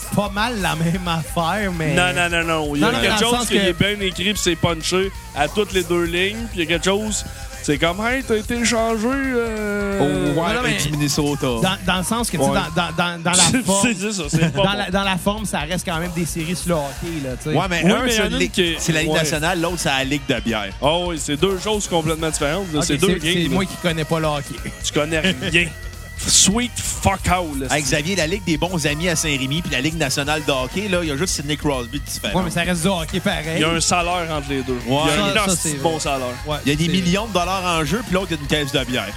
Speaker 3: C'est pas mal la même affaire, mais.
Speaker 4: Non, non, non, non. Il y a
Speaker 3: Euh, Non, non,
Speaker 4: quelque
Speaker 3: dans le
Speaker 4: chose
Speaker 3: sens
Speaker 4: qui
Speaker 3: que-
Speaker 4: est bien écrit puis c'est punché à toutes les deux lignes. Puis il y a quelque chose, c'est comme, hey, t'as été changé. euh,
Speaker 1: Au
Speaker 3: non,
Speaker 1: Wild
Speaker 3: mais-
Speaker 1: du Minnesota.
Speaker 3: Dans, dans le sens que, tu sais,
Speaker 1: Ouais.
Speaker 3: dans, dans, dans, dans la forme.
Speaker 4: c'est c'est ça, c'est pas.
Speaker 3: dans,
Speaker 4: bon.
Speaker 3: la, dans la forme, ça reste quand même des séries sur le hockey, là, tu sais.
Speaker 1: Ouais, mais
Speaker 4: Oui,
Speaker 1: un,
Speaker 4: mais
Speaker 1: c'est
Speaker 4: il y en a
Speaker 1: la-
Speaker 4: une qui-
Speaker 1: c'est la Ligue
Speaker 4: Ouais.
Speaker 1: nationale, l'autre, c'est la Ligue de bière.
Speaker 4: Ah oui, c'est deux choses complètement différentes. là.
Speaker 3: Ok,
Speaker 4: c'est deux games.
Speaker 3: c'est
Speaker 4: là.
Speaker 3: moi qui connais pas le hockey.
Speaker 4: Tu connais rien. Sweet fuck out. là.
Speaker 1: Avec Xavier, la Ligue des bons amis à Saint-Rémy, puis la Ligue nationale de hockey, là, il y a juste Sidney Crosby de différent.
Speaker 3: Ouais, mais ça reste du hockey pareil.
Speaker 4: Il y a un salaire entre les deux. Il y a
Speaker 1: Ouais.
Speaker 4: un
Speaker 3: Ça, ça,
Speaker 4: nasty
Speaker 3: c'est
Speaker 4: bon
Speaker 3: vrai.
Speaker 4: salaire.
Speaker 3: Ouais,
Speaker 1: Il y a des
Speaker 3: c'est-
Speaker 1: millions de dollars en jeu, puis l'autre, il y a une caisse de bière.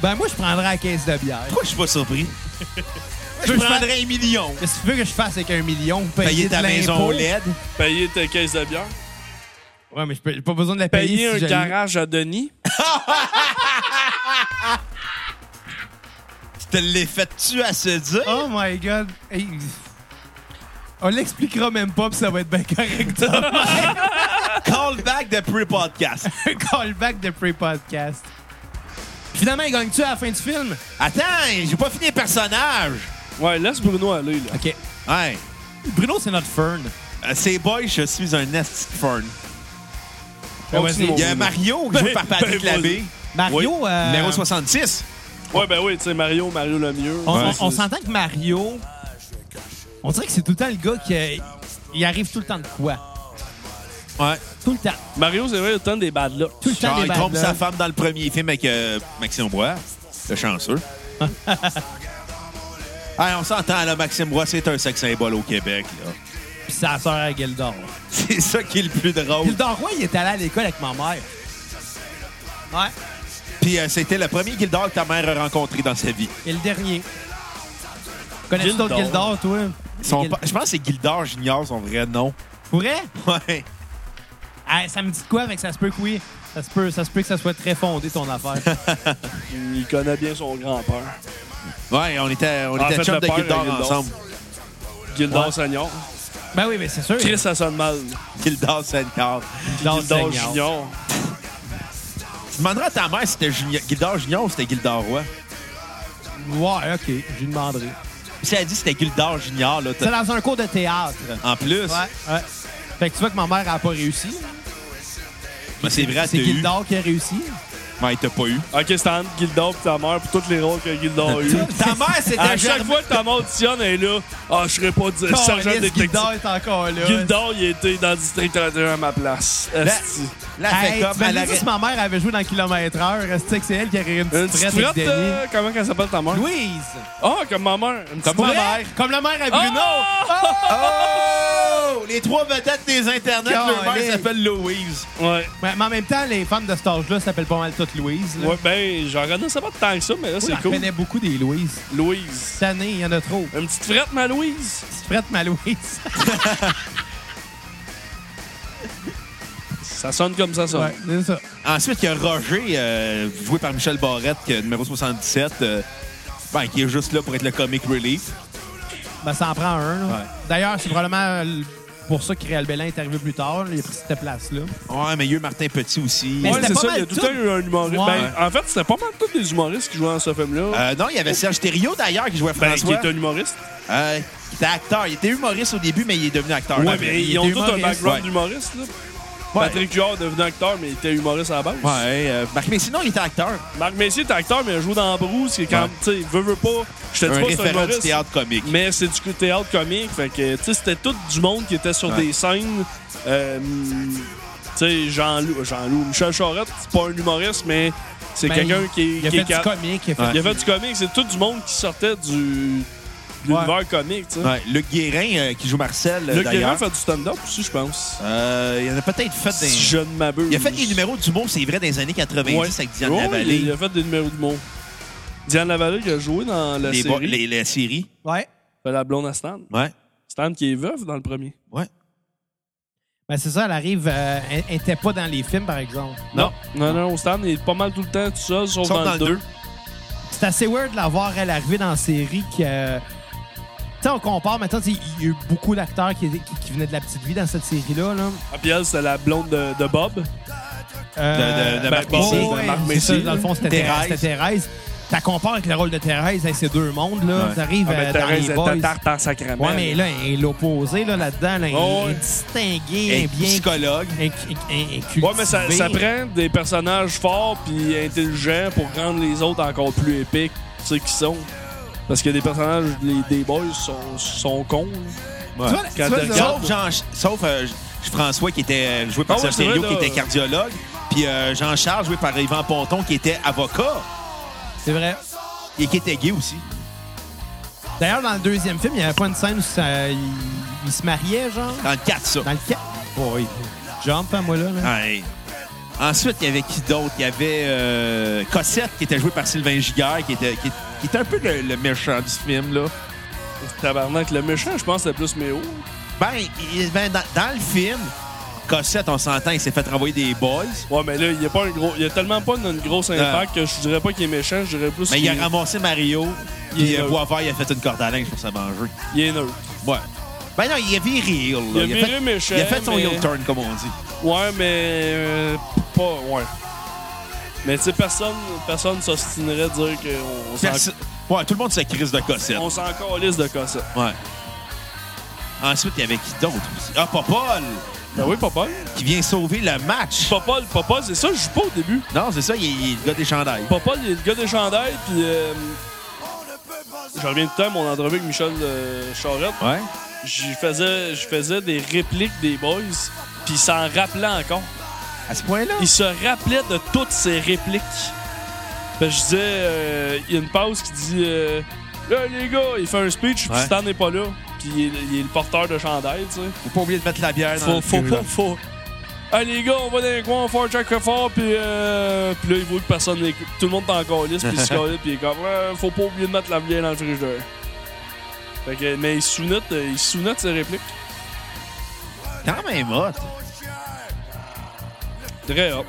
Speaker 3: Ben, moi, je prendrais la caisse de bière.
Speaker 1: Pourquoi je suis pas surpris? je
Speaker 3: veux que je
Speaker 1: prendrais un million.
Speaker 3: Qu'est-ce que tu veux que je fasse avec un million? Payer,
Speaker 1: Payer
Speaker 3: de
Speaker 1: ta maison
Speaker 3: l'impôt?
Speaker 1: LED.
Speaker 4: Payer ta caisse de bière.
Speaker 3: Ouais, mais je peux- j'ai pas besoin de la payer.
Speaker 4: Payer
Speaker 3: si
Speaker 4: un
Speaker 3: je l'ai.
Speaker 4: garage à Denis.
Speaker 1: Tu te l'es fait-tu à se dire?
Speaker 3: Oh my god. Hey, On l'expliquera même pas, puis ça va être bien correct.
Speaker 1: Callback de pre-podcast.
Speaker 3: un callback de pré-podcast. Finalement, il gagne-tu à la fin du film?
Speaker 1: Attends, j'ai pas fini les personnages.
Speaker 4: Ouais, laisse Bruno aller. Là.
Speaker 3: OK.
Speaker 1: Hein,
Speaker 3: Bruno, c'est notre Fern.
Speaker 1: euh, c'est boy, je suis un nasty fern.
Speaker 3: Ben,
Speaker 4: Continue,
Speaker 3: vas-y.
Speaker 1: Il y a
Speaker 4: Bruno.
Speaker 1: Mario qui joue par Patrick
Speaker 4: ben,
Speaker 1: Labbé.
Speaker 3: Mario... euh,
Speaker 1: Numéro 66.
Speaker 4: Ouais, ben oui, tu sais, Mario, Mario le mieux.
Speaker 3: On,
Speaker 1: Ouais.
Speaker 3: on- on s'entend que Mario, on dirait que c'est tout le temps le gars qui euh, il arrive tout le temps de quoi.
Speaker 1: Ouais.
Speaker 3: Tout le temps.
Speaker 4: Mario, c'est vrai, il y a tant des bad là.
Speaker 3: Tout le temps
Speaker 1: Genre,
Speaker 3: des
Speaker 1: il trompe
Speaker 3: bad
Speaker 1: sa
Speaker 3: luck.
Speaker 1: femme dans le premier film avec euh, Maxime Bois. Le chanceux. Hey, on s'entend, là, Maxime Bois, c'est un sex symbole au Québec. là.
Speaker 3: Puis sa sœur à Gildor.
Speaker 1: C'est ça qui est le plus drôle.
Speaker 3: Gildor Roy, il est allé à l'école avec ma mère. Ouais.
Speaker 1: Puis euh, c'était le premier Gildor que ta mère a rencontré dans sa vie.
Speaker 3: Et le dernier. Connais-tu
Speaker 4: Gildor.
Speaker 3: d'autres Gildor, toi?
Speaker 1: Son
Speaker 3: Gil-
Speaker 1: pa- Je pense que c'est Gildor Junior, son vrai nom.
Speaker 3: Pour vrai?
Speaker 1: Ouais.
Speaker 3: Ah, ça me dit de quoi? Fait que ça se peut que oui. Ça se peut, ça se peut que ça soit très fondé, ton affaire.
Speaker 4: Il connaît bien son grand-père.
Speaker 1: Ouais, on était, on
Speaker 4: En
Speaker 1: était
Speaker 4: fait,
Speaker 1: chum
Speaker 4: le
Speaker 1: de
Speaker 4: père
Speaker 1: Gildor
Speaker 4: à Gildor.
Speaker 1: ensemble.
Speaker 4: Gildor
Speaker 3: Ouais.
Speaker 4: Senior.
Speaker 3: ben oui, mais c'est sûr.
Speaker 4: Chris, ça sonne mal.
Speaker 1: Gildor Senior.
Speaker 3: Gildor
Speaker 4: Gildor
Speaker 3: Oh, Senior.
Speaker 4: Junior.
Speaker 1: Tu demanderas à ta mère si c'était Junior- Gildor Junior ou c'était Gildor Roy.
Speaker 3: Ouais, OK. Je lui demanderai.
Speaker 1: Si elle dit que c'était Gildor Junior, là,
Speaker 3: C'est
Speaker 1: t'as-
Speaker 3: dans un cours de théâtre.
Speaker 1: en plus,
Speaker 3: Ouais, ouais. Fait que tu vois que ma mère n'a pas réussi.
Speaker 1: ben, c'est vrai, t'as
Speaker 3: C'est
Speaker 1: eu.
Speaker 3: Gildor qui a réussi.
Speaker 1: Ouais, t'as pas eu.
Speaker 4: Ok, c'est entre Gildor et ta mère pour tous les rôles que Gildor a eu.
Speaker 1: Ta mère, c'était
Speaker 4: À chaque
Speaker 1: Germaine.
Speaker 4: fois que ta mère auditionne, elle est là. Ah, je serais pas du- sergent
Speaker 3: Caliste,
Speaker 4: détective.
Speaker 3: Gildor est encore là.
Speaker 4: Gildor, il était dans le district 31 à ma place.
Speaker 3: Ben,
Speaker 4: Esti.
Speaker 1: La
Speaker 3: Hey,
Speaker 1: fait
Speaker 3: tu
Speaker 1: comme à la-
Speaker 3: m'as dit si ma mère avait joué dans Kilomètre Heure, est-ce que c'est elle qui aurait eu une
Speaker 4: Une
Speaker 3: petite
Speaker 4: petite
Speaker 3: frette avec
Speaker 4: frette,
Speaker 3: Denis?
Speaker 4: euh, comment elle s'appelle ta mère?
Speaker 3: Louise!
Speaker 4: Ah, comme ma mère. Une petite
Speaker 3: Comme ma
Speaker 4: frette.
Speaker 3: mère! Comme la mère à
Speaker 4: Ah!
Speaker 3: Bruno!
Speaker 1: Oh! Les trois vedettes des internets, leur
Speaker 3: Caliste.
Speaker 1: mère s'appelle Louise.
Speaker 4: Ouais.
Speaker 3: Mais, mais en même temps, les femmes de cet âge-là s'appellent pas mal toutes Louise. là.
Speaker 4: Ouais, ben, j'en connaissais pas tant que ça, mais là,
Speaker 3: Moi,
Speaker 4: c'est
Speaker 3: j'en
Speaker 4: cool.
Speaker 3: connais beaucoup des Louise.
Speaker 4: Louise.
Speaker 3: Cette année, il y en a trop.
Speaker 4: Une petite frette, ma Louise.
Speaker 3: Tu te prêtes ma Louise?
Speaker 4: Ça sonne comme ça, ça.
Speaker 3: Ouais, c'est ça.
Speaker 1: Ensuite, il y a Roger, euh, joué par Michel Barrette, qui est numéro 77, euh, ben, qui est juste là pour être le comic relief.
Speaker 3: Ben, ça en prend un. là.
Speaker 1: Ouais.
Speaker 3: D'ailleurs, c'est probablement euh, pour ça que Réal Bellin est arrivé plus tard. Il a pris cette place-là.
Speaker 1: Ouais, mais il y a eu Martin Petit aussi.
Speaker 3: Mais
Speaker 4: Ouais,
Speaker 3: c'était
Speaker 4: c'est
Speaker 3: pas
Speaker 4: ça,
Speaker 3: mal
Speaker 4: il y a tout le
Speaker 3: tout.
Speaker 4: temps eu un humoriste.
Speaker 3: Ouais.
Speaker 4: Ben, en fait, c'était pas mal tous des humoristes qui jouaient dans ce film-là.
Speaker 1: Euh, non, il y avait Serge Thériault d'ailleurs qui jouait
Speaker 4: ben, qui
Speaker 1: François.
Speaker 4: est un humoriste.
Speaker 1: Euh, il était acteur. Il était humoriste au début, mais il est devenu acteur.
Speaker 4: Ouais,
Speaker 1: après.
Speaker 4: mais
Speaker 3: il
Speaker 4: ils ont
Speaker 3: était
Speaker 4: tous un
Speaker 3: humoriste.
Speaker 4: background
Speaker 1: Ouais.
Speaker 4: d'humoriste. là. Patrick Huard est devenu acteur, mais il était humoriste à la base.
Speaker 1: Ouais, euh, Marc Messier, non, il était acteur.
Speaker 4: Marc Messier est acteur, mais il joue dans Bruce. C'est
Speaker 1: Ouais.
Speaker 4: quand même, tu sais, veut, veut pas. Je te
Speaker 1: Un
Speaker 4: dis pas que c'est un
Speaker 1: référent du
Speaker 4: humoriste.
Speaker 1: théâtre comique.
Speaker 4: Mais c'est du théâtre comique. Fait que, tu sais, c'était tout du monde qui était sur
Speaker 1: Ouais.
Speaker 4: des scènes. Euh, tu sais, Jean-Loup, Jean-Loup, Michel Charette, c'est pas un humoriste, mais c'est
Speaker 3: Ben,
Speaker 4: quelqu'un qui,
Speaker 3: Il a
Speaker 4: qui
Speaker 3: fait
Speaker 4: est
Speaker 3: du
Speaker 4: cap-
Speaker 3: comique. Il a fait
Speaker 1: Ouais.
Speaker 4: Il a fait du comique. C'est tout du monde qui sortait du. de
Speaker 3: Ouais.
Speaker 4: l'univers comique, tu sais.
Speaker 1: Ouais, Luc Guérin euh, qui joue Marcel, euh,
Speaker 4: Luc Guérin
Speaker 1: d'ailleurs.
Speaker 4: fait du stand-up aussi, je pense.
Speaker 1: Euh, il en a peut-être fait des.
Speaker 4: Si je ne m'abuse.
Speaker 1: Il a fait des numéros d'humour, c'est vrai, dans les années 90
Speaker 4: Ouais.
Speaker 1: avec Diane
Speaker 4: Ouais,
Speaker 1: Lavallée.
Speaker 4: Il a fait des numéros de mots. Diane Lavallée qui a joué dans la
Speaker 1: les bo-
Speaker 4: série.
Speaker 1: les- la série.
Speaker 3: Ouais.
Speaker 4: La blonde à Stan.
Speaker 1: Ouais.
Speaker 4: Stan qui est veuve dans le premier.
Speaker 1: Ouais.
Speaker 3: Ben, c'est ça, elle arrive. euh, elle elle était pas dans les films, par exemple.
Speaker 1: Non.
Speaker 4: Non, non, Stan est pas mal tout le temps tout seul, sauf
Speaker 1: Sauf
Speaker 4: dans, le 2.
Speaker 3: C'est assez weird de la voir, elle, arriver dans la série que. euh, Tu sais, on compare maintenant, tu sais, il y a eu beaucoup d'acteurs qui, qui- qui venaient de la petite vie dans cette série-là. Là.
Speaker 4: Ah, puis elle, c'était la blonde de, de
Speaker 3: Ben,
Speaker 4: Bob.
Speaker 3: Euh,
Speaker 1: De- de- de Marc
Speaker 3: bon,
Speaker 1: Messier.
Speaker 3: ouais,
Speaker 4: De Marc
Speaker 3: c'est
Speaker 4: Messier.
Speaker 3: ça, dans le fond, c'était Thérèse.
Speaker 1: Thérèse.
Speaker 3: C'était Thérèse. T'as comparé avec le rôle de Thérèse, hey, ces deux mondes, là.
Speaker 1: Ouais.
Speaker 3: Ça arrive
Speaker 4: Ah, ben,
Speaker 3: euh, dans
Speaker 4: Thérèse
Speaker 3: les boys.
Speaker 4: était tarte en sacrament.
Speaker 3: Ouais, mais là, il est l'opposé, là, là-dedans. Là, il-
Speaker 4: Oh,
Speaker 3: il
Speaker 4: ouais.
Speaker 3: est distingué,
Speaker 1: Et
Speaker 3: bien...
Speaker 1: psychologue.
Speaker 3: inc- inc- inc-
Speaker 4: Ouais, mais ça, ça
Speaker 3: cultivé.
Speaker 4: prend des personnages forts puis intelligents pour rendre les autres encore plus épiques, ceux qui sont. Parce que des personnages les, des boys sont, sont cons. là.
Speaker 1: Ouais.
Speaker 3: Tu vois, tu vois,
Speaker 4: Quand
Speaker 3: ça-
Speaker 1: Sauf, Jean, sauf euh, François qui était euh, joué par
Speaker 4: Ah ouais,
Speaker 1: Serge
Speaker 4: c'est vrai,
Speaker 1: Thériault, qui
Speaker 4: là.
Speaker 1: était cardiologue. Puis euh, Jean-Charles joué par Yvan Ponton qui était avocat
Speaker 3: C'est vrai.
Speaker 1: et qui était gay aussi.
Speaker 3: D'ailleurs, dans le deuxième film, il n'y avait pas une scène où ça- il, il se mariait, genre.
Speaker 1: Dans le 4, ça.
Speaker 3: Dans le cas. Boy. Jump à moi, là. là.
Speaker 1: Ouais. Ensuite, il y avait qui d'autre? Il y avait euh, Cossette qui était joué par Sylvain Giguère, qui était, qui, qui était un peu le, le méchant du film. là.
Speaker 4: Tabarnak, le méchant, je pense, c'est plus Méo.
Speaker 1: Ben, il- ben, dans, dans le film, Cossette, on s'entend, il s'est fait renvoyer des boys.
Speaker 4: Ouais, mais là, il y a pas un gros, il y a tellement pas une grosse impact que je dirais pas qu'il est méchant, je dirais plus
Speaker 1: Mais il
Speaker 4: qu'il-
Speaker 1: a ramassé Mario.
Speaker 4: Il
Speaker 1: Puis
Speaker 4: est
Speaker 1: euh,
Speaker 4: neutre.
Speaker 1: Boisvert, il a fait une corde à linge pour se manger.
Speaker 4: il est neutre.
Speaker 1: Ouais. Ben non, il est viril. là.
Speaker 4: Il est viril,
Speaker 1: fait,
Speaker 4: méchant,
Speaker 1: Il a fait son
Speaker 4: mais-
Speaker 1: heel turn, comme on dit.
Speaker 4: Ouais, mais euh, pas, ouais. Mais tu sais, personne, personne s'ostinerait à dire qu'on s'en,
Speaker 1: Perso- Ouais, tout le monde se crise de Cossette.
Speaker 4: on s'en calisse de Cossette.
Speaker 1: Ouais. Ensuite, il y avait qui d'autre aussi? Ah, Popol,
Speaker 4: Ben oui, Papa.
Speaker 1: qui vient sauver le match.
Speaker 4: Popol, Popol, c'est ça, je joue pas au début.
Speaker 1: Non, c'est ça, il est, il est le gars des chandails.
Speaker 4: Popol, il est le gars des chandails, puis euh, je reviens tout le temps à mon entrevue avec Michel euh, Charette.
Speaker 1: Ouais.
Speaker 4: J'y faisais, je faisais des répliques des boys, puis il s'en rappelait encore.
Speaker 1: À ce point-là?
Speaker 4: Il se rappelait de toutes ses répliques. Ben, je disais, euh, il y a une pause qui dit euh, Là, les gars, il fait un speech, puis
Speaker 1: Ouais.
Speaker 4: Stan n'est pas là. Puis il, est- il est le porteur de chandail, tu sais.
Speaker 1: Faut pas oublier de mettre la bière dans
Speaker 4: Faut,
Speaker 1: le
Speaker 4: faut
Speaker 1: cul,
Speaker 4: pas,
Speaker 1: là.
Speaker 4: faut. Ah, les gars, on va dans les coins, on va faire Jack Fort, puis euh, puis là, il voit que personne n'écoute. Tout le monde est en calice, puis il se calisse, puis il est comme, Ouais, faut pas oublier de mettre la bière dans le frigidaire. Fait que, mais il se sous-note, euh, il se sous-note ses répliques.
Speaker 1: Quand même hot.
Speaker 4: Très hop.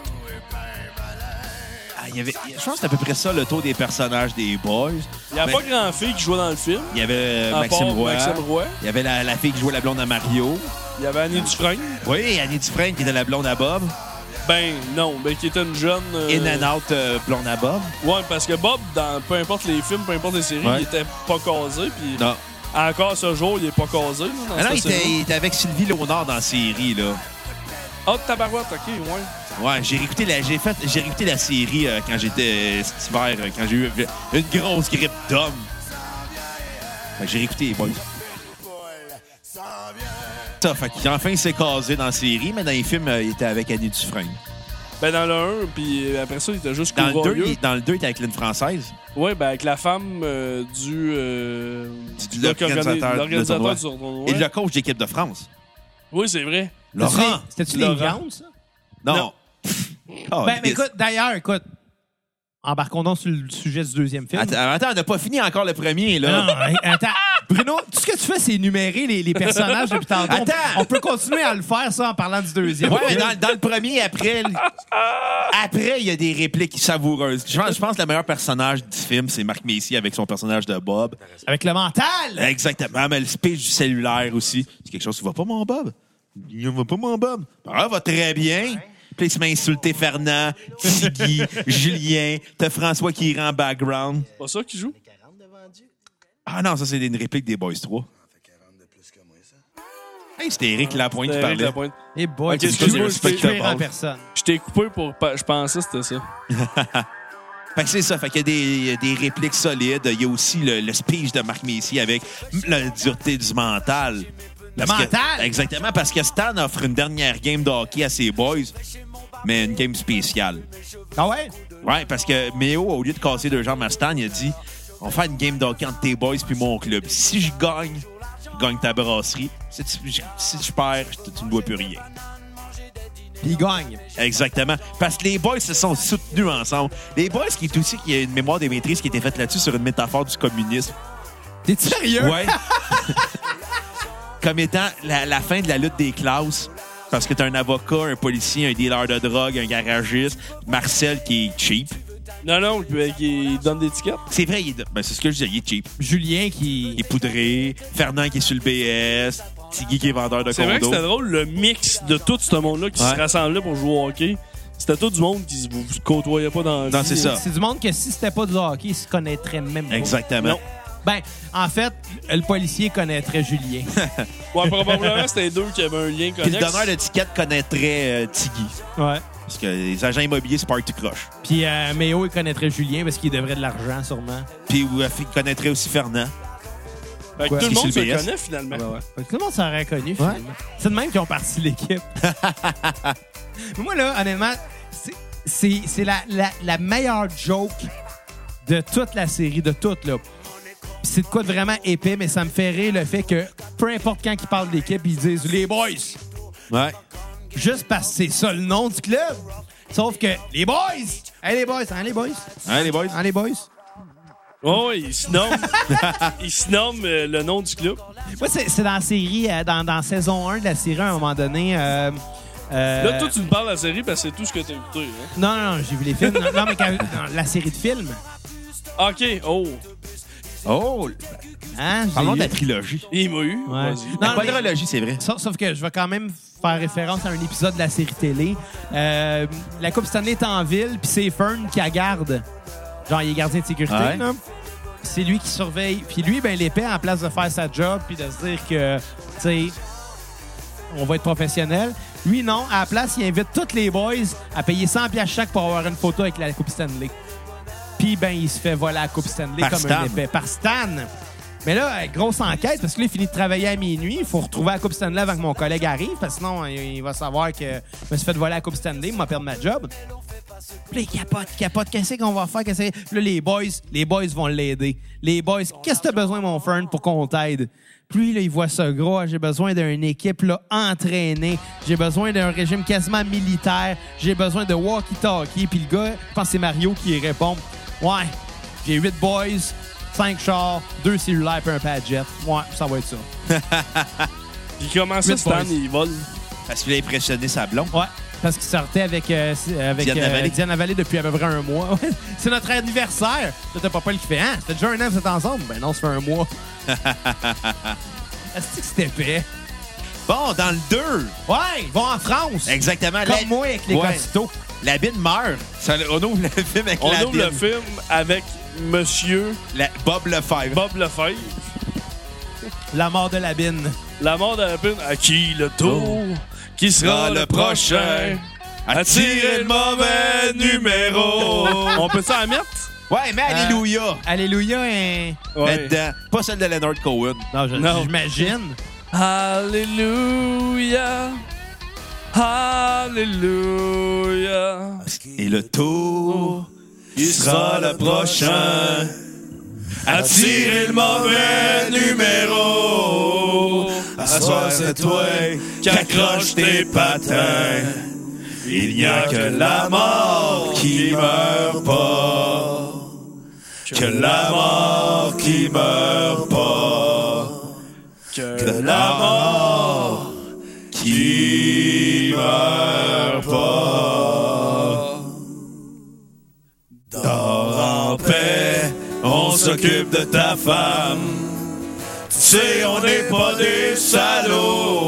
Speaker 1: Ah, il y avait, je pense que c'est à peu près ça le taux des personnages des boys.
Speaker 4: Il n'y a
Speaker 1: Mais-
Speaker 4: pas grand-fille qui jouait dans le film,
Speaker 1: Il y avait euh,
Speaker 4: à
Speaker 1: Maxime
Speaker 4: part
Speaker 1: Roy.
Speaker 4: Maxime Roy.
Speaker 1: Il y avait la, la fille qui jouait la blonde à Mario.
Speaker 4: Il y avait Annie Dufresne.
Speaker 1: Oui, Annie Dufresne qui était la blonde à Bob.
Speaker 4: Ben non, ben qui était une jeune. euh,
Speaker 1: In and out euh, blonde à Bob.
Speaker 4: Ouais, parce que Bob, dans peu importe les films, peu importe les séries,
Speaker 1: Ouais.
Speaker 4: il était pas casé. Puis
Speaker 1: Non.
Speaker 4: encore ce jour, il est pas casé. là, dans
Speaker 1: Ah non,
Speaker 4: cette
Speaker 1: il était,
Speaker 4: série.
Speaker 1: il était avec Sylvie Léonard dans la série, là.
Speaker 4: Ah, tabarouette, ok, ouais.
Speaker 1: Ouais, j'ai réécouté la, j'ai fait, j'ai réécouté la série euh, quand j'étais euh, cet hiver, euh, quand j'ai eu une grosse grippe d'homme. Fait que J'ai réécouté les boys. Ça, fait qu'enfin, il s'est casé dans la série, mais dans les films, euh, il était avec Annie Dufresne.
Speaker 4: Ben dans le 1, puis après ça, il était juste
Speaker 1: Dans le, deux,
Speaker 4: courroyeux.
Speaker 1: il, dans le deux, il était avec l'une française.
Speaker 4: Ouais, ben avec la femme euh, du. euh,
Speaker 1: Du- l'organisateur
Speaker 4: l'organisateur
Speaker 1: du
Speaker 4: du tournoi.
Speaker 1: Et le coach d'équipe de France.
Speaker 4: Oui, c'est vrai.
Speaker 1: Ah, Laurent.
Speaker 3: C'était-tu des
Speaker 4: Laurent.
Speaker 3: viandes, ça?
Speaker 1: Non.
Speaker 4: Non.
Speaker 1: Oh,
Speaker 3: Ben, mais
Speaker 1: yes.
Speaker 3: écoute, d'ailleurs, écoute, embarquons donc sur le sujet du deuxième film.
Speaker 1: Attends, attends, on n'a pas fini encore le premier, là.
Speaker 3: Non, hey, Ah, attends. Bruno, tout ce que tu fais, c'est énumérer les, les personnages depuis tantôt. On-
Speaker 1: Attends.
Speaker 3: On, peut continuer à le faire, ça, en parlant du deuxième.
Speaker 1: Ouais, mais
Speaker 3: film.
Speaker 1: dans, dans le premier, après, le- après, il y a des répliques savoureuses. Je pense, je pense que le meilleur personnage du film, c'est Marc Messier avec son personnage de Bob.
Speaker 3: Avec le mental.
Speaker 1: Exactement, mais le speech du cellulaire aussi. C'est quelque chose qui va pas, mon Bob? Il ne va pas, mon Bob. Ah, va très bien. Puis là, il se met à insulter Fernand, Tiggy, Julien, t'as François qui ira en background.
Speaker 4: C'est pas ça qui joue?
Speaker 1: Ah non, ça, c'est une réplique des Boys 3. Hey, c'était Eric Lapointe qui
Speaker 4: Eric
Speaker 1: parlait.
Speaker 4: Lapointe.
Speaker 3: Et boy,
Speaker 4: Ok,
Speaker 3: tu
Speaker 4: excusez,
Speaker 3: joues-
Speaker 4: excusez,
Speaker 3: tu joues
Speaker 1: je
Speaker 3: en
Speaker 1: pense.
Speaker 3: personne.
Speaker 4: Je t'ai coupé pour. pa- Je pensais que c'était ça.
Speaker 1: Fait que c'est ça. Fait qu'il y a des, des répliques solides. Il y a aussi le, le speech de Marc Messier avec la dureté du mental. Le
Speaker 3: mental?
Speaker 1: exactement, parce que Stan offre une dernière game de hockey à ses boys, mais une game spéciale.
Speaker 3: Ah ouais?
Speaker 1: Ouais, parce que Méo, au lieu de casser deux jambes à Stan, il a dit On va faire une game de hockey entre tes boys puis mon club. Si je gagne, je gagne ta brasserie. Si tu, si tu perds, je- tu ne dois plus rien.
Speaker 3: Puis il gagne.
Speaker 1: Exactement. Parce que les boys se sont soutenus ensemble. Les boys, qui est aussi qu'il y a une mémoire des maîtrises qui était faite là-dessus sur une métaphore du communisme.
Speaker 3: T'es sérieux?
Speaker 1: Ouais. Comme étant la, la fin de la lutte des classes. Parce que t'as un avocat, un policier, un dealer de drogue, un garagiste, Marcel qui est cheap.
Speaker 4: Non, non, il- il donne des tickets.
Speaker 1: C'est vrai, il est, ben, c'est ce que je disais, il est cheap.
Speaker 3: Julien qui.
Speaker 1: Il est poudré, Fernand qui est sur le BS, Tiggy qui est vendeur de
Speaker 4: C'est vrai que
Speaker 1: condos.
Speaker 4: c'était drôle, le mix de tout ce monde-là qui
Speaker 1: Ouais.
Speaker 4: se rassemblait pour jouer au hockey. C'était tout du monde qui se- vous vous côtoyait pas dans la
Speaker 1: Non,
Speaker 4: vie.
Speaker 1: c'est ça.
Speaker 3: C'est du monde que si c'était pas du hockey, il se connaîtrait même pas.
Speaker 1: Exactement.
Speaker 4: Non.
Speaker 3: Ben, en fait, le policier connaîtrait Julien.
Speaker 4: Ouais, probablement, c'était les deux qui avaient un lien
Speaker 1: Puis le
Speaker 4: connexe.
Speaker 1: donneur d'étiquette connaîtrait euh, Tiggy.
Speaker 3: ouais.
Speaker 1: Parce que les agents immobiliers, c'est pas tout croche.
Speaker 3: Puis euh, Méo, il connaîtrait Julien parce qu'il devrait de l'argent, sûrement.
Speaker 1: Puis euh, il connaîtrait aussi Fernand.
Speaker 4: Fait que
Speaker 3: Ouais.
Speaker 4: tout le monde
Speaker 1: Sur
Speaker 4: se
Speaker 1: le BS.
Speaker 4: connaît finalement.
Speaker 3: Fait que tout le monde s'en reconnu, finalement. C'est de même qu'ils ont parti l'équipe. Mais moi, là, honnêtement, c'est- c'est c'est la, la- la meilleure joke de toute la série, de toute, là. Puis C'est de quoi de vraiment épais, mais ça me fait rire le fait que peu importe quand ils parlent de l'équipe, ils disent les boys,
Speaker 1: Ouais.
Speaker 3: juste parce que c'est ça le nom du club. Sauf que les boys, hey les boys, hein les boys,
Speaker 1: Hein, les boys?
Speaker 3: hein les boys.
Speaker 4: Ouais, ouais, il se nomme. il se nomme euh, le nom du club.
Speaker 3: Moi, c'est c'est dans la série, euh, dans, dans saison 1 de la série, à un moment donné. euh, euh,
Speaker 4: Là, toi, tu me parles de la série parce que c'est tout ce que t'as écouté. hein.
Speaker 3: Non, non, non, j'ai vu les films. Non, non, mais quand- dans la série de films.
Speaker 4: Ok, oh,
Speaker 1: Oh!
Speaker 3: Hein, j'ai
Speaker 1: Parlons
Speaker 3: eu-
Speaker 1: de la trilogie.
Speaker 4: il m'a eu.
Speaker 3: Ouais.
Speaker 4: Vas-y.
Speaker 3: Non,
Speaker 1: la
Speaker 3: mais-
Speaker 1: quadrologie, c'est vrai.
Speaker 3: Sauf, sauf que je vais quand même faire référence à un épisode de la série télé. Euh, la Coupe Stanley est en ville, puis c'est Fern qui la garde. Genre, il est gardien de sécurité.
Speaker 1: Ouais.
Speaker 3: là. C'est lui qui surveille. Puis lui, ben, l'épée, en place de faire sa job, puis de se dire que, tu sais, on va être professionnel. Lui, non. À la place, il invite tous les boys à payer 100 pièces chaque pour avoir une photo avec la Coupe Stanley. Puis, ben, il se fait voler la Coupe Stanley
Speaker 1: Par
Speaker 3: comme
Speaker 1: Stan.
Speaker 3: un épée. Par Stan. Mais là, euh, grosse enquête, parce que là, il finit de travailler à minuit. Il faut retrouver la Coupe Stanley avant que mon collègue arrive, parce que sinon, euh, il va savoir que je me suis fait voler la Coupe Stanley, il m'a perdu ma job. Puis là, il capote, il capote. Qu'est-ce qu'on va faire? Qu'est-ce que- Puis là, les boys, les boys vont l'aider. Les boys, qu'est-ce que t'as besoin, mon friend, pour qu'on t'aide? Puis là, il voit ça gros. Ah, J'ai besoin d'une équipe là, entraînée. J'ai besoin d'un régime quasiment militaire. J'ai besoin de walkie-talkie. Puis le gars, je pense que c'est Mario qui répond. Ouais, j'ai huit boys, cinq chars, deux cellulaires puis un padjet. Ouais, ça va être ça.
Speaker 4: Puis comment ça,
Speaker 3: Mid
Speaker 4: Stan,
Speaker 3: boys.
Speaker 4: il vole?
Speaker 1: Parce qu'il a impressionné sa blonde.
Speaker 3: Ouais, parce qu'il sortait avec, euh, c- avec
Speaker 1: Diane Lavallée.
Speaker 3: Diane Lavallée depuis à peu près un mois. Ouais, c'est notre anniversaire. Là, t'as papa qui fait Hein, c'était déjà un an que vous êtes ensemble? Ben non, ça fait un mois. Est-ce que c'était épais?
Speaker 1: Bon, dans le 2,
Speaker 3: Ouais, ils vont en France.
Speaker 1: exactement.
Speaker 3: Comme
Speaker 1: la-
Speaker 3: moi avec les
Speaker 1: Ouais.
Speaker 3: costauds.
Speaker 1: La bine meurt. Ça- on ouvre le film avec
Speaker 4: On
Speaker 1: la
Speaker 4: ouvre le
Speaker 1: bine.
Speaker 4: film avec Monsieur
Speaker 1: La- Bob Lefebvre.
Speaker 4: Bob Lefebvre.
Speaker 3: La mort de la bine.
Speaker 4: La mort de la pine. À qui le tour?
Speaker 1: Oh.
Speaker 4: Qui sera le prochain?
Speaker 1: à tirer le mauvais numéro.
Speaker 4: On peut s'en mettre?
Speaker 1: Ouais, mais Alléluia.
Speaker 3: Alléluia, hein?
Speaker 1: Mais dedans, Pas celle de Leonard Cohen.
Speaker 3: Non, je-
Speaker 4: Non.
Speaker 3: j'imagine.
Speaker 4: Alléluia. Alléluia.
Speaker 1: Et le tour il sera le prochain. À tirer le mauvais numéro. À soir, c'est toi qui accroche tes patins. Il n'y a que la mort qui meurt pas. Que la mort qui meurt pas. Que la mort qui meurt pas. Dors en paix, on s'occupe de ta femme. Tu sais, on n'est pas des salauds.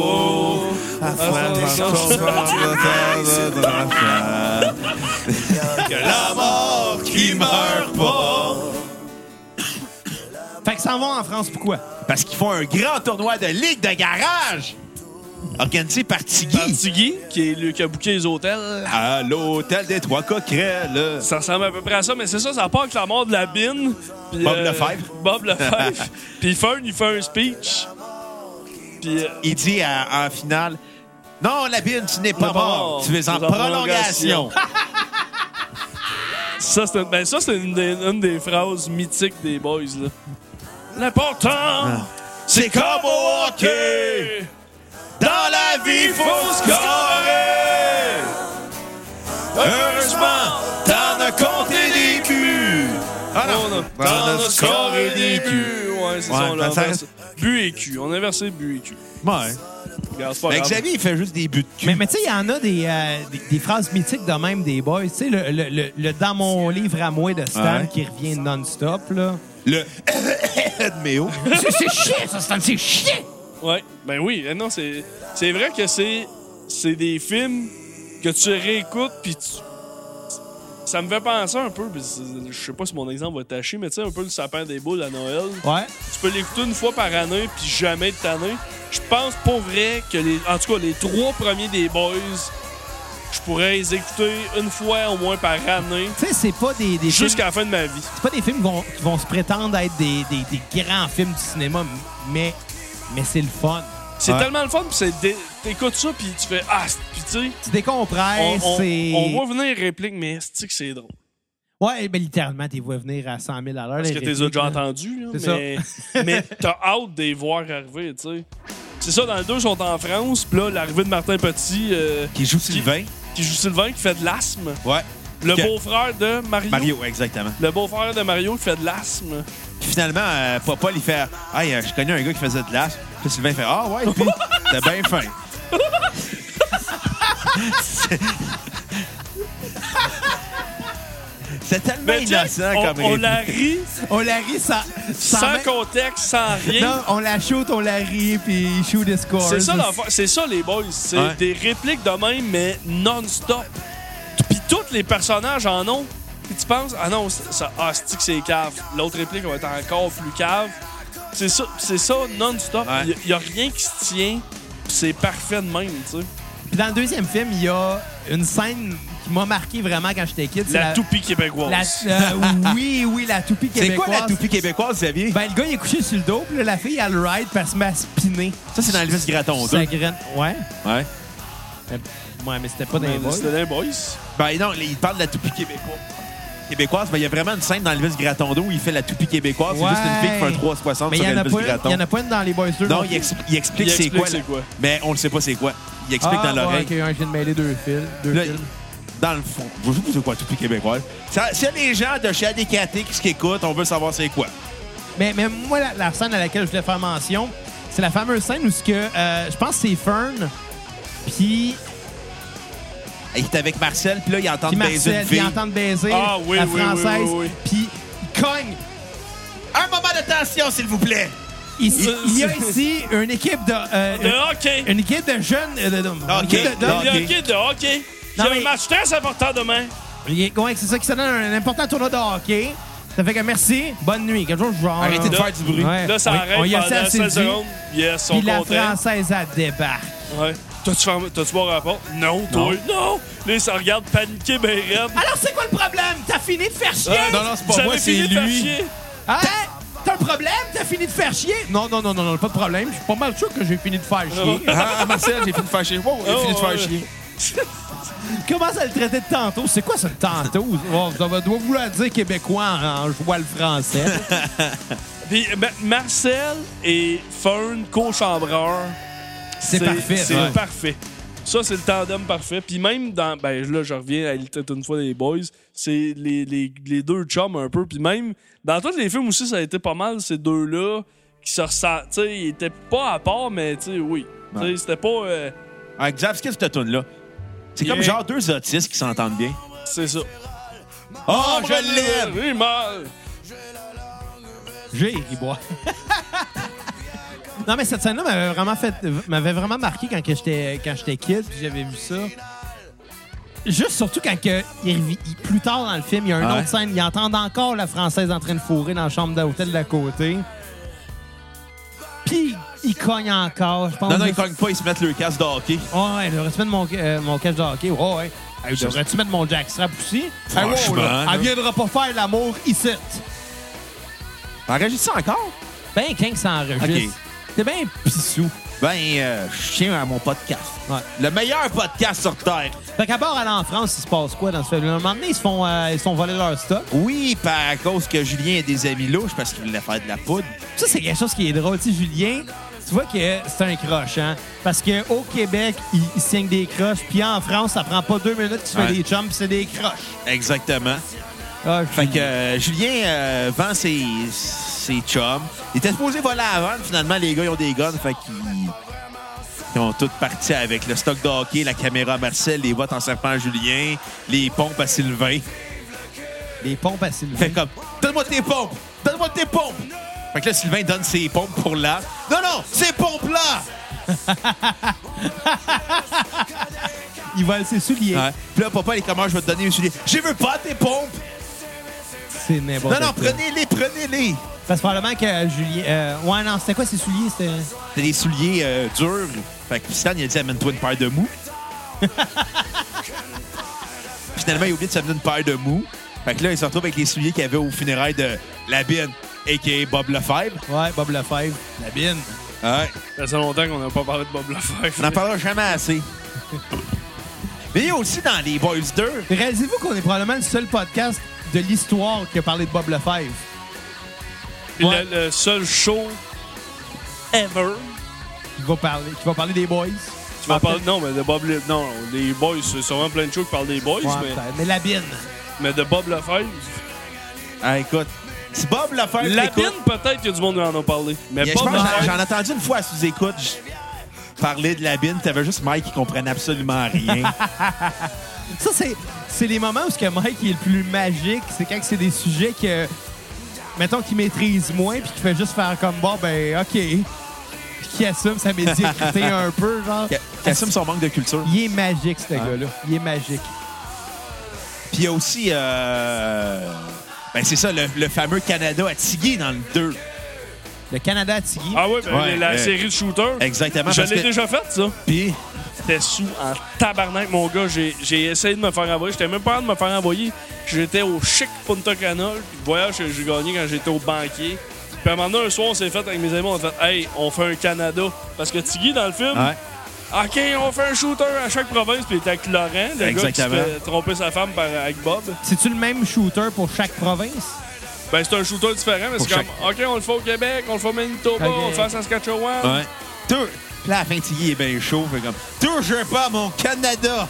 Speaker 1: Que la mort qui meurt pas.
Speaker 3: Fait que s'en vont en France, pourquoi?
Speaker 1: Parce qu'ils font un grand tournoi de ligue de garage organisé par Tiggy
Speaker 4: Tiggy, qui, est lui qui a booké les hôtels.
Speaker 1: à l'hôtel des Trois Coquerelles.
Speaker 4: Ça ressemble à peu près à ça, mais c'est ça, ça part avec la mort de la bine. puis, euh,
Speaker 1: Bob Lefebvre.
Speaker 4: Bob Lefebvre. puis Fern, il fait un speech. Puis euh,
Speaker 1: Il dit à- en finale Non, la bine, tu n'es pas
Speaker 4: pas
Speaker 1: mort.
Speaker 4: mort.
Speaker 1: Tu es en
Speaker 4: Tu es en prolongation.
Speaker 1: prolongation.
Speaker 4: ça, c'est une, ben, ça, c'est une, des- une des phrases mythiques des boys. là. L'important,
Speaker 1: C'est comme au hockey. Dans la vie,
Speaker 4: il faut scorer.
Speaker 1: Heureusement, t'en as compté des culs. Ah
Speaker 4: On a, on a scoré des buts. Ouais, c'est
Speaker 1: Ouais,
Speaker 4: ça, on l'a
Speaker 1: ben, ça
Speaker 4: inversé. But et cul. On a inversé but et cul.
Speaker 1: Ouais.
Speaker 4: Regarde, c'est pas
Speaker 1: Mais
Speaker 4: grave.
Speaker 1: Ben, Xavier, il fait juste des buts de cul.
Speaker 3: Mais, mais tu sais, il y en a des, euh, des, des phrases mythiques de même des boys. Tu sais, le, le, le, le dans mon livre à moi de Stan
Speaker 1: Ouais.
Speaker 3: qui revient non-stop, là.
Speaker 1: Le de Méo.
Speaker 3: C'est- c'est chier, ça, Stan, c'est chier!
Speaker 4: Ouais. Ben oui, ben non, c'est c'est vrai que c'est c'est des films que tu réécoutes puis tu ça me fait penser un peu, puis c'est- je sais pas si mon exemple va tâcher, mais tu sais, un peu le sapin des boules à Noël.
Speaker 3: Ouais.
Speaker 4: Tu peux l'écouter une fois par année, puis jamais de t'année. Je pense pour vrai que, les, en tout cas, les trois premiers des Boys, je pourrais les écouter une fois au moins par année,
Speaker 3: Tu sais, c'est pas des, des films-
Speaker 4: jusqu'à la fin de ma vie.
Speaker 3: c'est pas des films qui vont, qui vont se prétendre être des, des, des grands films du cinéma, mais, mais c'est le fun.
Speaker 4: C'est
Speaker 1: Ouais.
Speaker 4: tellement le fun, puis c'est dé- t'écoutes ça, puis tu fais Ah, c'est- puis tu sais,
Speaker 3: Tu
Speaker 4: on,
Speaker 3: décompresses,
Speaker 4: on-
Speaker 3: c'est...
Speaker 4: on voit venir les répliques, mais c'est que c'est drôle.
Speaker 3: Ouais, ben littéralement, t'es vois venir à 100 000 à l'heure.
Speaker 4: Parce que t'es déjà entendu,
Speaker 3: C'est
Speaker 4: mais, mais t'as hâte de les voir arriver, tu sais. C'est ça, dans le 2, ils sont en France, puis là, l'arrivée de Martin Petit, euh,
Speaker 1: Qui joue Sylvain.
Speaker 4: qui joue Sylvain, qui fait de l'asthme.
Speaker 1: Ouais.
Speaker 4: Le
Speaker 1: Que-
Speaker 4: beau-frère de Mario.
Speaker 1: Mario, exactement.
Speaker 4: Le beau-frère de Mario qui fait de l'asthme.
Speaker 1: Puis finalement, euh, Popol, il fait Hey, euh, je connais un gars qui faisait de l'as. Puis Sylvain fait Ah ouais, puis t'as bien faim. C'est- C'est tellement
Speaker 4: Mais tiens,
Speaker 1: innocent
Speaker 4: on,
Speaker 1: comme
Speaker 4: on
Speaker 1: réplique.
Speaker 4: la rit
Speaker 3: On la rit sans... sans
Speaker 4: sans
Speaker 3: même-
Speaker 4: contexte, sans rien.
Speaker 3: Non, on la shoot, on la rit, puis il shoot des scores.
Speaker 4: C'est ça l'affaire. C'est ça les boys. C'est
Speaker 1: Ouais.
Speaker 4: des répliques de même, mais non-stop. Puis tous les personnages en ont. Puis tu penses, ah non, ça, ça ah, c'est-tu que c'est cave. L'autre réplique va être encore plus cave. C'est ça, c'est ça non-stop.
Speaker 1: Ouais.
Speaker 4: Il n'y a, rien qui se tient. Puis C'est parfait de même, tu sais.
Speaker 3: Puis dans le deuxième film, il y a une scène qui m'a marqué vraiment quand j'étais kid. c'est
Speaker 4: La, toupie québécoise.
Speaker 3: la- euh, oui, oui, la toupie
Speaker 1: C'est
Speaker 3: québécoise.
Speaker 1: quoi la toupie québécoise, Xavier?
Speaker 3: Ben, le gars, il est couché sur le dos, puis là, la fille, elle le ride, puis elle se met à spinner.
Speaker 1: Ben, ça, c'est dans Elvis Graton 2.
Speaker 3: Ça graine. Ouais.
Speaker 1: Ouais.
Speaker 3: Euh, Ouais, mais c'était pas dans les
Speaker 4: Mais
Speaker 3: boys.
Speaker 4: C'était des boys.
Speaker 1: Ben non, il parle de la toupie québécoise. Québécoise, ben il y a vraiment une scène dans Elvis Graton 2 où il fait la toupie québécoise.
Speaker 3: Ouais.
Speaker 1: C'est juste une fille qui fait un 360
Speaker 3: Mais il
Speaker 1: sur
Speaker 3: y, en a
Speaker 1: Elvis
Speaker 3: pas une-
Speaker 1: Graton.
Speaker 3: il y en a pas une dans les boys 2.
Speaker 1: Non,
Speaker 3: plus.
Speaker 1: il, expli- il explique
Speaker 4: Il
Speaker 1: c'est
Speaker 4: explique
Speaker 1: quoi,
Speaker 4: c'est
Speaker 1: là.
Speaker 4: quoi.
Speaker 1: Mais on le sait pas c'est quoi. Il explique
Speaker 3: Ah,
Speaker 1: dans l'oreille.
Speaker 3: Ouais, ok, ouais, je viens de mêler deux fils. Deux
Speaker 1: Là,
Speaker 3: fils.
Speaker 1: dans le fond, je sais pas c'est quoi la toupie québécoise. Ça, S'il y a des gens de chez ADKT qui écoutent, on veut savoir c'est quoi.
Speaker 3: Mais, mais moi, la, la scène à laquelle je voulais faire mention, c'est la fameuse scène où ce que, euh, je pense que c'est Fern, puis
Speaker 1: Il est avec Marcel, puis là, il entend
Speaker 3: puis
Speaker 1: baiser
Speaker 3: Marcel,
Speaker 1: une
Speaker 3: puis
Speaker 1: fille.
Speaker 3: ils entendent baiser
Speaker 4: Ah, oui,
Speaker 3: la
Speaker 4: oui, oui,
Speaker 3: française,
Speaker 4: oui, oui.
Speaker 3: puis il cogne.
Speaker 1: Un moment d'attention, s'il vous plaît!
Speaker 3: Il, il y a ici une équipe de... euh,
Speaker 4: De hockey.
Speaker 3: une, une équipe de jeunes... euh, de- de- une
Speaker 1: Ah, Ok,
Speaker 3: équipe de-
Speaker 1: non.
Speaker 3: de-
Speaker 4: Le hockey de hockey.
Speaker 3: Non,
Speaker 4: J'ai un
Speaker 3: mais-
Speaker 4: match très important demain.
Speaker 3: Il est- ouais, c'est ça qui se donne un, un important tournoi de hockey. Ça fait que merci, bonne nuit. Quelque chose du genre... hein.
Speaker 1: Arrêtez de
Speaker 4: Là-
Speaker 1: faire du bruit.
Speaker 3: Ouais.
Speaker 4: Là, ça
Speaker 3: On-
Speaker 4: arrête
Speaker 3: on y a
Speaker 4: pendant
Speaker 3: assez
Speaker 4: 16
Speaker 3: dit.
Speaker 4: secondes. Yes, on
Speaker 3: Puis la
Speaker 4: content.
Speaker 3: française, elle débarque.
Speaker 4: Ouais. T'as-tu fermé- t'as-tu bon rapport? Non, toi. Non! Là, ça regarde paniquer ben raide.
Speaker 3: Alors, c'est quoi le problème? T'as fini de faire chier?
Speaker 1: Ah, non, non, c'est pas
Speaker 4: Vous
Speaker 1: moi,
Speaker 4: avez
Speaker 1: c'est
Speaker 4: fini de faire
Speaker 1: lui.
Speaker 4: chier.
Speaker 3: Hein? T'as un problème? T'as fini de faire chier? Non, non, non, non, non, pas de problème. Je suis pas mal sûr que j'ai fini de faire chier.
Speaker 1: Ah, Marcel, j'ai fini de faire chier. Wow, j'ai fini de faire
Speaker 4: ouais.
Speaker 1: chier.
Speaker 3: Comment ça le traiter de tantôt? C'est quoi ça, le tantôt? Oh, ça va- doit vouloir dire québécois en, en jouant le français.
Speaker 4: Puis Ma- Marcel et Fern, co-chambreur.
Speaker 3: C'est parfait.
Speaker 4: C'est
Speaker 3: ouais.
Speaker 4: parfait. Ça, c'est le tandem parfait. Puis même dans. Ben là, je reviens à Il était une fois des boys. C'est les, les- les deux chums un peu. Puis même dans tous les films aussi, ça a été pas mal, ces deux-là, qui se ressentent. Tu sais, ils étaient pas à part, mais tu sais, oui. Tu sais, c'était pas. euh,
Speaker 1: Ah, Xav, ce que cette tune-là? C'est
Speaker 4: Yeah.
Speaker 1: comme genre deux autistes qui s'entendent bien.
Speaker 4: c'est ça.
Speaker 1: Oh, je l'aime!
Speaker 4: Oui, mal!
Speaker 3: J'ai ri boire. Non, mais cette scène-là m'avait vraiment, fait, m'avait vraiment marqué quand, que j'étais, quand j'étais kid, puis j'avais vu ça. Juste surtout quand que, il revi- il- plus tard dans le film, il y a une
Speaker 1: Ouais.
Speaker 3: autre scène, ils entendent encore la Française en train de fourrer dans la chambre d'hôtel de la côté. Puis, ils cognent encore, je pense.
Speaker 1: Non, non, ils cognent pas, ils se mettent le casque de hockey.
Speaker 3: Oh, ouais, devrais-tu mettre mon, euh, mon catch de hockey? Ouais, ouais. Hey, devrais-tu mettre mon jackstrap aussi? Hey, wow,
Speaker 1: Franchement,
Speaker 3: là,
Speaker 1: là.
Speaker 3: elle viendra pas faire l'amour ici.
Speaker 1: Enregistre ça encore?
Speaker 3: Ben, quand ça enregistre.
Speaker 1: Ok.
Speaker 3: T'es bien pissou.
Speaker 1: Ben, euh, je tiens à mon podcast.
Speaker 3: Ouais.
Speaker 1: Le meilleur podcast sur Terre.
Speaker 3: Fait qu'à bord, aller en France, il se passe quoi dans ce film? À un moment donné, ils se font, euh, ils se font voler leur stock.
Speaker 1: Oui, par à cause que Julien a des amis louches parce qu'il voulait faire de la poudre.
Speaker 3: Ça, c'est quelque chose qui est drôle. Tu sais, Julien, tu vois que c'est un croche, hein? Parce qu'au Québec, il, il signe des croches, puis en France, ça prend pas deux minutes qu'il se
Speaker 1: Ouais.
Speaker 3: fait des chums, puis c'est des croches.
Speaker 1: Exactement.
Speaker 3: Ah,
Speaker 1: Fait que euh, Julien euh, vend ses, ses chums. Il était supposé voler avant. Finalement, les gars, ils ont des guns. Fait qu'ils ils ont tous parti avec le stock de hockey, la caméra à Marcel, les bottes en serpent à Julien, les pompes à Sylvain.
Speaker 3: Les pompes à Sylvain.
Speaker 1: Fait comme, donne-moi tes pompes! Donne-moi tes pompes! Fait que là, Sylvain donne ses pompes pour là. Non, non, ces pompes-là!
Speaker 3: Il vole ses souliers.
Speaker 1: Ouais. Puis là, papa, les comment Ah, je vais te donner, Julien? Je veux pas tes pompes!
Speaker 3: C'est n'importe
Speaker 1: Non,
Speaker 3: quoi.
Speaker 1: non, prenez-les, prenez-les!
Speaker 3: Parce que probablement que Julien... euh, ouais, non, c'était quoi ses souliers? C'était...
Speaker 1: T'as des souliers euh, durs. Fait que Christian, il a dit amène-toi une paire de mous. Finalement, il a oublié de s'amener une paire de mous. Fait que là, il se retrouve avec les souliers qu'il avait au funérail de Labine, a.k.a. Bob Lefebvre.
Speaker 3: Ouais, Bob Lefebvre. La bine.
Speaker 1: Ouais.
Speaker 4: Ça fait longtemps qu'on n'a pas parlé de Bob Lefebvre.
Speaker 1: On n'en parlera jamais assez. Mais il y a aussi dans les Boys 2.
Speaker 3: Réalisez-vous qu'on est probablement le seul podcast de l'histoire qui a parlé de Bob Lefebvre.
Speaker 4: Puis
Speaker 3: Ouais.
Speaker 4: le, le seul show ever.
Speaker 3: qui va parler, qui va parler des boys.
Speaker 4: Tu m'en parles. Non, mais de Bob Lefebvre. Non, les boys, c'est sûrement plein de shows qui parlent des boys,
Speaker 3: Ouais,
Speaker 4: mais,
Speaker 3: peut-être. mais la bine.
Speaker 4: mais de Bob Lefebvre.
Speaker 1: Ah, écoute, si Bob Lefebvre t'écoute-
Speaker 4: Labine, peut-être qu'il y a du monde qui en a parlé. Mais
Speaker 1: Yeah, je
Speaker 4: Bob
Speaker 1: pense que j'en-
Speaker 4: Lefebvre.
Speaker 1: j'en ai entendu une fois à sous-écoute je- parler de Labine. T'avais juste Mike qui comprenait absolument rien.
Speaker 3: Ça, c'est, c'est les moments où ce que Mike est le plus magique, c'est quand c'est des sujets que, mettons, qu'il maîtrise moins, puis qu'il fait juste faire comme, bon, ben, OK. Puis qu'il assume sa médiocrité un peu, genre.
Speaker 1: Qui qui assume son manque de culture.
Speaker 3: Il est magique, ce gars-là.
Speaker 4: Ah.
Speaker 3: Il est magique.
Speaker 1: Puis il y a aussi, euh, ben c'est ça, le, le fameux Canada à Tigui dans le 2.
Speaker 3: Le Canada à Tigui.
Speaker 4: Ah oui, ben,
Speaker 1: Ouais,
Speaker 4: la
Speaker 1: ouais.
Speaker 4: série de shooter.
Speaker 1: Exactement.
Speaker 4: Je
Speaker 1: parce
Speaker 4: l'ai
Speaker 1: que-
Speaker 4: déjà faite, ça.
Speaker 1: Puis,
Speaker 4: J'étais sous en tabarnak, mon gars. J'ai, j'ai essayé de me faire envoyer. J'étais même pas en train de me faire envoyer. J'étais au chic Punta Cana. Puis le voyage que j'ai gagné quand j'étais au banquier. Puis à un moment donné, un soir, on s'est fait avec mes amis. On a fait Hey, on fait un Canada. Parce que Tiggy, dans le film,
Speaker 1: ouais.
Speaker 4: OK, on fait un shooter à chaque province. Puis il était avec Laurent, le gars
Speaker 1: Exactement.
Speaker 4: qui s'était trompé sa femme par, avec Bob.
Speaker 3: C'est-tu le même shooter pour chaque province?
Speaker 4: Ben, c'est un shooter différent. Mais
Speaker 1: Pour
Speaker 4: c'est comme OK, on le fait au Québec, on le fait au Manitoba,
Speaker 3: Ok.
Speaker 4: on le fait à Saskatchewan.
Speaker 1: ouais. Deux. Puis là, à la fin, Tigui est bien chaud. Fait comme, touche pas à mon Canada!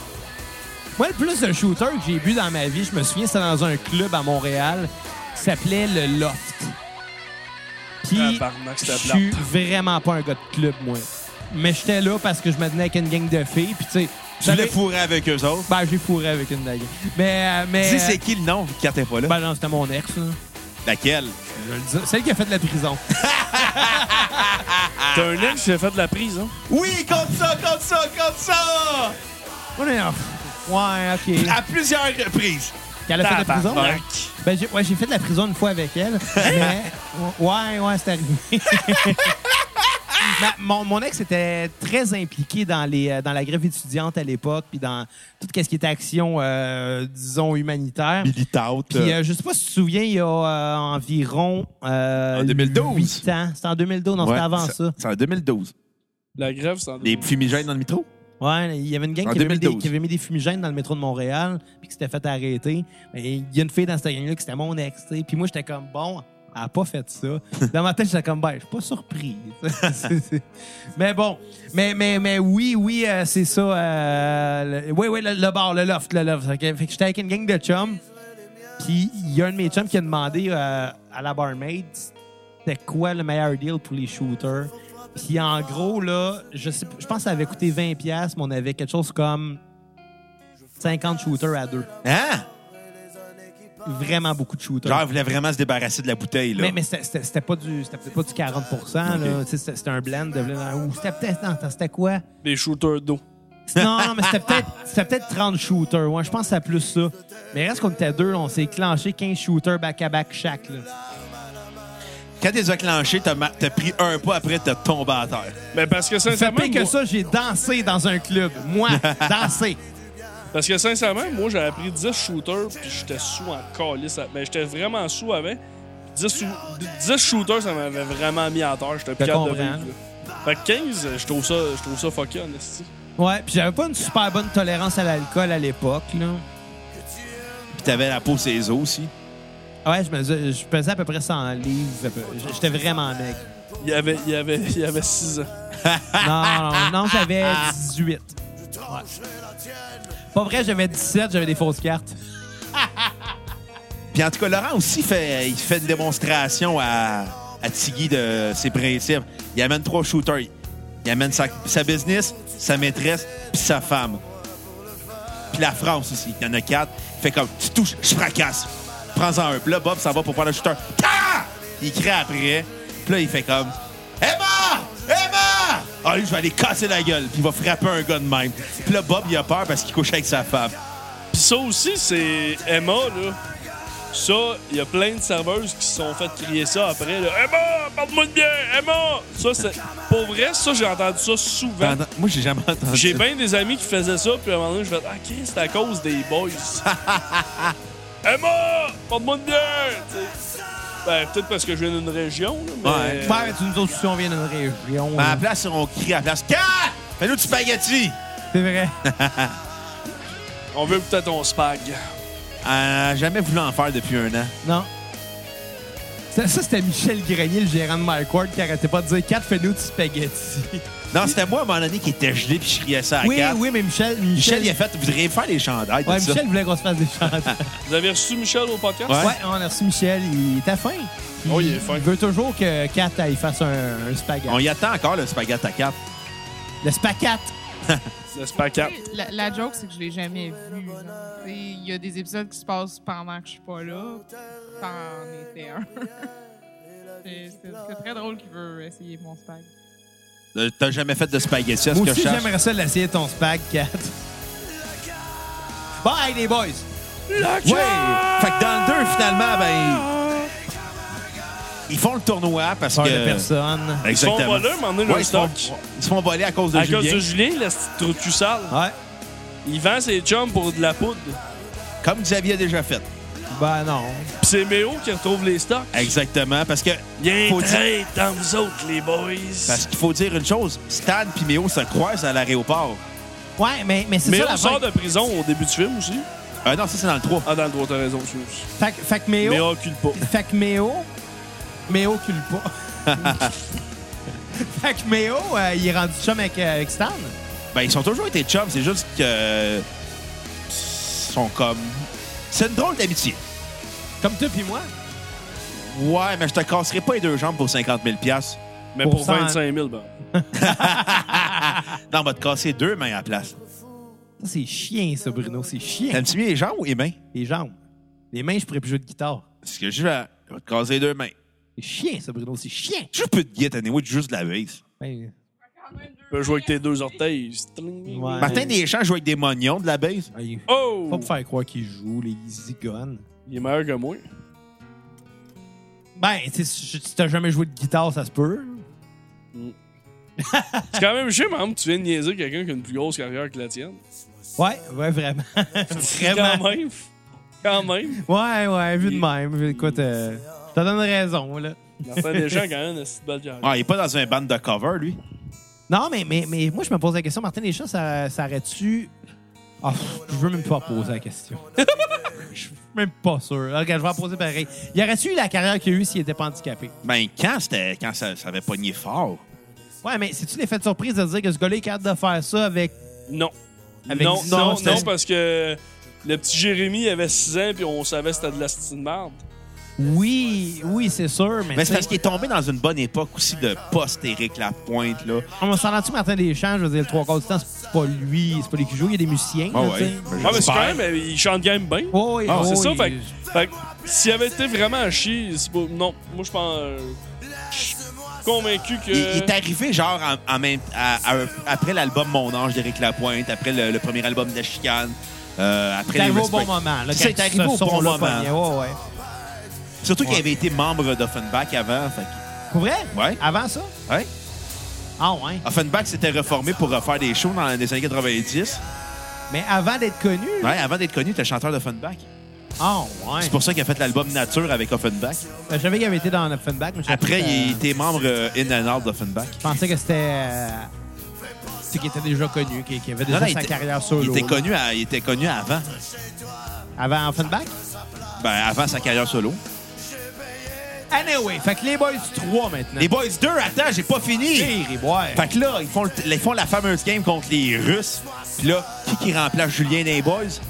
Speaker 3: Moi, le plus de shooter que j'ai bu dans ma vie, je me souviens, c'était dans un club à Montréal qui s'appelait le Loft. Puis,
Speaker 4: Tabarnak,
Speaker 3: je
Speaker 4: c'était
Speaker 3: suis
Speaker 4: plate.
Speaker 3: vraiment pas un gars de club, moi. Mais j'étais là parce que je me tenais avec une gang de filles, puis tu sais...
Speaker 1: Tu l'as
Speaker 3: j'avais-
Speaker 1: fourré avec eux autres.
Speaker 3: Ben, j'ai fourré avec une dague. Mais... euh, mais
Speaker 1: Dis, c'est qui le nom, vu que t'es pas là?
Speaker 3: Ben non, c'était mon ex, là.
Speaker 1: Laquelle?
Speaker 3: Je le dis. Celle qui a fait de la prison.
Speaker 1: Ah.
Speaker 4: T'as un ex qui a fait de la hein. prison.
Speaker 1: Oui, comme ça, comme ça, comme ça!
Speaker 3: Ouais, mais, euh, ouais, OK.
Speaker 1: À plusieurs reprises.
Speaker 3: Qu'elle a fait de la prison?
Speaker 4: Tabarnak.
Speaker 3: Ben, j'ai, ouais, j'ai fait de la prison une fois avec elle. mais, ouais, ouais, c'est arrivé. Ma- mon, mon ex était très impliqué dans, les, euh, dans la grève étudiante à l'époque, puis dans tout ce qui était action, euh, disons, humanitaire.
Speaker 1: Militante.
Speaker 3: Puis euh, je sais pas si tu te souviens, il y a euh, environ euh,
Speaker 1: En 2012.
Speaker 3: 8 ans. C'était en 2012, non,
Speaker 1: Ouais,
Speaker 3: c'était avant
Speaker 1: c'est-
Speaker 3: ça.
Speaker 1: C'est en 2012.
Speaker 4: La grève, c'est en
Speaker 1: Les fumigènes dans le métro?
Speaker 3: Ouais, il y avait une gang
Speaker 1: En
Speaker 3: qui avait, mis des,
Speaker 1: 2012.
Speaker 3: qui avait mis des fumigènes dans le métro de Montréal, puis qui s'était fait arrêter. Mais il y a une fille dans cette gang-là qui c'était mon ex, tu sais. Puis moi, j'étais comme, bon, elle a pas fait ça. Dans ma tête, j'étais comme, ben, je suis pas surpris. C'est- c'est- mais bon, mais, mais, mais oui, oui, euh, c'est ça. euh, le- oui, oui, le, le bar, le loft, le loft. Fait que, fait que j'étais avec une gang de chums, puis il y a un de mes chums qui a demandé euh, à la barmaid c'était quoi le meilleur deal pour les shooters. Puis en gros, là, je, sais, je pense que ça avait coûté 20$, piastres, mais on avait quelque chose comme 50 shooters à deux.
Speaker 1: Hein?
Speaker 3: vraiment beaucoup de shooters.
Speaker 1: Genre, ils voulaient vraiment se débarrasser de la bouteille, là.
Speaker 3: Mais, mais c'était- c'était c'était pas du c'était peut-être pas du 40 là. Tu sais, C'était c'était un blend de. Ou c'était peut-être. non, attends, c'était quoi?
Speaker 4: Des shooters d'eau.
Speaker 3: Non, non, mais c'était peut-être c'était peut-être 30 shooters. Ouais, je pense que c'est plus ça. Mais reste qu'on était deux, là, on s'est clenché 15 shooters back-à-back chaque. Là.
Speaker 1: Quand t'es enclenché, t'as ma- t'as pris un pas après, t'as tombé à terre.
Speaker 4: Mais Ben, parce que
Speaker 3: C'est
Speaker 4: sincèrement.
Speaker 3: pire que
Speaker 4: moi-
Speaker 3: ça, j'ai dansé dans un club. Moi, dansé.
Speaker 4: Parce que sincèrement, moi j'avais pris 10 shooters puis j'étais sous en calice. Ben j'étais vraiment sous avant. 10, sou- 10 shooters, ça m'avait vraiment mis à terre. J'étais plus capable de
Speaker 3: comprends.
Speaker 4: vivre. là. Fait que 15, je trouve ça, je trouve ça fucké, honesty.
Speaker 3: Ouais, puis j'avais pas une super bonne tolérance à l'alcool à l'époque. là.
Speaker 1: Puis t'avais la peau ses os aussi.
Speaker 3: Ouais, je, mesure- je pesais à peu près 100 livres. à peu- J'étais vraiment mec.
Speaker 4: Il y avait, il y avait, il y avait 6 ans.
Speaker 3: Non, non, non, j'avais 18. Ouais. Pas vrai, j'avais 17, j'avais des fausses cartes.
Speaker 1: Puis en tout cas, Laurent aussi fait, il fait une démonstration à, à Tiggy de ses principes. Il amène trois shooters. Il amène sa, sa business, sa maîtresse, puis sa femme. Puis la France aussi. Il y en a quatre. Il fait comme tu touches, je fracasse. Prends-en un. Puis là, Bob s'en va pour prendre le shooter. Ah! Il crie après. Puis là, il fait comme Emma! Emma! Ah, lui, je vais aller casser la gueule. Puis il va frapper un gars de même. Puis là, Bob, il a peur parce qu'il couche avec sa femme.
Speaker 4: Pis ça aussi, c'est Emma, là. Ça, il y a plein de serveuses qui se sont fait crier ça après. Là. Emma, parle-moi de bien, Emma! Ça, c'est. Pour vrai, ça, j'ai entendu ça souvent.
Speaker 1: Pendant- Moi, j'ai jamais entendu
Speaker 4: J'ai
Speaker 1: ça.
Speaker 4: bien des amis qui faisaient ça, puis à un moment donné, je vais Ah, Chris, c'est à cause des boys. Emma, porte-moi de bien! Tu sais. Ben, peut-être parce que je viens d'une région, là, mais. Ben,
Speaker 1: Ouais.
Speaker 3: Faire tu nous autres aussi, on vient d'une région.
Speaker 1: Mais à
Speaker 3: là.
Speaker 1: la place, on crie à la place. Cat! Fais-nous du spaghetti!
Speaker 3: C'est vrai.
Speaker 4: On veut peut-être on spag.
Speaker 1: Euh, jamais voulu en faire depuis un an.
Speaker 3: Non. Ça, ça, c'était Michel Grenier, le gérant de My Ward, qui arrêtait pas de dire 4 fenouilles de spaghetti.
Speaker 1: Non, c'était moi à un moment donné qui était gelé puis je criais ça à
Speaker 3: Oui,
Speaker 1: Kat.
Speaker 3: oui, mais Michel. Michel,
Speaker 1: Michel, il a fait, vous devriez faire les chandails,
Speaker 3: Ouais,
Speaker 1: tout ça.
Speaker 3: Michel voulait qu'on se fasse des chandails.
Speaker 4: Vous avez reçu Michel au podcast?
Speaker 1: Ouais.
Speaker 3: ouais, on a reçu Michel. Il était fin.
Speaker 4: Hein? Oh, il est fin.
Speaker 3: Il veut toujours que Kat aille fasse un, un spaghetti.
Speaker 1: On y attend encore le spaghetti à Kat.
Speaker 3: Le spaghetti.
Speaker 4: Le spag cap.
Speaker 5: La, la joke, c'est que je l'ai jamais vu. là. Tu sais, Il y a des épisodes qui se passent pendant que je suis pas là. T'en étais un. C'est- C'est c'est très drôle qu'il veut essayer mon spag.
Speaker 1: Euh, T'as jamais fait de spaghetti, à ce
Speaker 3: Moi
Speaker 1: que je
Speaker 3: aussi,
Speaker 1: cherche?
Speaker 3: j'aimerais ça l'essayer ton spag, Kat. Bon, hey, les boys!
Speaker 1: Oui! Fait que dans le 2, finalement, ben. Ils font le tournoi parce
Speaker 3: Peur
Speaker 1: que.
Speaker 3: de personne.
Speaker 4: Ils se font
Speaker 1: Exactement.
Speaker 4: voler, à un moment donné,
Speaker 1: Ouais,
Speaker 4: leur
Speaker 1: ils, se font,
Speaker 4: stock.
Speaker 1: ils se font voler à cause de
Speaker 4: À
Speaker 1: Julien. Ah.
Speaker 4: cause de Julien, la petite trou de cul sale.
Speaker 3: Ouais.
Speaker 4: Il vend ses chums pour de la poudre.
Speaker 1: Comme Xavier a déjà fait.
Speaker 3: Ben non.
Speaker 4: Puis c'est Méo qui retrouve les stocks.
Speaker 1: Exactement. Parce que
Speaker 4: Bien
Speaker 1: Faut
Speaker 4: traite dans vous autres, les boys.
Speaker 1: Parce qu'il faut dire une chose, Stan et Méo se croisent à l'aéroport.
Speaker 3: Ouais, mais, mais c'est
Speaker 4: Méo
Speaker 3: ça la
Speaker 4: sort
Speaker 3: vague.
Speaker 4: de prison au début du film aussi.
Speaker 1: Euh, non, ça, c'est dans le 3.
Speaker 4: Ah, dans le droit, t'as raison, je suis-
Speaker 3: Fait, que- fait que Méo.
Speaker 4: Méo cule pas.
Speaker 3: Fait que Méo. Méo cule pas. fait que Méo, euh, il est rendu chum avec, euh, avec Stan.
Speaker 1: Ben, ils sont toujours été chums, c'est juste que. Ils sont comme. C'est une drôle d'amitié.
Speaker 3: Comme toi pis moi.
Speaker 1: Ouais, mais je te casserai pas les deux jambes pour 50 000 piastres.
Speaker 4: Mais
Speaker 3: Pour
Speaker 4: pour,
Speaker 3: cent.
Speaker 4: 25 000, ben.
Speaker 1: Non, on va te casser deux mains à la place.
Speaker 3: Ça, c'est chien, ça, Bruno. C'est chien.
Speaker 1: T'aimes-tu mieux les jambes ou les mains?
Speaker 3: Les jambes. Les mains, je pourrais plus jouer de guitare.
Speaker 1: C'est ce que je vais. Je vais te casser les deux mains.
Speaker 3: C'est chien, ça, Bruno. C'est chien.
Speaker 1: Je peux te guette, anyway, juste de la base.
Speaker 3: Ben,
Speaker 4: Tu peux jouer avec tes deux orteils.
Speaker 3: Ouais.
Speaker 1: Martin Deschamps joue avec des mognons de la base.
Speaker 3: ben,
Speaker 4: Oh!
Speaker 3: Faut pas me faire croire qu'il joue, les Easy Guns.
Speaker 4: Il est meilleur que moi.
Speaker 3: Ben, tu sais, si si t'as jamais joué de guitare, ça se peut.
Speaker 4: C'est quand même chiant, même, tu viens de niaiser quelqu'un qui a une plus grosse carrière que la tienne.
Speaker 3: Ouais, ouais, vraiment.
Speaker 4: Quand
Speaker 3: vraiment.
Speaker 4: même. Quand même.
Speaker 3: Ouais, ouais, vu de même. Écoute, euh, je te donne raison, là.
Speaker 4: Martin Deschamps, quand même, a si belle carrière.
Speaker 1: Ah, il est pas dans un band de cover, lui.
Speaker 3: Non, mais, mais, mais moi, je me pose la question, Martin Deschamps, ça, ça aurait-tu. Ah, pff, je veux même pas poser la question. Je suis même pas sûr. Regarde, je vais la poser pareil. Il aurait-tu eu la carrière qu'il a eue s'il était pas handicapé?
Speaker 1: Ben, quand c'était. Quand ça, ça avait pogné fort.
Speaker 3: Ouais, mais c'est-tu l'effet de surprise de dire que ce gars-là est capable de faire ça avec.
Speaker 4: Non.
Speaker 3: Avec-
Speaker 4: non,
Speaker 3: non,
Speaker 4: non,
Speaker 3: c'était-
Speaker 4: non, parce que le petit Jérémy avait 6 ans, puis on savait que c'était de la stine marde.
Speaker 3: Oui, oui, c'est sûr,
Speaker 1: Mais
Speaker 3: mais. tu
Speaker 1: c'est
Speaker 3: sais-
Speaker 1: parce qu'il est tombé dans une bonne époque aussi de post-Éric Lapointe, là.
Speaker 3: On va s'en tu Martin Deschamps, je veux dire, le trois quarts du temps, c'est pas lui, c'est pas lui qui joue, il y a des musiciens.
Speaker 1: Ah
Speaker 3: là,
Speaker 1: ouais.
Speaker 3: tu sais.
Speaker 1: Ben,
Speaker 4: Ah, mais c'est quand même, il chante game bien.
Speaker 3: Oh, oui, oh,
Speaker 4: c'est ça,
Speaker 3: oui.
Speaker 4: fait, que- fait que s'il avait été vraiment à chier, c'est pas- non, moi je pense. euh, je suis convaincu que.
Speaker 1: Il,
Speaker 3: Euh.
Speaker 1: il est arrivé, genre, en, en même, à- à- après l'album Mon Ange d'Éric Lapointe, après le, le premier album de la Chicane, euh, après
Speaker 3: C'est arrivé
Speaker 1: les
Speaker 3: au bon
Speaker 1: Respect-
Speaker 3: moment. là,
Speaker 1: C'est
Speaker 3: quand
Speaker 1: arrivé
Speaker 3: ce
Speaker 1: au bon
Speaker 3: son-là
Speaker 1: moment.
Speaker 3: pognait, ouais, ouais.
Speaker 1: Surtout qu'il avait été membre d'Offenbach avant. Fait que-
Speaker 3: Pour vrai?
Speaker 1: Ouais.
Speaker 3: Avant ça?
Speaker 1: ouais.
Speaker 3: Ah, ouais.
Speaker 1: Offenbach s'était reformé pour refaire des shows dans les années 90.
Speaker 3: Mais avant d'être connu?
Speaker 1: Ouais, avant d'être connu, il était chanteur d'Offenbach.
Speaker 3: Ah, ouais. Euh,
Speaker 1: C'est pour ça qu'il a fait l'album Nature avec Offenbach.
Speaker 3: Je savais qu'il avait été dans Offenbach. mais je savais
Speaker 1: Après,
Speaker 3: pas,
Speaker 1: il
Speaker 3: euh,
Speaker 1: était membre euh, In and Out d'Offenbach.
Speaker 3: Je pensais que c'était. euh, tu sais, qu'il était déjà connu, qu'il qu'il avait déjà
Speaker 1: Non, non,
Speaker 3: sa
Speaker 1: il était-
Speaker 3: carrière solo.
Speaker 1: Il était
Speaker 3: là.
Speaker 1: connu, à- il était connu avant.
Speaker 3: Avant Offenbach?
Speaker 1: Ben, avant sa carrière solo.
Speaker 3: Anyway, fait que les Boys 3 maintenant.
Speaker 1: Les Boys 2, attends, j'ai pas fini.
Speaker 3: Pire, les boys.
Speaker 1: Fait que là, ils font, le- ils font la fameuse game contre les Russes. Puis là, qui qui remplace Julien des Boys?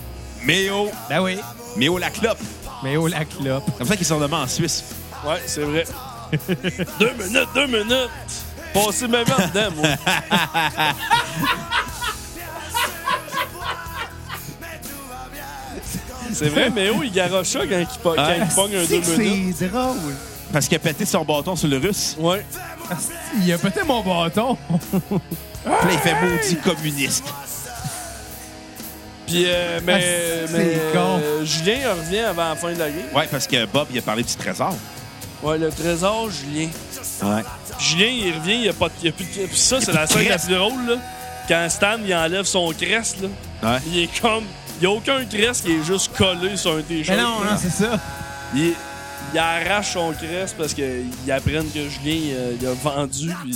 Speaker 1: Méo.
Speaker 3: Ben oui.
Speaker 1: Méo la clope.
Speaker 3: Mais oh la clope.
Speaker 1: Comme ça qu'ils sont nommés en Suisse.
Speaker 4: Ouais, c'est vrai. deux minutes, deux minutes. Passer ma vie en dedans, moi. C'est vrai, mais oh, il garoche ça quand il, po- quand il pogne un
Speaker 3: Si
Speaker 4: deux
Speaker 3: que
Speaker 4: minutes.
Speaker 3: C'est drôle.
Speaker 1: Parce qu'il a pété son bâton sur le Russe.
Speaker 4: Ouais.
Speaker 3: Il a pété mon bâton.
Speaker 1: Puis là, il fait maudit communiste.
Speaker 4: Puis, euh, mais,
Speaker 3: Ah, c'est
Speaker 4: mais
Speaker 3: con.
Speaker 4: euh, Julien revient avant la fin de la game.
Speaker 1: Ouais, parce que Bob, il a parlé du trésor.
Speaker 4: Ouais, le trésor, Julien.
Speaker 1: Ouais.
Speaker 4: Julien, il revient, il n'y a, pas de- il y a plus de. Puis ça, c'est la
Speaker 1: de
Speaker 4: scène la
Speaker 1: crest.
Speaker 4: plus drôle, là. Quand Stan, il enlève son crest, là.
Speaker 1: Ouais.
Speaker 4: Il est comme. Il n'y a aucun crest qui est juste collé sur un t-shirt.
Speaker 3: Mais non, non, c'est ça.
Speaker 4: Il, il arrache son crest parce qu'ils apprennent que Julien euh, il a vendu. Puis...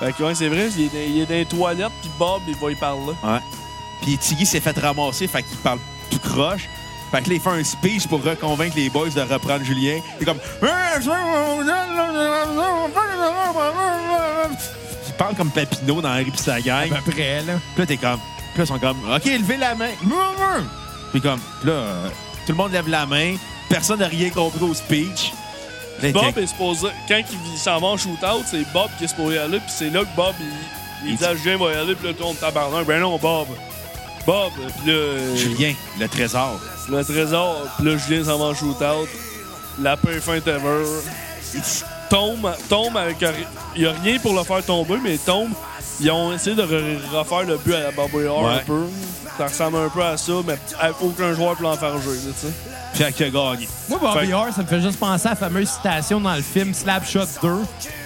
Speaker 4: Fait que, ouais, c'est vrai, il est, dans, il est dans les toilettes, puis Bob, il va y parler.
Speaker 1: Ouais. Puis Tiggy s'est fait ramasser, fait qu'il parle tout croche. Fait que là, il fait un speech pour reconvaincre les boys de reprendre Julien. Il est comme... Il parle comme Papineau dans Harry pis sa gang.
Speaker 3: À peu près, Ben, là.
Speaker 1: Puis là, t'es comme... Puis là, ils sont comme... OK, levez la main. Puis comme... Puis là, euh, tout le monde lève la main. Personne n'a rien compris au speech. Là, il était-
Speaker 3: ben,
Speaker 4: Bob est supposé. Quand il, il s'en va en shootout, c'est Bob qui est supposé y aller, puis c'est là que Bob, il, il
Speaker 1: Il
Speaker 4: dit à Julien, va y aller, puis là, tourne tabarnak. Ben non, Bob. Bob, puis là.
Speaker 1: Julien, le trésor.
Speaker 4: Le trésor, pis là, Julien s'en va en shootout. La peur fin ever. Tombe, tombe avec. un- Il n'y a rien pour le faire tomber, mais tombe. Ils ont essayé de re- refaire le but à la Bobby Orr
Speaker 1: Ouais.
Speaker 4: un peu. Ça ressemble un peu à ça, mais à- aucun joueur peut l'en faire jouer, là, tu sais.
Speaker 1: Fait qu'il a gagné.
Speaker 3: Moi, Bobby
Speaker 4: Fait-
Speaker 3: Orr, ça me fait juste penser à la fameuse citation dans le film Slapshot 2,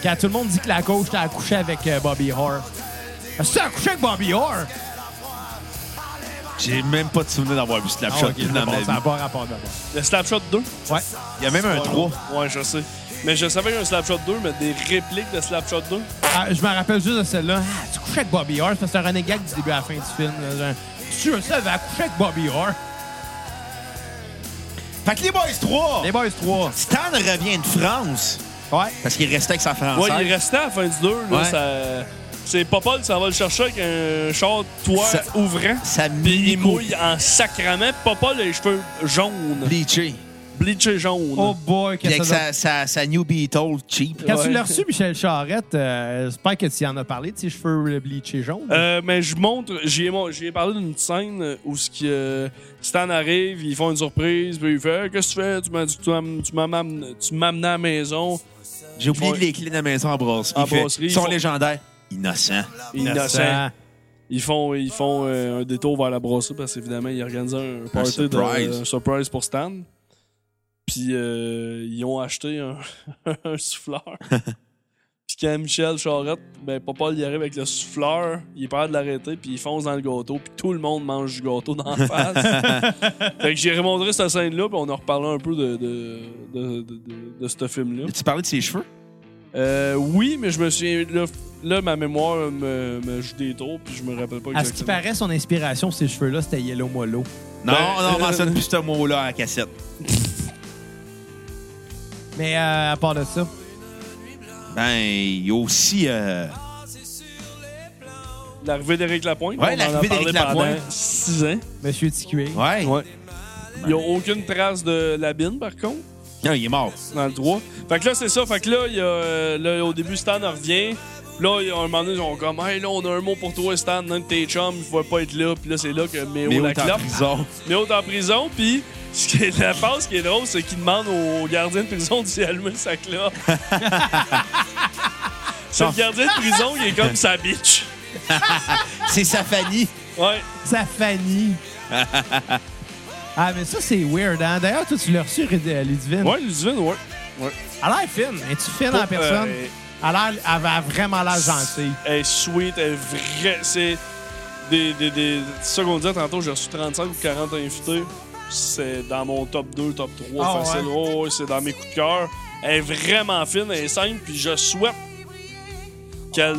Speaker 3: quand tout le monde dit que la coach t'a accouché avec euh, Bobby Orr. Ah, Est-ce que t'as accouché avec Bobby Orr?
Speaker 1: J'ai même pas de souvenir d'avoir vu Slapshot
Speaker 3: Ah, ok,
Speaker 1: dans
Speaker 3: bon,
Speaker 1: ma
Speaker 3: ça n'a
Speaker 1: vie.
Speaker 3: pas rapport d'abord.
Speaker 4: Le Slapshot 2.
Speaker 3: Ouais.
Speaker 1: Il y a même un 3.
Speaker 4: Ouais, je sais. Mais je savais qu'il y a un Slapshot 2, mais des répliques de Slapshot 2.
Speaker 3: Ah, je me rappelle juste de celle-là. Ah, tu couches avec Bobby Orr, parce que c'est un renégat du début à la fin du film. là, genre, Tu le savais, accoucher avec Bobby Orr.
Speaker 1: Fait que les boys 3!
Speaker 3: Les Boys 3.
Speaker 1: Stan revient de France
Speaker 3: Ouais.
Speaker 1: parce qu'il restait avec sa
Speaker 4: Ouais,
Speaker 1: française.
Speaker 4: il restait à la fin du 2, là.
Speaker 1: Ouais.
Speaker 4: ça- C'est Popol, ça va le chercher avec un char toit
Speaker 1: Ça-
Speaker 4: ouvrant.
Speaker 1: Sa
Speaker 4: Puis
Speaker 1: mini
Speaker 4: il mouille en sacrament. Papa, les cheveux jaunes.
Speaker 1: bleachée.
Speaker 4: Bleaché jaune.
Speaker 3: Oh boy,
Speaker 1: Puis
Speaker 3: qu'est-ce
Speaker 1: avec
Speaker 3: que ça... Ben,
Speaker 1: sa, sa, sa New Beetle cheap.
Speaker 3: Quand tu
Speaker 4: Ouais.
Speaker 3: l'as reçu, Michel Charette, euh, j'espère que tu y en as parlé de ses cheveux bleachés jaunes.
Speaker 4: Euh, mais je montre, j'y ai, mon- j'y ai parlé d'une scène où ce qui, euh, Stan arrive, ils font une surprise, puis il fait Hey, Qu'est-ce que tu fais Tu m'as dit- tu m'am- tu m'am- am- tu m'as amené à la maison.
Speaker 1: J'ai oublié
Speaker 4: Ouais.
Speaker 1: les clés de la maison en brasserie.
Speaker 4: En
Speaker 1: Il fait,
Speaker 4: brasserie,
Speaker 1: Ils sont
Speaker 4: ils font-
Speaker 1: légendaires. Innocents.
Speaker 4: Innocent. Ils font, ils font euh, un détour vers la brasserie parce qu'évidemment, ils organisent un party de
Speaker 1: surprise.
Speaker 4: un surprise pour Stan. Puis euh, ils ont acheté un, un souffleur. puis quand Michel Charette, ben, papa, il arrive avec le souffleur, il perd de l'arrêter, puis il fonce dans le gâteau, puis tout le monde mange du gâteau dans la face. fait que j'ai remontré cette scène-là, puis on a reparlé un peu de, de, de, de, de- de ce film-là.
Speaker 1: Tu parlais de ses cheveux?
Speaker 4: Euh, oui, mais je me suis. Là, là, ma mémoire me, me joue des tours, puis je me rappelle pas
Speaker 3: À ce qui
Speaker 4: exactement.
Speaker 3: paraît, son inspiration pour ses cheveux-là, c'était Yellow Molo.
Speaker 1: Non,
Speaker 4: Ben,
Speaker 1: non, on
Speaker 4: euh,
Speaker 1: mentionne plus ce mot-là à la cassette.
Speaker 3: Mais euh, à part de ça,
Speaker 1: Ben, il y a aussi... euh,
Speaker 4: L'arrivée d'Éric Lapointe.
Speaker 1: Ouais,
Speaker 4: on en a
Speaker 1: l'arrivée d'Éric
Speaker 4: parlé pendant
Speaker 1: Lapointe.
Speaker 4: six ans.
Speaker 3: Monsieur TQA.
Speaker 1: Ouais.
Speaker 4: Ouais. Il n'y a aucune trace de la bine, par contre,
Speaker 1: Non, il est mort.
Speaker 4: dans le 3. Fait que là, c'est ça. Fait que là, il y a, euh, là, au début, Stan revient. Là, il y a un moment donné, ils sont comme, hey, là, on a un mot pour toi, Stan, un de tes chums, il faut pas être là. Puis là, c'est là que Méo,
Speaker 1: Mais
Speaker 4: la
Speaker 1: au temps en
Speaker 4: claque.
Speaker 1: prison.
Speaker 4: Méo est en prison, puis ce qui est- la phase qui est drôle, c'est qu'il demande au gardien de prison d'y allumer sa clope. c'est le gardien de prison, il est comme sa bitch.
Speaker 1: C'est sa Fanny.
Speaker 4: Ouais.
Speaker 3: Sa Fanny. ah, mais ça, c'est weird, hein? D'ailleurs, toi, tu l'as reçu, Red- euh, Ludivine.
Speaker 4: Ouais, Ludivine, ouais.
Speaker 3: Elle a l'air fine. Es-tu fine en
Speaker 4: Pas-
Speaker 3: personne?
Speaker 4: euh,
Speaker 3: Elle a l'air- elle a vraiment l'air gentille.
Speaker 4: Elle est sweet, elle est vraie. C'est des, des, des- C'est ça qu'on disait tantôt, j'ai reçu 35 ou 40 invités. C'est dans mon top 2, top 3
Speaker 3: Ah,
Speaker 4: facile. Oh, ouais, c'est dans mes coups de cœur. Elle est vraiment fine, elle est simple, puis je souhaite qu'elle.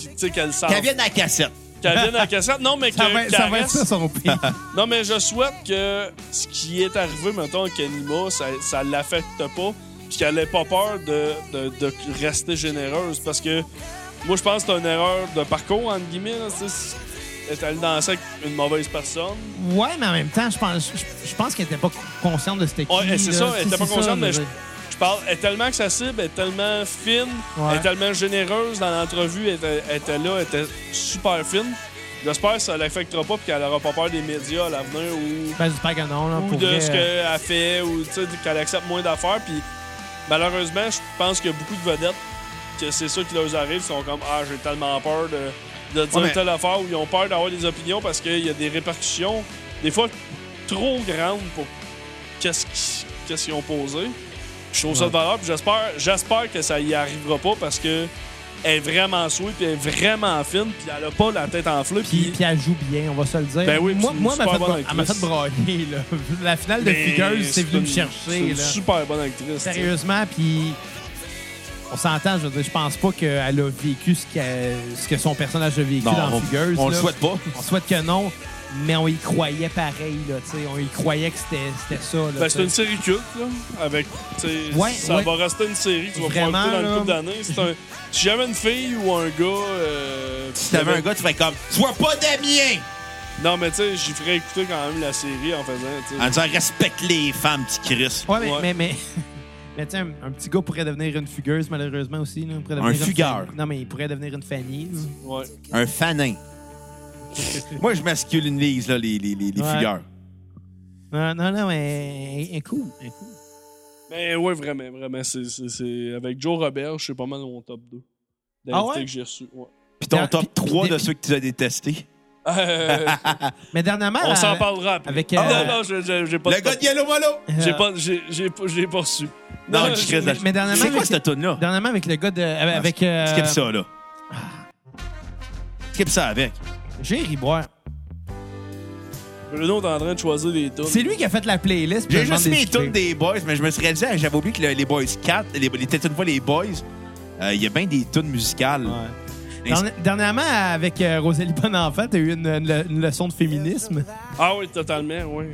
Speaker 4: tu sais, qu'elle s'en-
Speaker 1: Qu'elle vienne à la cassette.
Speaker 4: qu'elle vienne à la cassette. Non, mais que-
Speaker 3: Ça va,
Speaker 4: qu'elle
Speaker 3: ça va être
Speaker 4: reste-
Speaker 3: ça, son pire.
Speaker 4: non, mais je souhaite que ce qui est arrivé, mettons, à Kanima, ça, ça l'affecte pas. Puis qu'elle ait pas peur de, de- de rester généreuse. Parce que moi, je pense que c'est une erreur de parcours, entre guillemets. là, tu sais, Est allée danser avec une mauvaise personne.
Speaker 3: ouais, mais en même temps, je pense, je, je pense qu'elle n'était pas consciente de c'était qui.
Speaker 4: Ouais, c'est
Speaker 3: là.
Speaker 4: ça,
Speaker 3: Tu sais,
Speaker 4: elle était pas
Speaker 3: c'est
Speaker 4: consciente,
Speaker 3: je
Speaker 4: mais je,
Speaker 3: veux
Speaker 4: je parle. Elle est tellement accessible, elle est tellement fine,
Speaker 3: Ouais.
Speaker 4: elle est tellement généreuse dans l'entrevue, elle, était- elle était là, elle était super fine. J'espère que ça l'affectera pas et qu'elle aura pas peur des médias à l'avenir ou
Speaker 3: Ben, j'espère que non, là,
Speaker 4: ou
Speaker 3: pour
Speaker 4: de
Speaker 3: vrai,
Speaker 4: ce
Speaker 3: euh,
Speaker 4: qu'elle a fait, ou tu sais, qu'elle accepte moins d'affaires. Puis malheureusement, je pense qu'il y a beaucoup de vedettes que c'est ça qui leur arrive, sont comme Ah, j'ai tellement peur de, de dire
Speaker 1: Ouais, mais-
Speaker 4: telle affaire, ou ils ont peur d'avoir des opinions parce qu'il y a des répercussions, des fois trop grandes pour qu'est-ce qui- qu'est-ce qu'ils ont posé. Je trouve ça de valeur, puis j'espère, j'espère que ça y arrivera pas parce que. Elle est vraiment sweet, puis elle est vraiment fine, puis elle a pas la tête enflée.
Speaker 3: Puis,
Speaker 4: Puis
Speaker 3: puis elle joue bien, on va se le dire.
Speaker 4: Ben oui,
Speaker 3: moi,
Speaker 4: puis c'est
Speaker 3: moi
Speaker 4: une
Speaker 3: elle m'a fait,
Speaker 4: super bonne
Speaker 3: bra- elle m'a fait
Speaker 4: actrice.
Speaker 3: brailler. Là. La finale de
Speaker 4: Mais
Speaker 3: Figueuse, c'est venu me
Speaker 4: une- Ben, C'est
Speaker 3: chercher.
Speaker 4: une
Speaker 3: Là.
Speaker 4: super bonne actrice. tu sais.
Speaker 3: Sérieusement, puis on s'entend, je veux dire, je pense pas qu'elle a vécu ce, qu'elle- ce que son personnage a vécu dans
Speaker 1: on,
Speaker 3: Figueuse.
Speaker 1: on le
Speaker 3: là.
Speaker 1: souhaite pas.
Speaker 3: On souhaite que non, mais on y croyait pareil, là, tu sais. On y croyait que c'était c'était ça, là.
Speaker 4: Ben,
Speaker 3: tu
Speaker 4: c'est
Speaker 3: sais.
Speaker 4: une série culte, là. Avec, tu sais,
Speaker 3: Ouais,
Speaker 4: ça
Speaker 3: ouais.
Speaker 4: va rester une série, tu vas pouvoir
Speaker 3: Vraiment,
Speaker 4: écouter dans
Speaker 3: là.
Speaker 4: une couple d'années. C'est un- Si j'avais une fille ou un gars. euh,
Speaker 1: Si t'avais un gars, tu ferais comme Sois pas Damien!
Speaker 4: Non, mais tu sais, j'y ferais écouter quand même la série en faisant. tu
Speaker 3: Ah.
Speaker 4: sais.
Speaker 1: En disant respecte les femmes, petit Chris.
Speaker 3: Ouais, mais,
Speaker 4: Ouais.
Speaker 3: mais, mais, mais tu sais, un, un petit gars pourrait devenir une fugueuse, malheureusement, aussi. Là. Il pourrait
Speaker 1: Un
Speaker 3: devenir une
Speaker 1: fugueur.
Speaker 3: fan- Non, mais il pourrait devenir une fanny. là.
Speaker 4: Ouais.
Speaker 1: Un fanin. Moi, je masculinise là, les, les, les, les
Speaker 3: Ouais.
Speaker 1: figures.
Speaker 3: Non, non, non, mais un- un coup. un coup.
Speaker 4: Mais Ben, ouais, vraiment, vraiment. c'est- C'est c'est- Avec Joe Robert, je suis pas mal dans mon top 2.
Speaker 3: Ah
Speaker 4: d'invités
Speaker 3: ouais?
Speaker 4: que j'ai reçu. Ouais.
Speaker 1: Puis ton
Speaker 3: Puis-
Speaker 1: top
Speaker 3: puis-
Speaker 1: 3 de
Speaker 3: puis-
Speaker 1: ceux que tu as détestés.
Speaker 4: Euh,
Speaker 3: Mais dernièrement,
Speaker 4: on s'en
Speaker 3: avec-
Speaker 4: parlera après.
Speaker 3: avec,
Speaker 4: Ah,
Speaker 3: euh,
Speaker 4: non, non, je- je- j'ai pas.
Speaker 1: Le
Speaker 4: de-
Speaker 1: gars de Yellow Molo!
Speaker 3: euh,
Speaker 4: J'ai pas, j'ai, j'ai pas, j'ai pas reçu.
Speaker 1: Non,
Speaker 4: je-
Speaker 1: je Chris.
Speaker 3: mais- mais dernièrement,
Speaker 1: C'est quoi
Speaker 3: avec-
Speaker 1: cette tune là
Speaker 3: Dernièrement, avec le gars de.
Speaker 4: Ah,
Speaker 3: euh, Avec. euh,
Speaker 1: Skip ça, là. Skip ça avec.
Speaker 3: Jerry Boire.
Speaker 4: Bruno, t'es en train de choisir des tunes.
Speaker 3: C'est lui qui a fait la playlist. puis
Speaker 1: J'ai
Speaker 3: je demande
Speaker 1: juste mis les
Speaker 3: d'écouter.
Speaker 1: tunes des boys, mais je me suis réalisé, ah, j'avais oublié que le- les boys 4, les, les Tetons pas les boys, euh, il y a bien des tunes musicales.
Speaker 3: Ouais. Derni- Dernièrement, avec euh, Rosalie Bonenfant, t'as eu une, une- une leçon de féminisme.
Speaker 4: Ah oui, totalement, ouais.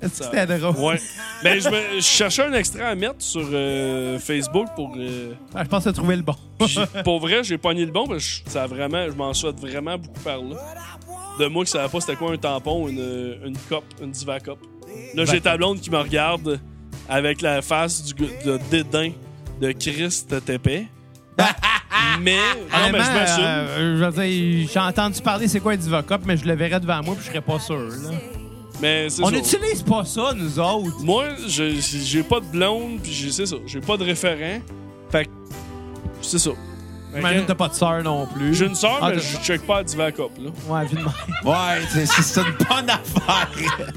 Speaker 3: Est-ce que
Speaker 4: Ça-
Speaker 3: c'était drôle?
Speaker 4: Ouais. Mais Ben, je, me- je cherchais un extrait à mettre sur euh, Facebook pour. euh,
Speaker 3: Ah, je pense que t'as trouvé le bon.
Speaker 4: puis pour vrai, j'ai pogné le bon parce que je- ça a vraiment, je m'en souhaite vraiment beaucoup par là. De moi qui savais pas c'était quoi un tampon, une, euh, une cop, une diva cop. Là, j'ai ta blonde qui me regarde avec la face du gars- de dédain de Christ Tépé. mais, non, Ah, mais je
Speaker 3: Honnêtement,
Speaker 4: m'assume.
Speaker 3: euh, je veux dire, j'ai entendu parler c'est quoi un divocop, mais je le verrais devant moi puis je serais pas sûr. là.
Speaker 4: mais c'est
Speaker 3: On
Speaker 4: ça.
Speaker 3: n'utilise pas ça, nous autres.
Speaker 4: Moi, je- j'ai pas de blonde, puis j'ai- c'est ça, j'ai pas de référent. Fait que, c'est ça. Fait que-
Speaker 3: J'imagine que t'as pas de sœur non plus.
Speaker 4: J'ai une sœur,
Speaker 3: Ah,
Speaker 4: mais
Speaker 3: t'as-
Speaker 4: je check pas à Divan Cup, là.
Speaker 3: Ouais, vu de même.
Speaker 1: Ouais, c'est- c'est c'est une bonne affaire.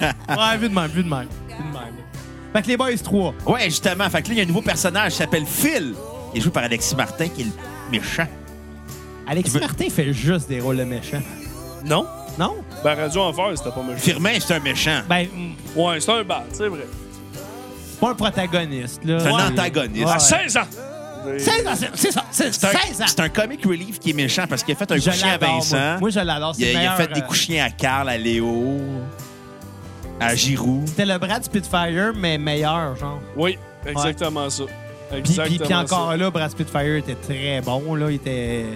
Speaker 3: Ouais, vu de même, vu de même. Vu de même. Fait que les boys 3.
Speaker 1: ouais, justement. Fait que là, il y a un nouveau personnage qui s'appelle Phil, qui est joué par Alexis Martin, qui est le méchant.
Speaker 3: Alex
Speaker 1: veux-
Speaker 3: Martin fait juste des rôles de méchants.
Speaker 4: Non?
Speaker 3: Non?
Speaker 4: Ben, Radio Enfer, c'était pas mal.
Speaker 1: Firmin, c'est un méchant.
Speaker 3: Ben, mm,
Speaker 4: Ouais, c'est un bad, c'est vrai.
Speaker 3: c'est pas un protagoniste, là.
Speaker 1: C'est un
Speaker 3: Ouais.
Speaker 1: antagoniste.
Speaker 4: À
Speaker 3: Ouais.
Speaker 4: 16 ans!
Speaker 3: 16 ans, c'est- c'est ça, c'est
Speaker 1: C'est un-
Speaker 3: 16 ans.
Speaker 1: C'est un comic relief qui est méchant parce qu'il a fait un
Speaker 3: Je
Speaker 1: couchien à
Speaker 3: l'adore,
Speaker 1: Vincent.
Speaker 3: Moi, Moi, je l'adore.
Speaker 1: il,
Speaker 3: C'est
Speaker 1: a,
Speaker 3: le
Speaker 1: il a
Speaker 3: meilleur,
Speaker 1: fait des
Speaker 3: euh,
Speaker 1: couchiens à Carl, à Léo, à Giroud.
Speaker 3: C'était le Brad Spitfire, mais meilleur, genre.
Speaker 4: Oui, exactement ça.
Speaker 3: Puis,
Speaker 4: Exactement
Speaker 3: puis, puis encore
Speaker 4: ça.
Speaker 3: là, Brad Spitfire était très bon, là. Il était.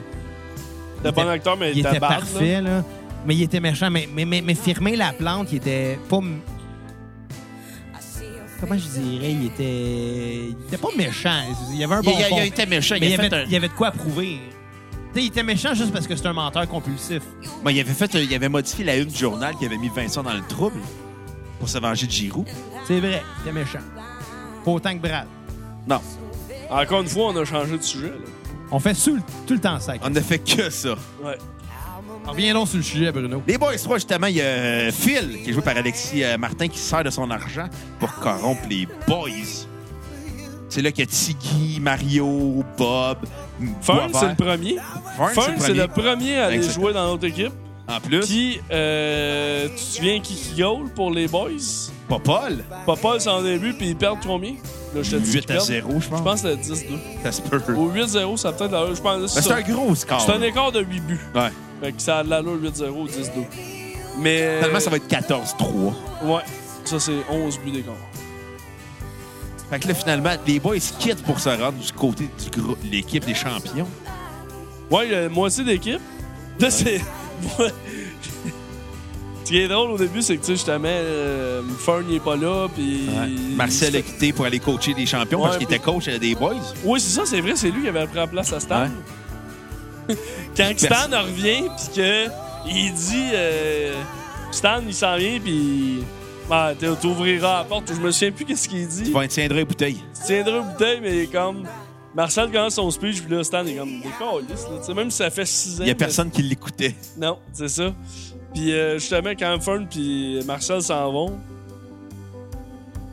Speaker 4: T'es bon acteur, mais
Speaker 3: il
Speaker 4: t'es
Speaker 3: était
Speaker 4: bad, là.
Speaker 3: parfait, là. Mais il était méchant. Mais, mais, mais, mais Firmin Laplante, il était pas. m- comment je dirais, il était, il était pas méchant. Il y avait un
Speaker 1: Il,
Speaker 3: bon
Speaker 1: il- il
Speaker 3: fond.
Speaker 1: était méchant.
Speaker 3: Mais
Speaker 1: il,
Speaker 3: il,
Speaker 1: a
Speaker 3: avait,
Speaker 1: fait un-
Speaker 3: il avait de quoi prouver. Tu sais, il était méchant juste parce que c'est un menteur compulsif.
Speaker 1: Bon, il avait fait, il avait modifié la une du journal qui avait mis Vincent dans le trouble pour se venger de Giroud.
Speaker 3: C'est vrai, il était méchant. Pas autant que Brad.
Speaker 1: Non,
Speaker 4: Encore une fois, on a changé de sujet. Là.
Speaker 3: On fait sous le- tout le temps ça.
Speaker 1: on ne fait que ça.
Speaker 4: Ouais.
Speaker 1: Ah.
Speaker 3: Reviens-donc sur le sujet, Bruno.
Speaker 1: Les Boys 3, justement, il y a euh, Phil, qui est joué par Alexis euh, Martin, qui sert de son argent pour corrompre les Boys. C'est là qu'il y a Tiggy, Mario, Bob,
Speaker 4: Fern,
Speaker 1: Boisvert.
Speaker 4: c'est le premier.
Speaker 1: Fern,
Speaker 4: Fern, c'est le premier à aller
Speaker 1: Exactement.
Speaker 4: jouer dans notre équipe.
Speaker 1: En plus,
Speaker 4: Puis, euh, tu te souviens qui qui goal pour les boys?
Speaker 1: pas Paul.
Speaker 4: Papa, c'est en début, puis ils perdent combien? Là, je te dis qu'ils
Speaker 1: 8 à
Speaker 4: perdent.
Speaker 1: 0, je pense.
Speaker 4: Je pense que c'était 10-2.
Speaker 1: Ça se peut.
Speaker 4: Au 8-0, ça a peut-être l'allure. Je pense
Speaker 1: Mais
Speaker 4: c'est
Speaker 1: c'est
Speaker 4: Oh, ça.
Speaker 1: un gros score.
Speaker 4: C'est un écart de 8 buts.
Speaker 1: Ouais.
Speaker 4: Fait que ça a de l'allure 8-0, 10-2. Mais.
Speaker 1: Finalement, ça va être 14-3.
Speaker 4: Ouais. Ça, c'est 11 buts d'écart.
Speaker 1: Fait que là, finalement, les Boys quittent pour se rendre du côté du groupe, l'équipe des champions.
Speaker 4: Ouais, il y a la moitié d'équipe. Là, c'est. Ce qui est drôle au début, c'est que, tu sais, justement, euh, Fern n'est pas là, puis.
Speaker 1: Marcel a quitté pour aller coacher les champions parce
Speaker 4: Ouais,
Speaker 1: qu'il
Speaker 4: puis-
Speaker 1: était coach euh, des Boys.
Speaker 4: Oui, c'est ça, c'est vrai, c'est lui qui avait pris la place à Stan.
Speaker 1: Ouais.
Speaker 4: Quand Stan
Speaker 1: Merci.
Speaker 4: revient, puis que il dit euh, Stan, il s'en vient, puis ah, t'es- t'ouvriras la porte. Je me souviens plus qu'est-ce qu'il dit.
Speaker 1: Tu vas tiendra les bouteilles.
Speaker 4: Tu tiendras une bouteille, mais il est comme Marcel commence son speech, puis là Stan est comme décaliste. là. Tu sais, même si ça fait 6 ans.
Speaker 1: Il n'y a
Speaker 4: que-
Speaker 1: personne qui l'écoutait.
Speaker 4: Non, c'est ça. Puis euh, justement, quand Fern puis Marcel s'en vont,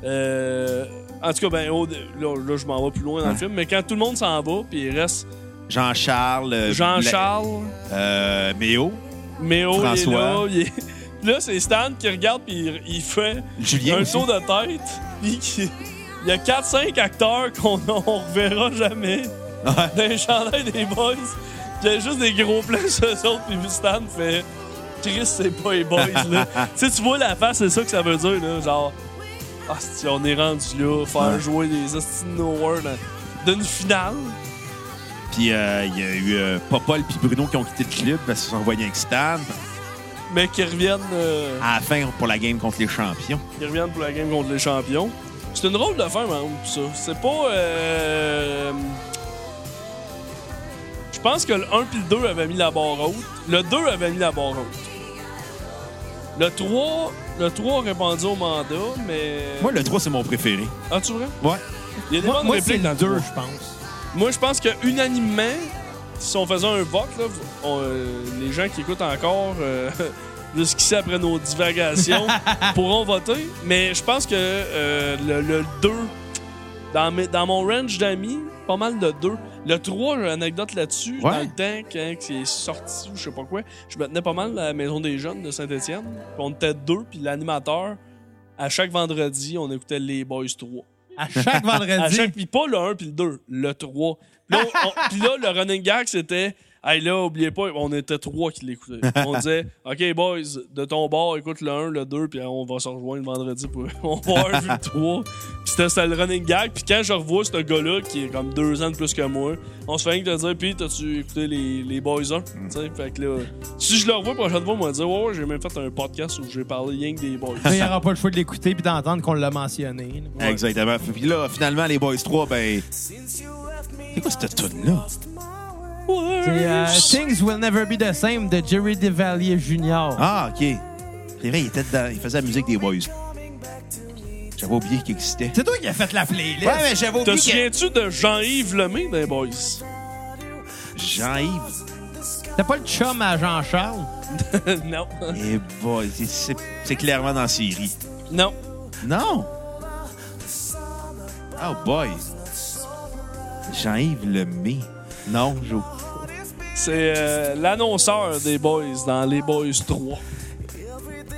Speaker 4: euh, en tout cas, ben, au- là, là, je m'en vais plus loin dans le
Speaker 1: Ouais. Euh,
Speaker 4: film, mais quand tout le monde s'en va, puis il reste
Speaker 1: Jean-Charles. euh,
Speaker 4: Jean-Charles,
Speaker 1: la- Euh, Méo.
Speaker 4: Méo, il est là.
Speaker 1: François.
Speaker 4: il est- Là, c'est Stan qui regarde, puis il, il fait
Speaker 1: Julien.
Speaker 4: un
Speaker 1: aussi.
Speaker 4: saut de tête. Puis qui- il y a 4-5 acteurs qu'on on reverra jamais
Speaker 1: Ouais.
Speaker 4: dans les chandails des boys. Puis il y a juste des gros plans sur eux autres, puis Stan fait Chris, c'est pas les boys, là. tu sais, tu vois la face, c'est ça que ça veut dire, là. Genre, ah, si on est rendu là, faire
Speaker 1: Ouais.
Speaker 4: jouer des hosties de Nowhere dans- d'une finale.
Speaker 1: Puis euh, il y a eu euh, Popol puis Bruno qui ont quitté le club parce qu'ils sont envoyés avec Stan.
Speaker 4: Mais qui reviennent. euh,
Speaker 1: À la fin, pour la game contre les champions.
Speaker 4: Ils reviennent pour la game contre les champions. C'est une drôle de fin, man, ça. C'est pas. euh, Je pense que le 1 puis le 2 avaient mis la barre haute. Le 2 avait mis la barre haute. Le 3, le 3 répondit au mandat, mais.
Speaker 1: Moi, le 3, c'est mon préféré.
Speaker 4: As-tu vrai?
Speaker 1: Ouais.
Speaker 4: Il y a des
Speaker 3: Moi,
Speaker 4: bonnes
Speaker 3: moi, c'est
Speaker 4: répliques dans
Speaker 3: le
Speaker 4: le
Speaker 3: 2,
Speaker 4: deux.
Speaker 3: je pense.
Speaker 4: Moi, je pense que unanimement, si on faisait un vote, là, on, euh, les gens qui écoutent encore euh, jusqu'ici après nos divagations pourront voter. Mais je pense que euh, le, 2, dans, mes- dans mon range d'amis, pas mal le 2. Le 3, j'ai une anecdote là-dessus.
Speaker 1: Ouais.
Speaker 4: Dans le temps, quand il est sorti ou je sais pas quoi, je me tenais pas mal à la Maison des Jeunes de Saint-Étienne. Puis On était deux, puis l'animateur, à chaque vendredi, on écoutait Les Boys 3.
Speaker 3: À chaque vendredi.
Speaker 4: À chaque, Ah, puis pas le 1 puis le 2, le 3. Là, on- on- puis là, le running gag, c'était. Hey, là, oubliez pas, on était trois qui l'écoutaient. On disait, OK, boys, de ton bord, écoute le 1, le 2, puis on va se rejoindre vendredi. Pour... On va avoir vu le 3. Puis c'était c'était le running gag. Puis quand je revois ce gars-là, qui est comme deux ans de plus que moi, on se fait rien que de dire, puis t'as-tu écouté les, les boys 1?
Speaker 3: Mm.
Speaker 4: Tu sais, fait que là, si je le revois la prochaine fois, on va dire, ouais, ouais, j'ai même fait un podcast où j'ai parlé rien que des boys.
Speaker 3: Là, Il n'y aura pas le choix de l'écouter puis d'entendre qu'on l'a mentionné.
Speaker 1: Ah.
Speaker 4: Ouais.
Speaker 1: Exactement. Puis là, finalement, les Boys 3, ben. C'est quoi cette tune-là?
Speaker 3: C'est euh, Things Will Never Be the Same de Jerry DeValier Jr.
Speaker 1: Ah, OK. C'est vrai, il, était dedans. il faisait la musique des Boys. J'avais oublié qu'il existait.
Speaker 3: C'est toi qui as fait la playlist.
Speaker 1: Ouais, mais j'avais
Speaker 4: Te
Speaker 1: oublié que...
Speaker 4: souviens-tu de Jean-Yves Lemay dans les boys?
Speaker 1: Jean-Yves.
Speaker 3: T'as pas le chum à Jean-Charles?
Speaker 4: non.
Speaker 1: Eh boy, c'est- c'est c'est clairement dans la série.
Speaker 4: Non.
Speaker 1: Non! Oh boy! Jean-Yves Lemay. Non, je...
Speaker 4: C'est euh, l'annonceur des Boys dans Les Boys 3.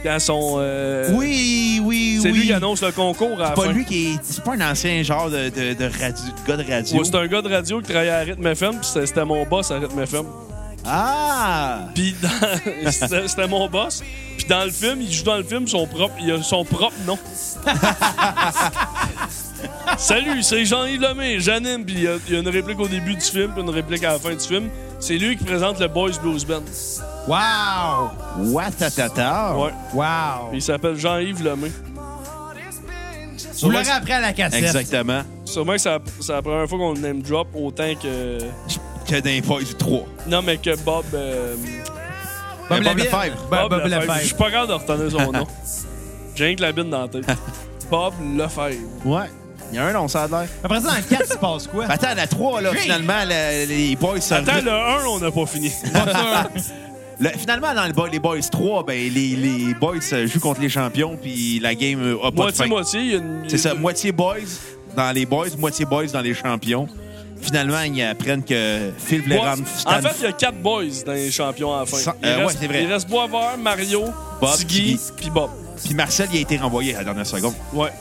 Speaker 4: Quand son. euh,
Speaker 1: Oui, oui,
Speaker 4: C'est
Speaker 1: oui.
Speaker 4: lui qui annonce le concours à la
Speaker 1: C'est pas
Speaker 4: fin.
Speaker 1: lui qui est... C'est pas un ancien genre de, de, de radio- de gars de radio.
Speaker 4: Ouais, c'est un gars de radio qui travaillait à Rhythm FM, puis c'était- c'était mon boss à Rhythm FM.
Speaker 1: Ah!
Speaker 4: Puis dans- c'était c'était mon boss. Puis dans le film, il joue dans le film son propre, il a son propre nom. Salut, c'est Jean-Yves Lemay, j'anime. Puis il y, a- il y a une réplique au début du film, puis une réplique à la fin du film. C'est lui qui présente le Boys Blues Band.
Speaker 3: Wow!
Speaker 1: Watatata!
Speaker 4: Ouais.
Speaker 3: Wow!
Speaker 4: Puis il s'appelle Jean-Yves Lemay.
Speaker 3: Vous l'aurez appris à la cassette.
Speaker 1: Exactement.
Speaker 4: Sûrement que c'est la- c'est la première fois qu'on le name drop autant que.
Speaker 1: Que d'un du 3.
Speaker 4: Non, mais que Bob. euh,
Speaker 1: Bob
Speaker 3: Lafayette.
Speaker 1: Lefebvre.
Speaker 3: Bob, Bob
Speaker 4: Lefebvre.
Speaker 3: Lefebvre.
Speaker 4: Je suis pas capable de retenir son nom. J'ai rien que la bine dans la tête. Bob Lefebvre.
Speaker 1: Ouais. Il y a un long, ça a l'air.
Speaker 3: Après ça, dans le 4, il se passe quoi? Ben,
Speaker 1: Ben, Attends, à la 3, là,
Speaker 3: Hey!
Speaker 1: finalement, la- les boys se
Speaker 4: Attends, le 1, on n'a pas fini.
Speaker 1: Le- finalement, dans le boy- les Boys 3, ben, les, les Boys euh, jouent contre les champions, puis la game euh, a pas de fin.
Speaker 4: Moitié-moitié, il y a une.
Speaker 1: C'est ça, moitié Boys dans les Boys, moitié Boys dans les champions. Finalement, ils apprennent que Phil
Speaker 4: Ouais.
Speaker 1: Vleram,
Speaker 4: En fait, il y a 4 boys dans les champions à la fin.
Speaker 1: Ça-
Speaker 4: il,
Speaker 1: euh, ouais,
Speaker 4: reste,
Speaker 1: c'est vrai.
Speaker 4: il reste Boisvert, Mario,
Speaker 1: Bob,
Speaker 4: Tiggy, puis Bob.
Speaker 1: puis Marcel, il a été renvoyé à la dernière seconde.
Speaker 4: Ouais.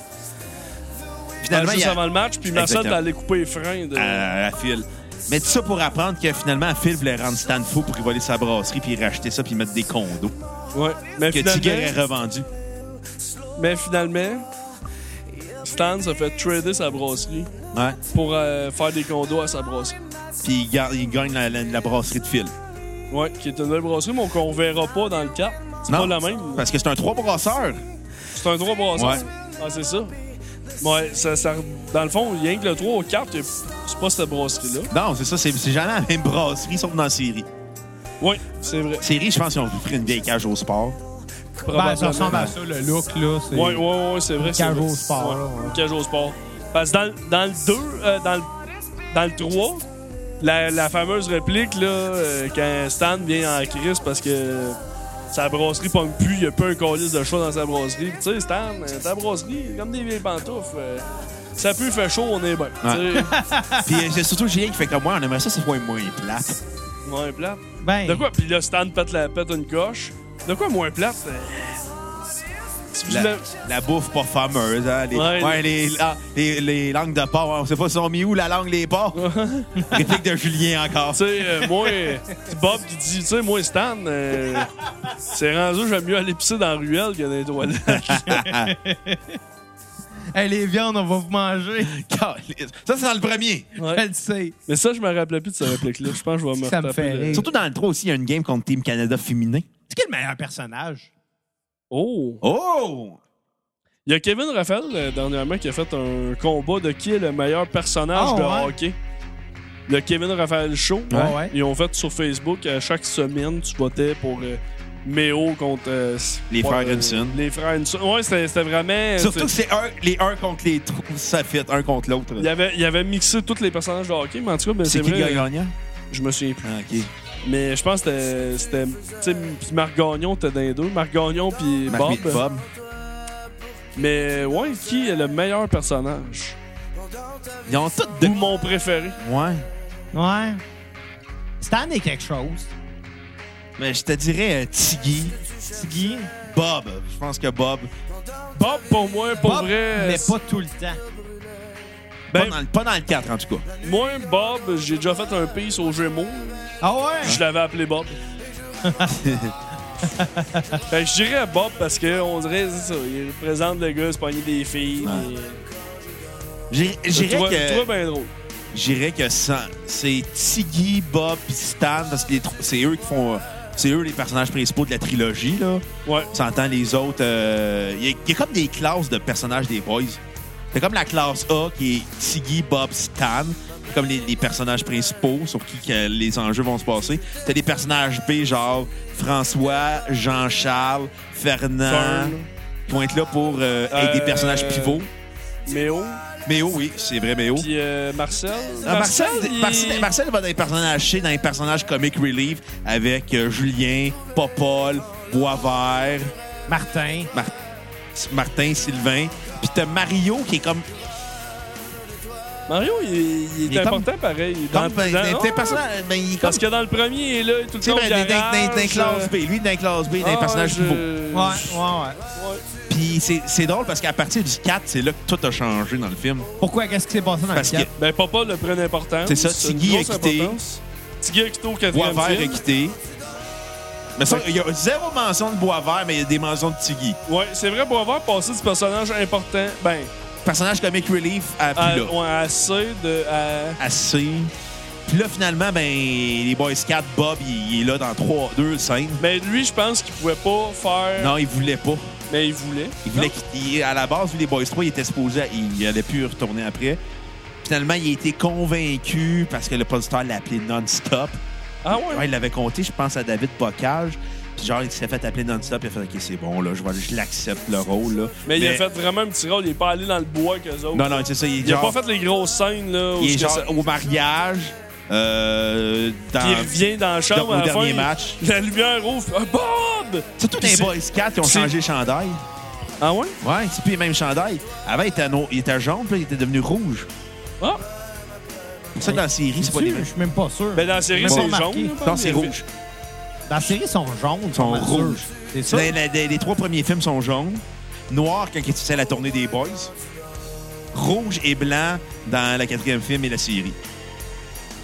Speaker 1: Finalement, il
Speaker 4: Ah, juste
Speaker 1: y a-
Speaker 4: avant le match, puis Marcel
Speaker 1: Exactement. Euh,
Speaker 4: d'aller couper les freins. De...
Speaker 1: à, à Phil. Mais tout ça pour apprendre que finalement, Phil voulait rendre Stan fou pour y voler sa brasserie, puis racheter ça, puis mettre des condos.
Speaker 4: Ouais. Mais
Speaker 1: Que Tigger est
Speaker 4: finalement,
Speaker 1: revendu.
Speaker 4: mais finalement, Stan se fait trader sa brasserie
Speaker 1: Ouais.
Speaker 4: pour euh, faire des condos à sa brasserie.
Speaker 1: Puis il, ga- il gagne la, la- la brasserie de Phil.
Speaker 4: Ouais, qui est une belle brasserie, mais qu'on verra pas dans le cap. C'est pas la même.
Speaker 1: Parce que c'est un trois brasseurs.
Speaker 4: C'est un 3 brasseur.
Speaker 1: Ouais.
Speaker 4: Ah, c'est ça. Ouais, ça, ça- dans le fond, rien que le 3 au 4, c'est pas cette brasserie-là.
Speaker 1: Non, c'est ça, c'est c'est jamais la même brasserie, sauf dans la série.
Speaker 4: Oui, c'est vrai.
Speaker 1: Série, je pense qu'ils ont pris une vieille cage au sport.
Speaker 3: Ben, ça
Speaker 4: Probablement.
Speaker 3: ressemble à ça, le look, là. c'est-
Speaker 4: Ouais, ouais, ouais, c'est vrai. c'est
Speaker 3: cage
Speaker 4: vrai.
Speaker 3: au sport,
Speaker 4: Ouais,
Speaker 3: là, ouais.
Speaker 4: une Cage au sport. Parce que dans, le- dans le 2, euh, dans, le, dans le 3, la, la fameuse réplique, là, euh, quand Stan vient en crise parce que sa brasserie pogne plus, il n'y a plus un calice de choix dans sa brasserie. Puis, Tu sais, Stan, euh, ta brasserie, comme des vieilles pantoufles. euh, ça pue, il fait chaud, on est bien. Tu sais,
Speaker 1: Puis euh, c'est surtout Julien qui fait comme moi, on aimerait ça, c'est moins moins plate.
Speaker 4: moins plate.
Speaker 3: Ben,
Speaker 4: De quoi? Puis là, Stan pète, la, pète une coche. De quoi moins plate? euh, si vous
Speaker 1: La,
Speaker 4: l'avez-
Speaker 1: la bouffe pas fameuse, hein. Les,
Speaker 4: Ouais.
Speaker 1: ouais, les, ah, les- les langues de porc, hein, on sait pas, ils ont mis où la langue des porcs? Réplique de Julien encore.
Speaker 4: Tu sais, euh, moi, euh, c'est Bob qui dit, tu sais, moi, Stan, euh, c'est rendu, j'aime mieux aller pisser dans la ruelle que dans les toilettes.
Speaker 3: hey, les viandes, on va vous manger.
Speaker 1: Caliste. Ça, c'est dans le premier.
Speaker 3: Je le sais.
Speaker 4: Mais ça, je me rappelais plus de cette réplique-là. Je pense que je vais me
Speaker 3: Ça me
Speaker 4: retaper
Speaker 3: fait
Speaker 4: le-
Speaker 3: rire.
Speaker 1: Surtout dans le 3 aussi, il y a une game contre Team Canada féminin.
Speaker 3: C'est qui le meilleur personnage?
Speaker 4: Oh!
Speaker 1: Oh!
Speaker 4: Il y a Kevin Raphaël, euh, dernièrement, qui a fait un combat de qui est le meilleur personnage
Speaker 3: Ah,
Speaker 4: de
Speaker 3: ouais.
Speaker 4: hockey. Le Kevin Raphaël Show.
Speaker 3: Ouais, ouais.
Speaker 4: Ils ont fait sur Facebook, à chaque semaine, tu votais pour euh, Méo contre... euh,
Speaker 1: Les
Speaker 4: ouais,
Speaker 1: frères
Speaker 4: euh,
Speaker 1: Henson.
Speaker 4: Les frères Henson. Ouais, c'était c'était vraiment...
Speaker 1: Surtout que c'est un- les uns contre les trous, ça fit un contre l'autre.
Speaker 4: Il y avait, il avait mixé tous les personnages de hockey, mais en tout cas, ben,
Speaker 1: C'est
Speaker 4: c'est
Speaker 1: qui le
Speaker 4: vrai,
Speaker 1: gars gagnant?
Speaker 4: je me souviens plus.
Speaker 1: Ah, OK.
Speaker 4: Mais je pense que c'était- c'était. Tu sais, puis Marc Gagnon était dans les deux. Marc Gagnon puis
Speaker 1: Marc
Speaker 4: Bob.
Speaker 1: Meet Bob.
Speaker 4: Mais ouais, qui est le meilleur personnage
Speaker 1: Ils ont tous
Speaker 4: Ou
Speaker 1: deux.
Speaker 4: mon préféré
Speaker 1: Ouais.
Speaker 3: Ouais. Stan est quelque chose.
Speaker 1: Mais je te dirais euh, Tiggy,
Speaker 3: Tiggy.
Speaker 1: Bob. Je pense que Bob.
Speaker 4: Bob, pour moi, pour
Speaker 3: Bob,
Speaker 4: vrai.
Speaker 3: mais
Speaker 4: c'est-
Speaker 3: pas tout le temps.
Speaker 1: Pas,
Speaker 4: Ben-
Speaker 1: dans, le- pas dans le 4, en tout cas.
Speaker 4: Moi, Bob, j'ai déjà fait un piece au jeu mot.
Speaker 3: Ah ouais?
Speaker 4: Je l'avais appelé Bob. Fait que je dirais Bob parce que on dirait, c'est ça, il représente le gars, se pogner des filles.
Speaker 1: Ouais.
Speaker 4: puis-
Speaker 1: J'ai- J'irais
Speaker 4: Toi- toi,
Speaker 1: que,
Speaker 4: ben drôle.
Speaker 1: j'irais que sans- c'est Tiggy, Bob puis Stan, parce que les trois- c'est eux qui font. euh, C'est eux les personnages principaux de la trilogie, là.
Speaker 4: Ouais.
Speaker 1: s'entend les autres. euh, Il y, a- il y a comme des classes de personnages des boys. C'est comme la classe A qui est Tiggy, Bob, Stan. C'est Comme les, les personnages principaux sur qui que les enjeux vont se passer. T'as des personnages B, genre François, Jean-Charles, Fernand,
Speaker 4: Fern.
Speaker 1: qui vont être là pour euh, être des
Speaker 4: Euh,
Speaker 1: personnages pivots.
Speaker 4: Méo.
Speaker 1: Méo, oui, c'est vrai, Méo.
Speaker 4: Puis euh, Marcel.
Speaker 1: Ah, Marcel,
Speaker 4: il-
Speaker 1: Marcel, Marcel va dans les personnages C, dans les personnages comic relief, avec euh, Julien, Popol, Boisvert,
Speaker 3: Martin.
Speaker 1: Mar- Martin, Sylvain. Puis t'as Mario qui est comme.
Speaker 4: Mario, il, il est,
Speaker 1: Il est comme-
Speaker 4: important pareil.
Speaker 1: comme
Speaker 4: Dans-
Speaker 1: ben,
Speaker 4: dans-
Speaker 1: ben,
Speaker 4: non,
Speaker 1: t'es personnage- ben, il est comme.
Speaker 4: Parce que dans le premier, il est là, il est tout le
Speaker 1: Tu sais,
Speaker 4: temps au
Speaker 1: ben, d'un- d'un-
Speaker 4: garage. euh, Ah,
Speaker 1: d'un classe B. Lui, d'un classe B, d'un personnage nouveau.
Speaker 3: Ouais, ouais, ouais.
Speaker 1: Puis c'est- c'est drôle parce qu'à partir du 4, c'est là que tout a changé dans le film.
Speaker 3: Pourquoi? Qu'est-ce qui s'est passé dans
Speaker 1: Parce
Speaker 3: le
Speaker 1: que
Speaker 3: cap?
Speaker 4: Ben, papa le prenait important.
Speaker 1: C'est ça,
Speaker 4: une
Speaker 1: Tiggy a
Speaker 4: grosse
Speaker 1: quitté.
Speaker 4: importance. Tiggy a quitté au quatrième
Speaker 1: Boisvert est
Speaker 4: film.
Speaker 1: quitté. Mais ça, il y a zéro mention de Boisvert, mais il y a des mentions de Tiggy.
Speaker 4: Ouais, c'est vrai, Boisvert passait du personnage important, ben,
Speaker 1: Personnage comic relief à
Speaker 4: à,
Speaker 1: plus là.
Speaker 4: ouais, à C, de, à...
Speaker 1: Assez. Puis là, finalement, ben, les Boys 4, Bob, il, il est là dans trois, deux scènes.
Speaker 4: Ben, lui, je pense qu'il pouvait pas faire...
Speaker 1: Non, il voulait pas.
Speaker 4: Mais il voulait.
Speaker 1: Il voulait qu'il- à la base, vu les Boys 3, il était supposé, à- il allait plus retourner après. Finalement, il a été convaincu parce que le producteur l'a appelé non-stop.
Speaker 4: Ah ouais?
Speaker 1: Ouais, il l'avait compté, je pense, à David Bocage. Puis genre, il s'est fait appeler non-stop. Il a fait OK, c'est bon, là, je, vais- je l'accepte le rôle. Là.
Speaker 4: Mais, il a fait vraiment un petit rôle. Il est pas allé dans le bois qu'eux autres.
Speaker 1: Non, non, c'est ça. Il, est
Speaker 4: Il a
Speaker 1: genre-
Speaker 4: pas fait les grosses scènes, là. où
Speaker 1: il est
Speaker 4: ce que
Speaker 1: genre
Speaker 4: ça-
Speaker 1: au mariage. euh, dans...
Speaker 4: Puis il revient dans la chambre
Speaker 1: Dans- au
Speaker 4: à la
Speaker 1: dernier
Speaker 4: fin,
Speaker 1: match.
Speaker 4: il- La lumière ouvre. Ah, Bob!
Speaker 1: C'est tous
Speaker 4: Puis
Speaker 1: les
Speaker 4: c'est-
Speaker 1: Boys 4 qui ont
Speaker 4: c'est-
Speaker 1: changé de chandail.
Speaker 4: Ah ouais?
Speaker 1: Ouais, c'est plus les mêmes chandails. Avant, il était, no- il était jaune, puis là, il était devenu rouge.
Speaker 4: Ah!
Speaker 1: Pour ça, dans la série, c'est pas les
Speaker 3: Je
Speaker 1: mêmes.
Speaker 3: suis même pas sûr.
Speaker 4: Ben, dans la série,
Speaker 3: Même
Speaker 4: c'est
Speaker 3: pas
Speaker 4: jaune.
Speaker 3: remarqué.
Speaker 4: là,
Speaker 1: Non, c'est
Speaker 4: il y avait-
Speaker 1: rouge.
Speaker 3: Dans la série, ils sont jaunes. Ils
Speaker 1: sont rouges.
Speaker 3: C'est ça?
Speaker 1: Les, les- les- les trois premiers films sont jaunes, noir quand c'est la tournée des Boys, rouge et blanc dans le quatrième film et la série.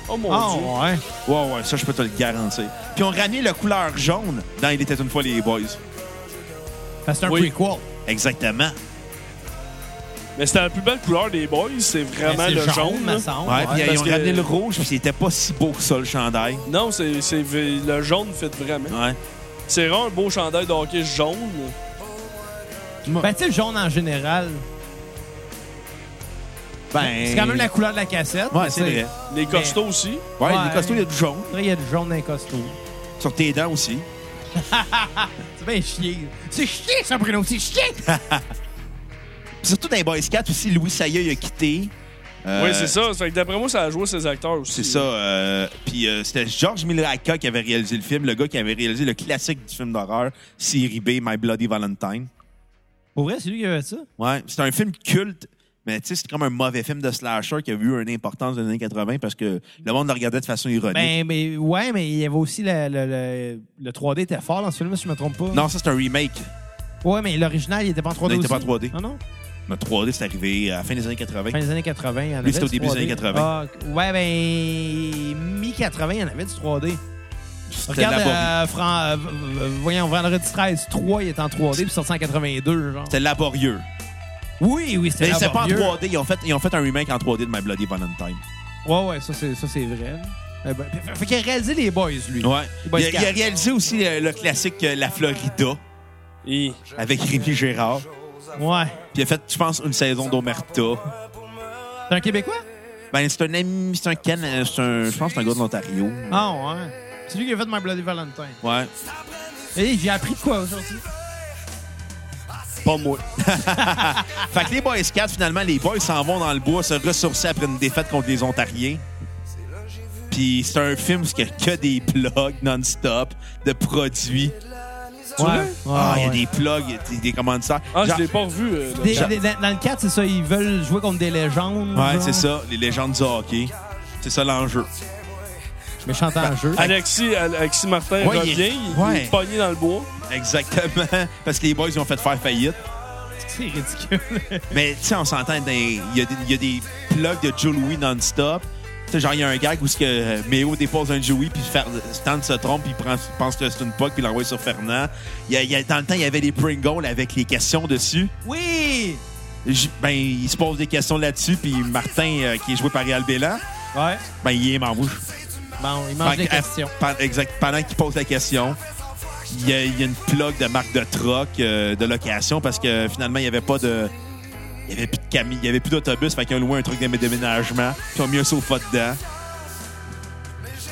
Speaker 4: Oh mon
Speaker 3: Ah,
Speaker 4: dieu.
Speaker 3: ouais.
Speaker 1: Ouais, ouais, ça, je peux te le garantir. Puis on ramené la couleur jaune dans Il était une fois les Boys.
Speaker 3: Parce que c'est un
Speaker 4: Oui.
Speaker 3: prequel.
Speaker 1: Exactement.
Speaker 4: Mais c'était la plus belle couleur des boys. C'est vraiment
Speaker 3: Mais c'est
Speaker 4: le jaune.
Speaker 3: me
Speaker 4: là.
Speaker 3: semble.
Speaker 1: Ouais, puis ils
Speaker 4: parce
Speaker 1: ont
Speaker 4: que-
Speaker 1: ramené le rouge, puis c'était pas si beau que ça, le chandail.
Speaker 4: Non, c'est c'est- le jaune fait vraiment.
Speaker 1: Ouais.
Speaker 4: C'est rare un beau chandail de hockey jaune.
Speaker 3: Ben, tu sais, le jaune en général,
Speaker 1: Ben.
Speaker 3: c'est quand même la couleur de la cassette.
Speaker 1: Ouais,
Speaker 3: mais
Speaker 1: c'est
Speaker 3: tu sais,
Speaker 1: vrai.
Speaker 4: Les costauds aussi.
Speaker 1: Ouais,
Speaker 3: Ouais.
Speaker 1: les costauds, il y a du jaune.
Speaker 3: Après, il y a du jaune dans les costumes.
Speaker 1: Sur tes dents aussi.
Speaker 3: C'est bien chier. C'est chier, ça, Bruno, c'est chier!
Speaker 1: Puis surtout dans les Boys 4 aussi, Louis Saïa, il a quitté. Euh,
Speaker 4: Oui, c'est ça. Fait que d'après moi, ça a joué ses acteurs aussi.
Speaker 1: C'est ça. euh, puis euh, c'était George Milraka qui avait réalisé le film, le gars qui avait réalisé le classique du film d'horreur, série B, My Bloody Valentine.
Speaker 3: Pour vrai, c'est lui qui avait ça?
Speaker 1: Ouais, c'est un film culte, mais tu sais, c'est comme un mauvais film de slasher qui a eu une importance dans les années 80 parce que le monde le regardait de façon ironique.
Speaker 3: Ben, mais ouais, mais il y avait aussi le, le, le, le 3D était fort dans ce film, si je me trompe pas.
Speaker 1: non, ça, c'est un remake.
Speaker 3: Ouais, mais l'original, il était pas en 3D.
Speaker 1: Non, il était
Speaker 3: aussi.
Speaker 1: pas en 3D.
Speaker 3: Ah non?
Speaker 1: Le 3D, c'est arrivé à la fin des années 80.
Speaker 3: Fin des années 80, il y en avait.
Speaker 1: Lui, c'était au
Speaker 3: du
Speaker 1: début des
Speaker 3: 3D.
Speaker 1: années 80.
Speaker 3: Ah, ouais, ben, mi-80, il y en avait du 3D.
Speaker 1: C'était
Speaker 3: Regarde,
Speaker 1: laborieux.
Speaker 3: euh, Fran- euh, euh, voyons, vendredi 13, 3, il est en 3D, puis sorti en 82, genre.
Speaker 1: C'était laborieux.
Speaker 3: Oui, oui,
Speaker 1: Mais
Speaker 3: c'était
Speaker 1: c'est pas en
Speaker 3: laborieux.
Speaker 1: 3D. Ils ont, fait, ils ont fait un remake en 3D de My Bloody Valentine.
Speaker 3: Ouais, ouais, ça, c'est, ça, c'est vrai. Eh ben, fait- fait qu'il a réalisé les boys, lui.
Speaker 1: Ouais.
Speaker 3: Les
Speaker 1: Il a,
Speaker 3: Boys
Speaker 1: il a
Speaker 3: Scouts.
Speaker 1: réalisé aussi euh, le, classique euh, La Florida
Speaker 4: Et-
Speaker 1: avec Rémi Gérard.
Speaker 3: Ouais.
Speaker 1: Puis il a fait, je pense, une saison d'Omerta.
Speaker 3: T'es un Québécois?
Speaker 1: Ben, c'est un ami, c'est un Ken, euh, c'est un, je pense que c'est un gars de l'Ontario.
Speaker 3: Ah, ouais. C'est lui qui a fait My Bloody Valentine.
Speaker 1: Ouais.
Speaker 3: Et j'ai appris de quoi aujourd'hui?
Speaker 1: Pas moi. fait que les Boys 4, finalement, les Boys s'en vont dans le bois se ressourcer après une défaite contre les Ontariens. Puis c'est un film où il n'y a que des plugs non-stop de produits.
Speaker 3: Ouais.
Speaker 4: l'as?
Speaker 3: Ouais,
Speaker 1: Ah, il y a
Speaker 3: ouais.
Speaker 1: des plugs, des, des commanditaires.
Speaker 4: Ah,
Speaker 1: Genre-
Speaker 4: je l'ai pas revu. euh, le-
Speaker 3: Des- des- dans dans le 4, c'est ça, ils veulent jouer contre des légendes.
Speaker 1: Ouais,
Speaker 3: genre.
Speaker 1: c'est ça, les légendes du hockey. C'est ça l'enjeu.
Speaker 3: Méchant en jeu.
Speaker 4: Alexis, Alexis Martin
Speaker 1: Ouais, il-
Speaker 4: revient. Il,
Speaker 1: ouais.
Speaker 4: est pogné dans le bois.
Speaker 1: Exactement. Parce que les Boys, ils ont fait faire faillite.
Speaker 3: C'est ridicule.
Speaker 1: Mais tu sais, on s'entend, dans- il y, a des- il y a des plugs de Joe Louis non-stop. Tu sais, genre, il y a un gag où ce que euh, Méo dépose un Joey, puis Fer- Stan se trompe, puis il prend- pense que c'est une puck, puis il l'envoie sur Fernand. Il y a- il y a- dans le temps, il y avait les Pringles avec les questions dessus.
Speaker 3: Oui!
Speaker 1: J- ben, il se pose des questions là-dessus, puis Martin, euh, qui est joué par Réal Bélan,
Speaker 3: Ouais. euh,
Speaker 1: ben, il est en rouge.
Speaker 3: Bon, il mange des
Speaker 1: Fait que,
Speaker 3: questions.
Speaker 1: à- pen- exact. Pendant qu'il pose la question, il y, a, il y a une plug de marque de troc euh, de location parce que finalement, il n'y avait pas de. Il n'y avait plus de cami- il y avait plus d'autobus, fait qu'ils ont loué un truc de déménagement, puis ils ont mis un sofa dedans.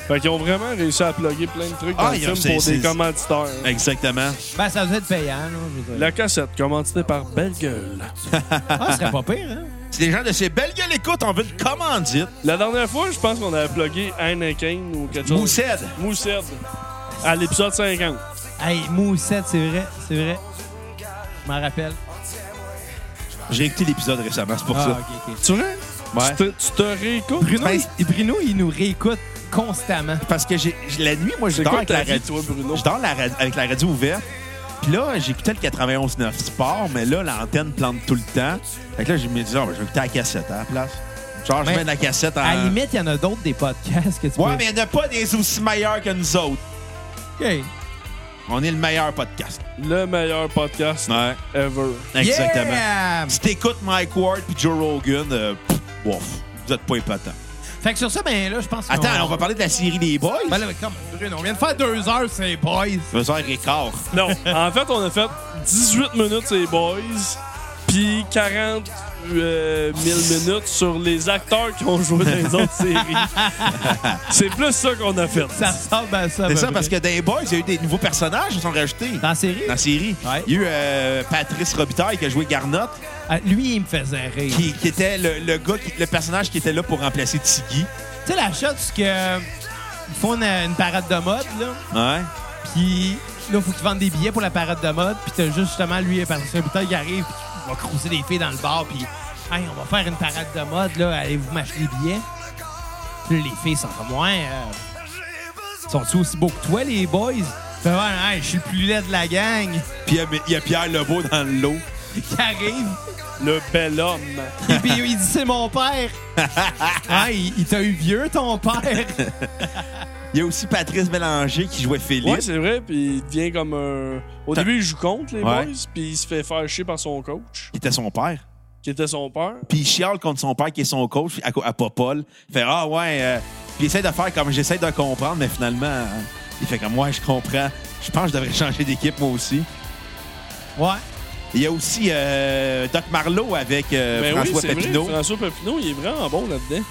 Speaker 4: Fait qu'ils ont vraiment réussi à plugger plein de trucs
Speaker 1: Ah,
Speaker 4: dans le
Speaker 1: il y a-
Speaker 4: film
Speaker 1: c'est-
Speaker 4: pour des
Speaker 1: c'est-
Speaker 4: commanditaires.
Speaker 1: Exactement.
Speaker 3: Ben, ça doit être payant, là. je veux dire.
Speaker 4: La cassette, commanditée par Belle Gueule.
Speaker 3: Ah, ce serait pas pire, hein?
Speaker 1: Si les gens de chez Belle Gueule écoutent, on veut une commandite.
Speaker 4: La dernière fois, je pense qu'on avait plugué Heineken ou quelque chose.
Speaker 1: Moussed.
Speaker 4: Moussette. À l'épisode 50.
Speaker 3: Hey, Moussette, c'est vrai, c'est vrai. Je m'en rappelle.
Speaker 1: J'ai écouté l'épisode récemment, c'est pour
Speaker 3: Ah,
Speaker 1: ça.
Speaker 3: ok, ok.
Speaker 4: Tu vois?
Speaker 1: Ouais.
Speaker 4: Tu te, tu te réécoutes?
Speaker 3: Bruno,
Speaker 1: Ben,
Speaker 3: il, Bruno, il nous réécoute constamment.
Speaker 1: Parce que j'ai- j'ai- la nuit, moi, je
Speaker 4: C'est
Speaker 1: dors
Speaker 4: quoi
Speaker 1: avec la
Speaker 4: ta vie,
Speaker 1: radio.
Speaker 4: toi, Bruno?
Speaker 1: Je dors la ra- avec la radio ouverte. Puis là, j'écoutais le 91.9 Sport, mais là, l'antenne plante tout le temps. Fait que là, je me disais, Ah, ben, je vais écouter la cassette à la place. Genre, je
Speaker 3: Mais
Speaker 1: mets de la cassette en...
Speaker 3: À la limite, il y en a d'autres des podcasts que tu
Speaker 1: Euh, Ouais, mais il n'y en a pas des aussi meilleurs que nous autres.
Speaker 3: mais...
Speaker 1: On est le meilleur podcast.
Speaker 4: Le meilleur podcast
Speaker 1: Ouais.
Speaker 4: ever.
Speaker 1: Exactement. Si t'écoutes Mike Ward puis Joe Rogan, euh, pff, bof, vous êtes pas épatants.
Speaker 3: Fait que sur ça, ben là, je pense qu'on-
Speaker 1: Attends, on va parler de la série des boys.
Speaker 3: Ben là, mais comme, Bruno, on vient de faire deux heures, c'est boys.
Speaker 1: Deux heures et quart.
Speaker 4: Non, en fait, on a fait 18 minutes sur les boys, puis 40 euh, 000 minutes sur les acteurs qui ont joué dans les autres séries. C'est plus ça qu'on a fait.
Speaker 3: Ça ressemble à ça. à
Speaker 1: C'est
Speaker 3: peu
Speaker 1: ça,
Speaker 3: près.
Speaker 1: parce que dans les boys, il y a eu des nouveaux personnages qui sont rajoutés.
Speaker 3: Dans la série,
Speaker 1: Dans la série.
Speaker 3: Ouais.
Speaker 1: Il y a eu euh, Patrice Robitaille qui a joué Garnotte,
Speaker 3: euh, lui, il me faisait rire.
Speaker 1: qui, qui était le, le gars, qui- le personnage qui était là pour remplacer Tiggy.
Speaker 3: Tu sais, la shot, c'est que. Ils font une, une parade de mode, là.
Speaker 1: Ouais.
Speaker 3: Puis là, faut qu'ils vendent des billets pour la parade de mode. Puis t'as juste justement lui, parce que putain, il arrive, puis il va croiser des filles dans le bar. Puis, hey, on va faire une parade de mode, là. Allez-vous m'acheter des billets? Puis là, les filles sont comme, ouais. euh, Sont-ils aussi beaux que toi, les boys? Fait, ouais, hey, je suis le plus laid de la gang.
Speaker 1: Puis il y a- il y, a Pierre Lebeau dans le lot.
Speaker 3: Qui arrive.
Speaker 4: Le bel homme.
Speaker 3: Et puis il dit, c'est mon père. ah, il, il t'a eu vieux, ton père.
Speaker 1: Il y a aussi Patrice Bélanger qui jouait Philippe.
Speaker 4: Ouais, c'est vrai, puis il devient comme un. Au
Speaker 1: T'as-
Speaker 4: début, il joue contre les
Speaker 1: Ouais.
Speaker 4: boys, puis il se fait faire chier par son coach,
Speaker 1: qui était son père.
Speaker 4: qui était son père.
Speaker 1: Puis il chiale contre son père qui est son coach à, à Popol. Il fait Ah ouais. euh, Puis il essaie de faire comme j'essaie de comprendre, mais finalement, euh, il fait comme Ouais, je comprends. Je pense que je devrais changer d'équipe moi aussi.
Speaker 3: Ouais.
Speaker 1: Il y a aussi euh, Doc Marlowe avec euh,
Speaker 4: Ben oui,
Speaker 1: François
Speaker 4: c'est
Speaker 1: Papineau.
Speaker 4: vrai. François Papineau, il est vraiment bon là-dedans.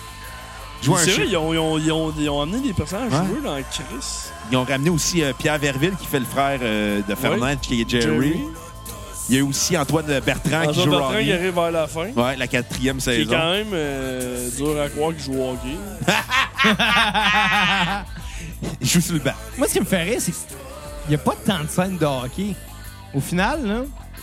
Speaker 1: Il joue un
Speaker 4: C'est
Speaker 1: chef.
Speaker 4: vrai, ils ont, ils, ont, ils, ont, ils ont amené des personnages
Speaker 1: Ouais.
Speaker 4: joueux dans Chris.
Speaker 1: Ils ont ramené aussi euh, Pierre Verville qui fait le frère euh, de Fernand, qui est Jerry. Il y a aussi Antoine Bertrand qui
Speaker 4: François
Speaker 1: joue
Speaker 4: Bertrand, il
Speaker 1: Ronnie.
Speaker 4: arrive vers la fin.
Speaker 1: Ouais, la quatrième
Speaker 4: Qui est
Speaker 1: saison.
Speaker 4: quand même euh, dur à croire qu'il joue au hockey.
Speaker 1: Il joue sur le banc.
Speaker 3: Moi, ce qui me fait rire, c'est qu'il n'y a pas tant de scènes de hockey. Au final, là,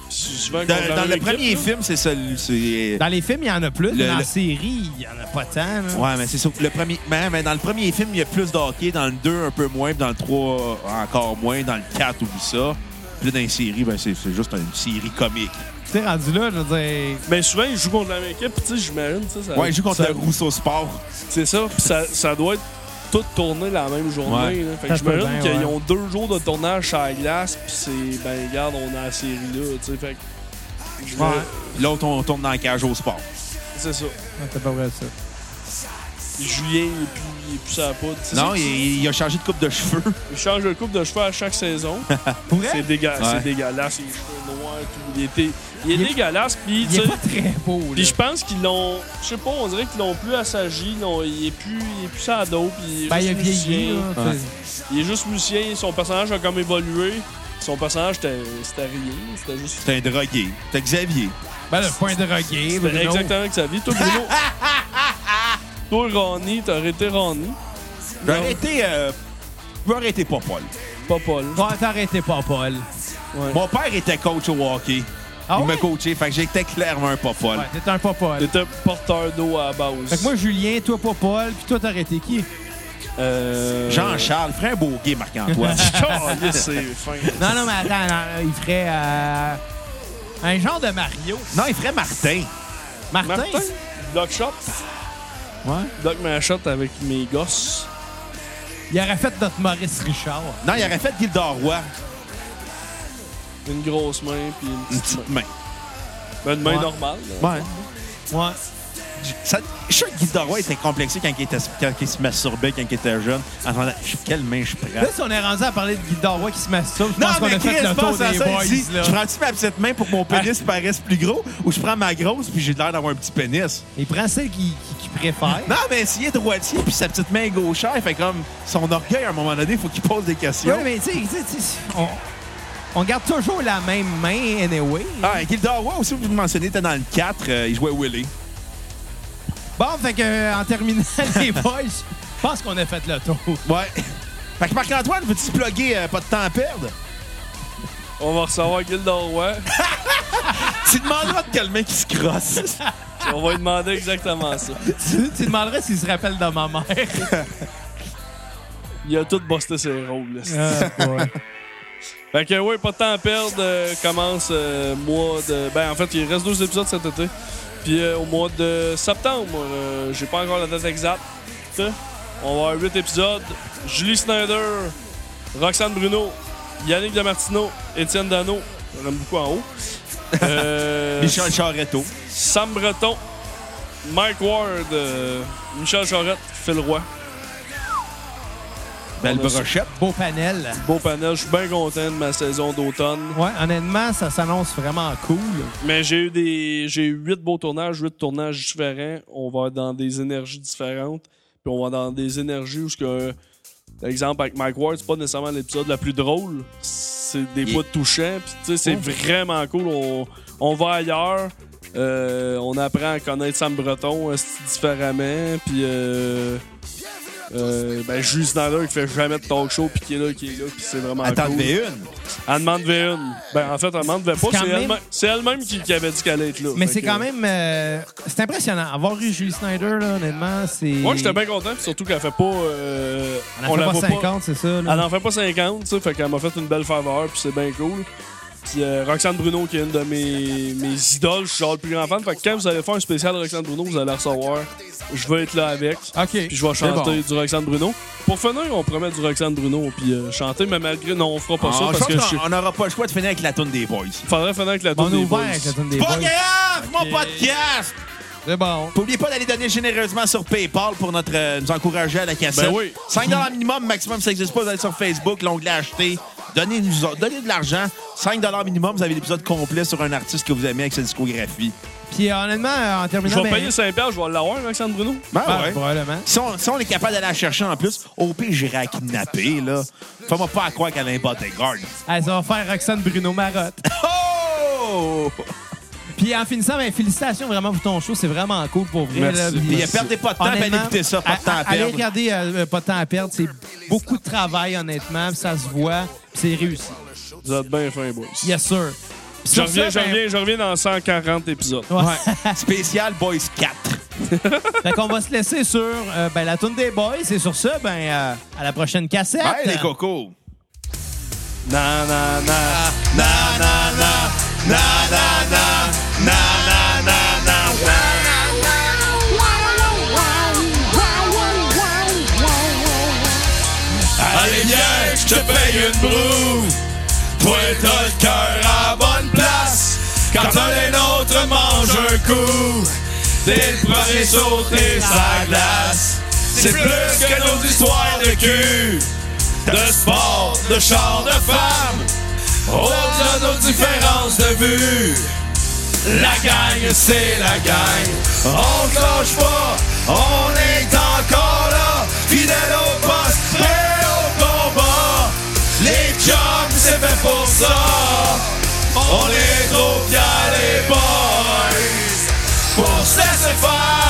Speaker 4: C'est souvent
Speaker 1: Dans,
Speaker 4: contre la
Speaker 1: dans
Speaker 4: même
Speaker 1: le
Speaker 4: équipe,
Speaker 1: premier
Speaker 4: là.
Speaker 1: film, c'est ça. c'est-
Speaker 3: dans les films, il y en a plus.
Speaker 1: Le-
Speaker 3: mais dans
Speaker 1: le-
Speaker 3: la série, il n'y en a pas tant. là.
Speaker 1: Ouais, mais c'est sûr que le premier. Mais, mais dans le premier film, il y a plus de hockey. Dans le 2, un peu moins. Puis dans le 3, encore moins. Dans le 4, oublie ça. Puis là, dans les séries, ben, c'est c'est juste une série comique.
Speaker 3: Tu sais, rendu là, je veux dire,
Speaker 4: Mais Ben, souvent, ils jouent contre la même équipe, puis tu sais, j'imagine, tu sais, ça.
Speaker 1: Ouais, il joue contre
Speaker 4: ça-
Speaker 1: le Rousseau Sport.
Speaker 4: C'est ça, puis ça, ça doit être tout tourné la même journée.
Speaker 1: Ouais.
Speaker 4: là. Fait que
Speaker 3: Ça se peut
Speaker 4: j'imagine
Speaker 3: bien,
Speaker 4: qu'ils
Speaker 3: ouais.
Speaker 4: ont deux jours de tournage à la glace, puis c'est, ben, regarde, on a la série là, tu sais, fait que- je-
Speaker 3: Ouais.
Speaker 1: Puis L'autre, on tourne dans la cage au sport.
Speaker 4: C'est ça.
Speaker 3: t'as pas vrai ça.
Speaker 4: Julien, il est plus, il est plus à la poudre. tu sais,
Speaker 1: Non,
Speaker 4: c'est-
Speaker 1: il, il a changé de coupe de cheveux.
Speaker 4: il change de coupe de cheveux à chaque saison.
Speaker 3: Pour vrai,
Speaker 4: C'est déga-
Speaker 1: Ouais.
Speaker 4: c'est dégueulasse, les cheveux noirs, tout. Il, était, il est,
Speaker 3: Il est-
Speaker 4: dégueulasse, puis
Speaker 3: il
Speaker 4: tu
Speaker 3: est
Speaker 4: sais,
Speaker 3: pas très beau.
Speaker 4: puis
Speaker 3: Là.
Speaker 4: je pense qu'ils l'ont, je sais pas, on dirait qu'ils l'ont plus assagi, ils l'ont- il est plus, il est plus à dos, puis il est
Speaker 3: Ben, il a
Speaker 4: juste
Speaker 3: vieilli.
Speaker 4: musicien.
Speaker 3: là, tu
Speaker 1: Ouais.
Speaker 3: sais.
Speaker 4: Il est juste musicien, son personnage a comme évolué. Son personnage, c'était c'était rien, c'était juste...
Speaker 1: C'est un drogué. C'est Xavier.
Speaker 3: Ben, le point de roguer,
Speaker 4: C'était
Speaker 3: Bruno.
Speaker 4: exactement avec sa vie. Toi, Bruno... Toi, Ronnie, t'aurais été Ronnie,
Speaker 1: J'aurais été. Euh, j'aurais été pas Paul.
Speaker 4: pas Paul.
Speaker 3: Ouais, t'arrêtais pas, Paul.
Speaker 1: Mon père était coach au hockey.
Speaker 3: Ah
Speaker 1: il
Speaker 3: ouais?
Speaker 1: me coachait. Fait que j'étais clairement un pas Paul.
Speaker 3: Ouais, t'étais un pas Paul.
Speaker 4: T'étais porteur d'eau à la base.
Speaker 3: Fait que moi, Julien, toi, pas Paul, puis toi, t'arrêtais qui?
Speaker 4: Euh...
Speaker 1: Jean-Charles, frère Bourguet, Marc-Antoine.
Speaker 4: Caliste, c'est fin.
Speaker 3: Non, non, mais attends, non, il ferait euh, un genre de Mario.
Speaker 1: non, il ferait Martin.
Speaker 3: Martin?
Speaker 4: Martin, Block Shot.
Speaker 1: Ouais.
Speaker 4: Block ma shot avec mes gosses.
Speaker 3: Il aurait fait notre Maurice Richard.
Speaker 1: Non, il aurait fait Gildor Roy.
Speaker 4: Une grosse main, puis une
Speaker 1: Une
Speaker 4: petite main.
Speaker 1: petite main.
Speaker 4: Ben, une main
Speaker 3: Ouais.
Speaker 4: normale. là.
Speaker 1: Ouais.
Speaker 3: Ouais.
Speaker 1: Ça- je suis sûr que Guy Doroy était complexé quand il, était- quand il se masturbait, quand il était jeune. En disant, Je- quelle main je prends?
Speaker 3: Là, si on est rendu à parler de Guy Roy qui se masturbe, je pense qu'on a
Speaker 1: Chris,
Speaker 3: fait le tour
Speaker 1: pense à
Speaker 3: des
Speaker 1: ça, il
Speaker 3: boys,
Speaker 1: dit,
Speaker 3: là.
Speaker 1: Je prends-tu ma petite main pour que mon pénis paraisse plus gros ou je prends ma grosse puis j'ai l'air d'avoir un petit pénis?
Speaker 3: Il prend celle qu'il qui, qui préfère.
Speaker 1: Non, mais s'il est droitier puis sa petite main est gauchère, fait comme son orgueil, à un moment donné, il faut qu'il pose des questions.
Speaker 3: Ouais, mais tu sais, tu sais, tu sais, on, on garde toujours la même main, anyway.
Speaker 1: Ah, Gildor Roy aussi, vous le mentionnez, était dans le 4, euh, il jouait Willy.
Speaker 3: Bon, fait que euh, en terminant les boys, je pense qu'on a fait le tour.
Speaker 1: Ouais. Fait que Marc-Antoine, veux-tu plugger euh, pas de temps à perdre?
Speaker 4: On va recevoir Gildor Roy.
Speaker 1: tu demanderas de calmer qui se crosse.
Speaker 4: on va lui demander exactement ça.
Speaker 3: tu, tu demanderais s'il se rappelle de ma mère.
Speaker 4: Il a tout busté ses rôles. là.
Speaker 3: Ah,
Speaker 4: Fait que oui, pas de temps à perdre. euh, commence euh, mois de. Ben en fait, il reste deux épisodes cet été. Puis euh, au mois de septembre, euh, j'ai pas encore la date exacte. On va avoir huit épisodes. Julie Snyder, Roxane Bruno, Yannick Damartino, Étienne Dano, j'aime beaucoup en haut. Euh,
Speaker 1: Michel Charretto.
Speaker 4: Sam Breton, Mike Ward, euh, Michel Charette, Phil Roy.
Speaker 1: Belle
Speaker 4: On a ça.
Speaker 1: brochette.
Speaker 3: Beau panel.
Speaker 4: Beau panel, je suis bien content de ma saison d'automne.
Speaker 3: Ouais, honnêtement, ça s'annonce vraiment cool.
Speaker 4: Mais j'ai eu des. J'ai eu huit beaux tournages, huit tournages différents. On va dans des énergies différentes. Puis on va dans des énergies où ce que. Par exemple, avec Mike Ward, c'est pas nécessairement l'épisode la plus drôle. C'est des
Speaker 1: Il- Oh.
Speaker 4: fois touchant. Puis tu sais, c'est vraiment cool. On, on va ailleurs. Euh, on apprend à connaître Sam Breton euh, c'est différemment. Puis. Euh, euh, ben, Jules Snyder qui fait jamais de talk show, puis qui est là, qui est là, puis c'est vraiment
Speaker 1: Attends,
Speaker 4: cool.
Speaker 1: mais une.
Speaker 4: Elle m'en devait une. Ben, en fait, elle m'en devait pas.
Speaker 3: C'est quand
Speaker 4: C'est
Speaker 3: même-
Speaker 4: elle-même- C'est elle-même qui, qui avait dit qu'elle allait être là.
Speaker 3: Mais
Speaker 4: Fait
Speaker 3: c'est
Speaker 4: que-
Speaker 3: quand même. euh, c'est impressionnant. Avoir eu Julie Snyder, là, honnêtement, c'est.
Speaker 4: Moi, j'étais bien content, puis surtout qu'elle fait pas. euh,
Speaker 3: On en fait
Speaker 4: la
Speaker 3: pas
Speaker 4: voit Ah
Speaker 3: 50, c'est ça. là.
Speaker 4: Elle en fait pas 50, tu sais. Fait qu'elle m'a fait une belle faveur, puis c'est bien cool. Puis euh, Roxane Bruno, qui est une de mes, mes idoles, je suis genre le plus grand fan. Fait que quand vous allez faire un spécial Roxane Bruno, vous allez la recevoir. Je vais être là avec.
Speaker 3: Ah, OK.
Speaker 4: Puis je vais
Speaker 3: C'est bon.
Speaker 4: chanter du Roxane Bruno. Pour finir, on promet du Roxane Bruno. Puis euh, chanter, mais malgré. Non, on fera pas ça
Speaker 1: Ah, je
Speaker 4: parce
Speaker 1: pense
Speaker 4: que
Speaker 1: qu'on-
Speaker 4: je.
Speaker 1: on n'aura pas le choix de finir avec la toune des boys.
Speaker 4: Faudrait finir avec la
Speaker 3: On
Speaker 4: tournée
Speaker 3: est
Speaker 4: des
Speaker 3: ouvert
Speaker 4: Boys.
Speaker 3: avec la toune des
Speaker 1: Pas
Speaker 3: boys.
Speaker 1: grave, mon
Speaker 3: Ok.
Speaker 1: podcast!
Speaker 3: C'est bon.
Speaker 1: N'oubliez pas d'aller donner généreusement sur PayPal pour notre, euh, nous encourager à la cassette.
Speaker 4: Ben oui.
Speaker 1: 5 minimum, maximum, ça n'existe pas. Vous allez sur Facebook, l'onglet acheter. Donnez-nous donnez de l'argent. 5 minimum, vous avez l'épisode complet sur un artiste que vous aimez avec sa discographie.
Speaker 3: Puis euh, honnêtement, euh, en
Speaker 4: Je
Speaker 3: terminant.
Speaker 4: vais
Speaker 3: ben,
Speaker 4: payer 5 je vais l'avoir, Roxane Bruno.
Speaker 1: Ben
Speaker 3: ah,
Speaker 1: ouais.
Speaker 3: Probablement.
Speaker 1: Si on, si on est capable d'aller la chercher en plus, au pire, j'irai la kidnapper, là. Fais-moi pas à croire qu'elle a un bodyguard.
Speaker 3: Allez, ça va faire Roxane Bruno Marotte.
Speaker 1: Oh!
Speaker 3: Puis en finissant, ben, félicitations vraiment pour ton show. C'est vraiment cool pour vrai.
Speaker 4: Merci.
Speaker 3: là. Puis,
Speaker 4: Puis,
Speaker 1: euh, perdez pas de temps,
Speaker 3: honnêtement,
Speaker 1: puis allez écouter ça, pas de
Speaker 3: à-
Speaker 1: temps à
Speaker 3: à- Allez
Speaker 1: perdre.
Speaker 3: regarder euh, Pas de temps à perdre. C'est beaucoup de travail, honnêtement. puis ça se voit. puis C'est réussi.
Speaker 4: Vous êtes bien fin, boys.
Speaker 3: Yes, sir. Puis
Speaker 4: Je
Speaker 3: sur
Speaker 4: reviens, je
Speaker 3: ça, ben,
Speaker 4: reviens, je reviens dans 140 épisodes.
Speaker 3: Ouais.
Speaker 1: Spécial Boys 4.
Speaker 3: fait qu'on va se laisser sur euh, ben, la tune des boys. Et sur ça, ben, euh, à la prochaine cassette.
Speaker 1: Bye, les cocos!
Speaker 4: Na, na, na.
Speaker 1: Allez, viens, je te paye une broue. Toi, t'as le cœur à la bonne place. Quand un des nôtres mange un coup, t'es le premier sauté sur la glace. C'est plus que nos histoires de cul, de sport, de char, de femme. Au-delà de nos différences de vue, la gang, c'est la gang. On cloche pas, on est encore là. Fidèle au poste, prêt au combat. Les jobs, c'est fait pour ça. On est trop bien, les boys. Pour se laisser faire.